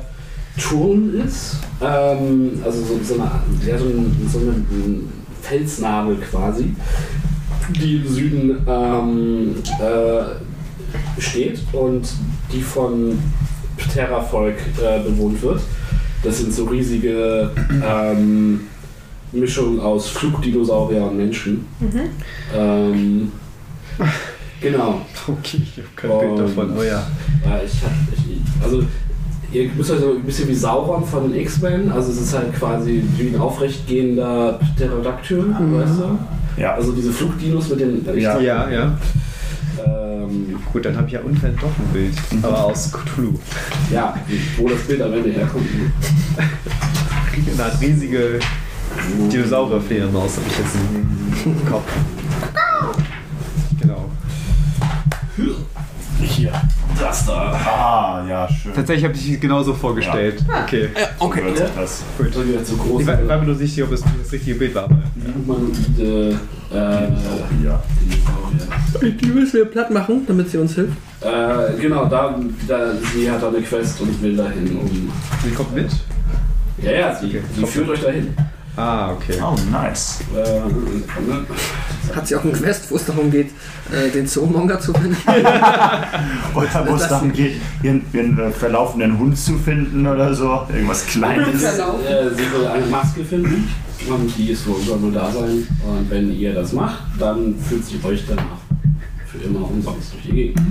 [SPEAKER 3] Turm ist. Ähm, also so, so, eine, ja, so, ein, so eine Felsnabel quasi, die im Süden ähm, äh, steht und die von Pterravolk äh, bewohnt wird. Das sind so riesige ähm, Mischungen aus Flugdinosaurier und Menschen.
[SPEAKER 7] Mhm.
[SPEAKER 3] Ähm, genau.
[SPEAKER 7] Okay, ich habe kein Bild davon, aber ja.
[SPEAKER 3] Ja, ich hab, ich, also, ihr müsst euch so ein bisschen wie Sauron von den X-Men, also es ist halt quasi wie ein aufrechtgehender Pterodactyl, weißt du?
[SPEAKER 5] Ja.
[SPEAKER 3] Also diese Flugdinos mit den...
[SPEAKER 7] Ja, Mhm. ja. ja.
[SPEAKER 3] Ähm,
[SPEAKER 7] Gut, dann habe ich ja unten doch ein Bild. Aber aus Cthulhu.
[SPEAKER 3] Ja, wo das Bild am Ende herkommt.
[SPEAKER 7] Eine Art riesige Dinosaurierfledermaus habe ich jetzt im Kopf. Genau.
[SPEAKER 5] Hier, das da. Ah, ja, schön.
[SPEAKER 7] Tatsächlich habe ich es genauso vorgestellt.
[SPEAKER 5] Ja.
[SPEAKER 7] Okay.
[SPEAKER 5] okay. So hört sich das.
[SPEAKER 7] Gut.
[SPEAKER 3] zu groß.
[SPEAKER 7] Ich war, war mir nur sicher, ob es das richtige Bild war. Aber,
[SPEAKER 3] Humanoide... Äh,
[SPEAKER 5] ja.
[SPEAKER 4] Die müssen wir platt machen, damit sie uns hilft.
[SPEAKER 3] Äh, genau, da, da, sie hat da eine Quest und will dahin. Um
[SPEAKER 7] sie kommt mit?
[SPEAKER 3] Ja, ja, sie,
[SPEAKER 7] Okay,
[SPEAKER 3] sie führt euch dahin. Äh,
[SPEAKER 7] Ah, okay.
[SPEAKER 5] Oh, nice.
[SPEAKER 3] ne?
[SPEAKER 4] Hat sie auch einen Quest, wo es darum geht, äh, den Zoomonger zu finden?
[SPEAKER 5] Oder wo es
[SPEAKER 4] Das-
[SPEAKER 5] darum geht, ihren, ihren äh, verlaufenden Hund zu finden oder so. Irgendwas Kleines.
[SPEAKER 3] Äh, sie will eine Maske finden und die ist wohl soll nur da sein. Und wenn ihr das macht, dann fühlt sie euch danach für immer umsonst durch die Gegend.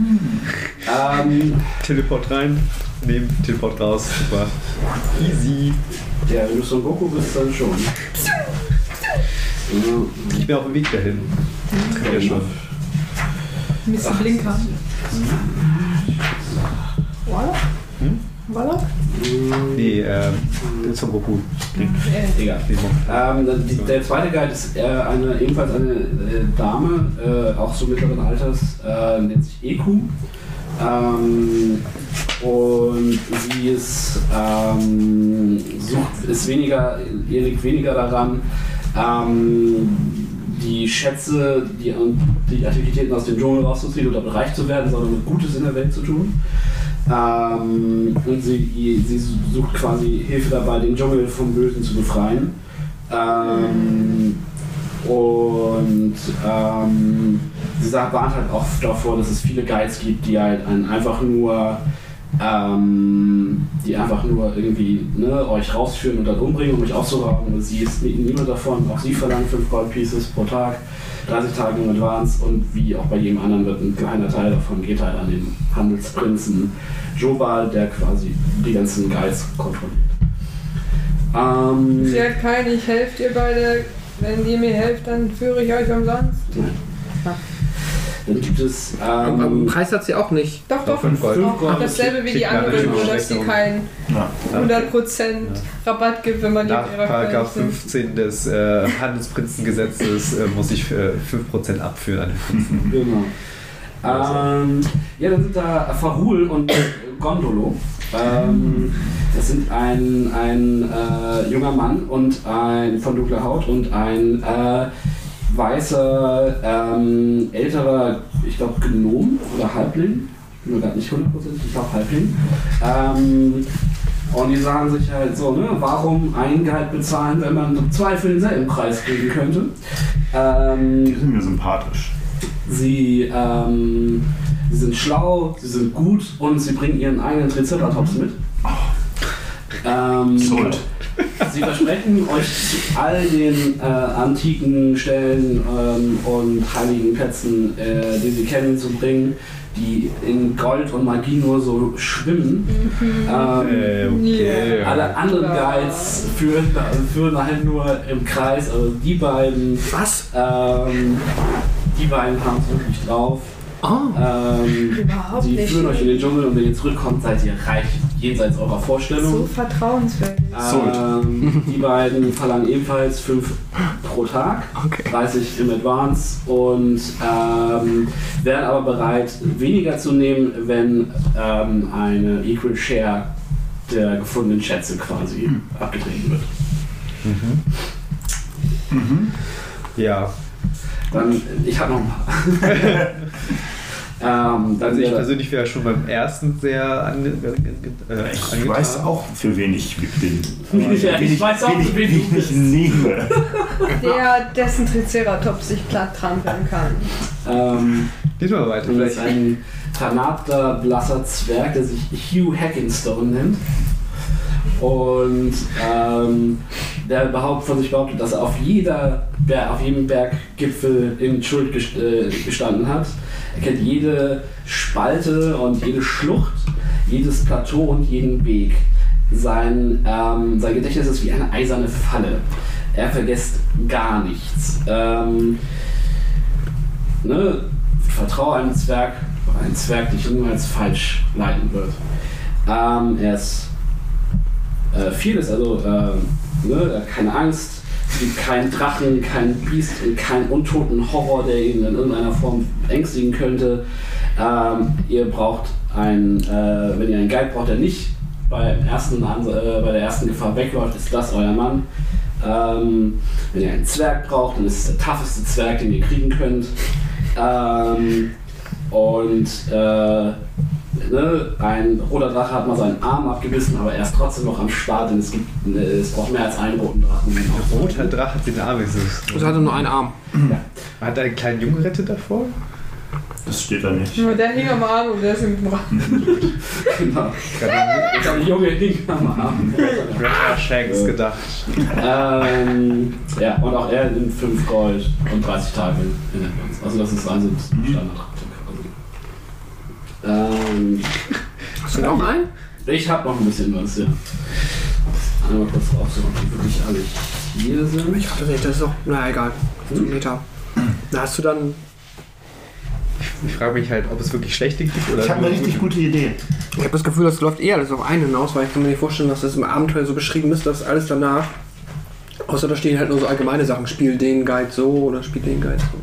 [SPEAKER 3] Ähm,
[SPEAKER 7] Teleport rein, nehmen, Teleport raus. Super. Easy.
[SPEAKER 3] Ja, wenn du so ein Goku bist, dann schon.
[SPEAKER 7] Ich bin auf dem Weg dahin. Ja, schon.
[SPEAKER 24] Mr. Blinker. Wallach?
[SPEAKER 7] Hm?
[SPEAKER 24] Wallach?
[SPEAKER 7] Nee, ähm, zum Goku.
[SPEAKER 3] mm, Egal. Ähm, dann die, der zweite Guide ist äh, eine, ebenfalls eine äh, Dame, äh, auch so mittleren Alters, äh, nennt sich Eku. Ähm, und sie ist, ähm, sucht, ist weniger, ihr liegt weniger daran, ähm, die Schätze die, und die Aktivitäten aus dem Dschungel rauszuziehen oder reich zu werden, sondern mit Gutes in der Welt zu tun. Ähm, und sie, sie sucht quasi Hilfe dabei, den Dschungel vom Bösen zu befreien. Ähm, und ähm, sie sagt, warnt halt auch davor, dass es viele Guides gibt, die halt einen einfach nur ähm, die einfach nur irgendwie ne, euch rausführen und dann umbringen, um euch auszurauben. Sie ist nie- niemand davon, auch sie verlangt 5 Gold Pieces pro Tag, 30 Tage im Advance und wie auch bei jedem anderen wird ein kleiner Teil davon geht halt an den Handelsprinzen Joval, der quasi die ganzen Guides kontrolliert. Ähm,
[SPEAKER 6] Sie hat keine, ich helfe dir beide. Wenn ihr mir helft, dann führe ich euch umsonst.
[SPEAKER 3] Dann gibt es. Ähm, aber
[SPEAKER 4] einen Preis hat sie auch nicht.
[SPEAKER 6] Doch, doch. Auch dasselbe wie die andere Schule, dass sie keinen
[SPEAKER 7] Ja.
[SPEAKER 6] 100% Rabatt gibt, wenn man die
[SPEAKER 7] Ah, Nach
[SPEAKER 6] ihrer
[SPEAKER 7] Paragraph
[SPEAKER 6] Quellen
[SPEAKER 7] 15 des äh, Handelsprinzengesetzes äh, muss ich äh, 5% abführen an den
[SPEAKER 3] *laughs*
[SPEAKER 7] Prinzen.
[SPEAKER 3] Genau. Ähm, ja, dann sind da Farul und äh, Gondolo. Ähm, das sind ein, ein äh, junger Mann und ein von dunkler Haut und ein äh, weißer, ähm, älterer, ich glaube, Gnom oder Halbling. Ich bin mir gerade nicht 100%, ich glaube Halbling. Ähm, und die sagen sich halt so, ne, warum einen Gehalt bezahlen, wenn man zwei für denselben Preis kriegen könnte? Ähm, die sind mir sympathisch. Sie, ähm, sie sind schlau, sie sind gut und sie bringen ihren eigenen Triceratops mit. Ähm, Sie versprechen euch zu all den äh, antiken Stellen ähm, und heiligen Plätzen, äh, die sie kennen, zu bringen, die in Gold und Magie nur so schwimmen.
[SPEAKER 6] Mhm.
[SPEAKER 7] Äh.
[SPEAKER 3] Ähm,
[SPEAKER 7] okay.
[SPEAKER 3] Alle anderen Guides führen, führen halt nur im Kreis, also die beiden.
[SPEAKER 4] Was?
[SPEAKER 3] Ähm, die beiden haben es wirklich drauf. Ähm,
[SPEAKER 6] Überhaupt
[SPEAKER 3] die
[SPEAKER 6] nicht.
[SPEAKER 3] führen euch in den Dschungel und wenn ihr zurückkommt, seid ihr reich jenseits eurer Vorstellung.
[SPEAKER 6] So vertrauenswürdig.
[SPEAKER 3] Ähm, die beiden verlangen ebenfalls 5 pro Tag, 30 im Advance und ähm, wären aber bereit, weniger zu nehmen, wenn ähm, eine Equal Share der gefundenen Schätze quasi
[SPEAKER 7] Hm.
[SPEAKER 3] abgetreten wird.
[SPEAKER 7] Mhm.
[SPEAKER 5] Mhm.
[SPEAKER 7] Ja.
[SPEAKER 3] Dann, ich habe noch ein
[SPEAKER 7] *laughs*
[SPEAKER 3] paar. ähm, dann
[SPEAKER 7] Also ich
[SPEAKER 3] wäre-
[SPEAKER 7] persönlich wäre schon beim ersten sehr ange äh, angetan.
[SPEAKER 5] Ich weiß auch, für wen ich bin.
[SPEAKER 3] *laughs* Ja, ich weiß auch,
[SPEAKER 5] wen,
[SPEAKER 3] für wen
[SPEAKER 5] ich, wen ich nehme.
[SPEAKER 6] Der, dessen Triceratops sich platt trampeln kann.
[SPEAKER 3] Ähm,
[SPEAKER 7] Diesmal weiter.
[SPEAKER 3] Das
[SPEAKER 5] Mhm.
[SPEAKER 3] ist ein vernarbter, blasser Zwerg, der sich Hugh Hackenstone nennt. Und ähm, der behaupt von sich behauptet, dass er auf, jeder, Ber- auf jedem Berggipfel in Schuld gest äh, gestanden hat. Er kennt jede Spalte und jede Schlucht, jedes Plateau und jeden Weg. Sein, ähm, sein Gedächtnis ist wie eine eiserne Falle. Er vergisst gar nichts. Ähm, ne, vertraue einem Zwerg, weil ein Zwerg dich niemals falsch leiten wird. Ähm, er ist äh, vieles, also ähm, ne, er hat keine Angst, es gibt keinen Drachen, keinen Biest und keinen untoten Horror, der ihn in irgendeiner Form ängstigen könnte. Ähm, ihr braucht einen, äh, wenn ihr einen Guide braucht, der nicht beim ersten, Ans- äh, bei der ersten Gefahr wegläuft, ist das euer Mann. Ähm, wenn ihr einen Zwerg braucht, dann ist es der tougheste Zwerg, den ihr kriegen könnt. Ähm, und äh, ne, ein roter Drache hat mal seinen Arm abgebissen, aber er ist trotzdem noch am Start, denn es, gibt, ne, es braucht mehr als einen roten Drachen. Ein
[SPEAKER 7] roter Drache hat den Arm gesucht.
[SPEAKER 4] Und er hatte nur einen Arm.
[SPEAKER 7] Hat er einen kleinen Jungen gerettet davor?
[SPEAKER 5] Das steht da nicht.
[SPEAKER 6] Nur der hing am Arm und der ist im Brand.
[SPEAKER 3] Genau. *laughs* Ich habe Junge Ding am Arm.
[SPEAKER 7] Rapper Shanks gedacht.
[SPEAKER 3] Ähm, ja, und auch er nimmt 5 Gold und 30 Tage in Advance. Also das ist also Standard. Ähm,
[SPEAKER 4] Hast du noch einen?
[SPEAKER 3] Ich hab noch ein bisschen was, ja. Einmal kurz raussuchen, ob die wirklich alle hier sind.
[SPEAKER 4] Ich weiß nicht, Also, Hm? das ist doch. Na egal. Zum Meter. Da hast du dann.
[SPEAKER 7] Ich frage mich halt, ob es wirklich schlechte gibt oder.
[SPEAKER 4] Ich hab eine
[SPEAKER 7] nur
[SPEAKER 4] richtig
[SPEAKER 5] gute Idee.
[SPEAKER 4] Ich habe das Gefühl, das läuft eher alles auf einen hinaus, weil ich kann mir nicht vorstellen, dass das im Abenteuer so beschrieben ist, dass alles danach. Außer da stehen halt nur so allgemeine Sachen. Spiel den Guide so oder spiel den Guide so.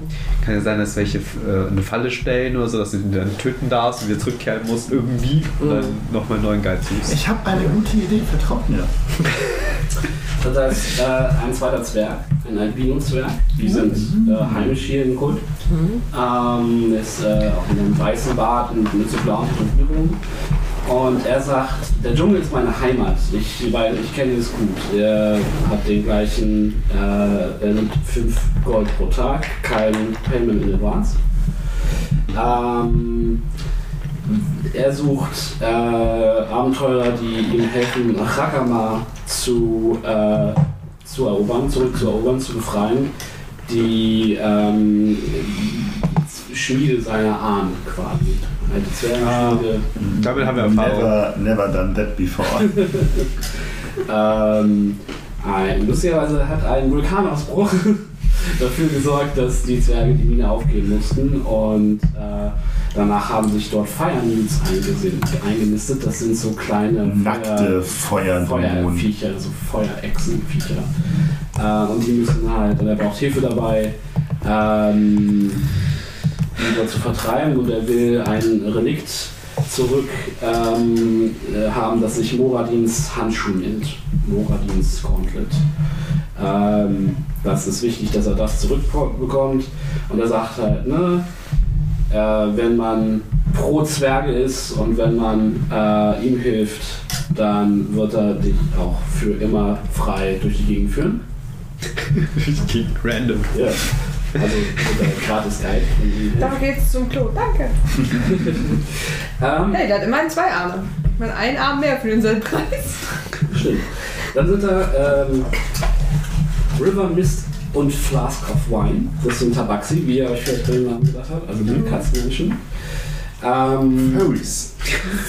[SPEAKER 7] Kann ja sein, dass welche äh, eine Falle stellen oder so, dass du ihn dann töten darfst und wieder zurückkehren musst irgendwie und dann nochmal einen neuen Guide suchst.
[SPEAKER 25] Ich habe eine gute Idee, vertraut mir.
[SPEAKER 3] Das heißt, äh, ein zweiter Zwerg, ein Albino-Zwerg. Die sind äh, heimisch hier im Kult. Ähm, der ist äh, auch in einem weißen Bart und mit so blauen Tätowierungen. Und er sagt, der Dschungel ist meine Heimat. Ich, weil ich kenne es gut. Er hat den gleichen, äh, er nimmt 5 Gold pro Tag, kein Payment in Advance. Ähm, Er sucht äh, Abenteurer, die ihm helfen, Rakama zu, äh, zu erobern, zurück zu erobern, zu befreien. Die ähm, Schmiede seiner Ahnen quasi. Eine Zwergenschmiede.
[SPEAKER 5] Damit haben wir Mhm. Never, never done
[SPEAKER 3] *laughs*
[SPEAKER 5] that before.
[SPEAKER 3] ähm, ein, lustigerweise hat ein Vulkanausbruch *laughs* dafür gesorgt, dass die Zwerge die Mine aufgeben mussten und äh, danach haben sich dort Fire Nudes eingesehen- eingenistet. Das sind so kleine
[SPEAKER 5] Nackte
[SPEAKER 3] Feuer-
[SPEAKER 5] Feuerdämonen.
[SPEAKER 3] Feuerviecher, so Feuerechsenviecher. Äh, und die müssen halt, und er braucht Hilfe dabei, ähm, die wieder zu vertreiben und er will ein Relikt zurück ähm, äh, haben, das sich Moradins Handschuh nennt. Moradins Gauntlet. Ähm, das ist wichtig, dass er das zurückbekommt. Und er sagt halt, ne, äh, wenn man pro Zwerge ist und wenn man äh, ihm hilft, dann wird er dich auch für immer frei durch die Gegend führen. durch die Gegend? Random. Ja. Also wird er gratis Guide. wenn ihm hilft.
[SPEAKER 6] Da geht's zum Klo. Danke.
[SPEAKER 3] ähm,
[SPEAKER 6] Hey, der hat immerhin zwei Arme. Ich meine, einen Arm mehr für denselben Preis.
[SPEAKER 3] Stimmt. Dann sind da ähm, River Mist und Flask of Wine. Das sind Tabaxi, wie ihr euch vielleicht drin gedacht habt. Also die Katzenmenschen. Ähm,
[SPEAKER 5] Oh. Furries.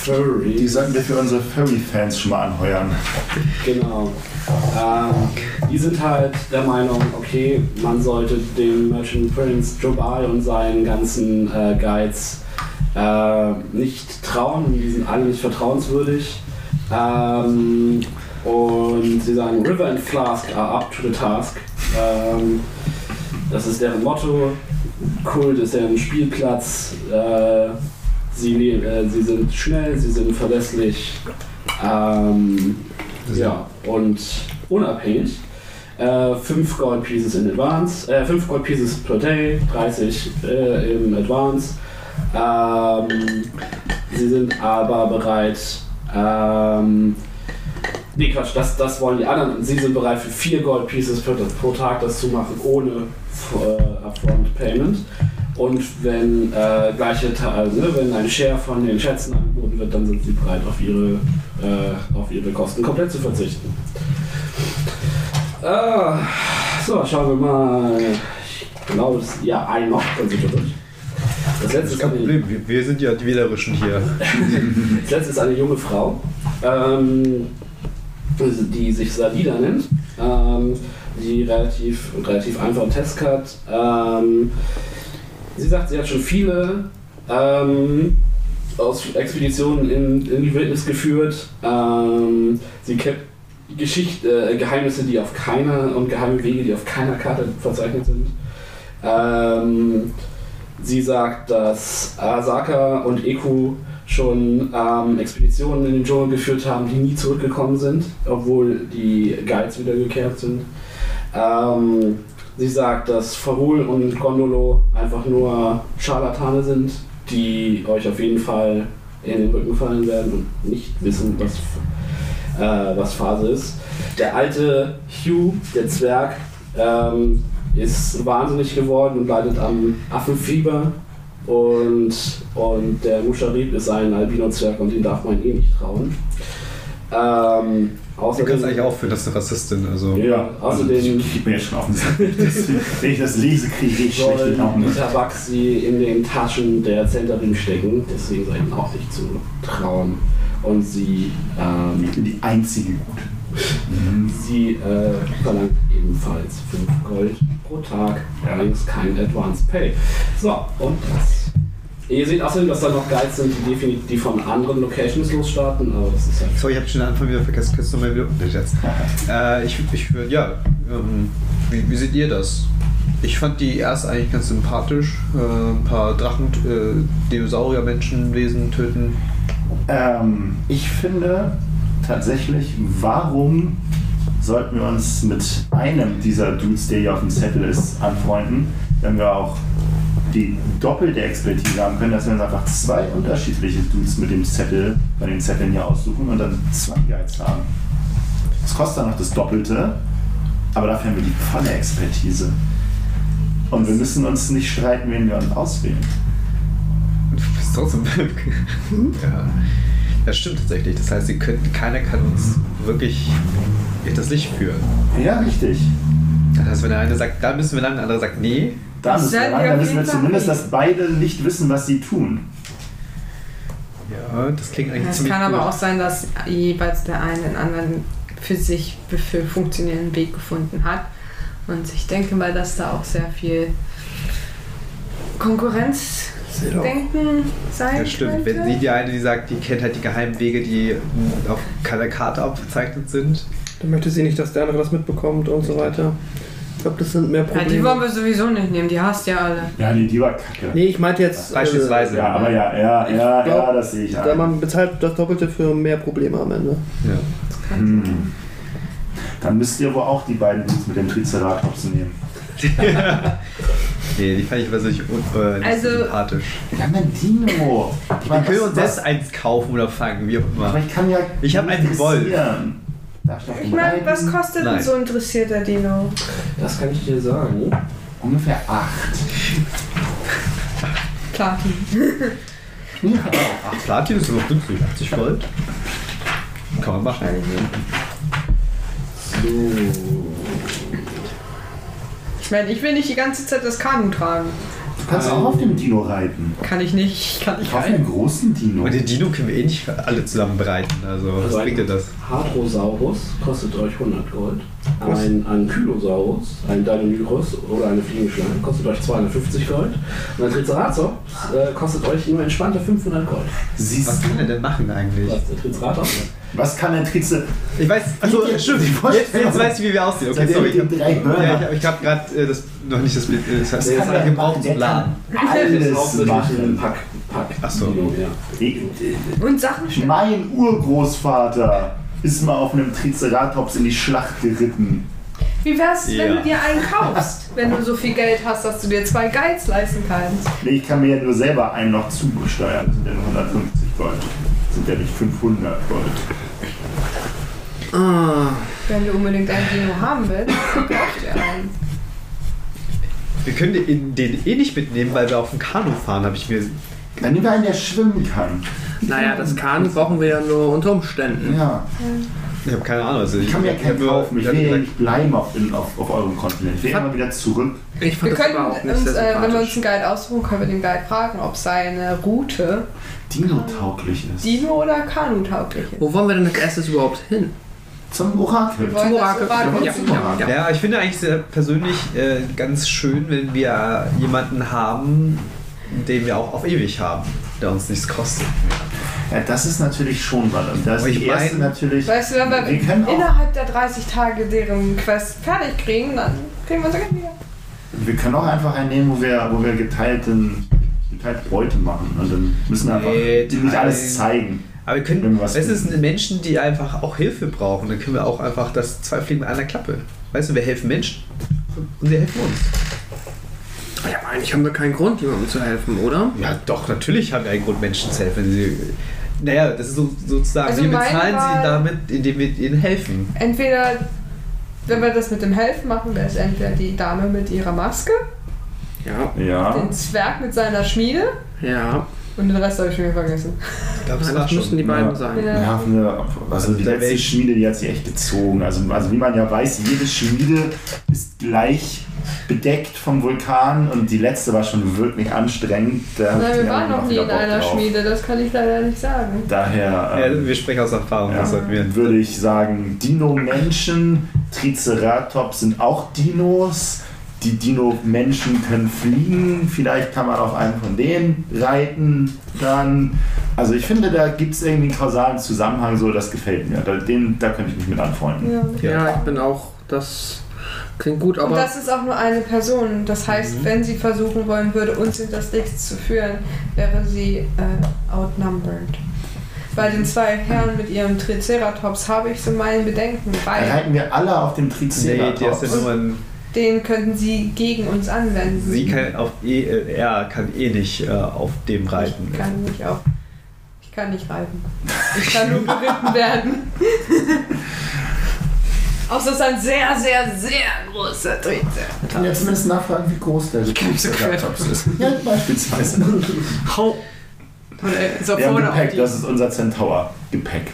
[SPEAKER 3] Furries.
[SPEAKER 5] Die sollten wir für unsere Furry-Fans schon mal anheuern.
[SPEAKER 3] Genau. Ähm, die sind halt der Meinung, okay, man sollte dem Merchant Prince Jobal und seinen ganzen äh, Guides äh, nicht trauen. Die sind alle nicht vertrauenswürdig. Ähm, und sie sagen, River and Flask are up to the task. Ähm, das ist deren Motto. Kult ist deren Spielplatz. Äh, sie, le- äh, sie sind schnell, sie sind verlässlich. Ähm, ja, und unabhängig. Äh, 5 Gold Pieces in Advance, äh, 5 Gold Pieces per Day, 30 äh, im Advance. Ähm, sie sind aber bereit, ähm, nee Quatsch, das, das wollen die anderen. Sie sind bereit für 4 Gold Pieces pro, pro Tag das zu machen, ohne äh, Upfront Payment. Und wenn äh, gleiche Ta- also, ne, wenn ein Share von den Schätzen angeboten wird, dann sind sie bereit, auf ihre, äh, auf ihre Kosten komplett zu verzichten. Ah, so, schauen wir mal. Ich glaube, das ja ein noch, dann sind wir durch. Das letzte ist
[SPEAKER 7] Kein
[SPEAKER 3] eine,
[SPEAKER 7] Problem, wir, wir sind ja die Wählerischen hier.
[SPEAKER 3] das letzte ist eine junge Frau, ähm, die sich Salida nennt, ähm, die relativ, relativ einfachen Test hat. Ähm, sie sagt, sie hat schon viele ähm, aus Expeditionen in, in die Wildnis geführt. Ähm, sie kennt Geschichte, äh, Geheimnisse, die auf keiner und geheime Wege, die auf keiner Karte verzeichnet sind. Ähm, sie sagt, dass Asaka und Eku schon ähm, Expeditionen in den Dschungel geführt haben, die nie zurückgekommen sind, obwohl die Guides wiedergekehrt sind. Ähm, sie sagt, dass Farul und Gondolo einfach nur Scharlatane sind, die euch auf jeden Fall in den Rücken fallen werden und nicht wissen, was, äh, was Phase ist. Der alte Hugh, der Zwerg, ähm, ist wahnsinnig geworden und leidet am Affenfieber. Und, und der Musharib ist ein Albino-Zwerg und den darf man eh nicht trauen. Ähm,
[SPEAKER 7] Du
[SPEAKER 3] außerdem,
[SPEAKER 7] kannst eigentlich auch für das ist eine Rassistin. Also.
[SPEAKER 3] Ja, außerdem
[SPEAKER 5] Ich bin jetzt schon auf den Sack. *laughs* Deswegen, Wenn ich das lese, kriege ich schlecht
[SPEAKER 3] sollen
[SPEAKER 5] den Augen.
[SPEAKER 3] die Tabaxi in den Taschen der Zenterin stecken, deswegen sei ihnen auch nicht zu trauen. Und sie. Ähm, ich bin
[SPEAKER 5] die Mhm. einzige Gute.
[SPEAKER 3] Sie äh, verlangt ebenfalls 5 Gold pro Tag, allerdings kein Advance Pay. So, und das. Ihr seht außerdem, dass da noch Guides sind, die definitiv die von anderen Locations losstarten, aber das ist halt.
[SPEAKER 7] Sorry, ich habe schon den Anfang wieder vergessen. Kannst du nochmal wieder unterschätzen? Äh, ich, ich würde, ja, ähm, wie, wie seht ihr das? Ich fand die erst eigentlich ganz sympathisch. Äh, ein paar Drachen, äh, Dinosaurier, Menschenwesen töten.
[SPEAKER 5] Ähm, ich finde tatsächlich, warum sollten wir uns mit einem dieser Dudes, der hier auf dem Zettel ist, anfreunden, wenn wir auch die doppelte Expertise haben können, dass wir uns einfach zwei unterschiedliche Dudes mit dem Zettel, bei den Zetteln hier aussuchen und dann zwei Guides haben. Das kostet dann noch das Doppelte, aber dafür haben wir die volle Expertise. Und wir müssen uns nicht streiten, wen wir uns auswählen.
[SPEAKER 7] Du bist trotzdem Wilke.
[SPEAKER 6] Hm?
[SPEAKER 7] ja. Das stimmt tatsächlich. Das heißt, sie könnten, keiner kann uns wirklich in das Licht führen.
[SPEAKER 5] Ja, richtig.
[SPEAKER 7] Das heißt, wenn der eine sagt, da müssen wir lang, der andere sagt, nee.
[SPEAKER 5] Da müssen wir rein, dann wissen wir zumindest, dass beide nicht wissen, was sie tun.
[SPEAKER 7] Ja, das klingt eigentlich
[SPEAKER 6] Es
[SPEAKER 7] ziemlich
[SPEAKER 6] kann
[SPEAKER 7] gut.
[SPEAKER 6] aber auch sein, dass jeweils der eine den anderen für sich für funktionierenden Weg gefunden hat. Und ich denke mal, dass da auch sehr viel Konkurrenzdenken sein
[SPEAKER 7] Das stimmt.
[SPEAKER 6] könnte.
[SPEAKER 7] Wenn sie die eine, die sagt, die kennt halt die geheimen Wege, die auf keiner Karte aufgezeichnet sind.
[SPEAKER 4] Dann möchte sie nicht, dass der andere das mitbekommt und so weiter. Ich glaube, das sind mehr
[SPEAKER 6] ja,
[SPEAKER 4] Probleme.
[SPEAKER 6] die wollen wir sowieso nicht nehmen, die hasst ja alle.
[SPEAKER 5] Ja, nee, die war kacke.
[SPEAKER 4] Nee, ich meinte jetzt. äh,
[SPEAKER 7] Beispielsweise.
[SPEAKER 5] Ja, aber ja, ja,
[SPEAKER 4] Ich
[SPEAKER 5] ja,
[SPEAKER 4] glaub,
[SPEAKER 5] ja, das sehe ich
[SPEAKER 4] Da
[SPEAKER 5] ein.
[SPEAKER 4] man bezahlt das Doppelte für mehr Probleme am Ende.
[SPEAKER 7] Ja.
[SPEAKER 5] Hm. Dann müsst ihr wohl auch die beiden Dudes mit dem Triceratops nehmen.
[SPEAKER 7] *laughs* Nee, die fand ich persönlich un äh, nicht so
[SPEAKER 6] Also-
[SPEAKER 7] sympathisch.
[SPEAKER 5] Ja, mein Dino. Ich
[SPEAKER 7] Wir
[SPEAKER 5] meine,
[SPEAKER 7] können
[SPEAKER 5] was-
[SPEAKER 7] uns selbst eins kaufen oder fangen, wie auch immer.
[SPEAKER 5] Aber ich kann ja.
[SPEAKER 7] Ich habe einen gewollt.
[SPEAKER 6] Ich meine, was kostet
[SPEAKER 7] Nein.
[SPEAKER 6] denn so ein interessierter Dino?
[SPEAKER 3] Das kann ich dir sagen.
[SPEAKER 5] Ungefähr acht.
[SPEAKER 6] Platin.
[SPEAKER 7] Ach, Platin ist überhaupt günstig. 80 Gold. Kann man machen.
[SPEAKER 6] Ich meine, ich will nicht die ganze Zeit das Kanu tragen.
[SPEAKER 5] Du kannst auch auf dem Dino reiten.
[SPEAKER 6] Kann ich nicht, kann ich
[SPEAKER 5] Auf einem großen Dino.
[SPEAKER 7] Und den Dino können wir eh nicht alle zusammenbereiten. Also, was
[SPEAKER 3] Also
[SPEAKER 7] bringt dir das?
[SPEAKER 3] Hadrosaurus kostet euch 100 Gold. Ein Ankylosaurus, ein Deinonychus oder eine Fliegenschlange kostet euch 250 Gold. Und ein Triceratops äh, kostet euch nur entspannte 500 Gold.
[SPEAKER 5] Siehst
[SPEAKER 7] was kann er denn machen eigentlich?
[SPEAKER 3] Was, der Triceratops?
[SPEAKER 5] Was kann ein Triceratops?
[SPEAKER 7] Ich weiß, also
[SPEAKER 5] Wie die-
[SPEAKER 7] stimmt,
[SPEAKER 5] die
[SPEAKER 7] jetzt,
[SPEAKER 5] Vorstellung.
[SPEAKER 7] jetzt weiß ich, wie wir aussehen. Okay,
[SPEAKER 5] Seitdem
[SPEAKER 7] sorry, ich
[SPEAKER 5] die drei
[SPEAKER 7] habe
[SPEAKER 5] Hörner.
[SPEAKER 7] ja, ich hab, ich hab gerade äh, das- noch nicht das Bild. äh, Das heißt,
[SPEAKER 5] Das
[SPEAKER 7] das
[SPEAKER 5] kann
[SPEAKER 7] hat
[SPEAKER 5] der
[SPEAKER 7] gebraucht
[SPEAKER 5] machen,
[SPEAKER 7] zum Laden. *laughs*
[SPEAKER 3] Das ist
[SPEAKER 5] Alles
[SPEAKER 3] hauptsächlich ein
[SPEAKER 5] machen.
[SPEAKER 3] Pack. Pack.
[SPEAKER 7] Achso.
[SPEAKER 3] Ja.
[SPEAKER 6] Und Sachen schleppen.
[SPEAKER 5] Mein Urgroßvater ist mal auf einem Triceratops in die Schlacht geritten.
[SPEAKER 6] Wie wär's,
[SPEAKER 5] Ja.
[SPEAKER 6] wenn du dir einen kaufst, wenn du so viel Geld hast, dass du dir zwei Guides leisten kannst?
[SPEAKER 5] Nee, ich kann mir ja nur selber einen noch zubesteuern. Das sind ja nur 150 Gold. Das sind ja nicht 500 Gold.
[SPEAKER 6] Wenn du unbedingt einen Dino haben willst, dann kauf dir einen.
[SPEAKER 7] Wir können den, den eh nicht mitnehmen, weil wir auf dem Kanu fahren, habe ich mir.
[SPEAKER 5] Dann nehmen wir einen, der schwimmen kann.
[SPEAKER 4] Naja, das Kanu brauchen wir ja nur unter Umständen.
[SPEAKER 5] Ja.
[SPEAKER 7] Ich habe keine Ahnung. Also
[SPEAKER 5] Ich kann mir ja keinen
[SPEAKER 7] hab nur-
[SPEAKER 5] kaufen. Ich
[SPEAKER 7] hab
[SPEAKER 5] will ja
[SPEAKER 7] gesagt,
[SPEAKER 5] nicht bleiben auf, in, auf, auf eurem Kontinent. Ich will immer wieder zurück.
[SPEAKER 4] Ich fand
[SPEAKER 6] Wir
[SPEAKER 4] das aber auch
[SPEAKER 6] können
[SPEAKER 4] nicht
[SPEAKER 6] uns,
[SPEAKER 4] sehr
[SPEAKER 6] äh, wenn wir uns
[SPEAKER 4] sympathisch.
[SPEAKER 6] einen Guide aussuchen, können wir den Guide fragen, ob seine Route
[SPEAKER 5] Dino-tauglich ist.
[SPEAKER 6] Dino oder Kanu-tauglich ist.
[SPEAKER 4] Wo wollen wir denn als erstes überhaupt hin?
[SPEAKER 5] Zum Orakel.
[SPEAKER 6] Wir wollen
[SPEAKER 4] Zum
[SPEAKER 6] das
[SPEAKER 4] Orakel.
[SPEAKER 6] Orakel
[SPEAKER 4] Ja,
[SPEAKER 6] suchen.
[SPEAKER 4] ja, ja.
[SPEAKER 7] Ja, aber ich finde eigentlich sehr persönlich äh, ganz schön, wenn wir jemanden haben, den wir auch auf ewig haben, der uns nichts kostet.
[SPEAKER 5] Ja, das ist natürlich schon was. Und Das
[SPEAKER 7] Aber
[SPEAKER 5] ist
[SPEAKER 7] ich
[SPEAKER 5] die erste
[SPEAKER 7] mein-
[SPEAKER 5] natürlich.
[SPEAKER 6] Weißt du, wenn wir,
[SPEAKER 5] Wir können auch,
[SPEAKER 6] innerhalb der 30 Tage deren Quest fertig kriegen, dann kriegen wir unser Geld wieder.
[SPEAKER 5] wir können auch einfach einen nehmen, wo wir, wo wir geteilten, geteilt Beute machen. Und dann müssen wir einfach
[SPEAKER 7] Nee,
[SPEAKER 5] nicht
[SPEAKER 7] teilen.
[SPEAKER 5] alles zeigen.
[SPEAKER 7] Aber wir
[SPEAKER 5] Wenn
[SPEAKER 7] können,
[SPEAKER 5] wir was
[SPEAKER 7] weißt du, es
[SPEAKER 5] finden.
[SPEAKER 7] sind Menschen, die einfach auch Hilfe brauchen. Dann können wir auch einfach das zwei Fliegen mit einer Klappe. Weißt du, wir helfen Menschen und sie helfen uns.
[SPEAKER 4] Ja, aber eigentlich haben wir keinen Grund, jemandem zu helfen, oder?
[SPEAKER 7] Ja, doch, natürlich haben wir einen Grund, Menschen zu helfen. wenn Sie, naja, das ist so, sozusagen,
[SPEAKER 6] Also
[SPEAKER 7] wir
[SPEAKER 6] meine
[SPEAKER 7] bezahlen sie
[SPEAKER 6] Wahl-
[SPEAKER 7] damit, indem wir ihnen helfen.
[SPEAKER 6] Entweder, wenn wir das mit dem Helfen machen, wäre es entweder die Dame mit ihrer Maske,
[SPEAKER 4] Ja.
[SPEAKER 5] Ja.
[SPEAKER 6] den Zwerg mit seiner Schmiede
[SPEAKER 4] Ja.
[SPEAKER 6] und den Rest habe ich schon wieder vergessen.
[SPEAKER 7] Ich glaube,
[SPEAKER 4] Nein, das müssen die beiden sein.
[SPEAKER 6] Ja.
[SPEAKER 5] Ja, von der- also die
[SPEAKER 7] der
[SPEAKER 5] letzte
[SPEAKER 7] Welt-
[SPEAKER 5] Schmiede, die hat sich echt gezogen. Also, also wie man ja weiß, jede Schmiede ist gleich bedeckt vom Vulkan und die letzte war schon wirklich anstrengend. Da
[SPEAKER 6] Nein,
[SPEAKER 5] hat
[SPEAKER 6] wir
[SPEAKER 5] der
[SPEAKER 6] waren
[SPEAKER 5] Mann
[SPEAKER 6] noch
[SPEAKER 5] auch
[SPEAKER 6] nie
[SPEAKER 5] wieder
[SPEAKER 6] in
[SPEAKER 5] Bock
[SPEAKER 6] einer
[SPEAKER 5] drauf.
[SPEAKER 6] Schmiede, das kann ich leider nicht sagen.
[SPEAKER 5] Daher
[SPEAKER 7] Ja,
[SPEAKER 5] ähm,
[SPEAKER 7] wir sprechen aus Erfahrung, das sollten wir.
[SPEAKER 5] ja, würde ich sagen, Dino-Menschen, Triceratops sind auch Dinos. Die Dino-Menschen können fliegen. Vielleicht kann man auf einen von denen reiten. Dann, also ich finde, da gibt es irgendwie einen kausalen Zusammenhang. So, das gefällt mir. Da, den, da könnte ich mich mit anfreunden.
[SPEAKER 6] Ja.
[SPEAKER 4] Ja. ich bin auch. Das klingt gut,
[SPEAKER 6] Und
[SPEAKER 4] aber.
[SPEAKER 6] das ist auch nur eine Person. Das heißt, wenn sie versuchen wollen würde, uns in das Licht zu führen, wäre sie äh, outnumbered. Bei den zwei Herren mit ihrem Triceratops habe ich so meine Bedenken,
[SPEAKER 5] Dann
[SPEAKER 6] weil
[SPEAKER 5] reiten wir alle auf dem
[SPEAKER 7] Nee, die
[SPEAKER 5] Triceratops.
[SPEAKER 7] erste Nummer,
[SPEAKER 6] den könnten sie gegen uns anwenden.
[SPEAKER 7] sie kann auf eh, äh, er kann eh nicht äh, auf dem reiten.
[SPEAKER 6] Ich kann nicht auf. Ich kann nicht reiten.
[SPEAKER 5] *laughs*
[SPEAKER 6] Ich kann nur geritten werden. Außer es ist ein sehr, sehr, sehr großer Triceratops.
[SPEAKER 5] ich kann ja zumindest nachfragen, wie groß der Triceratops ist. Ja, beispielsweise.
[SPEAKER 4] Hau
[SPEAKER 6] äh,
[SPEAKER 5] Wir haben Gepäck, das ist unser Centaur. Gepäck.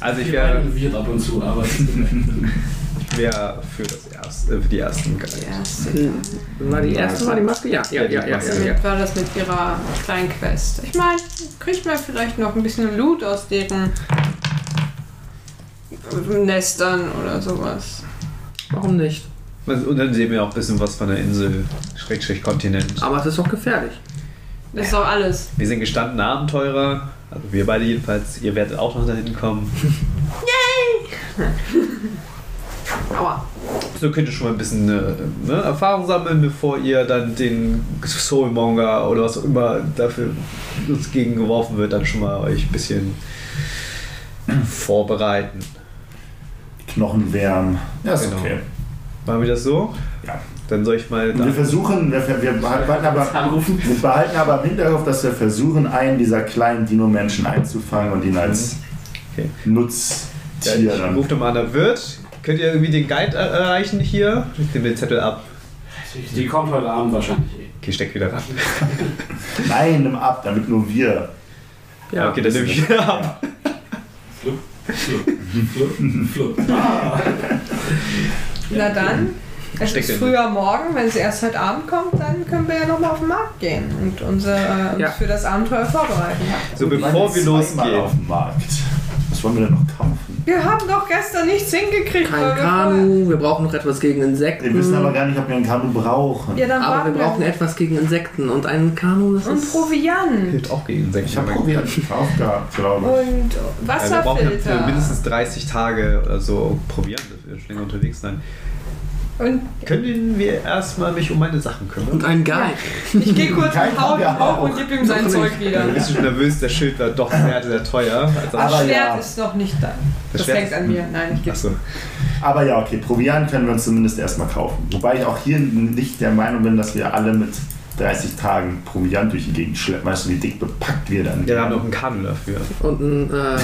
[SPEAKER 7] Also ich wäre
[SPEAKER 3] wird ab und zu, aber
[SPEAKER 7] wäre für das erste, äh, für die ersten geil.
[SPEAKER 4] War die erste, war die Maske? Ja, ja, ja, ja, ja, ja.
[SPEAKER 6] Damit war das mit ihrer kleinen Quest. Ich meine, kriegt man vielleicht noch ein bisschen Loot aus deren Nestern oder sowas.
[SPEAKER 4] Warum nicht?
[SPEAKER 7] Und dann sehen wir auch ein bisschen was von der Insel, Schrägstrich Kontinent.
[SPEAKER 4] *laughs* Aber es ist doch gefährlich.
[SPEAKER 6] Das ist doch alles.
[SPEAKER 7] Wir sind gestandene Abenteurer, also wir beide jedenfalls, ihr werdet auch noch dahin kommen.
[SPEAKER 6] Aua.
[SPEAKER 7] So könnt ihr schon mal ein bisschen äh, ne, Erfahrung sammeln, bevor ihr dann den Soulmonger oder was auch immer dafür uns gegengeworfen wird, dann schon mal euch ein bisschen vorbereiten.
[SPEAKER 5] Knochen wärmen. Ja, ist
[SPEAKER 7] Genau.
[SPEAKER 5] okay.
[SPEAKER 7] Machen wir das so?
[SPEAKER 5] Ja.
[SPEAKER 7] Dann soll ich mal.
[SPEAKER 5] Wir versuchen, wir, wir, behalten aber, wir behalten aber im Hinterkopf, dass wir versuchen, einen dieser kleinen Dino-Menschen einzufangen und ihn als
[SPEAKER 7] Mhm. Ja,
[SPEAKER 5] Nutztier
[SPEAKER 7] ich
[SPEAKER 5] dann.
[SPEAKER 7] rufe mal an der Wirt. Könnt ihr irgendwie den Guide er erreichen hier? Ich nehme den Zettel ab.
[SPEAKER 3] Die kommt heute Abend wahrscheinlich eh.
[SPEAKER 7] Okay, steck wieder ran.
[SPEAKER 5] Nein, nimm ab, damit nur wir.
[SPEAKER 7] Ja, okay, dann nehme ich wieder ab.
[SPEAKER 3] *laughs*
[SPEAKER 6] Na dann, es
[SPEAKER 7] Steck
[SPEAKER 6] ist
[SPEAKER 7] den.
[SPEAKER 6] früher Morgen, wenn es erst heute Abend kommt, dann können wir ja nochmal auf den Markt gehen und unsere, äh, uns
[SPEAKER 7] Ja.
[SPEAKER 6] für das Abenteuer vorbereiten.
[SPEAKER 7] So, bevor wir losgehen.
[SPEAKER 5] auf den Markt. Was wollen wir denn noch kaufen?
[SPEAKER 6] Wir haben doch gestern nichts hingekriegt. weil
[SPEAKER 4] Kein
[SPEAKER 6] wir
[SPEAKER 4] Kanu, wir brauchen noch etwas gegen Insekten.
[SPEAKER 5] Wir wissen aber gar nicht, ob wir ein Kanu brauchen.
[SPEAKER 6] Ja, dann
[SPEAKER 4] aber wir
[SPEAKER 6] warten wir.
[SPEAKER 4] brauchen etwas gegen Insekten und einen Kanu, das
[SPEAKER 6] Und
[SPEAKER 4] ist...
[SPEAKER 7] *laughs*
[SPEAKER 6] Proviant
[SPEAKER 7] Hilft auch gegen Insekten.
[SPEAKER 5] Ich habe Proviant gekauft gehabt, glaube
[SPEAKER 7] wir
[SPEAKER 6] und
[SPEAKER 7] brauchen ja für
[SPEAKER 6] Wasserfilter.
[SPEAKER 7] mindestens 30 Tage oder so Proviant, dass wir schon länger unterwegs sein.
[SPEAKER 6] Und
[SPEAKER 7] Können wir erstmal mich um meine Sachen kümmern?
[SPEAKER 4] Und einen Guide.
[SPEAKER 6] ich gehe kurz
[SPEAKER 5] Kein
[SPEAKER 6] mit Haut
[SPEAKER 5] haben wir auch.
[SPEAKER 6] und gebe ihm sein
[SPEAKER 7] Noch
[SPEAKER 6] Zeug
[SPEAKER 7] Ja,
[SPEAKER 6] wieder.
[SPEAKER 7] du bist schon nervös, der Schild war doch sehr, sehr teuer. Also,
[SPEAKER 5] Aber
[SPEAKER 6] Das Schwert
[SPEAKER 5] ja. Also
[SPEAKER 6] ist noch nicht da. Das,
[SPEAKER 7] Schwert
[SPEAKER 6] hängt
[SPEAKER 7] ist-
[SPEAKER 6] an mir. Nein, ich gebe
[SPEAKER 7] Achso.
[SPEAKER 5] ich. Aber ja, okay, Proviant können wir uns zumindest erstmal kaufen. Wobei ich auch hier nicht der Meinung bin, dass wir alle mit 30 Tagen Proviant durch die Gegend schleppen. Weißt du, wie dick bepackt wir dann?
[SPEAKER 7] Ja, wir haben noch einen Kanu dafür.
[SPEAKER 4] Und ein, äh,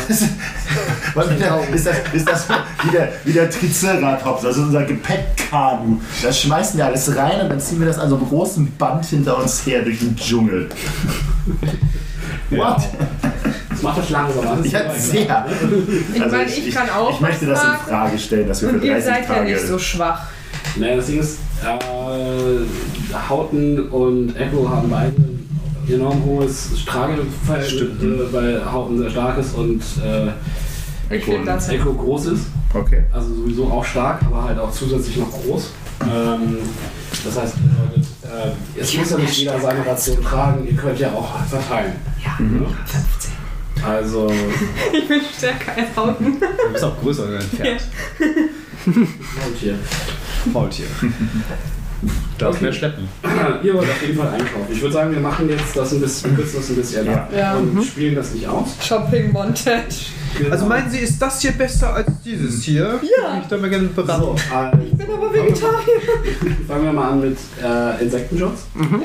[SPEAKER 5] Was ist, das, ist, das, ist das wie der, wie der Triceratops, also unser Gepäckkanu? Da schmeißen wir alles rein und dann ziehen wir das an so einem großen Band hinter uns her durch den Dschungel. What?
[SPEAKER 3] Das macht euch langsam an.
[SPEAKER 5] Ich hatte sehr.
[SPEAKER 6] Ich meine, ich kann auch
[SPEAKER 5] Ich möchte
[SPEAKER 6] was
[SPEAKER 5] das in
[SPEAKER 6] sagen.
[SPEAKER 5] Frage stellen, dass wir für
[SPEAKER 6] Und
[SPEAKER 5] 30
[SPEAKER 6] ihr seid ja
[SPEAKER 5] Tage.
[SPEAKER 6] nicht so schwach.
[SPEAKER 3] Naja, das Ding ist, äh, Houghton und Echo haben beide ein enorm hohes Trageverhältnis, äh, weil Houghton sehr stark ist und äh,
[SPEAKER 6] Ich will das. halt.
[SPEAKER 3] Echo groß ist.
[SPEAKER 5] Okay.
[SPEAKER 3] Also sowieso auch stark, aber halt auch zusätzlich noch groß. Ähm, das heißt, bedeutet, äh, es muss ja nicht jeder seine Ration tragen, ihr könnt ja auch verteilen. Ja,
[SPEAKER 5] Mhm.
[SPEAKER 3] 15. Also,
[SPEAKER 6] Ich bin stärker als Hauten.
[SPEAKER 7] Du bist auch größer als ein Pferd.
[SPEAKER 3] Maultier.
[SPEAKER 7] Faultier. Du darfst mehr schleppen.
[SPEAKER 3] *clears throat* Ihr wollt auf jeden Fall einkaufen. Ich würde sagen, wir machen jetzt das ein bisschen, kürzen das ein bisschen ab
[SPEAKER 6] Ja.
[SPEAKER 3] und
[SPEAKER 6] Mhm.
[SPEAKER 3] spielen das nicht aus.
[SPEAKER 6] Shopping Montage.
[SPEAKER 3] Genau.
[SPEAKER 7] Also meinen Sie, ist das hier besser als dieses hier?
[SPEAKER 6] Ja.
[SPEAKER 7] Ich darf mir gerne beraten.
[SPEAKER 3] So, äh,
[SPEAKER 6] Ich bin aber Vegetarier.
[SPEAKER 3] fangen wir mal an mit äh, Insektenschutz.
[SPEAKER 7] Mhm.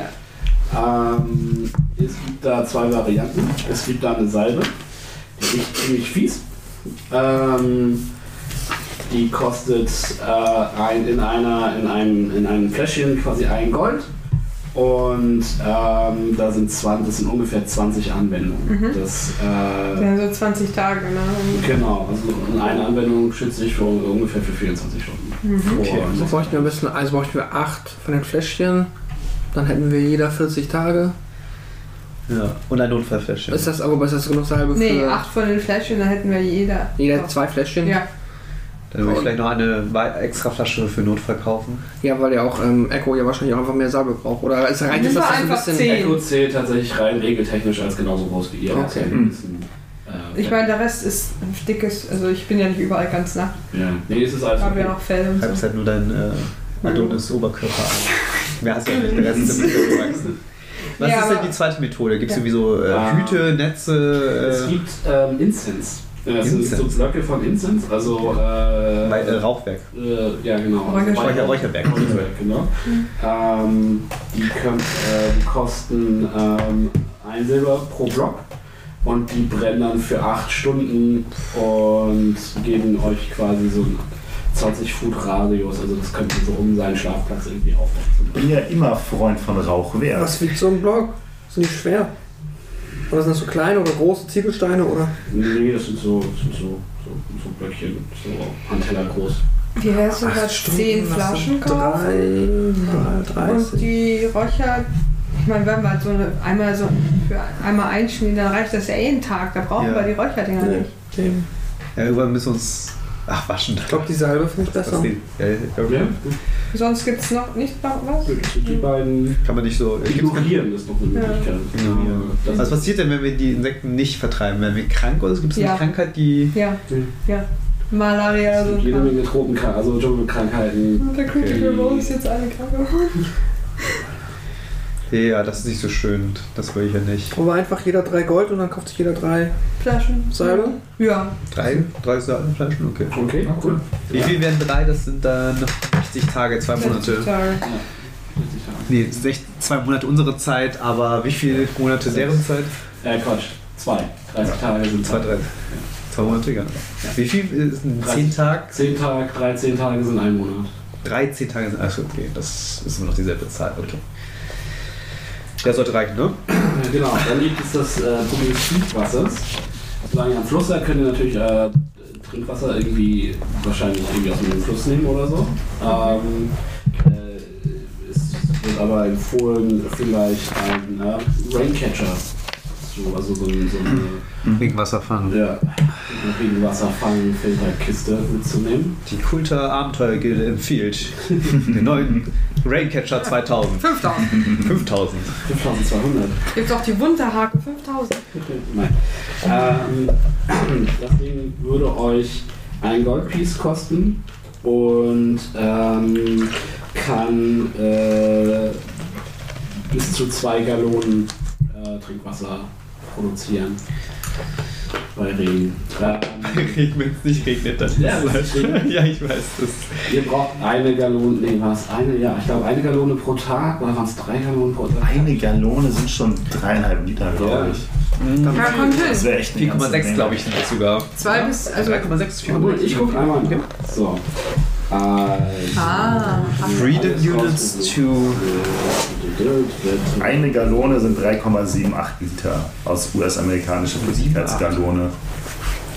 [SPEAKER 3] Ähm, es gibt da zwei Varianten. Es gibt da eine Salbe, die riecht ziemlich fies. Ähm, die kostet äh, ein, in, einer, in, einem, in einem Fläschchen quasi ein Gold. Und ähm, da sind 20, das sind ungefähr 20 Anwendungen.
[SPEAKER 6] Mhm.
[SPEAKER 3] Das, äh,
[SPEAKER 6] Wir haben so 20 Tage, ne?
[SPEAKER 3] Genau, also eine Anwendung schützt sich für ungefähr für 24 Stunden.
[SPEAKER 6] Mhm.
[SPEAKER 3] Okay.
[SPEAKER 4] so bräuchten wir am besten, also bräuchten wir acht von den Fläschchen. Dann hätten wir jeder 40 Tage.
[SPEAKER 7] Ja. Und ein Notfallfläschchen.
[SPEAKER 4] Ist das aber besser als genug Salbe für...
[SPEAKER 6] Nee, 8 von den Fläschchen, dann hätten wir jeder.
[SPEAKER 4] Jeder hat zwei Fläschchen?
[SPEAKER 6] Ja.
[SPEAKER 7] Dann würde ich vielleicht noch eine wei- extra Flasche für Notfall kaufen.
[SPEAKER 4] Ja, weil ja auch ähm, Echo ja wahrscheinlich auch einfach mehr Salbe braucht. Oder es reicht es, dass
[SPEAKER 6] Nimm mal
[SPEAKER 4] das ein
[SPEAKER 6] einfach
[SPEAKER 4] bisschen...
[SPEAKER 6] 10.
[SPEAKER 3] Echo zählt tatsächlich rein regeltechnisch als genauso groß wie ihr.
[SPEAKER 4] Okay.
[SPEAKER 3] Also ein bisschen, äh,
[SPEAKER 6] Ich meine, der Rest ist ein dickes, also ich bin ja nicht überall ganz nackt.
[SPEAKER 3] ja. Nee, es ist
[SPEAKER 6] Ich
[SPEAKER 3] also.
[SPEAKER 6] habe ja noch Fell und
[SPEAKER 7] Treibst
[SPEAKER 6] so.
[SPEAKER 7] halt nur dein äh, Adonis-Oberkörper an. Mehr hast du ja nicht, der Rest ist damit gewachsen. Was
[SPEAKER 6] Ja,
[SPEAKER 7] ist denn
[SPEAKER 6] aber-
[SPEAKER 7] die zweite Methode? Gibt es
[SPEAKER 6] Ja.
[SPEAKER 7] irgendwie so äh,
[SPEAKER 3] Ah.
[SPEAKER 7] Hüte,
[SPEAKER 3] Es
[SPEAKER 7] Netze, äh,
[SPEAKER 3] gibt ähm, Incense. Äh, Es sind so
[SPEAKER 7] Incense.
[SPEAKER 3] Blöcke von Incense, also.
[SPEAKER 7] äh,
[SPEAKER 3] Äh,
[SPEAKER 7] Wei- äh, Rauchwerk?
[SPEAKER 3] äh, ja, genau.
[SPEAKER 6] Räucherstäbchen.
[SPEAKER 3] Räucher-
[SPEAKER 7] Räucherwerk.
[SPEAKER 3] Räucherwerk, genau. Ähm, die, könnt, äh, die kosten ähm, ein Silber pro Block und die brennen dann für 8 Stunden und geben euch quasi so einen 20 Foot Radius, also das könnte so um seinen Schlafplatz irgendwie aufwachsen.
[SPEAKER 5] Ich bin ja immer Freund von Rauchwerk.
[SPEAKER 4] Was wiegt so ein Block? Sind die schwer? Oder sind das so kleine oder große Ziegelsteine oder?
[SPEAKER 3] Nee, das sind so, das sind so, so, so Blöckchen, so Handteller groß.
[SPEAKER 6] Wie wär's, wenn wir
[SPEAKER 4] Acht Stunden,
[SPEAKER 6] 10
[SPEAKER 4] was
[SPEAKER 6] Flaschen
[SPEAKER 4] sind drei mal
[SPEAKER 6] kaufen?
[SPEAKER 4] 30.
[SPEAKER 6] Und die Räucher, ich meine, wenn wir halt so eine, einmal so für einmal einschmieren, dann reicht das ja eh einen Tag. Da brauchen
[SPEAKER 7] Ja.
[SPEAKER 6] wir die Räucherdinger nicht.
[SPEAKER 7] Ja, irgendwann müssen wir uns. Ach, waschen. Ich
[SPEAKER 4] glaube, die Salbe finde ich
[SPEAKER 7] besser. Ja, ich glaub, ja.
[SPEAKER 6] Sonst gibt's noch nicht noch was?
[SPEAKER 3] Die beiden
[SPEAKER 7] kann man nicht so.
[SPEAKER 3] Ignorieren ist noch eine Möglichkeit.
[SPEAKER 7] Genau. Was passiert denn, wenn wir die Insekten nicht vertreiben? Werden wir krank oder gibt es
[SPEAKER 6] Ja.
[SPEAKER 7] eine Krankheit, die.
[SPEAKER 6] Ja, ja. Malaria oder
[SPEAKER 3] Jede
[SPEAKER 6] so.
[SPEAKER 3] Menge Tropenkrankheiten, also Dschungelkrankheiten.
[SPEAKER 6] Der gute Büro ist jetzt alle krank geworden.
[SPEAKER 7] Ja, das ist nicht so schön. und Das will ich ja nicht.
[SPEAKER 4] Wollen wir einfach jeder drei Gold und dann kauft sich jeder drei
[SPEAKER 6] Flaschen.
[SPEAKER 4] Salbe?
[SPEAKER 6] Ja.
[SPEAKER 7] Drei, drei Saatenflaschen? Okay.
[SPEAKER 3] Okay, cool.
[SPEAKER 7] Wie viel wären drei? Das sind dann 60 Tage, zwei Monate.
[SPEAKER 6] Sorry.
[SPEAKER 7] Nee, sech- zwei Monate unsere Zeit, aber wie viele Monate deren Zeit?
[SPEAKER 3] Äh, Quatsch. Zwei. 30 Tage sind
[SPEAKER 7] Zwei, drei. Zwei Monate, ja. Wie viel ist ein
[SPEAKER 3] Drei-
[SPEAKER 7] zehn Tag?
[SPEAKER 3] Zehn Tage, 13 Tage sind ein Monat.
[SPEAKER 7] 13 Tage sind. Achso, okay, das ist immer noch dieselbe Zahl, okay. Der sollte reichen, ne?
[SPEAKER 3] Ja, Genau, dann gibt es das äh, Problem des Trinkwassers. Solange ihr am Fluss seid, könnt ihr natürlich äh, Trinkwasser irgendwie wahrscheinlich irgendwie aus dem Fluss nehmen oder so. Ähm, äh, es wird aber empfohlen, vielleicht einen äh, Raincatcher zu, also so, ein, so eine
[SPEAKER 7] Wegen Wasserfang.
[SPEAKER 3] ja, eine Regenwasserfang-Filterkiste mitzunehmen.
[SPEAKER 7] Die Kulter Abenteuergilde empfiehlt den neuen Raincatcher 2000.
[SPEAKER 6] 5000.
[SPEAKER 7] 5000.
[SPEAKER 3] 5200.
[SPEAKER 6] Gibt's auch die Wunderhaken 5000.
[SPEAKER 3] Nein. Ähm, *clears throat* das Ding würde euch ein Goldpiece kosten und ähm, kann äh, bis zu zwei Gallonen äh, Trinkwasser produzieren. Bei Regen. Ähm,
[SPEAKER 7] Wenn es nicht regnet, dann
[SPEAKER 3] Ja,
[SPEAKER 7] ist
[SPEAKER 3] das
[SPEAKER 7] es
[SPEAKER 3] ist
[SPEAKER 7] halt.
[SPEAKER 3] schön.
[SPEAKER 7] *laughs* Ja, ich weiß. Das
[SPEAKER 3] ihr braucht eine Gallone, nee, war es eine? Ja, ich glaube eine Gallone pro Tag oder waren es drei Gallonen pro Tag?
[SPEAKER 5] Eine Gallone sind schon dreieinhalb Liter, glaube ich.
[SPEAKER 7] Mhm.
[SPEAKER 6] Ja, kommt hin.
[SPEAKER 5] Das wäre echt eine ganze
[SPEAKER 7] 4,6
[SPEAKER 5] Menge.
[SPEAKER 7] glaube ich nicht sogar.
[SPEAKER 6] Zwei bis. Also,
[SPEAKER 7] 3,6,
[SPEAKER 3] Obwohl,
[SPEAKER 7] 4,6.
[SPEAKER 3] ich gucke einmal nach. So. Also,
[SPEAKER 6] Genau. ah.
[SPEAKER 7] Freedom Units to.
[SPEAKER 5] Eine Gallone sind 3,78 Liter aus US-amerikanischer Flüssigkeitsgallone.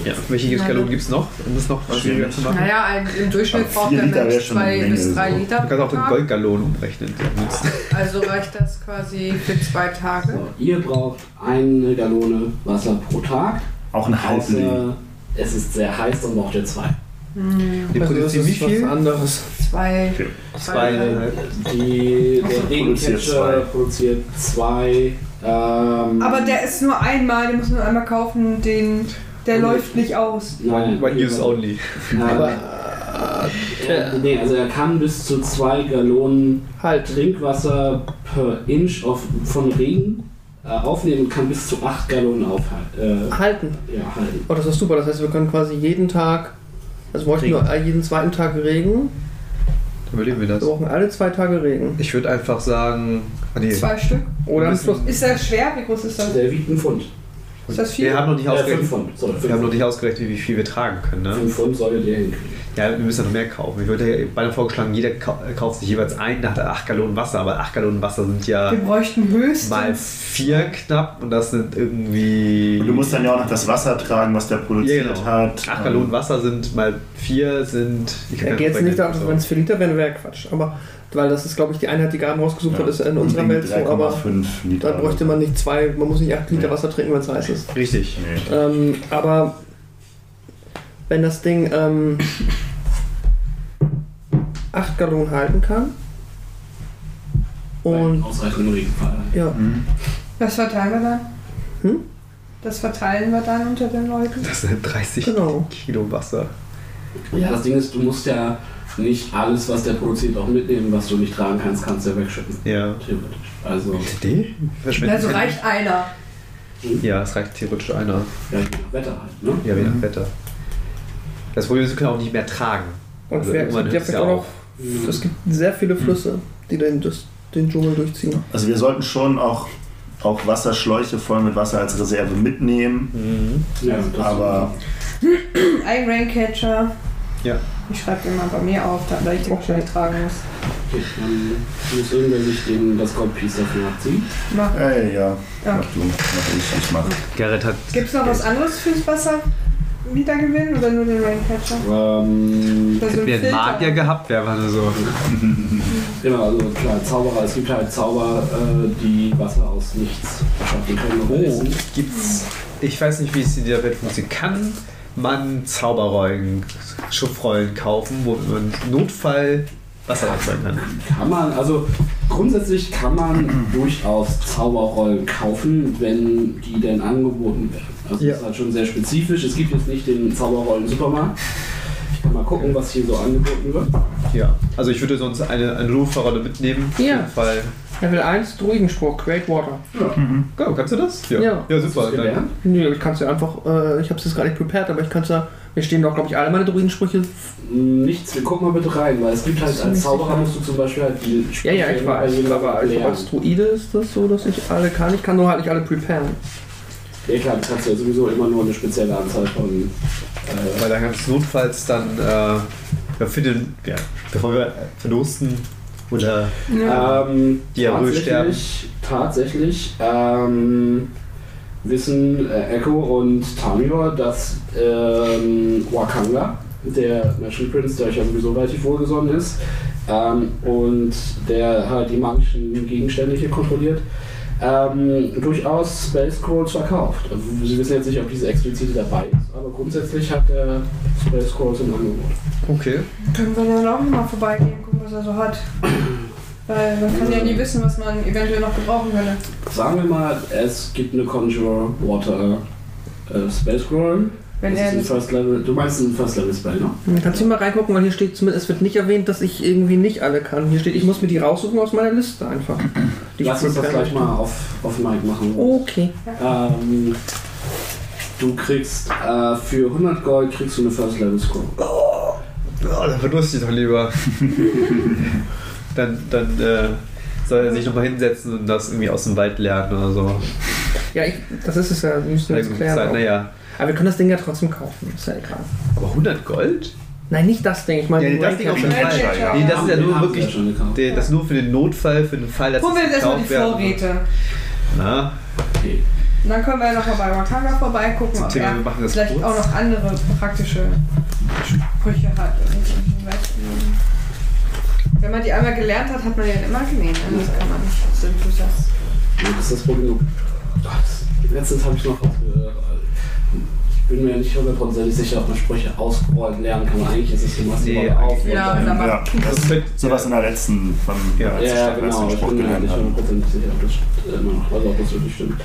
[SPEAKER 7] Ja. Welche Gallon gibt es noch? Um das noch schwieriger zu machen.
[SPEAKER 6] Naja, ein, im Durchschnitt
[SPEAKER 5] Aber
[SPEAKER 6] braucht
[SPEAKER 5] vier
[SPEAKER 6] der
[SPEAKER 5] Liter wär
[SPEAKER 6] Mensch
[SPEAKER 5] schon eine
[SPEAKER 6] zwei
[SPEAKER 5] Menge,
[SPEAKER 6] bis drei
[SPEAKER 5] so.
[SPEAKER 6] Liter
[SPEAKER 7] Du kannst auch
[SPEAKER 6] pro
[SPEAKER 7] den
[SPEAKER 6] Tag.
[SPEAKER 7] Goldgallon umrechnen.
[SPEAKER 6] Also reicht das quasi für zwei Tage.
[SPEAKER 3] Ihr braucht eine Gallone Wasser pro Tag.
[SPEAKER 5] Auch ein Halt halben Liter.
[SPEAKER 3] Außer es ist sehr heiß, dann braucht ihr zwei.
[SPEAKER 6] Hm,
[SPEAKER 4] Also,
[SPEAKER 7] Wir produzieren wie viel?
[SPEAKER 4] anderes.
[SPEAKER 6] zwei.
[SPEAKER 7] Zwei.
[SPEAKER 3] Die, der
[SPEAKER 5] *laughs* Also produziert
[SPEAKER 3] Regencatcher
[SPEAKER 5] zwei.
[SPEAKER 3] produziert zwei. Ähm,
[SPEAKER 6] Aber der ist nur einmal, den muss man einmal kaufen, den, der läuft nicht aus.
[SPEAKER 3] Nein,
[SPEAKER 7] One use only.
[SPEAKER 3] aber. Äh, nee, also er kann bis zu zwei Gallonen
[SPEAKER 4] Halt.
[SPEAKER 3] Trinkwasser per Inch auf, von Regen äh, aufnehmen und kann bis zu acht Gallonen aufhalten. Äh,
[SPEAKER 4] Halten.
[SPEAKER 3] ja, halten.
[SPEAKER 4] Oh, das ist super. Das heißt, wir können quasi jeden Tag, also wir bräuchten
[SPEAKER 7] Regen.
[SPEAKER 4] nur jeden zweiten Tag Regen.
[SPEAKER 7] Dann überleben wir das.
[SPEAKER 4] Wir brauchen alle zwei Tage Regen.
[SPEAKER 7] Ich würde einfach sagen. ah, Nee.
[SPEAKER 6] Zwei Stück.
[SPEAKER 4] Oder am Schluss.
[SPEAKER 6] Ist das schwer? Wie groß ist das?
[SPEAKER 3] Der wiegt einen Pfund.
[SPEAKER 6] Ist das viel?
[SPEAKER 7] Wir haben noch nicht
[SPEAKER 3] Äh, fünf
[SPEAKER 7] ausgerechnet.
[SPEAKER 3] Pfund. Sorry,
[SPEAKER 7] Wir haben noch
[SPEAKER 3] fünf,
[SPEAKER 7] nicht ausgerechnet, wie viel wir tragen können. Ne?
[SPEAKER 3] fünf Pfund solltet ihr hinkriegen.
[SPEAKER 7] Ja, wir müssen ja noch mehr kaufen. Ich würde ja beinahe vorgeschlagen, jeder kau- kauft sich jeweils ein, da hat er 8 Gallonen Wasser, aber 8 Gallonen Wasser sind ja
[SPEAKER 6] Wir bräuchten
[SPEAKER 7] mal
[SPEAKER 6] höchstens.
[SPEAKER 7] 4 knapp und das sind irgendwie.
[SPEAKER 5] Und du musst dann ja auch noch das Wasser tragen, was der
[SPEAKER 7] Ja,
[SPEAKER 5] produziert
[SPEAKER 7] genau.
[SPEAKER 5] hat.
[SPEAKER 7] 8 Gallonen Wasser sind mal 4 sind. Ich
[SPEAKER 4] Da geht es nicht darum, dass wenn es 4 Liter wären, wäre Quatsch. Aber weil das ist, glaube ich, die Einheit, die Gaben rausgesucht hat,
[SPEAKER 5] Ähm,
[SPEAKER 4] ist in unserer Welt so. Aber
[SPEAKER 5] 3,5 Liter.
[SPEAKER 4] da bräuchte man nicht zwei, man muss nicht 8 Liter
[SPEAKER 5] Nee.
[SPEAKER 4] Wasser trinken, wenn es heiß ist.
[SPEAKER 7] Richtig.
[SPEAKER 5] Nee.
[SPEAKER 4] Ähm, aber wenn das Ding ähm, 8 Gallonen halten kann
[SPEAKER 3] Bei
[SPEAKER 4] und
[SPEAKER 3] ausreichendem Regenfall.
[SPEAKER 4] ja,
[SPEAKER 6] Das verteilen wir dann?
[SPEAKER 4] Hm?
[SPEAKER 6] Das verteilen wir dann unter den Leuten?
[SPEAKER 7] Das sind 30
[SPEAKER 4] genau.
[SPEAKER 7] Kilo Wasser.
[SPEAKER 3] Ja, das Ding ist, du musst ja nicht alles, was der produziert, auch mitnehmen, was du nicht tragen kannst, kannst du ja wegschütten.
[SPEAKER 7] Ja.
[SPEAKER 3] Theoretisch. Also,
[SPEAKER 7] Nee? Verschwenden.
[SPEAKER 6] Also reicht einer.
[SPEAKER 7] Ja, es reicht theoretisch einer.
[SPEAKER 3] ja, je nach Wetter halt, ne?
[SPEAKER 7] Ja, je nach Wetter. Das Problem ist, wir können auch nicht mehr tragen.
[SPEAKER 4] Und
[SPEAKER 7] Also
[SPEAKER 4] wer-
[SPEAKER 7] irgendwann
[SPEAKER 4] es
[SPEAKER 7] hört
[SPEAKER 4] gibt ja
[SPEAKER 7] es ja Hm.
[SPEAKER 4] auch noch, es gibt sehr viele Flüsse, die den, das, den Dschungel durchziehen.
[SPEAKER 5] Also wir sollten schon auch, auch Wasserschläuche voll mit Wasser als Reserve
[SPEAKER 7] Mhm.
[SPEAKER 5] mitnehmen.
[SPEAKER 3] Ja, das
[SPEAKER 5] Aber
[SPEAKER 6] Ein Raincatcher.
[SPEAKER 7] Ja.
[SPEAKER 6] Ich schreibe den mal bei mir auf, da ich den wahrscheinlich tragen muss.
[SPEAKER 3] Okay, dann muss irgendwer sich den, das Goldpiece dafür abziehen.
[SPEAKER 6] Mach.
[SPEAKER 5] Ey, ja.
[SPEAKER 6] Ja.
[SPEAKER 5] Mach du. Mach ich. Ich mach.
[SPEAKER 7] Gerrit hat.
[SPEAKER 6] Gibt es noch was anderes fürs Wasser wiedergewinnen oder nur den Raincatcher?
[SPEAKER 3] Ähm,
[SPEAKER 6] Das ist ein
[SPEAKER 26] Hätten wir einen
[SPEAKER 6] Filter.
[SPEAKER 26] Magier gehabt, wäre man so.
[SPEAKER 3] genau, also klar, Zauberer. Es gibt halt Zauber, äh, die Wasser aus nichts schaffen können. oder
[SPEAKER 7] Oh,
[SPEAKER 3] essen.
[SPEAKER 7] gibt's. Ich weiß nicht, wie es in dieser Welt funktioniert. Kann man Zauberrollen, Schiffrollen kaufen, wo man Notfall Wasser erzeugen kann?
[SPEAKER 3] Kann man, also grundsätzlich kann
[SPEAKER 4] *clears throat*
[SPEAKER 3] man durchaus Zauberrollen kaufen, wenn die denn angeboten werden. Also das ist halt schon sehr spezifisch. Es gibt jetzt nicht den Zauberrollen-Supermarkt. Ich kann mal gucken, was hier so angeboten wird.
[SPEAKER 7] Ja. Also ich würde sonst eine, eine Luferrolle mitnehmen. Auf
[SPEAKER 4] Ja.
[SPEAKER 7] jeden Fall.
[SPEAKER 4] Level 1, Druidenspruch, Great Water.
[SPEAKER 7] Go, kannst du das?
[SPEAKER 4] Ja.
[SPEAKER 7] Ja, super. Dann,
[SPEAKER 4] Nee, ich kann es ja einfach, äh, ich habe es jetzt gar nicht prepared, aber ich kann es ja, wir stehen doch, glaube ich, alle meine Druidensprüche.
[SPEAKER 3] Hm, Nichts, wir gucken mal bitte rein, weil es gibt halt als Zauberer musst du zum Beispiel halt die
[SPEAKER 4] Ja, ja, ich weiß, aber also als Druide ist das so, dass ich alle kann. Ich kann nur halt nicht alle preparen.
[SPEAKER 3] Ja klar, du kannst ja sowieso immer nur eine spezielle Anzahl von.
[SPEAKER 7] äh, weil dann kannst du notfalls dann äh, ja, für den, ja, bevor wir äh, verdusten oder
[SPEAKER 3] Ähm,
[SPEAKER 7] Diarrhoe sterben.
[SPEAKER 3] tatsächlich, tatsächlich ähm, wissen äh, Echo und Tamior, dass ähm, Wakanga, der National Prince, der euch ja sowieso relativ wohlgesonnen ist, ähm, und der halt die magischen Gegenstände hier kontrolliert, ähm, durchaus Space Scrolls verkauft. Also, Sie wissen jetzt nicht, ob diese explizite dabei ist, aber grundsätzlich hat er Space Scrolls im Angebot.
[SPEAKER 7] Okay.
[SPEAKER 6] Können wir dann auch mal vorbeigehen, gucken, was er so hat. Weil man kann ja nie wissen, was man eventuell noch gebrauchen könnte.
[SPEAKER 3] Sagen wir mal, es gibt eine Conjure Water äh, Space Scroll.
[SPEAKER 6] Wenn
[SPEAKER 3] das
[SPEAKER 6] er-
[SPEAKER 3] ist ein First Level, du meinst ein First Level Spell, ne?
[SPEAKER 4] Hm, Kannst du mal reingucken, weil hier steht zumindest, es wird nicht erwähnt, dass ich irgendwie nicht alle kann. Hier steht, ich muss mir die raussuchen aus meiner Liste einfach. Die
[SPEAKER 3] Lass uns das
[SPEAKER 4] prepare.
[SPEAKER 3] gleich mal auf, auf Mic machen.
[SPEAKER 4] Okay.
[SPEAKER 3] Ähm, du kriegst äh, für 100 Gold kriegst du eine First Level Scroll.
[SPEAKER 7] Ja, oh, dann verdurste ich doch
[SPEAKER 6] *laughs*
[SPEAKER 7] lieber. dann dann äh, soll er sich nochmal hinsetzen und das irgendwie aus dem Wald lernen oder so.
[SPEAKER 4] Ja, ich, das ist es ja, wir müssen das
[SPEAKER 7] Dann
[SPEAKER 4] klären.
[SPEAKER 7] sagt,
[SPEAKER 4] auch.
[SPEAKER 7] naja,
[SPEAKER 4] Aber wir können das Ding ja trotzdem kaufen, ist ja egal.
[SPEAKER 7] aber 100 Gold?
[SPEAKER 4] Nein, nicht das Ding, ich meine,
[SPEAKER 7] Ja, nee, das
[SPEAKER 4] den
[SPEAKER 7] Ding auf jeden
[SPEAKER 4] Raincatcher.
[SPEAKER 7] Fall. Nee, das ist ja nur wirklich, der- das ist nur für den Notfall, für den Fall, dass
[SPEAKER 6] Holen wir jetzt
[SPEAKER 7] es
[SPEAKER 6] erstmal die
[SPEAKER 7] gekauft werden muss.
[SPEAKER 6] Vorräte.
[SPEAKER 7] Na, okay.
[SPEAKER 6] Und dann können wir noch mal bei Wakanga vorbeigucken, ob
[SPEAKER 7] Thema,
[SPEAKER 6] er
[SPEAKER 7] wir machen das
[SPEAKER 6] vielleicht
[SPEAKER 7] kurz.
[SPEAKER 6] auch noch andere praktische Sprüche hat. Wenn man die einmal gelernt hat, hat man die dann immer genäht. Anders kann man nicht. Das ist bloß das.
[SPEAKER 3] Das ist das Problem. Gott, letztens habe ich noch was gehört. Ich bin mir nicht hundertprozentig sicher, ob man Sprüche ausrollen lernen kann. Eigentlich ist es immer nee, auf. und
[SPEAKER 5] ja,
[SPEAKER 3] dann-
[SPEAKER 5] ja, das ist sowas in der letzten, von ja,
[SPEAKER 3] Ja, genau. Ich bin mir nicht hundertprozentig sicher, ob das immer noch, also ob das wirklich stimmt.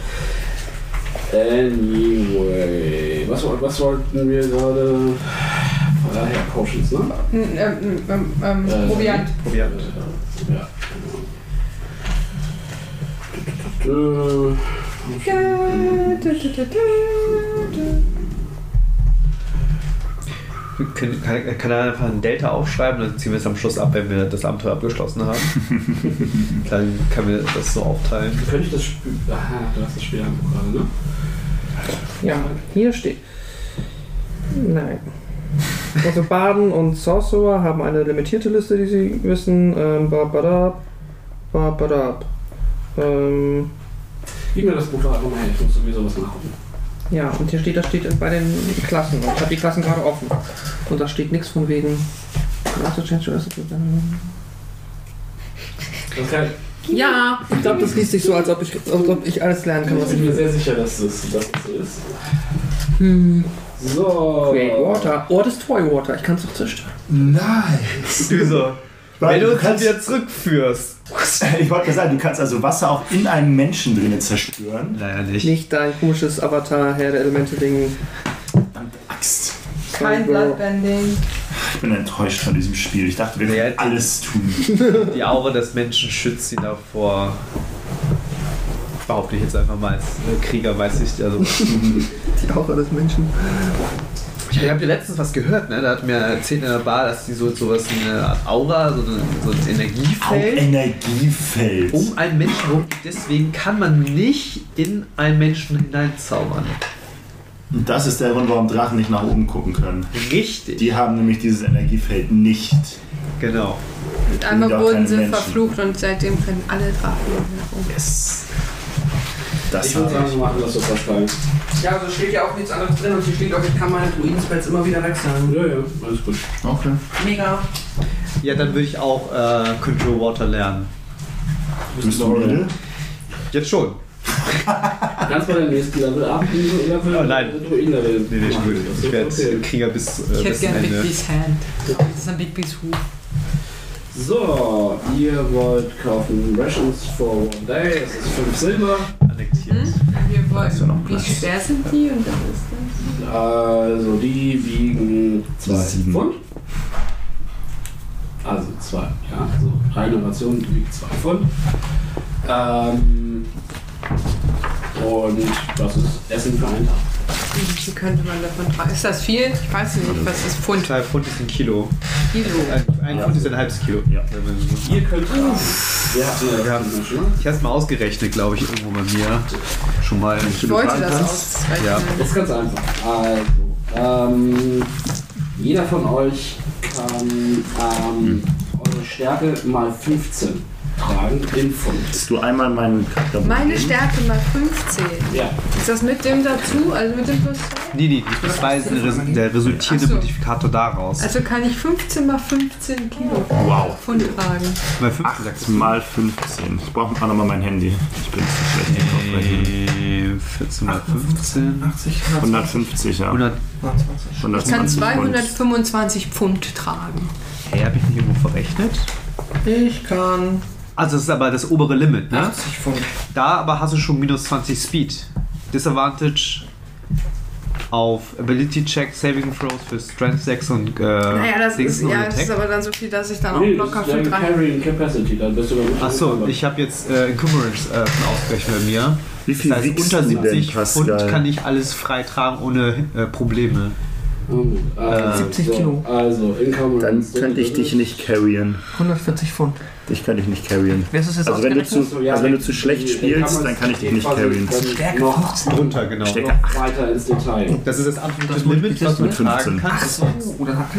[SPEAKER 3] Anyway, was, woll- was wollten wir gerade? Ah ja, Potions, ne?
[SPEAKER 6] Hm, ähm, ähm, ähm,
[SPEAKER 3] Äh,
[SPEAKER 6] Proviant.
[SPEAKER 7] Proviant.
[SPEAKER 3] genau. Ja. Dö,
[SPEAKER 7] Wir können- Kann, kann er einfach ein Delta aufschreiben, dann ziehen wir es am Schluss ab, wenn wir das Abenteuer abgeschlossen *laughs* haben. dann können wir das so aufteilen.
[SPEAKER 3] Könnte ich das Spiel. Aha, du hast das Spiel gerade, ne?
[SPEAKER 4] Ja, hier steht. Nein. Also Baden und Sorcerer haben eine limitierte Liste, die sie wissen. Ähm, babadab, babadab. Ähm,
[SPEAKER 3] Gib mir das Buch doch einfach mal her, ich muss sowieso was nachgucken.
[SPEAKER 4] ja, und hier steht, das steht bei den Klassen. Ich habe die Klassen gerade offen. Und da steht nichts von wegen.
[SPEAKER 3] Das kann,
[SPEAKER 4] Ja, ich glaube, das liest sich so, als ob ich, als ob ich alles lernen kann,
[SPEAKER 3] ich
[SPEAKER 4] was
[SPEAKER 3] bin
[SPEAKER 4] ich
[SPEAKER 3] mir
[SPEAKER 4] will.
[SPEAKER 3] sehr sicher, dass das, dass das so ist.
[SPEAKER 4] Hm.
[SPEAKER 3] So.
[SPEAKER 4] Create Water. Oh, das ist Toy Water. Ich kann es doch zerstören.
[SPEAKER 7] *laughs*
[SPEAKER 5] Nice!
[SPEAKER 7] Du so.
[SPEAKER 5] Weil
[SPEAKER 7] wenn du
[SPEAKER 5] du
[SPEAKER 7] uns
[SPEAKER 5] kannst-
[SPEAKER 7] wieder zurückführst.
[SPEAKER 5] *laughs* Ich wollte gerade sagen, du kannst also Wasser auch in einem Menschen drinne zerstören.
[SPEAKER 7] Naja, nicht.
[SPEAKER 4] Nicht dein komisches Avatar, Herr der Elemente-Ding.
[SPEAKER 5] Axt.
[SPEAKER 6] Kein Bloodbending.
[SPEAKER 5] Ich bin enttäuscht von diesem Spiel. Ich dachte, wir können alles tun.
[SPEAKER 7] Die Aura des Menschen schützt ihn davor. Behaupte ich jetzt einfach mal als äh, Krieger, weiß ich. Also,
[SPEAKER 4] Die Aura des Menschen.
[SPEAKER 7] ich habe dir letztens was gehört, ne? Da hat mir erzählt in der Bar, dass die so sowas wie eine Art Aura, so, eine, so ein
[SPEAKER 5] Auch
[SPEAKER 7] Energiefeld
[SPEAKER 5] Energiefeld.
[SPEAKER 7] um einen Menschen rum. Deswegen kann man nicht in einen Menschen hineinzaubern.
[SPEAKER 5] Und das ist der Grund, warum Drachen nicht nach oben gucken können.
[SPEAKER 7] Richtig.
[SPEAKER 5] Die haben nämlich dieses Energiefeld nicht.
[SPEAKER 7] Genau.
[SPEAKER 6] Und einmal wurden sie verflucht und seitdem können alle Drachen nach oben.
[SPEAKER 5] Yes. Das
[SPEAKER 3] ich würde
[SPEAKER 5] habe
[SPEAKER 3] sagen, wir machen das so versteigen.
[SPEAKER 4] Ja, also steht ja auch nichts anderes drin und hier steht auch, ich kann meine Druiden-Spells immer wieder wechseln.
[SPEAKER 3] Ähm, Ja, ja, alles gut.
[SPEAKER 5] Okay.
[SPEAKER 4] Mega.
[SPEAKER 7] Ja, dann würde ich auch äh, Control Water lernen.
[SPEAKER 5] Bist du müde?
[SPEAKER 7] Jetzt schon.
[SPEAKER 3] Ganz bei der nächsten Level ab, diese Level.
[SPEAKER 7] Oh, nein.
[SPEAKER 3] Druidenlevel.
[SPEAKER 7] Nee, nee, ich würde. Ich werde
[SPEAKER 3] Okay.
[SPEAKER 7] Krieger bis, äh,
[SPEAKER 3] Ich hätte
[SPEAKER 7] bis zum
[SPEAKER 3] gern Big
[SPEAKER 7] Ende.
[SPEAKER 3] Bees.
[SPEAKER 27] Hand. Das ist ein Big Bees Hut.
[SPEAKER 3] So, ihr wollt kaufen Rations for One Day, das ist 5 Silber.
[SPEAKER 6] Hm?
[SPEAKER 3] Hm?
[SPEAKER 6] Wir wollen, wie schwer sind die und das ist das?
[SPEAKER 3] Also die wiegen 2 Pfund. Also 2, ja. Also reine Ration wiegt 2 Pfund. Ähm, und das ist Essen für einen Tag.
[SPEAKER 6] Wie könnte man davon tragen? Ist das viel? Ich weiß nicht, was ist Pfund?
[SPEAKER 7] Zwei Pfund ist ein Kilo.
[SPEAKER 6] Kilo.
[SPEAKER 7] Ein, ein Pfund ist ein halbes Kilo. Ja.
[SPEAKER 3] Ihr könnt tragen. Wir hatten
[SPEAKER 7] Wir haben, ich habe es mal ausgerechnet, glaube ich, irgendwo bei mir. Schon mal.
[SPEAKER 3] Ich wollte das ausrechnen.
[SPEAKER 7] Ja.
[SPEAKER 3] Das ist ganz einfach. Also, ähm, jeder von euch kann
[SPEAKER 5] Hm.
[SPEAKER 3] ähm, eure Stärke mal 15 tragen in Pfund.
[SPEAKER 5] Hast du einmal meinen Charakter
[SPEAKER 6] Meine Stärke mal 15.
[SPEAKER 3] Ja.
[SPEAKER 6] Ist das mit dem dazu? Also mit dem plus
[SPEAKER 7] Nee, nee, das war jetzt ein Res der resultierende Modifikator daraus.
[SPEAKER 6] Also kann ich 15 mal 15 Kilo
[SPEAKER 5] Wow.
[SPEAKER 6] Pfund tragen.
[SPEAKER 7] Mal 15, sagst du.
[SPEAKER 5] Mal 15. Ich brauche auch nochmal mein Handy. Ich bin zu schlecht im Kopfrechnen.
[SPEAKER 7] 14 mal 15.
[SPEAKER 5] 150, ja. 120.
[SPEAKER 6] Ich kann 225 Pfund tragen.
[SPEAKER 7] Hey, habe ich nicht irgendwo verrechnet?
[SPEAKER 4] Ich kann.
[SPEAKER 7] Also das ist aber das obere Limit, ne? Da aber hast du schon minus 20 Speed. Disadvantage auf Ability Check, Saving Throws für Strength 6 und äh,
[SPEAKER 6] Naja, das ist,
[SPEAKER 7] Dingsen und
[SPEAKER 6] ja, das
[SPEAKER 7] Attack.
[SPEAKER 6] ist aber dann so viel, dass ich dann auch
[SPEAKER 3] Nee,
[SPEAKER 6] locker
[SPEAKER 3] das ist
[SPEAKER 6] für
[SPEAKER 3] deine
[SPEAKER 6] drei.
[SPEAKER 3] Carrying Capacity, dann bist du aber gut
[SPEAKER 7] Achso,
[SPEAKER 3] angekommen.
[SPEAKER 7] ich habe jetzt äh, Encumbrance äh, schon ausgerechnet bei mir.
[SPEAKER 5] Wie viel
[SPEAKER 7] das heißt,
[SPEAKER 5] wiegst
[SPEAKER 7] unter
[SPEAKER 5] du denn,
[SPEAKER 7] 70 Pfund
[SPEAKER 5] Pascal?
[SPEAKER 7] kann ich alles frei tragen ohne äh, Probleme.
[SPEAKER 3] Äh,
[SPEAKER 7] 70
[SPEAKER 3] so,
[SPEAKER 7] Kilo.
[SPEAKER 3] Also, Income
[SPEAKER 5] Dann könnte ich dich nicht carryen.
[SPEAKER 4] 140 Pfund.
[SPEAKER 5] Dich kann ich nicht carryen.
[SPEAKER 4] Wer ist das jetzt
[SPEAKER 5] also, wenn du zu,
[SPEAKER 4] ausgerechnet?
[SPEAKER 3] So, ja,
[SPEAKER 5] also wenn du zu schlecht
[SPEAKER 3] die-
[SPEAKER 5] spielst, dann kann ich dich nicht
[SPEAKER 3] quasi
[SPEAKER 5] carryen.
[SPEAKER 3] dann noch
[SPEAKER 7] Drunter, genau.
[SPEAKER 3] noch weiter ins Detail.
[SPEAKER 7] Das ist das absolute Limit, was du
[SPEAKER 5] mit
[SPEAKER 7] tragen
[SPEAKER 5] 15.
[SPEAKER 7] kannst.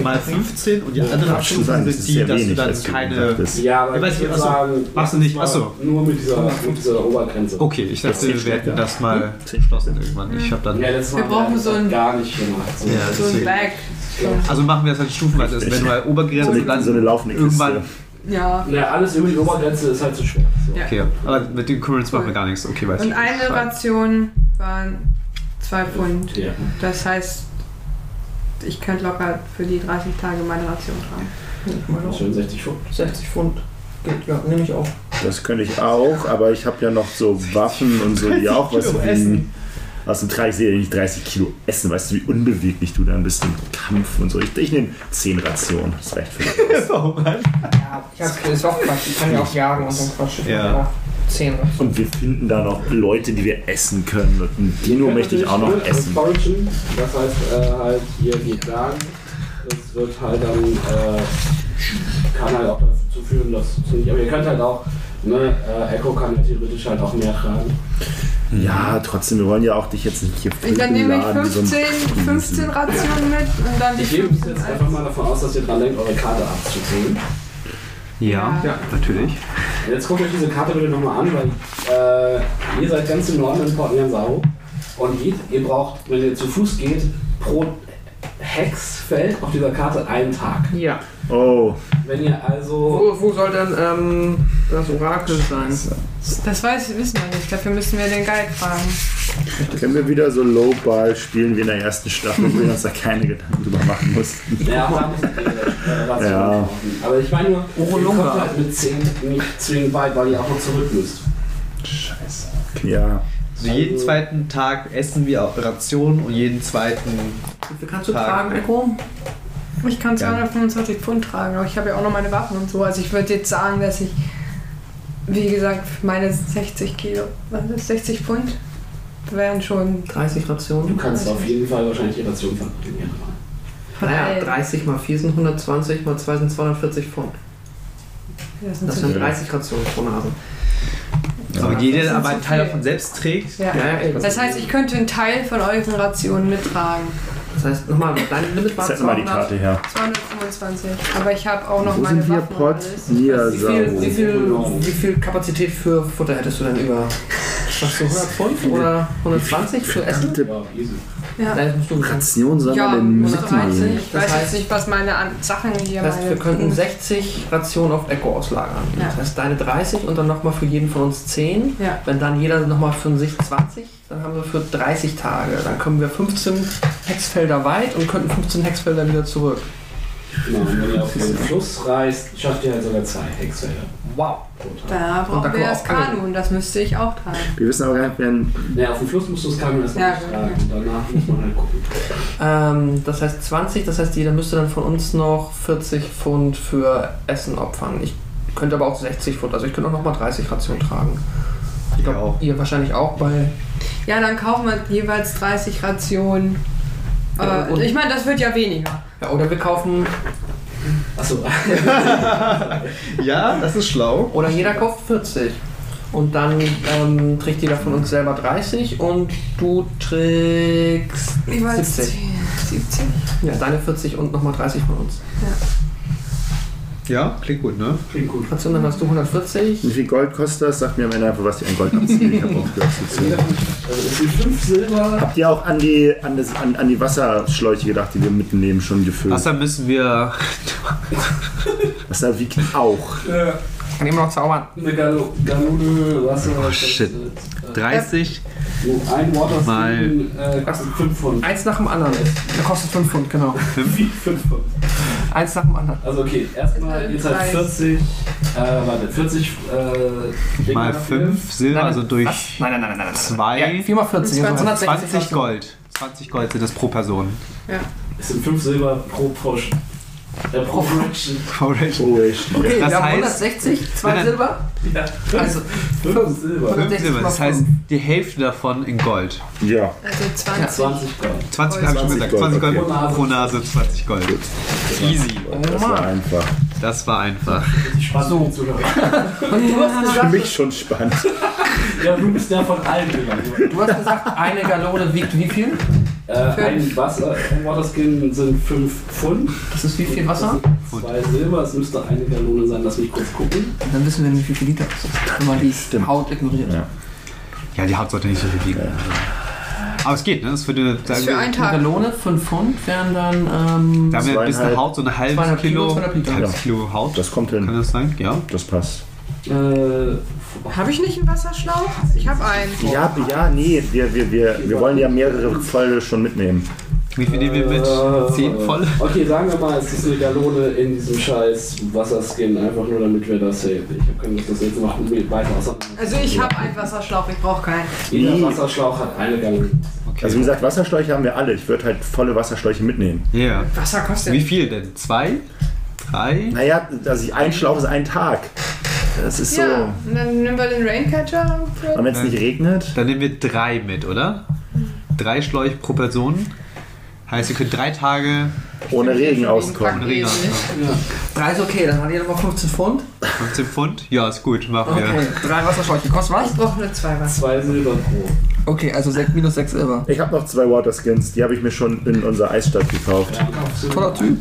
[SPEAKER 7] Mal 15 und die
[SPEAKER 3] Ja,
[SPEAKER 7] anderen
[SPEAKER 5] darfst du sagen,
[SPEAKER 7] Abstufen
[SPEAKER 5] das
[SPEAKER 7] sind
[SPEAKER 5] ist
[SPEAKER 7] die,
[SPEAKER 5] sehr
[SPEAKER 7] dass du
[SPEAKER 5] wenig,
[SPEAKER 7] dann
[SPEAKER 5] als du
[SPEAKER 7] keine.
[SPEAKER 5] gesagt hast.
[SPEAKER 3] Ja, aber
[SPEAKER 7] Ich weiß
[SPEAKER 3] ich
[SPEAKER 7] nicht,
[SPEAKER 3] würde
[SPEAKER 7] achso,
[SPEAKER 3] sagen,
[SPEAKER 7] machst du nicht,
[SPEAKER 3] erstmal
[SPEAKER 7] achso.
[SPEAKER 3] Nur mit dieser, mit dieser Obergrenze.
[SPEAKER 7] Okay, ich dachte, wir werden das mal beschlossen irgendwann. Ich habe dann.
[SPEAKER 3] Ja, letztes Mal
[SPEAKER 6] Wir
[SPEAKER 3] haben
[SPEAKER 6] brauchen
[SPEAKER 3] das
[SPEAKER 6] so ein-
[SPEAKER 3] gar nicht gemacht. So.
[SPEAKER 7] Ja,
[SPEAKER 6] So ein
[SPEAKER 7] deswegen.
[SPEAKER 6] Bag.
[SPEAKER 7] Also machen wir das halt stufenweise. Also Wenn du halt Obergrenze
[SPEAKER 5] So eine-
[SPEAKER 7] dann
[SPEAKER 5] so eine laufende Kiste.
[SPEAKER 7] irgendwann.
[SPEAKER 6] Ja.
[SPEAKER 3] Ja, alles über die Obergrenze ist halt zu schwer. So.
[SPEAKER 6] ja.
[SPEAKER 7] Okay, aber mit den Currents machen wir gar nichts. Okay, weiß
[SPEAKER 6] Und
[SPEAKER 7] ich.
[SPEAKER 6] eine Ration waren 2 Pfund.
[SPEAKER 3] Ja.
[SPEAKER 6] Das heißt, ich könnte locker für die 30 Tage meine Ration tragen.
[SPEAKER 3] Schön 60 Pfund.
[SPEAKER 4] 60 Pfund. Geht, ja, nehme ich auch.
[SPEAKER 5] Das könnte ich auch, aber ich habe ja noch so Waffen und so,
[SPEAKER 7] *laughs*
[SPEAKER 5] die auch was
[SPEAKER 7] Kilo
[SPEAKER 5] wiegen. Außerdem trage ich sehe nicht 30 Kilo Essen. Weißt du, wie unbeweglich du dann bist im Kampf und so. Ich, ich nehme 10 Rationen. Das reicht für mich.
[SPEAKER 7] *laughs* Oh Mann.
[SPEAKER 4] Ja, ich hab, das ist auch Quatsch. Ich kann ja auch jagen und so ein Quatsch. Ich
[SPEAKER 7] Ja.
[SPEAKER 4] mach auch 10.
[SPEAKER 5] Und wir finden da noch Leute, die wir essen können. Und Dino möchte ich auch noch
[SPEAKER 3] Natürlich
[SPEAKER 5] essen.
[SPEAKER 3] mit Porridgen. Das heißt äh, halt hier vegan. Das wird halt dann, äh, kann halt auch dazu führen, dass es nicht, aber ihr könnt halt auch, ne, äh, Echo kann ja theoretisch halt auch mehr tragen.
[SPEAKER 5] Ja, trotzdem, wir wollen ja auch dich jetzt nicht hier
[SPEAKER 6] Und dann nehme ich
[SPEAKER 5] vollgeladen, so ein-
[SPEAKER 6] 15, 15 Rationen mit und dann die
[SPEAKER 3] Ich gehe jetzt
[SPEAKER 6] 15.
[SPEAKER 3] einfach mal davon aus, dass ihr dran denkt, eure Karte abzuziehen.
[SPEAKER 7] Ja,
[SPEAKER 6] Ja.
[SPEAKER 7] natürlich.
[SPEAKER 3] Jetzt guckt euch diese Karte bitte nochmal an, weil äh, ihr seid ganz im Norden in Port Niansau und je- ihr braucht, wenn ihr zu Fuß geht, pro Hexfeld auf dieser Karte einen Tag.
[SPEAKER 4] Ja.
[SPEAKER 5] Oh,
[SPEAKER 3] Wenn ihr
[SPEAKER 4] *laughs*
[SPEAKER 3] also
[SPEAKER 4] Wo, wo soll denn ähm, das Orakel sein?
[SPEAKER 6] Das weiß, wissen wir nicht. Dafür müssen wir den Guide fragen.
[SPEAKER 5] können wir wieder so Lowball spielen wie in der ersten Staffel, wo wir uns da keine Gedanken drüber machen mussten.
[SPEAKER 3] Ja, da muss ich äh, Ration
[SPEAKER 5] Ja.
[SPEAKER 3] kaufen. Aber ich meine nur, ihr
[SPEAKER 4] Urolunga.
[SPEAKER 3] kommt halt mit 10 nicht zwingend weit, weil ihr auch noch zurück müsst.
[SPEAKER 5] Ja,
[SPEAKER 7] Also jeden zweiten Tag essen wir auch Rationen und jeden zweiten
[SPEAKER 4] Wie viel kannst du
[SPEAKER 7] Tag.
[SPEAKER 4] tragen, Echo?
[SPEAKER 6] Ich kann
[SPEAKER 7] Ja.
[SPEAKER 6] 225 Pfund tragen, aber ich habe ja auch noch meine Waffen und so. Also ich würde jetzt sagen, dass ich, wie gesagt, meine 60 Kilo, was ist 60 Pfund, wären schon
[SPEAKER 4] 30
[SPEAKER 3] Du
[SPEAKER 4] Rationen.
[SPEAKER 3] kannst auf jeden Fall wahrscheinlich die Ration verbringen.
[SPEAKER 4] Naja,
[SPEAKER 6] Nein.
[SPEAKER 4] 30 mal 4 sind 120, mal 2 sind 240 Pfund.
[SPEAKER 6] Das sind
[SPEAKER 4] Das
[SPEAKER 6] so
[SPEAKER 4] sind
[SPEAKER 6] viel.
[SPEAKER 4] 30 Rationen pro Nase.
[SPEAKER 7] Aber
[SPEAKER 8] das
[SPEAKER 7] jeder
[SPEAKER 8] sind
[SPEAKER 7] aber
[SPEAKER 8] zu
[SPEAKER 7] einen Teil
[SPEAKER 8] viel.
[SPEAKER 7] davon selbst trägt.
[SPEAKER 8] Ja. Das heißt, ich könnte einen Teil von euren Rationen mittragen.
[SPEAKER 4] Das heißt, nochmal, dein Limit war
[SPEAKER 5] Setz mal die
[SPEAKER 4] 200.
[SPEAKER 5] Karte her.
[SPEAKER 8] 225.
[SPEAKER 6] Aber ich habe auch noch
[SPEAKER 4] Wo
[SPEAKER 6] meine
[SPEAKER 4] sind wir?
[SPEAKER 6] Waffen.
[SPEAKER 4] Pot? Wie viel, wie, viel,
[SPEAKER 3] Genau.
[SPEAKER 4] wie viel Kapazität für Futter hättest du denn über? Hast du 100 Pfund oder 120 für Essen?
[SPEAKER 3] Ja, easy.
[SPEAKER 6] Ja.
[SPEAKER 4] Nein, das musst du
[SPEAKER 28] Ration
[SPEAKER 6] Ja,
[SPEAKER 28] sammeln im
[SPEAKER 6] 130. Ich
[SPEAKER 4] Das
[SPEAKER 6] weiß
[SPEAKER 4] heißt-
[SPEAKER 6] jetzt nicht, was meine An Sachen hier
[SPEAKER 4] Das heißt, wir
[SPEAKER 6] meine-
[SPEAKER 4] könnten 60 Rationen auf Echo auslagern.
[SPEAKER 6] Ja.
[SPEAKER 4] Das heißt, deine 30 und dann nochmal für jeden von uns 10. Wenn dann jeder Also nochmal für sich 20, dann haben wir für 30 Tage. Dann kommen wir 15 Hexfelder weit und könnten 15 Hexfelder wieder zurück.
[SPEAKER 3] Genau, und wenn ihr auf den Fluss reist, schafft ihr halt sogar zwei Hexfelder.
[SPEAKER 4] Wow.
[SPEAKER 6] Da
[SPEAKER 3] Und da
[SPEAKER 6] brauchen
[SPEAKER 3] können
[SPEAKER 6] wir
[SPEAKER 3] wir
[SPEAKER 6] das
[SPEAKER 3] auch angeln.
[SPEAKER 6] Kanu und das müsste ich auch tragen.
[SPEAKER 28] Wir wissen aber gar nicht, wer ein
[SPEAKER 3] Naja, auf dem Fluss musst du das Kabel erstmal
[SPEAKER 6] Ja,
[SPEAKER 3] ja, tragen. Danach muss man halt gucken.
[SPEAKER 4] Ähm, das heißt 20, das heißt, jeder müsste dann von uns noch 40 Pfund für Essen opfern. Ich könnte aber auch 60 Pfund, also ich könnte auch nochmal 30 Rationen tragen. Ich glaube, ihr wahrscheinlich auch bei.
[SPEAKER 6] Ja, dann kaufen wir jeweils 30 Rationen.
[SPEAKER 4] Ja,
[SPEAKER 6] Aber
[SPEAKER 4] und-
[SPEAKER 6] ich meine, das wird ja weniger.
[SPEAKER 4] Ja, oder wir kaufen.
[SPEAKER 3] Achso. *laughs*
[SPEAKER 4] ja, das ist schlau. Oder jeder kauft 40. Und dann ähm, trägt jeder von uns selber 30 und du trägst
[SPEAKER 6] Jeweils
[SPEAKER 4] 70.
[SPEAKER 6] 70.
[SPEAKER 4] Ja, deine 40 und nochmal 30 von uns.
[SPEAKER 29] Ja, klingt gut, ne?
[SPEAKER 3] Klingt gut.
[SPEAKER 4] Ration, dann hast du 140.
[SPEAKER 5] Wie viel Gold kostet das? Sagt mir am Ende einfach, was die an Gold abziehen. Ich habe aufgehört zu zählen.
[SPEAKER 3] also fünf Silber.
[SPEAKER 5] Habt ihr auch an die, an, das, an, an die Wasserschläuche gedacht, die wir mitnehmen, schon gefüllt?
[SPEAKER 7] Wasser müssen wir.
[SPEAKER 5] Wasser wiegt auch.
[SPEAKER 3] Äh,
[SPEAKER 4] Kann immer noch zaubern.
[SPEAKER 3] Eine Gal Galone Wasser.
[SPEAKER 7] Oh shit. 30
[SPEAKER 3] So ein Water
[SPEAKER 7] mal
[SPEAKER 3] äh, kostet 5 Pfund.
[SPEAKER 4] Eins nach dem anderen. Der kostet 5 Pfund, genau.
[SPEAKER 3] *laughs* 5 Pfund.
[SPEAKER 4] Eins nach dem anderen.
[SPEAKER 3] Also okay, erstmal, ihr seid 40. Äh, warte, 40 äh, Dinger
[SPEAKER 7] mal
[SPEAKER 3] dafür.
[SPEAKER 7] 5 Silber, also durch
[SPEAKER 4] nein, nein, nein, nein, nein.
[SPEAKER 7] 2.
[SPEAKER 4] Ja, 4 mal 40, also
[SPEAKER 7] 20,
[SPEAKER 4] 160
[SPEAKER 7] Gold. 20 Gold sind das pro Person.
[SPEAKER 6] Ja.
[SPEAKER 3] Es sind 5 Silber pro Push. Äh, pro Ration.
[SPEAKER 7] Pro Ration.
[SPEAKER 4] Okay,
[SPEAKER 7] das
[SPEAKER 4] wir haben
[SPEAKER 7] heißt,
[SPEAKER 4] 160, 2
[SPEAKER 7] Nein,
[SPEAKER 4] Silber.
[SPEAKER 3] Ja,
[SPEAKER 4] Also
[SPEAKER 3] 5 Silber.
[SPEAKER 7] 5 Silber, das heißt die Hälfte davon in Gold.
[SPEAKER 5] Ja.
[SPEAKER 6] Also 20.
[SPEAKER 3] Ja, 20 Gold.
[SPEAKER 7] 20 habe ich schon
[SPEAKER 5] 20
[SPEAKER 7] gesagt.
[SPEAKER 5] Gold,
[SPEAKER 7] 20 Gold
[SPEAKER 5] okay.
[SPEAKER 7] pro Nase, 20 Gold. Easy.
[SPEAKER 5] Das war einfach.
[SPEAKER 7] Das war einfach.
[SPEAKER 3] Spannend so. Zuhörer.
[SPEAKER 4] Und du hast
[SPEAKER 5] Für
[SPEAKER 4] gesagt,
[SPEAKER 5] mich schon spannend.
[SPEAKER 3] Ja, du bist ja von allen gegangen.
[SPEAKER 4] du hast gesagt eine Gallone wiegt wie viel?
[SPEAKER 3] Äh, ein Wasser, ein Waterskin sind 5 Pfund.
[SPEAKER 4] Das ist wie viel Wasser?
[SPEAKER 3] Zwei Silber, es müsste eine Gallone sein, lass mich kurz gucken.
[SPEAKER 4] Dann wissen wir nicht, wie viel Liter das ist, wenn man die Haut ignoriert.
[SPEAKER 7] Ja, die Haut sollte nicht so viel wiegen. Aber es geht, ne? Das würde, sagen
[SPEAKER 6] für
[SPEAKER 7] wir,
[SPEAKER 6] einen
[SPEAKER 4] Eine
[SPEAKER 6] Tag.
[SPEAKER 4] Gallone, 5 Pfund wären dann. Ähm,
[SPEAKER 7] da haben wir ein bisschen
[SPEAKER 5] Zweieinhalb-
[SPEAKER 7] Haut, so ein halbes
[SPEAKER 4] zweieinhalb Kilo,
[SPEAKER 7] Kilo,
[SPEAKER 4] zweieinhalb Liter.
[SPEAKER 7] ein halbes
[SPEAKER 5] Ja.
[SPEAKER 7] Kilo Haut.
[SPEAKER 5] Das kommt hin.
[SPEAKER 7] Kann das sein? Ja.
[SPEAKER 5] Das passt.
[SPEAKER 3] Äh,
[SPEAKER 6] Habe ich nicht einen Wasserschlauch? Ich habe einen.
[SPEAKER 5] Ja, ja, nee, wir, wir, wir, wir wollen ja mehrere Folge schon mitnehmen.
[SPEAKER 7] Wie viel nehmen wir
[SPEAKER 3] äh,
[SPEAKER 7] mit? 10 voll?
[SPEAKER 3] Okay, sagen wir mal, es ist eine Gallone in diesem scheiß Wasserskin, einfach nur damit wir das sehen. Ich kann das jetzt noch weiter auseinander.
[SPEAKER 6] Also ich habe einen Wasserschlauch, ich brauche keinen.
[SPEAKER 3] Jeder
[SPEAKER 5] Nee.
[SPEAKER 3] Wasserschlauch hat eine Gallone.
[SPEAKER 5] Also wie gesagt, Wasserschläuche haben wir alle. Ich würde halt volle Wasserschläuche mitnehmen.
[SPEAKER 7] Ja.
[SPEAKER 6] Wasser kostet
[SPEAKER 7] Wie viel denn? Zwei? Drei?
[SPEAKER 5] Naja, also ich- ein Schlauch ist ein Tag. Das ist
[SPEAKER 6] Ja, und dann nehmen wir den Raincatcher.
[SPEAKER 5] so. Und wenn es nicht regnet,
[SPEAKER 7] Dann nehmen wir drei mit, oder? Drei Schläuche pro Person. Heißt, ihr könnt drei Tage
[SPEAKER 5] ohne Regen auskommen.
[SPEAKER 7] mit Regen
[SPEAKER 6] Ewig.
[SPEAKER 7] anfangen.
[SPEAKER 4] 3 ist okay, dann hat jeder nochmal 15 Pfund.
[SPEAKER 7] 15 Pfund? Ja, ist gut, machen wir.
[SPEAKER 4] Okay, 3 Wasserschläuche, kostet was?
[SPEAKER 6] Ich brauche nur zwei Wasser.
[SPEAKER 3] Zwei Silber pro.
[SPEAKER 4] Okay, also sechs- minus 6 Silber.
[SPEAKER 5] Ich habe noch zwei Waterskins, die habe ich mir schon in unserer Eisstadt gekauft.
[SPEAKER 4] Toller Typ.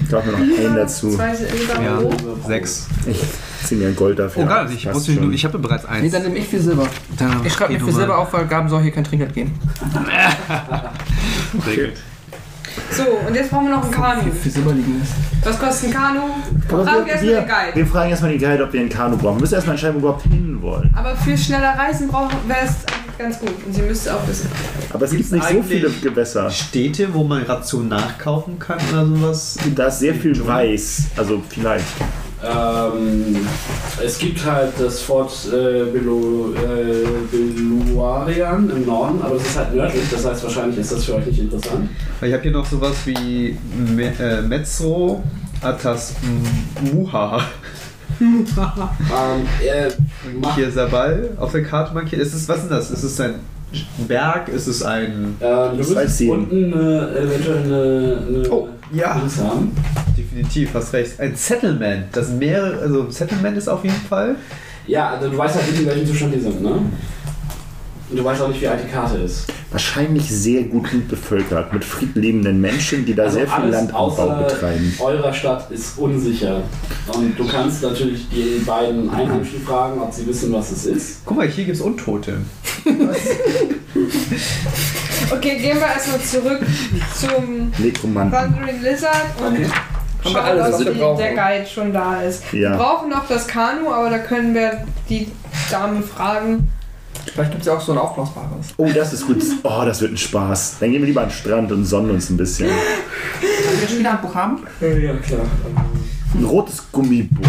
[SPEAKER 5] Ich brauche mir noch einen dazu.
[SPEAKER 6] Zwei Silber
[SPEAKER 7] Ja,
[SPEAKER 6] hoch.
[SPEAKER 7] sechs.
[SPEAKER 5] Ich ziehe mir ein Gold dafür.
[SPEAKER 7] Oh, gar
[SPEAKER 5] ab.
[SPEAKER 7] nicht. Oh, Ich,
[SPEAKER 5] Passt
[SPEAKER 7] wusste,
[SPEAKER 5] schon.
[SPEAKER 7] ich habe bereits
[SPEAKER 4] Nee,
[SPEAKER 7] eins.
[SPEAKER 4] dann nehme ich viel Silber.
[SPEAKER 7] Dann
[SPEAKER 4] Ich schreibe mir
[SPEAKER 7] geh
[SPEAKER 4] viel
[SPEAKER 7] du
[SPEAKER 4] Silber
[SPEAKER 7] mal.
[SPEAKER 4] auf, weil Gaben soll hier kein Trinkgeld geben.
[SPEAKER 7] Sehr gut.
[SPEAKER 6] So, und jetzt brauchen wir noch einen Kanu.
[SPEAKER 4] Viel Silber liegen lässt.
[SPEAKER 6] Was kostet ein Kanu?
[SPEAKER 5] Aber
[SPEAKER 6] Fragen wir
[SPEAKER 5] wir,
[SPEAKER 6] erstmal
[SPEAKER 5] wir,
[SPEAKER 6] den Guide.
[SPEAKER 5] wir fragen erstmal den Guide, ob wir einen Kanu brauchen. Wir müssen erstmal entscheiden, wo wir überhaupt hin wollen.
[SPEAKER 6] Aber für schneller Reisen brauchen wäre es ganz gut. Und sie müsste auch wissen.
[SPEAKER 5] Aber es gibt
[SPEAKER 7] Gibt's
[SPEAKER 5] nicht so viele
[SPEAKER 7] eigentlich-
[SPEAKER 5] Gewässer.
[SPEAKER 7] Städte, wo man Ration nachkaufen kann oder sowas?
[SPEAKER 5] Da ist sehr viel weiß. Also vielleicht.
[SPEAKER 3] Ähm, es gibt halt das Fort äh, Belu, äh, Beluarian im Norden, aber das ist halt nördlich, das heißt wahrscheinlich ist das für euch nicht interessant.
[SPEAKER 29] Weil Ich habe hier noch sowas wie Me äh, Mezzo Atas Muha.
[SPEAKER 3] Ähm, äh, mach,
[SPEAKER 29] Hier Sabal auf der Karte markiert. Ist es, was ist denn das? Ist es ein Berg? Ist es ein.
[SPEAKER 3] ähm, du
[SPEAKER 5] weiß
[SPEAKER 3] müsstest
[SPEAKER 5] sie.
[SPEAKER 3] unten eine, eventuell eine, eine
[SPEAKER 29] Oh, ja.
[SPEAKER 3] Dings haben.
[SPEAKER 29] Definitiv, hast recht. Ein Settlement. Das sind mehrere. Also, Settlement ist auf jeden Fall.
[SPEAKER 3] Ja, also du weißt halt nicht, in welchem Zustand die sind, ne? Und du weißt auch nicht, wie alt die Karte ist.
[SPEAKER 5] Wahrscheinlich sehr gut gut bevölkert, mit friedlebenden Menschen, die da
[SPEAKER 3] Also
[SPEAKER 5] sehr viel
[SPEAKER 3] alles
[SPEAKER 5] Landanbau
[SPEAKER 3] außer
[SPEAKER 5] betreiben.
[SPEAKER 3] Eurer Stadt ist unsicher. Und du kannst natürlich die beiden Einheimischen fragen, ob sie wissen, was es ist.
[SPEAKER 7] Guck mal, hier gibt's Untote.
[SPEAKER 6] Okay, gehen wir erstmal zurück zum
[SPEAKER 5] Nekromanten.
[SPEAKER 6] Wandering Lizard und
[SPEAKER 5] Okay. Haben
[SPEAKER 6] schauen,
[SPEAKER 5] wir alles,
[SPEAKER 6] ob
[SPEAKER 5] was wir
[SPEAKER 6] die,
[SPEAKER 5] brauchen.
[SPEAKER 6] der Guide schon da ist.
[SPEAKER 5] Ja.
[SPEAKER 6] Wir brauchen noch das Kanu, aber da können wir die Damen fragen.
[SPEAKER 4] Vielleicht gibt es ja auch so ein aufblasbares.
[SPEAKER 5] Oh, das ist gut. Oh, das wird ein Spaß. Dann gehen wir lieber an den Strand und sonnen uns ein bisschen.
[SPEAKER 4] Kann ich schon wieder ein Buch haben?
[SPEAKER 3] Äh, Ja, klar.
[SPEAKER 5] Ein rotes Gummiboot.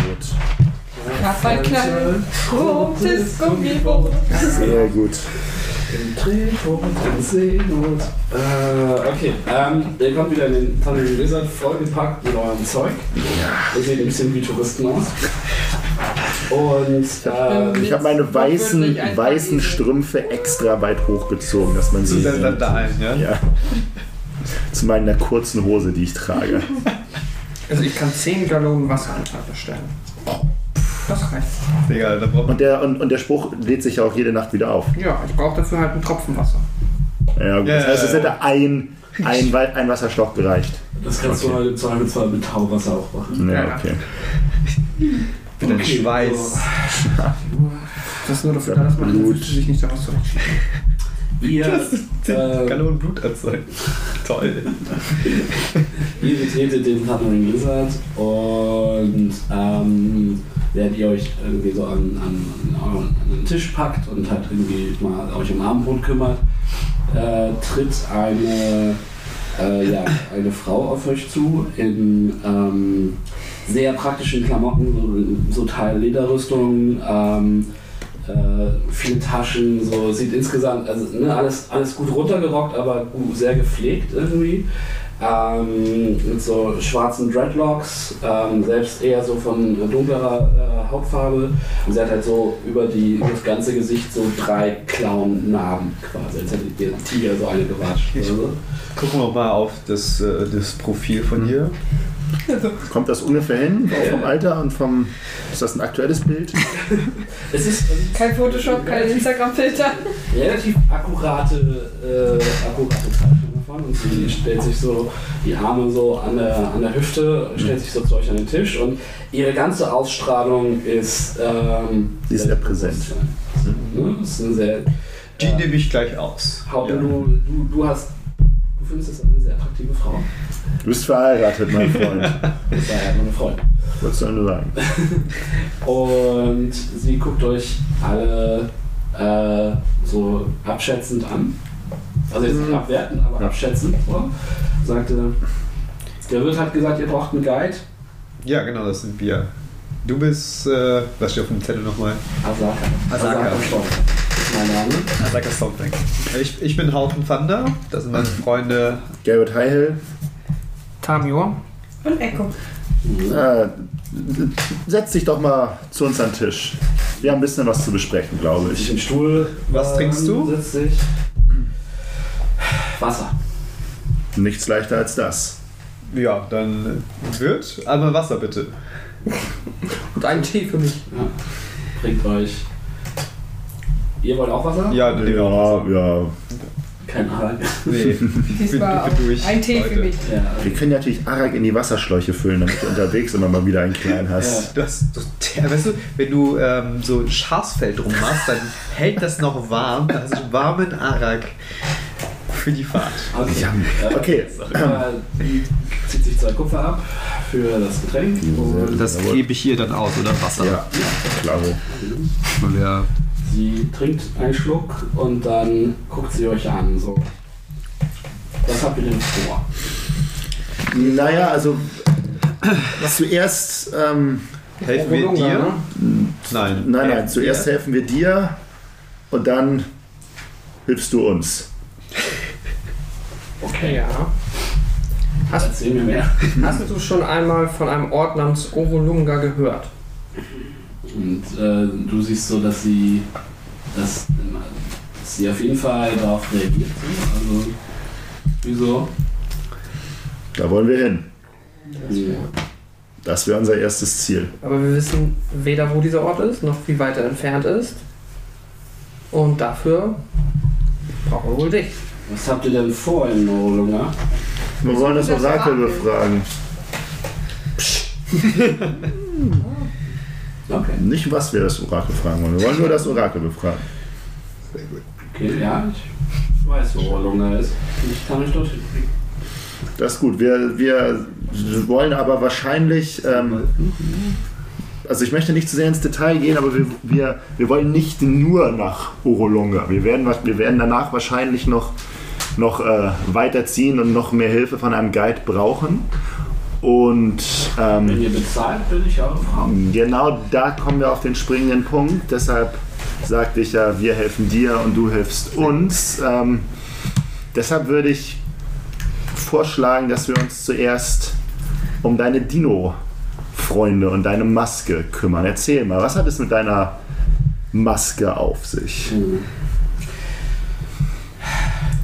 [SPEAKER 6] Knall, rotes Gummiboot.
[SPEAKER 5] Sehr gut.
[SPEAKER 3] Im Tretboot, im Seenot. Äh, okay. Ähm, ihr kommt wieder in den Tunnel der Lizard, vollgepackt mit eurem Zeug. Ihr seht ein bisschen wie Touristen aus. Und ähm,
[SPEAKER 5] Ich habe meine weißen, weißen Strümpfe extra weit hochgezogen, dass man
[SPEAKER 3] Zu
[SPEAKER 5] sie
[SPEAKER 3] der
[SPEAKER 5] sieht.
[SPEAKER 3] Sandalen,
[SPEAKER 7] ja?
[SPEAKER 5] Zu meiner kurzen Hose, die ich trage.
[SPEAKER 4] Also ich kann 10 Gallonen Wasser am Tag bestellen. Das reicht.
[SPEAKER 7] Egal, da braucht
[SPEAKER 5] und, der, und, und der Spruch lädt sich ja auch jede Nacht wieder auf.
[SPEAKER 4] Ja, ich brauche dafür halt einen Tropfen Wasser.
[SPEAKER 5] Ja, gut.
[SPEAKER 4] Ja,
[SPEAKER 5] das heißt, es
[SPEAKER 4] ja,
[SPEAKER 5] hätte ein, ein, Wa- ein Wasserstock gereicht.
[SPEAKER 3] das kannst du halt zwar, zwar mit Tauwasser auch machen.
[SPEAKER 5] Ja, okay.
[SPEAKER 7] Bitte okay.
[SPEAKER 3] also
[SPEAKER 7] Schweiß.
[SPEAKER 4] Das ist nur dafür da, dass man Blut. sich nicht daraus zurechtschiebt.
[SPEAKER 3] Ihr,
[SPEAKER 7] das ist
[SPEAKER 3] äh,
[SPEAKER 7] Gallonen Blut erzeugen. Toll.
[SPEAKER 3] Ihr betretet den Partnering Lizard und ähm, während ihr euch irgendwie so an, an, an, euren, an den Tisch packt und halt irgendwie mal euch um Abendbrot kümmert, äh, tritt eine, äh, ja, eine Frau auf euch zu in ähm, sehr praktischen Klamotten, so, so Teil Lederrüstung. Ähm, äh, viele Taschen, so sieht insgesamt, also ne, alles, alles gut runtergerockt, aber gut, sehr gepflegt irgendwie. Ähm, mit so schwarzen Dreadlocks, ähm, selbst eher so von dunklerer äh, Hautfarbe. Und sie hat halt so über, die, über das ganze Gesicht so drei Clown-Narben quasi, als hätte der Tiger so eine gewatscht. oder so.
[SPEAKER 7] Gucken wir mal auf das, äh, das Profil von ihr.
[SPEAKER 5] Kommt das ungefähr hin? Auch vom Alter und vom. Ist das ein aktuelles Bild?
[SPEAKER 3] Es ist
[SPEAKER 6] Kein Photoshop, kein Instagram-Filter.
[SPEAKER 3] relativ akkurate, äh, akkurate Zeichnung davon und sie stellt sich so die Arme so an der, an der Hüfte, stellt sich so zu euch an den Tisch und ihre ganze Ausstrahlung ist. Ähm,
[SPEAKER 5] Sie ist sehr präsent.
[SPEAKER 3] Ne? Das ist eine sehr,
[SPEAKER 7] Die nehme ich gleich aus.
[SPEAKER 3] Hau- du, du, du hast. Du findest das eine sehr attraktive Frau.
[SPEAKER 5] Du bist verheiratet, mein Freund.
[SPEAKER 3] Das war ja meine Freundin.
[SPEAKER 5] Was soll ich nur sagen?
[SPEAKER 3] Und sie guckt euch alle äh, so abschätzend an. Also jetzt nicht abwertend, aber abschätzend. So. Sagte, der Wirt hat gesagt, ihr braucht einen Guide.
[SPEAKER 7] Ja, genau, das sind wir. Du bist, äh, was steht auf dem Zettel nochmal?
[SPEAKER 3] Asaka.
[SPEAKER 7] Asaka.
[SPEAKER 3] Asaka Stompfenk. ist mein Name.
[SPEAKER 7] Asaka Stompfenk. Ich, ich bin Houghton Thunder, das sind meine Freunde.
[SPEAKER 5] Garrett Heihel.
[SPEAKER 4] Tamio.
[SPEAKER 6] Und Echo.
[SPEAKER 5] Äh, setz dich doch mal zu uns an den Tisch. Wir haben ein bisschen was zu besprechen, glaube
[SPEAKER 3] Ich
[SPEAKER 5] ich.
[SPEAKER 3] im Stuhl.
[SPEAKER 7] Was trinkst du?
[SPEAKER 3] Setz dich. Wasser.
[SPEAKER 5] Nichts leichter als das.
[SPEAKER 7] Ja, dann wird, aber Wasser bitte.
[SPEAKER 4] Und einen Tee für mich.
[SPEAKER 3] Ja. Bringt euch. Ihr wollt auch Wasser?
[SPEAKER 7] Ja, nee,
[SPEAKER 5] Ja, ja.
[SPEAKER 3] Keine Ahnung.
[SPEAKER 7] nee. Ich bin,
[SPEAKER 6] Dies war
[SPEAKER 7] ich bin durch.
[SPEAKER 6] auch ein Tee für
[SPEAKER 7] Leute.
[SPEAKER 6] mich.
[SPEAKER 3] Ja,
[SPEAKER 5] Wir können natürlich Arak in die Wasserschläuche füllen, damit du unterwegs immer mal wieder einen kleinen hast.
[SPEAKER 7] Das, das, der- weißt du, wenn du ähm, so ein Schafsfell drum machst, dann hält das noch warm. Das ist warmen Arak für die Fahrt.
[SPEAKER 3] Okay.
[SPEAKER 5] Ja.
[SPEAKER 3] Äh,
[SPEAKER 5] Okay.
[SPEAKER 3] Äh, die zieht sich zwei Kupfer ab für das Getränk. Und
[SPEAKER 7] Das
[SPEAKER 5] Jawohl.
[SPEAKER 7] gebe ich hier dann aus, oder Wasser?
[SPEAKER 5] Ja, klar.
[SPEAKER 7] Weil wir-
[SPEAKER 3] sie trinkt einen Schluck und dann guckt sie euch an. So. Was habt ihr denn vor?
[SPEAKER 5] Naja, also zuerst, ähm,
[SPEAKER 7] Helfen wir dir? ne? Nein.
[SPEAKER 5] nein, nein, zuerst
[SPEAKER 7] dir?
[SPEAKER 5] helfen wir dir und dann hilfst du uns.
[SPEAKER 3] Okay,
[SPEAKER 4] Ja. Hast,
[SPEAKER 3] erzähl mir mehr.
[SPEAKER 4] hast du schon einmal von einem Ort namens Orolunga gehört?
[SPEAKER 3] Und äh, du siehst so, dass sie, dass, dass sie auf jeden Fall darauf reagiert. so. Also, wieso?
[SPEAKER 5] Da wollen wir hin.
[SPEAKER 3] Ja.
[SPEAKER 5] Das wäre unser erstes Ziel.
[SPEAKER 30] Aber wir wissen weder, wo dieser Ort ist, noch wie weit er entfernt ist. Und dafür brauchen wir wohl dich.
[SPEAKER 3] Was habt ihr denn vor in Norolunga?
[SPEAKER 5] Wir wollen das Orakel befragen. okay. Nicht, was wir das Orakel fragen wollen. Wir wollen nur das Orakel befragen.
[SPEAKER 3] Sehr gut. Okay, ja, ich weiß, wo Norolunga ist. Ich kann mich dorthin bringen.
[SPEAKER 5] Das ist gut. Wir, wir wollen aber wahrscheinlich. Ähm, also ich möchte nicht zu sehr ins Detail gehen, aber wir, wir, wir wollen nicht nur nach Orolonga. Wir werden, wa- wir werden danach wahrscheinlich noch, noch äh, weiterziehen und noch mehr Hilfe von einem Guide brauchen. Und ähm,
[SPEAKER 3] Wenn ihr bezahlt, bin ich auch Frau.
[SPEAKER 5] Genau da kommen wir auf den springenden Punkt. Deshalb sagte ich ja, wir helfen dir und du hilfst uns. Ähm, deshalb würde ich vorschlagen, dass wir uns zuerst um deine Dino-Freunde und deine Maske kümmern. Erzähl mal, was hat es mit deiner Maske auf sich?
[SPEAKER 3] Hm.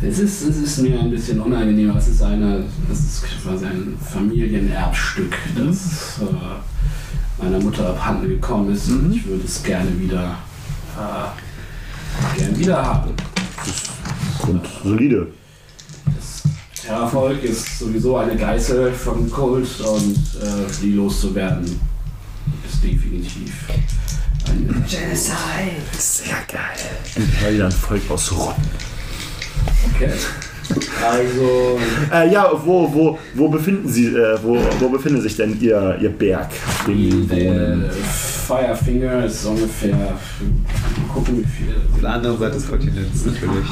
[SPEAKER 3] Es ist, es ist mir ein bisschen unangenehm. Es ist, eine, es ist quasi ein Familienerbstück, das äh, meiner Mutter abhanden gekommen ist. Und ich würde es gerne wieder, äh, gerne wieder haben.
[SPEAKER 5] Und solide.
[SPEAKER 3] Terrafolk ist sowieso eine Geißel von Colt und äh, die loszuwerden ist definitiv ein
[SPEAKER 6] Genocide.
[SPEAKER 5] Sehr geil. Mal wieder ein Volk aus Rotten.
[SPEAKER 3] Okay. Also.
[SPEAKER 5] Äh, ja, wo, wo, wo befinden Sie, äh, wo, wo befindet sich denn Ihr, ihr Berg, auf dem Sie wohnen?
[SPEAKER 3] Firefinger ist ungefähr. Mal gucken, wie viel. Genau. Auf
[SPEAKER 31] der anderen Seite des Kontinents, natürlich.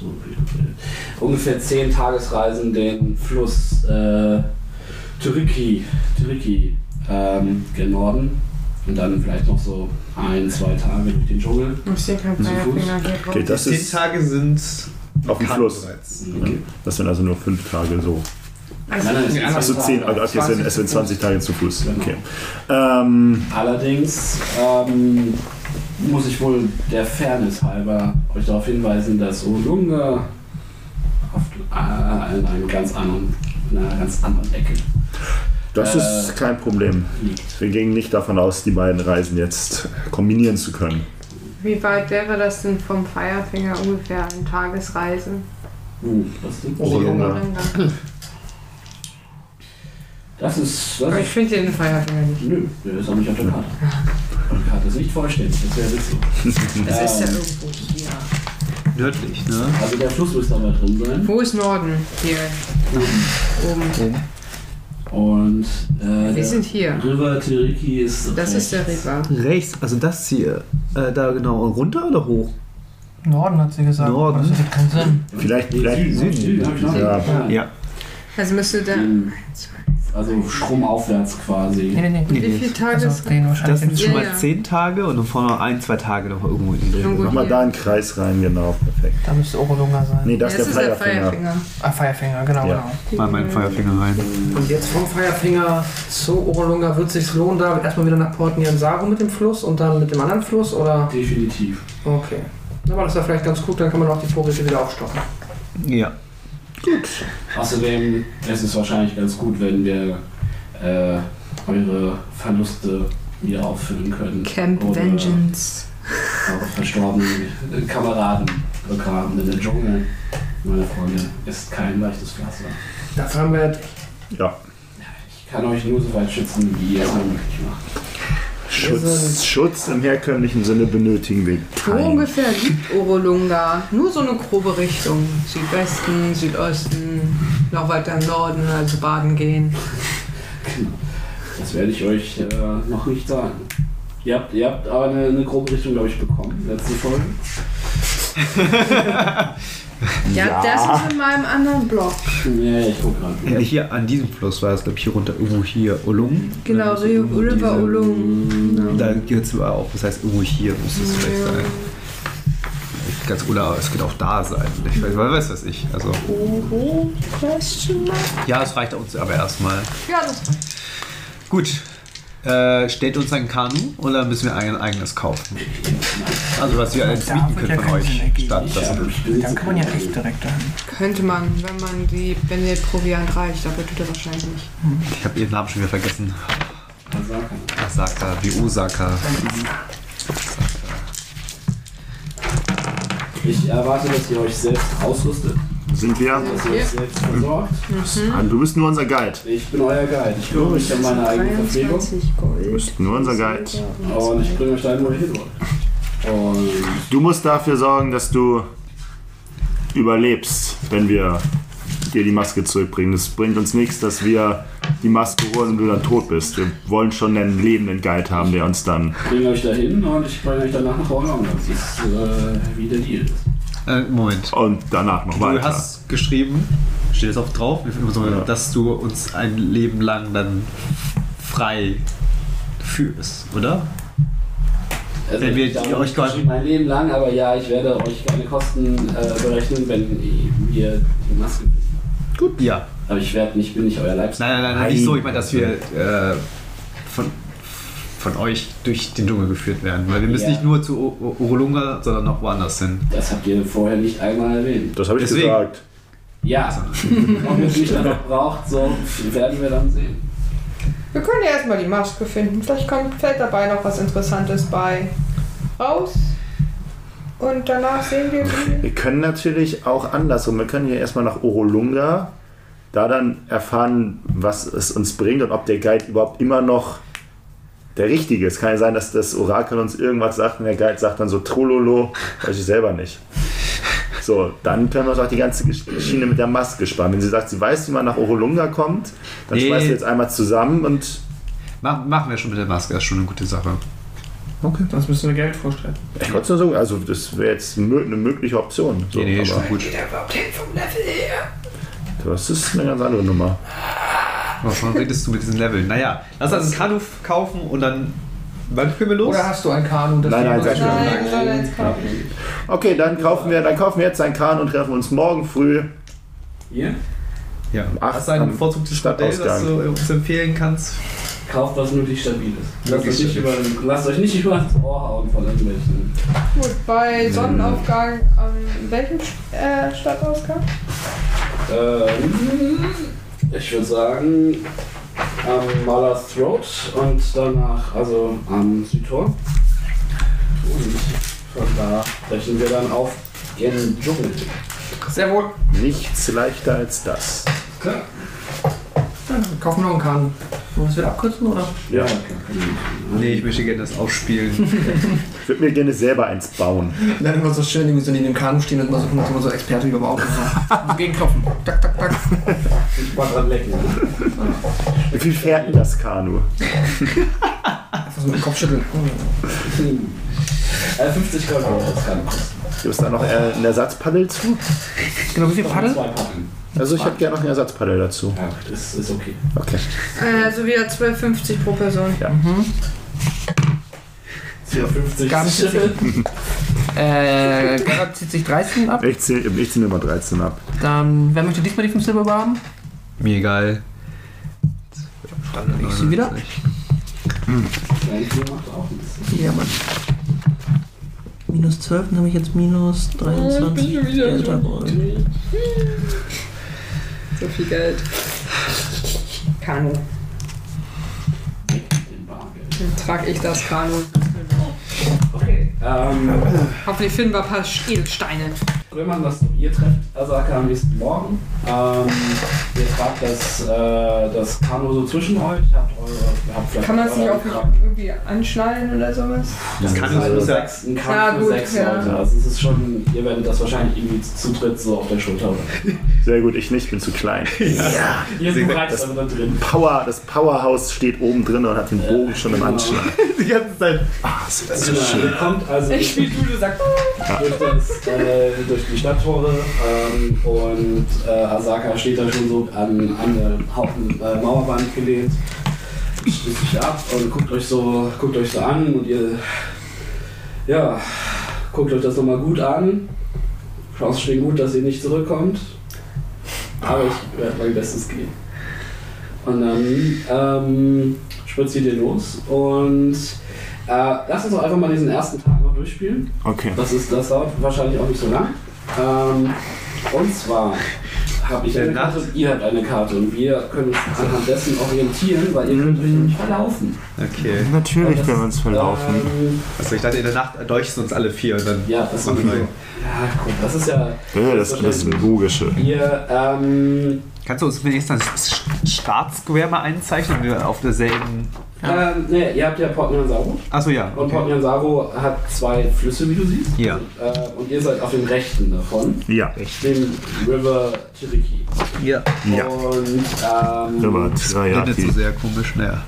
[SPEAKER 3] Äh, ungefähr 10 Tagesreisen den Fluss äh, Türiki, Türiki ähm, gen Norden. Und dann vielleicht noch so ein, zwei Tage durch den Dschungel.
[SPEAKER 6] Ich sehe keinen
[SPEAKER 3] Zu Fuß.
[SPEAKER 6] Firefinger hier drauf.
[SPEAKER 5] Okay, das
[SPEAKER 31] Die
[SPEAKER 5] ist
[SPEAKER 31] zehn Tage sind
[SPEAKER 5] auf dem
[SPEAKER 31] bekannt
[SPEAKER 5] Fluss.
[SPEAKER 31] bereits.
[SPEAKER 5] Okay. Das sind also nur fünf Tage so.
[SPEAKER 6] Also-
[SPEAKER 3] Nein, nein, es sind
[SPEAKER 5] Achso,
[SPEAKER 3] zehn
[SPEAKER 5] zehn,
[SPEAKER 3] Tage.
[SPEAKER 5] also okay, es sind- es sind 20 Tage zu Fuß.
[SPEAKER 3] Genau.
[SPEAKER 5] Okay. Ähm,
[SPEAKER 3] Allerdings ähm, muss ich wohl der Fairness halber euch darauf hinweisen, dass Olunga auf, äh, in einem ganz anderen, in einer ganz anderen Ecke.
[SPEAKER 5] das
[SPEAKER 3] Äh,
[SPEAKER 5] ist kein Problem. Wir gingen nicht davon aus, die beiden Reisen jetzt kombinieren zu können.
[SPEAKER 32] Wie weit wäre das denn vom Firefinger ungefähr eine Tagesreise?
[SPEAKER 3] Hm, was denn?
[SPEAKER 5] Orlunga.
[SPEAKER 3] Das ist.
[SPEAKER 6] Aber
[SPEAKER 3] Das
[SPEAKER 6] ich
[SPEAKER 3] ist
[SPEAKER 6] finde den Firefinger nicht.
[SPEAKER 3] nö, der ist auch nicht auf der Karte. Die Karte ist nicht vollständig, das wäre witzig.
[SPEAKER 6] *laughs* Das ist ja
[SPEAKER 3] Ähm,
[SPEAKER 6] irgendwo hier.
[SPEAKER 31] nördlich, ne?
[SPEAKER 3] also der Fluss müsste aber drin sein.
[SPEAKER 6] Wo ist Norden? Hier. Oben.
[SPEAKER 3] Und äh,
[SPEAKER 6] Wir sind hier.
[SPEAKER 3] der River Tiriki ist.
[SPEAKER 6] Das ist der River.
[SPEAKER 7] Rechts, also das hier. Äh, da genau. Und runter oder hoch?
[SPEAKER 30] Norden hat sie gesagt.
[SPEAKER 7] Norden.
[SPEAKER 30] Das ergibt keinen Sinn.
[SPEAKER 5] Vielleicht, vielleicht
[SPEAKER 3] Süden, Süden, hab ich noch.
[SPEAKER 5] Ja.
[SPEAKER 7] Ja.
[SPEAKER 6] Also müsste da.
[SPEAKER 3] Hm. Also stromaufwärts quasi.
[SPEAKER 30] Nee, nee, nee.
[SPEAKER 7] Nee,
[SPEAKER 6] Wie
[SPEAKER 7] nee.
[SPEAKER 6] viel
[SPEAKER 4] Also,
[SPEAKER 6] Tages.
[SPEAKER 30] Also, Den
[SPEAKER 7] Das
[SPEAKER 30] wahrscheinlich.
[SPEAKER 7] sind schon
[SPEAKER 6] Ja,
[SPEAKER 7] mal
[SPEAKER 6] ja.
[SPEAKER 7] zehn Tage und dann vorne noch ein, zwei Tage noch irgendwo in den Dreh.
[SPEAKER 5] mach mal da einen Kreis rein, genau, perfekt.
[SPEAKER 30] Da müsste Orolunga sein.
[SPEAKER 5] Nee, das
[SPEAKER 6] Ja,
[SPEAKER 5] ist der Feierfinger.
[SPEAKER 30] Ah, Firefinger, genau,
[SPEAKER 5] Ja.
[SPEAKER 30] genau.
[SPEAKER 7] Mal
[SPEAKER 6] Mhm.
[SPEAKER 7] meinen Feuerfinger rein.
[SPEAKER 4] Und jetzt vom Firefinger zu Orolunga wird sich lohnen, da erstmal wieder nach Port Nianzaro mit dem Fluss und dann mit dem anderen Fluss oder?
[SPEAKER 3] Definitiv.
[SPEAKER 4] Okay. Aber das ist ja vielleicht ganz gut, dann kann man auch die Vorräte wieder aufstocken.
[SPEAKER 7] Ja.
[SPEAKER 3] Außerdem ist es wahrscheinlich ganz gut, wenn wir äh, eure Verluste wieder auffüllen können.
[SPEAKER 6] Camp
[SPEAKER 3] Oder
[SPEAKER 6] Vengeance.
[SPEAKER 3] Eure verstorbenen äh, Kameraden begraben in der Dschungel. Meine Freunde, ist kein leichtes Pflaster.
[SPEAKER 4] Dafür haben wir
[SPEAKER 5] Ja.
[SPEAKER 3] Ich kann euch nur so weit schützen, wie ihr es mir möglich macht.
[SPEAKER 5] Schutz, Schutz im herkömmlichen Sinne benötigen wir
[SPEAKER 32] Wo
[SPEAKER 5] keinen.
[SPEAKER 32] ungefähr liegt Orolunga? Nur so eine grobe Richtung. Südwesten, Südosten, noch weiter im Norden, also baden gehen.
[SPEAKER 3] Das werde ich euch äh, noch nicht sagen. Ihr habt, ihr habt aber eine, eine grobe Richtung, glaube ich, bekommen. Letzte Folge.
[SPEAKER 6] Ja, das ist in meinem anderen Blog.
[SPEAKER 3] Ja, ich gucke gerade.
[SPEAKER 7] Ja, hier an diesem Fluss war es, glaube ich, hier runter, irgendwo hier Olung.
[SPEAKER 6] Genau, Rio River Ulung.
[SPEAKER 7] Da geht es auch, das heißt, irgendwo hier muss es vielleicht sein. Ganz oder es könnte auch da sein. Ich weiß, weiß was ich. Also,
[SPEAKER 6] Oho, question mark?
[SPEAKER 7] ja, es reicht uns aber erstmal.
[SPEAKER 6] Ja, das
[SPEAKER 7] Gut. äh, stellt uns ein Kanu oder müssen wir ein eigenes kaufen? Also was wir als mieten können von euch. Statt das
[SPEAKER 4] Dann kann man ja echt direkt dahin.
[SPEAKER 6] Könnte man, wenn man die, wenn der Proviant reicht, aber tut er wahrscheinlich nicht.
[SPEAKER 7] Ich habe ihren Namen schon wieder vergessen. Asaka, wie Osaka.
[SPEAKER 3] Ich erwarte, dass ihr euch selbst ausrüstet.
[SPEAKER 5] Sind wir?
[SPEAKER 3] Dass ihr euch selbst versorgt.
[SPEAKER 5] Mann, Du bist nur unser Guide.
[SPEAKER 3] Ich bin euer Guide. Ich kümmere mich um meine eigene Verpflegung.
[SPEAKER 5] Du bist nur unser Guide.
[SPEAKER 3] Und ich bringe euch dahin, wo ihr hin wollt.
[SPEAKER 5] Du musst dafür sorgen, dass du überlebst, wenn wir dir die Maske zurückbringen. Es bringt uns nichts, dass wir die Maske holen und du dann tot bist. Wir wollen schon einen lebenden Guide haben, der uns dann.
[SPEAKER 3] Ich bringe euch dahin und ich bringe euch danach nach Hongkong. Das ist äh, wie der Deal.
[SPEAKER 7] Äh, Moment.
[SPEAKER 5] Und danach noch
[SPEAKER 7] Du hast geschrieben, steht es auch drauf, dass du uns ein Leben lang dann frei führst, oder?
[SPEAKER 3] Also
[SPEAKER 7] Wenn wir
[SPEAKER 3] ich
[SPEAKER 7] die
[SPEAKER 3] habe
[SPEAKER 7] euch geholfen-
[SPEAKER 3] mein Leben lang, aber ja, ich werde euch keine Kosten äh, berechnen, wenn wir die Maske
[SPEAKER 7] Gut, ja.
[SPEAKER 3] Aber ich werde nicht, bin nicht euer Leibs.
[SPEAKER 7] Nein, nein, nein, nein, nicht so. Ich meine, dass wir äh, von, von euch durch den Dschungel geführt werden. Weil wir müssen
[SPEAKER 3] Ja.
[SPEAKER 7] nicht nur zu U- U- Urulunga, sondern auch woanders hin.
[SPEAKER 3] Das habt ihr vorher nicht einmal erwähnt.
[SPEAKER 5] Das habe
[SPEAKER 7] ich Deswegen.
[SPEAKER 5] gesagt.
[SPEAKER 3] Ja, ob ihr mich dann noch braucht, so werden wir dann sehen.
[SPEAKER 6] Wir können ja erstmal die Maske finden. Vielleicht kommt, fällt dabei noch was Interessantes bei raus. Und danach sehen wir, wie.
[SPEAKER 5] Wir können natürlich auch andersrum. Wir können hier erstmal nach Orolunga, da dann erfahren, was es uns bringt und ob der Guide überhaupt immer noch der richtige ist. Kann ja sein, dass das Orakel uns irgendwas sagt und der Guide sagt dann so Trololo, weiß ich selber nicht. So, dann können wir uns auch die ganze Gesch- Schiene mit der Maske sparen. Wenn sie sagt, sie weiß, wie man nach Orolunga kommt, dann
[SPEAKER 7] Nee.
[SPEAKER 5] schmeißt sie jetzt einmal zusammen und.
[SPEAKER 7] Mach, machen wir schon mit der Maske, das ist schon eine gute Sache.
[SPEAKER 4] Okay. Sonst müssen wir Geld vorstellen.
[SPEAKER 5] Ich wollte nur sagen, also das wäre jetzt mö- eine mögliche Option. So,
[SPEAKER 7] nee,
[SPEAKER 5] aber
[SPEAKER 7] schon gut.
[SPEAKER 5] Das ist eine ganz andere Nummer.
[SPEAKER 7] Wovon redest du mit diesen Leveln? Naja, lass uns einen Kanu kaufen und dann. Wann können wir los?
[SPEAKER 4] Oder hast du ein Kanu? das
[SPEAKER 5] Nein, nein,
[SPEAKER 4] wir-
[SPEAKER 5] sag schon. Nein, Okay, dann kaufen wir, dann kaufen wir jetzt einen Kahn und treffen uns morgen früh.
[SPEAKER 3] Ihr?
[SPEAKER 7] Ja.
[SPEAKER 5] Ach,
[SPEAKER 7] Hast du ein bevorzugtes Modell, das du äh, uns empfehlen kannst?
[SPEAKER 3] Kauft was möglichst Stabiles. Lasst euch
[SPEAKER 7] Möglichst
[SPEAKER 3] nicht über,
[SPEAKER 7] stabil.
[SPEAKER 3] lasst euch nicht über das Ohr hauen von irgendwelchen.
[SPEAKER 6] Gut, bei Sonnenaufgang an welchem äh, Stadtausgang?
[SPEAKER 3] Ähm, ich würde sagen, am Maler's Throat und danach, also am Südtor. Und von da brechen wir dann auf in den Dschungel.
[SPEAKER 4] Sehr wohl.
[SPEAKER 5] Nichts leichter als das.
[SPEAKER 3] Klar.
[SPEAKER 4] Ja, dann kaufen wir noch einen Kanu. Wollen wir das wieder abkürzen, oder?
[SPEAKER 5] Ja.
[SPEAKER 7] Nee, ich möchte gerne das aufspielen.
[SPEAKER 5] Ich würde mir gerne selber eins bauen.
[SPEAKER 4] Dann immer so schön, irgendwie so neben dem Kanu stehen und mal so tun, als ob man so Experte über Autos sind. Gegenklopfen. Tack, tack, tack.
[SPEAKER 3] Ich mach dran lecken.
[SPEAKER 5] Wie viel fährt denn das Kanu?
[SPEAKER 4] Einfach so mit dem Kopf schütteln.
[SPEAKER 3] Äh, 50 Gold braucht das kann.
[SPEAKER 5] Gibt es da noch äh, einen Ersatzpaddel zu?
[SPEAKER 4] Genau, wie viel Paddel?
[SPEAKER 3] Zwei Packen.
[SPEAKER 5] Also ich hätte gerne noch einen Ersatzpaddel dazu.
[SPEAKER 3] Ja, das ist okay.
[SPEAKER 5] Okay.
[SPEAKER 6] Äh, also wieder 12,50 pro Person.
[SPEAKER 5] Ja.
[SPEAKER 3] 50.
[SPEAKER 4] Ganz
[SPEAKER 3] schön.
[SPEAKER 4] Äh, Gerhard zieht sich 13 ab.
[SPEAKER 5] Ich zähle ich zähl immer 13 ab.
[SPEAKER 4] Dann, wer möchte diesmal die 5 Silber haben?
[SPEAKER 7] Mir egal.
[SPEAKER 4] Ich sie wieder.
[SPEAKER 3] Nein, die macht auch ein bisschen.
[SPEAKER 4] Ja, Mann.
[SPEAKER 8] Minus 12, dann habe ich jetzt minus 23. Delta Gold.
[SPEAKER 33] So viel Geld. Kanu. Dann trag ich das Kanu.
[SPEAKER 3] Ähm,
[SPEAKER 6] Hoffentlich finden wir ein paar Edelsteine.
[SPEAKER 3] Wenn man das, ihr trefft Asaka am nächsten Morgen. Ähm, ihr tragt das, äh, das Kanu so zwischen euch. Habt eure, habt vielleicht
[SPEAKER 6] Kann man es nicht
[SPEAKER 3] eure-
[SPEAKER 6] auch irgendwie anschnallen oder sowas?
[SPEAKER 3] Das
[SPEAKER 7] Kanu ist
[SPEAKER 3] also
[SPEAKER 7] nur
[SPEAKER 3] sechs, ein Kanu
[SPEAKER 6] Ja,
[SPEAKER 3] für
[SPEAKER 6] gut,
[SPEAKER 3] sechs
[SPEAKER 6] ja.
[SPEAKER 3] Leute. Also es ist schon, ihr werdet das wahrscheinlich irgendwie zu dritt so auf der Schulter. haben.
[SPEAKER 5] Sehr gut, ich nicht, bin zu klein. Ja.
[SPEAKER 3] Ihr seid bereits dann da drin.
[SPEAKER 5] Power, das Powerhouse steht oben drin und hat den Bogen schon im Anschlag.
[SPEAKER 7] Die ganze Zeit.
[SPEAKER 5] Ah, ist das so
[SPEAKER 3] Genau,
[SPEAKER 5] schön.
[SPEAKER 3] Ihr kommt also
[SPEAKER 6] Ich
[SPEAKER 3] durch,
[SPEAKER 6] wie du, du *laughs* sagst.
[SPEAKER 3] das, äh, durch die Stadttore ähm, und äh, Asaka steht da schon so an, an der Haupt- äh, Mauerwand gelehnt. Schließt sich ab und guckt euch so, guckt euch so an und ihr ja, guckt euch das nochmal gut an. Chancen stehen gut, dass ihr nicht zurückkommt. Aber ich werde mein Bestes geben. Und dann ähm, spaziert ihr los und äh, lass uns doch einfach mal diesen ersten Tag noch durchspielen.
[SPEAKER 5] Okay.
[SPEAKER 3] Das, ist, das dauert wahrscheinlich auch nicht so lang. Ähm, und zwar habe ich eine Karte und ihr habt eine Karte und wir können uns anhand dessen orientieren, weil ihr könnt euch nämlich verlaufen. Ähm,
[SPEAKER 34] Okay.
[SPEAKER 5] Natürlich können wir uns Mhm. verlaufen.
[SPEAKER 34] Also ich dachte, in der Nacht erdolchsten uns alle vier und dann
[SPEAKER 3] ja, das
[SPEAKER 34] machen wir
[SPEAKER 3] Ja, gut, das ist ja.
[SPEAKER 5] Ja, das, das ist logische.
[SPEAKER 3] Ihr, ähm.
[SPEAKER 7] Kannst du uns wenigstens das Startsquare mal einzeichnen, wenn wir auf derselben.
[SPEAKER 3] Ähm, nee, ihr habt ja Port Nianzaro.
[SPEAKER 7] Achso, ja.
[SPEAKER 3] Und Port Nianzaro hat zwei Flüsse, wie du siehst.
[SPEAKER 7] Ja.
[SPEAKER 3] Äh, und ihr seid auf dem rechten davon.
[SPEAKER 5] Ja.
[SPEAKER 3] Dem River Cherokee.
[SPEAKER 7] Ja.
[SPEAKER 5] Ja.
[SPEAKER 3] Und ähm,
[SPEAKER 5] River
[SPEAKER 7] Das ist
[SPEAKER 5] Tirayaki.
[SPEAKER 7] so sehr komisch, naja.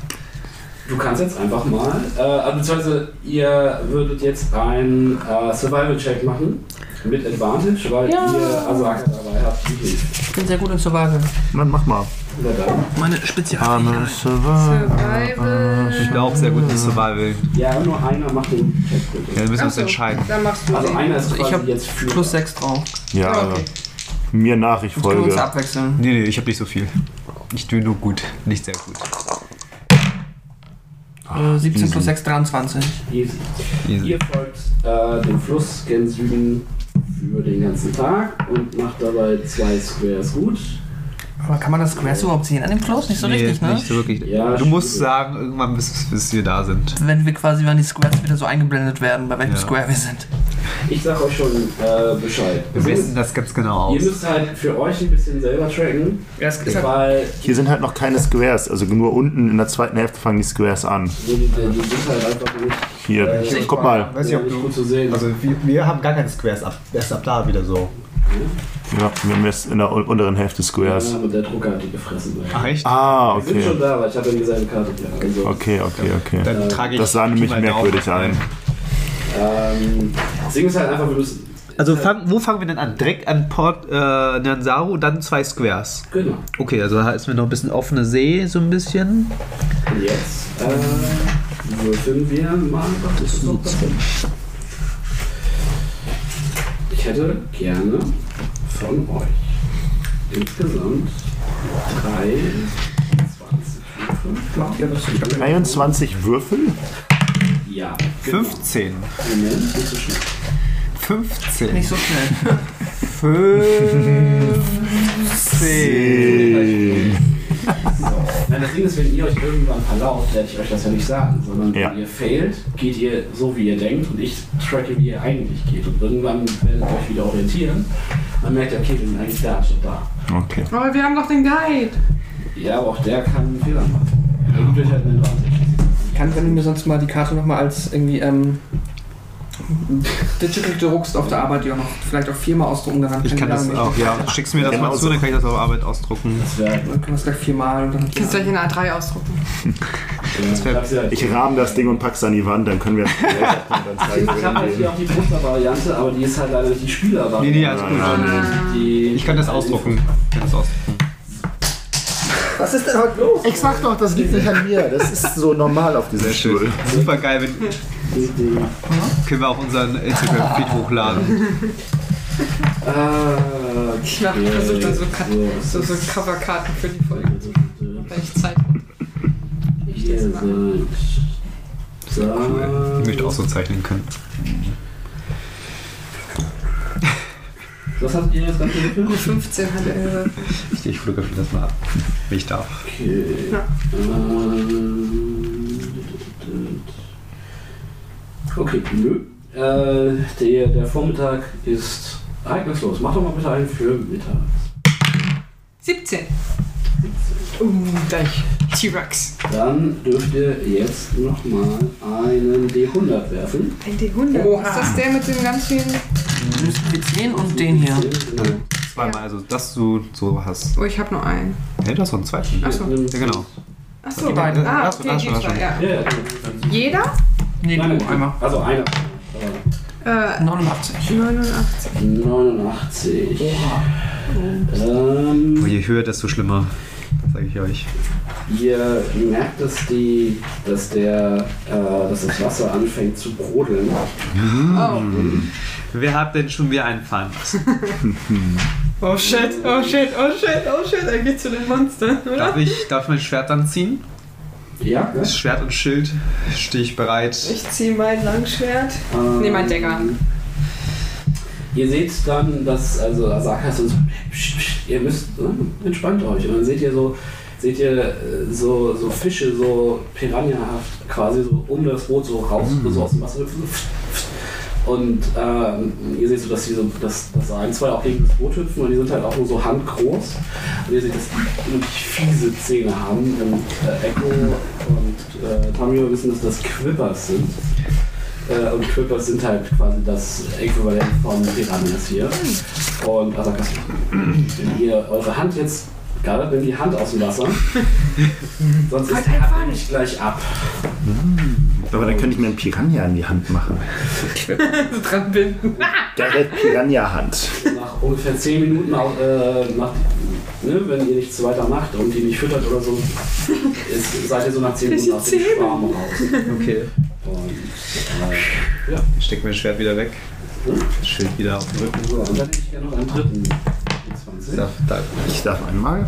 [SPEAKER 3] du kannst jetzt einfach mal, äh, also beziehungsweise ihr würdet jetzt einen äh, Survival-Check machen mit Advantage, weil
[SPEAKER 8] Ja.
[SPEAKER 3] ihr Asaka dabei habt. die hilft.
[SPEAKER 8] Ich bin sehr gut im Survival.
[SPEAKER 5] Dann mach mal.
[SPEAKER 3] Na dann.
[SPEAKER 8] Meine Spezial.
[SPEAKER 7] Ah,
[SPEAKER 5] Arme Survival.
[SPEAKER 7] Ich bin auch sehr gut in Survival.
[SPEAKER 3] Ja, nur einer macht den Check. bitte.
[SPEAKER 7] Ja, wir müssen uns entscheiden.
[SPEAKER 6] Dann machst du
[SPEAKER 3] Also
[SPEAKER 6] den.
[SPEAKER 3] einer ist quasi
[SPEAKER 4] Ich hab
[SPEAKER 3] jetzt für.
[SPEAKER 4] Plus 6 drauf.
[SPEAKER 5] Ja,
[SPEAKER 4] Ah, okay.
[SPEAKER 5] mir nach, ich
[SPEAKER 4] Können wir uns
[SPEAKER 5] folge.
[SPEAKER 4] abwechseln.
[SPEAKER 7] Nee, nee, ich hab nicht so viel. Ich tue nur gut, nicht sehr gut.
[SPEAKER 4] Äh, 17 plus
[SPEAKER 5] easy.
[SPEAKER 4] 6, 23.
[SPEAKER 3] Easy.
[SPEAKER 7] Easy.
[SPEAKER 3] Ihr folgt äh, dem Fluss gen Süden für den ganzen Tag und macht dabei zwei Squares gut.
[SPEAKER 4] Aber kann man das Squares überhaupt sehen an dem Close? Nicht so richtig, ne?
[SPEAKER 7] Nicht so wirklich.
[SPEAKER 3] Ja,
[SPEAKER 7] du musst sagen, irgendwann bis, bis wir da sind.
[SPEAKER 4] Wenn wir quasi, wenn die Squares wieder so eingeblendet werden, bei welchem
[SPEAKER 7] Ja.
[SPEAKER 4] Square wir sind.
[SPEAKER 3] Ich sag euch schon äh, Bescheid.
[SPEAKER 7] Wir wissen das ganz genau
[SPEAKER 3] Ihr
[SPEAKER 7] aus.
[SPEAKER 3] müsst halt für euch ein bisschen selber tracken, weil
[SPEAKER 5] Hier sind halt noch keine Squares, also nur unten in der zweiten Hälfte fangen die Squares an.
[SPEAKER 3] die, die, die sind halt einfach nicht.
[SPEAKER 5] Hier,
[SPEAKER 3] äh,
[SPEAKER 5] ich- guck mal.
[SPEAKER 34] Weiß ich,
[SPEAKER 3] ja,
[SPEAKER 34] ob
[SPEAKER 3] nicht
[SPEAKER 34] du,
[SPEAKER 3] gut zu sehen.
[SPEAKER 34] also wir, wir haben gar keine Squares ab, erst ab da wieder so.
[SPEAKER 5] Ja, wir haben jetzt in der un- unteren Hälfte Squares.
[SPEAKER 3] Ja, aber der Drucker hat die gefressen.
[SPEAKER 7] Ach echt?
[SPEAKER 5] Ah,
[SPEAKER 3] Wir sind schon
[SPEAKER 5] okay.
[SPEAKER 3] da, weil ich habe ja dieselbe Karte hier. Also,
[SPEAKER 5] Okay, okay, okay.
[SPEAKER 7] Dann trage ich
[SPEAKER 5] Das sah nämlich
[SPEAKER 7] Pi mal Daumen
[SPEAKER 5] merkwürdig ein.
[SPEAKER 3] ähm, deswegen ist halt einfach, wir müssen.
[SPEAKER 7] Also fang, wo fangen wir denn an? Direkt an Port äh, Nansaru, dann zwei Squares.
[SPEAKER 3] Genau.
[SPEAKER 7] Okay, also da ist mir noch ein bisschen offene See, so ein bisschen.
[SPEAKER 3] Und jetzt äh, würfeln wir mal. was ist noch da drin? Ich hätte gerne von euch insgesamt 3, 20, 5, glaube ich.
[SPEAKER 5] 23 Würfel?
[SPEAKER 3] Ja.
[SPEAKER 7] 15.
[SPEAKER 3] Moment, nicht so schnell.
[SPEAKER 7] 15.
[SPEAKER 4] Nicht so schnell.
[SPEAKER 7] 15.
[SPEAKER 3] Nein, das Ding ist, wenn ihr euch irgendwann verlauft, werde ich euch das ja nicht sagen, sondern
[SPEAKER 5] Ja.
[SPEAKER 3] wenn ihr failt, geht ihr so, wie ihr denkt und ich tracke, wie ihr eigentlich geht. Und irgendwann werdet ihr euch wieder orientieren. Dann merkt ihr, okay, wir sind eigentlich da, statt da.
[SPEAKER 5] Okay.
[SPEAKER 6] Aber wir haben doch den Guide.
[SPEAKER 3] Ja, aber auch der kann einen Fehler machen. Der gibt euch halt eine Advantage.
[SPEAKER 35] Kann, wenn du mir sonst mal die Karte nochmal als irgendwie ähm,
[SPEAKER 4] Digital Druckst auf der Arbeit, die auch noch vielleicht auch viermal ausdrucken daran.
[SPEAKER 7] Ich kann das auch, ja. Schickst du mir das
[SPEAKER 5] Genau
[SPEAKER 7] mal zu,
[SPEAKER 5] so.
[SPEAKER 7] dann kann ich das auf Arbeit ausdrucken.
[SPEAKER 3] Das wäre.
[SPEAKER 4] Dann können wir es gleich viermal und dann.
[SPEAKER 6] Kannst du euch in A3 ausdrucken.
[SPEAKER 3] Das
[SPEAKER 7] wär-
[SPEAKER 3] wär
[SPEAKER 5] Ich rahm das Ding und pack's an die Wand, dann können wir dann zeigen,
[SPEAKER 3] ich habe
[SPEAKER 5] wohin
[SPEAKER 3] halt
[SPEAKER 5] wir
[SPEAKER 3] hier auch die Poster-Variante, aber die ist halt leider nicht die
[SPEAKER 7] Nee,
[SPEAKER 3] Spieler-Variante.
[SPEAKER 7] nee, alles gut.
[SPEAKER 5] gehen.
[SPEAKER 3] Die-
[SPEAKER 7] Ich kann das ausdrucken. Ich kann das ausdrucken.
[SPEAKER 36] Was ist denn heute los? Ich sag doch, das liegt nicht an mir. Das ist so normal auf
[SPEAKER 5] Sehr schön.
[SPEAKER 7] Super geil, wenn,
[SPEAKER 3] Die, die,
[SPEAKER 7] können wir auch unseren Instagram-Feed hochladen.
[SPEAKER 3] äh,
[SPEAKER 6] Ich mach- versuch dann so Cut-
[SPEAKER 3] so,
[SPEAKER 6] So, so Coverkarten für die Folge, wenn ich Zeit habe. Ich
[SPEAKER 3] Ihr
[SPEAKER 6] das
[SPEAKER 3] seid
[SPEAKER 6] mal.
[SPEAKER 3] da.
[SPEAKER 7] Ich möchte auch so zeichnen können.
[SPEAKER 3] Was habt ihr jetzt gerade gewürfelt?
[SPEAKER 6] 15 hat er gesagt.
[SPEAKER 7] Ich, ich fotografiere das mal ab, wenn ich darf.
[SPEAKER 3] Okay.
[SPEAKER 6] Ja.
[SPEAKER 3] Ähm, okay, nö. Äh, der, der Vormittag ist ereignislos. Mach doch mal bitte einen für Mittag.
[SPEAKER 6] 17. Uh, gleich. T-Rex.
[SPEAKER 3] Dann dürft ihr jetzt nochmal einen D100 werfen.
[SPEAKER 6] Ein D100.
[SPEAKER 4] Oha.
[SPEAKER 6] Ist das der mit dem ganz vielen...
[SPEAKER 4] Müssen wir den und den hier.
[SPEAKER 3] Genau.
[SPEAKER 7] Zweimal, also dass du so hast.
[SPEAKER 6] Oh, ich hab nur einen.
[SPEAKER 7] Hey, du hast noch einen zweiten.
[SPEAKER 6] Achso.
[SPEAKER 7] Ja, genau.
[SPEAKER 6] Achso.
[SPEAKER 7] Die beiden.
[SPEAKER 6] Ah,
[SPEAKER 7] Lass-
[SPEAKER 6] okay,
[SPEAKER 7] lass-
[SPEAKER 6] die
[SPEAKER 7] lass-
[SPEAKER 6] zwei, ja.
[SPEAKER 3] Ja, ja.
[SPEAKER 6] Jeder?
[SPEAKER 4] Nee,
[SPEAKER 3] Nein,
[SPEAKER 4] du
[SPEAKER 3] nein,
[SPEAKER 4] einmal.
[SPEAKER 3] Also einer.
[SPEAKER 6] Äh,
[SPEAKER 4] 89.
[SPEAKER 6] 89.
[SPEAKER 3] 89. Äh, Ähm,
[SPEAKER 7] Oh, je höher, desto schlimmer, sage ich euch.
[SPEAKER 3] Ihr merkt, dass, die, dass, der, äh, dass das Wasser anfängt zu brodeln. Mm.
[SPEAKER 6] Oh.
[SPEAKER 7] Wer hat denn schon wieder einen Feind?
[SPEAKER 6] oh shit, oh shit, oh shit, oh shit. Er geht zu den Monstern, oder?
[SPEAKER 7] Darf ich, darf ich mein Schwert anziehen?
[SPEAKER 37] Ja, ja.
[SPEAKER 8] Schwert und Schild stehe ich bereit.
[SPEAKER 6] Ich ziehe mein Langschwert.
[SPEAKER 3] Ähm,
[SPEAKER 6] nee, mein Decker.
[SPEAKER 3] Ihr seht dann, dass, also Asaka ist dann so, psch, psch, ihr müsst, ne, entspannt euch. Und dann seht ihr so, seht ihr äh, so, so Fische, so Piranhahaft quasi so um das Boot so raus, so aus dem Wasser hüpfen. so pf, pf. Und ähm, ihr seht so, dass die so, dass, dass da ein, zwei auch gegen das Boot hüpfen und die sind halt auch nur so handgroß. Und ihr seht, dass die wirklich fiese Zähne haben. Und äh, Echo und äh, Tamio wissen, dass das Quippers sind. Äh, und Quippers sind halt quasi das Äquivalent von Piranhas hier. Und Asakas, wenn ihr eure Hand jetzt, gerade wenn die Hand aus dem Wasser, sonst ist der Hand nämlich gleich ab.
[SPEAKER 5] Aber dann könnte ich mir einen Piranha in die Hand machen.
[SPEAKER 6] *laughs* Dran binden.
[SPEAKER 5] Gerrit Piranha-Hand.
[SPEAKER 3] Nach ungefähr 10 Minuten, auch, äh, nach, ne, wenn ihr nichts weiter macht und die nicht füttert oder so, ist, seid ihr so nach 10 Minuten aus dem Schwarm raus.
[SPEAKER 8] Okay.
[SPEAKER 3] Und, äh,
[SPEAKER 8] Ich stecke mein Schwert wieder weg. Das Schild wieder auf den Rücken.
[SPEAKER 3] So, und dann hätte ich gerne noch einen dritten. D20.
[SPEAKER 8] Darf, darf.
[SPEAKER 5] Ich darf einmal.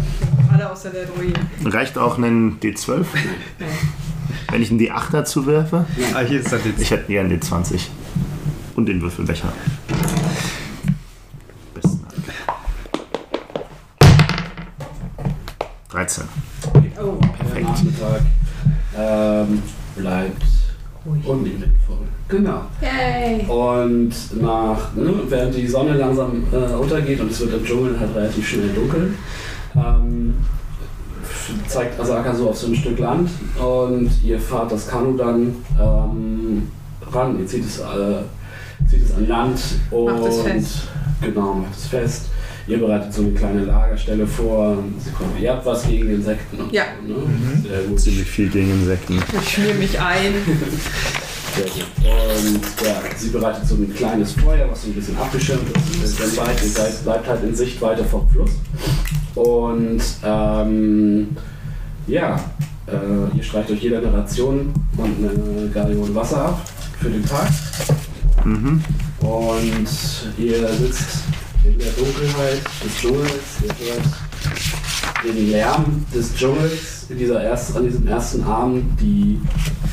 [SPEAKER 6] Alle außer der Druid.
[SPEAKER 5] Reicht auch einen D12? Wenn ich einen D8 dazu werfe?
[SPEAKER 8] Ah, hier ist dann D10.
[SPEAKER 5] Ich hätte eher einen D20. Und den Würfelbecher. Besten Dank. 13.
[SPEAKER 3] Oh, perfekt. Nachmittag ähm, bleibt unlebenvoll. Genau.
[SPEAKER 6] Yay.
[SPEAKER 3] Und nach, ne, während die Sonne langsam äh, untergeht und es wird im Dschungel halt relativ schnell dunkel, ähm, zeigt Asaka so auf so ein Stück Land und ihr fahrt das Kanu dann ähm, ran. Ihr zieht es, äh, zieht es an Land und
[SPEAKER 6] Macht es fest.
[SPEAKER 3] genau macht es fest. Ihr bereitet so eine kleine Lagerstelle vor. Sekunde, Ihr habt was gegen Insekten. und
[SPEAKER 6] Ja.
[SPEAKER 3] So, ne? Sehr gut.
[SPEAKER 5] Ziemlich viel gegen Insekten.
[SPEAKER 6] Ich schmier mich ein.
[SPEAKER 3] Sehr gut. Und ja, sie bereitet so ein kleines Feuer, was so ein bisschen abgeschirmt ist. Dann bleibt, ihr seid- bleibt halt in Sichtweite vom Fluss. Und ähm, ja, äh, ihr streicht euch jeder eine Ration und eine Gallion Wasser ab für den Tag.
[SPEAKER 5] Mhm.
[SPEAKER 3] Und ihr sitzt in der Dunkelheit des Dschungels, ihr hört den Lärm des Dschungels in dieser erst, an diesem ersten Abend, die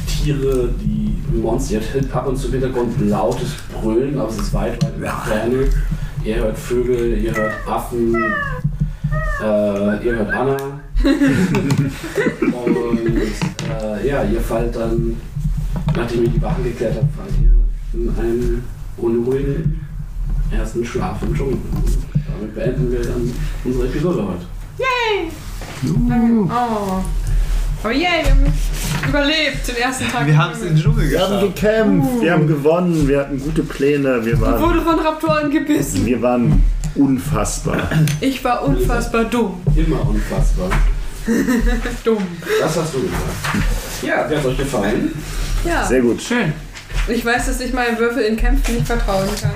[SPEAKER 3] Tiere, die Monster, ihr hört ab und zu im Hintergrund lautes Brüllen, aber es ist weit, weit in der Ferne. Ihr hört Vögel, ihr hört Affen, äh, ihr hört Anna. und äh, ja, ihr fallt dann, nachdem ihr die Wachen geklärt habt, fallt ihr in einen unruhigen ersten Schlaf im Dschungel. Und damit beenden wir dann unsere Episode heute.
[SPEAKER 6] Yay! Danke. Oh. Aber yay, wir haben überlebt den ersten Tag.
[SPEAKER 8] Wir haben es in den Dschungel
[SPEAKER 5] Wir haben
[SPEAKER 8] geschafft.
[SPEAKER 5] gekämpft, Uh. wir haben gewonnen, wir hatten gute Pläne, wir
[SPEAKER 6] Und
[SPEAKER 5] waren,
[SPEAKER 6] wurde von Raptoren gebissen.
[SPEAKER 5] wir waren unfassbar.
[SPEAKER 6] Ich war unfassbar dumm.
[SPEAKER 3] Immer unfassbar.
[SPEAKER 6] dumm.
[SPEAKER 3] Das hast du gesagt. Ja, wie hat euch gefallen?
[SPEAKER 6] Ja.
[SPEAKER 5] Sehr gut.
[SPEAKER 3] Schön.
[SPEAKER 6] Ich weiß, dass ich meinen Würfel in Kämpfen nicht vertrauen kann.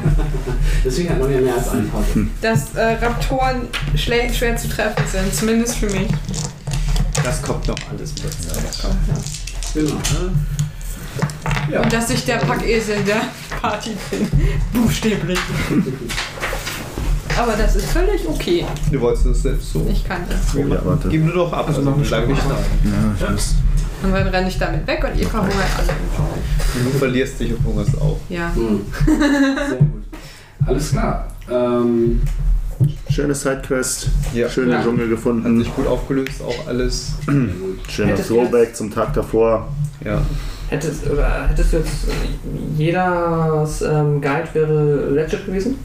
[SPEAKER 3] Deswegen hat man ja mehr als einen Part.
[SPEAKER 6] Dass äh, Raptoren schle- schwer zu treffen sind, zumindest für mich.
[SPEAKER 8] Das kommt noch alles mit dazu.
[SPEAKER 3] Genau. ne? Ja.
[SPEAKER 6] Und dass ich der Packesel der Party bin. Buchstäblich. Aber das ist völlig okay.
[SPEAKER 8] Du wolltest das selbst so.
[SPEAKER 6] Ich kann das.
[SPEAKER 8] Gib
[SPEAKER 5] ja, warte.
[SPEAKER 8] nur doch ab, also noch lang nicht
[SPEAKER 5] Ja, ich muss-
[SPEAKER 6] Und dann renne ich damit weg und ihr verhungert alle.
[SPEAKER 8] Du verlierst dich und hungerst auf.
[SPEAKER 6] Ja.
[SPEAKER 3] Hm. Sehr gut. Alles klar. Ähm,
[SPEAKER 5] Schöne Sidequest,
[SPEAKER 8] Ja.
[SPEAKER 5] schöne
[SPEAKER 3] Ja.
[SPEAKER 5] Dschungel gefunden,
[SPEAKER 8] Gut aufgelöst, auch alles.
[SPEAKER 5] schöner
[SPEAKER 4] Hättest du
[SPEAKER 5] Throwback zum Tag davor.
[SPEAKER 8] Ja.
[SPEAKER 4] Hättest, oder hättest du jetzt äh, jeders ähm, Guide wäre legit gewesen?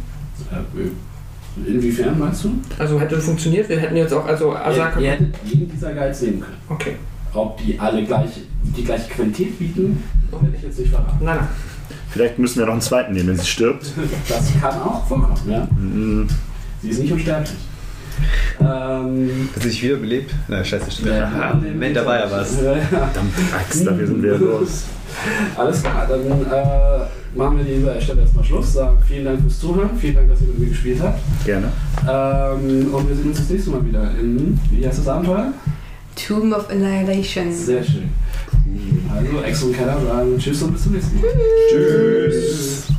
[SPEAKER 3] äh, inwiefern meinst du?
[SPEAKER 4] Also hätte funktioniert, wir hätten jetzt auch, also Asaka.
[SPEAKER 3] Ihr, ihr hättet jeden dieser Guides nehmen können.
[SPEAKER 4] Okay.
[SPEAKER 3] Ob die alle gleich, die gleiche Qualität bieten, werde ich jetzt nicht
[SPEAKER 4] *laughs*
[SPEAKER 3] verraten.
[SPEAKER 4] Nein, nein.
[SPEAKER 5] Vielleicht müssen wir noch einen zweiten nehmen, wenn sie stirbt.
[SPEAKER 3] Das kann auch vorkommen, ja.
[SPEAKER 5] Mhm.
[SPEAKER 3] Sie ist nicht unsterblich. Ähm,
[SPEAKER 8] Bist du nicht wiederbelebt? Na, scheiße, stimmt.
[SPEAKER 3] Ja.
[SPEAKER 8] Ja. Moment, da war ja was.
[SPEAKER 5] Verdammt, Axt, *laughs* dafür sind wir los.
[SPEAKER 3] Alles klar, dann äh, machen wir an dieser Stelle erstmal Schluss. Sagen vielen Dank fürs Zuhören, vielen Dank, dass ihr mit mir gespielt habt.
[SPEAKER 5] Gerne.
[SPEAKER 3] Ähm, und wir sehen uns das nächste Mal wieder in, wie heißt das Abenteuer?
[SPEAKER 6] Tomb of Annihilation.
[SPEAKER 3] Sehr schön. Also, Ex und Keller sagen Tschüss und bis zum nächsten Mal.
[SPEAKER 8] Tschüss.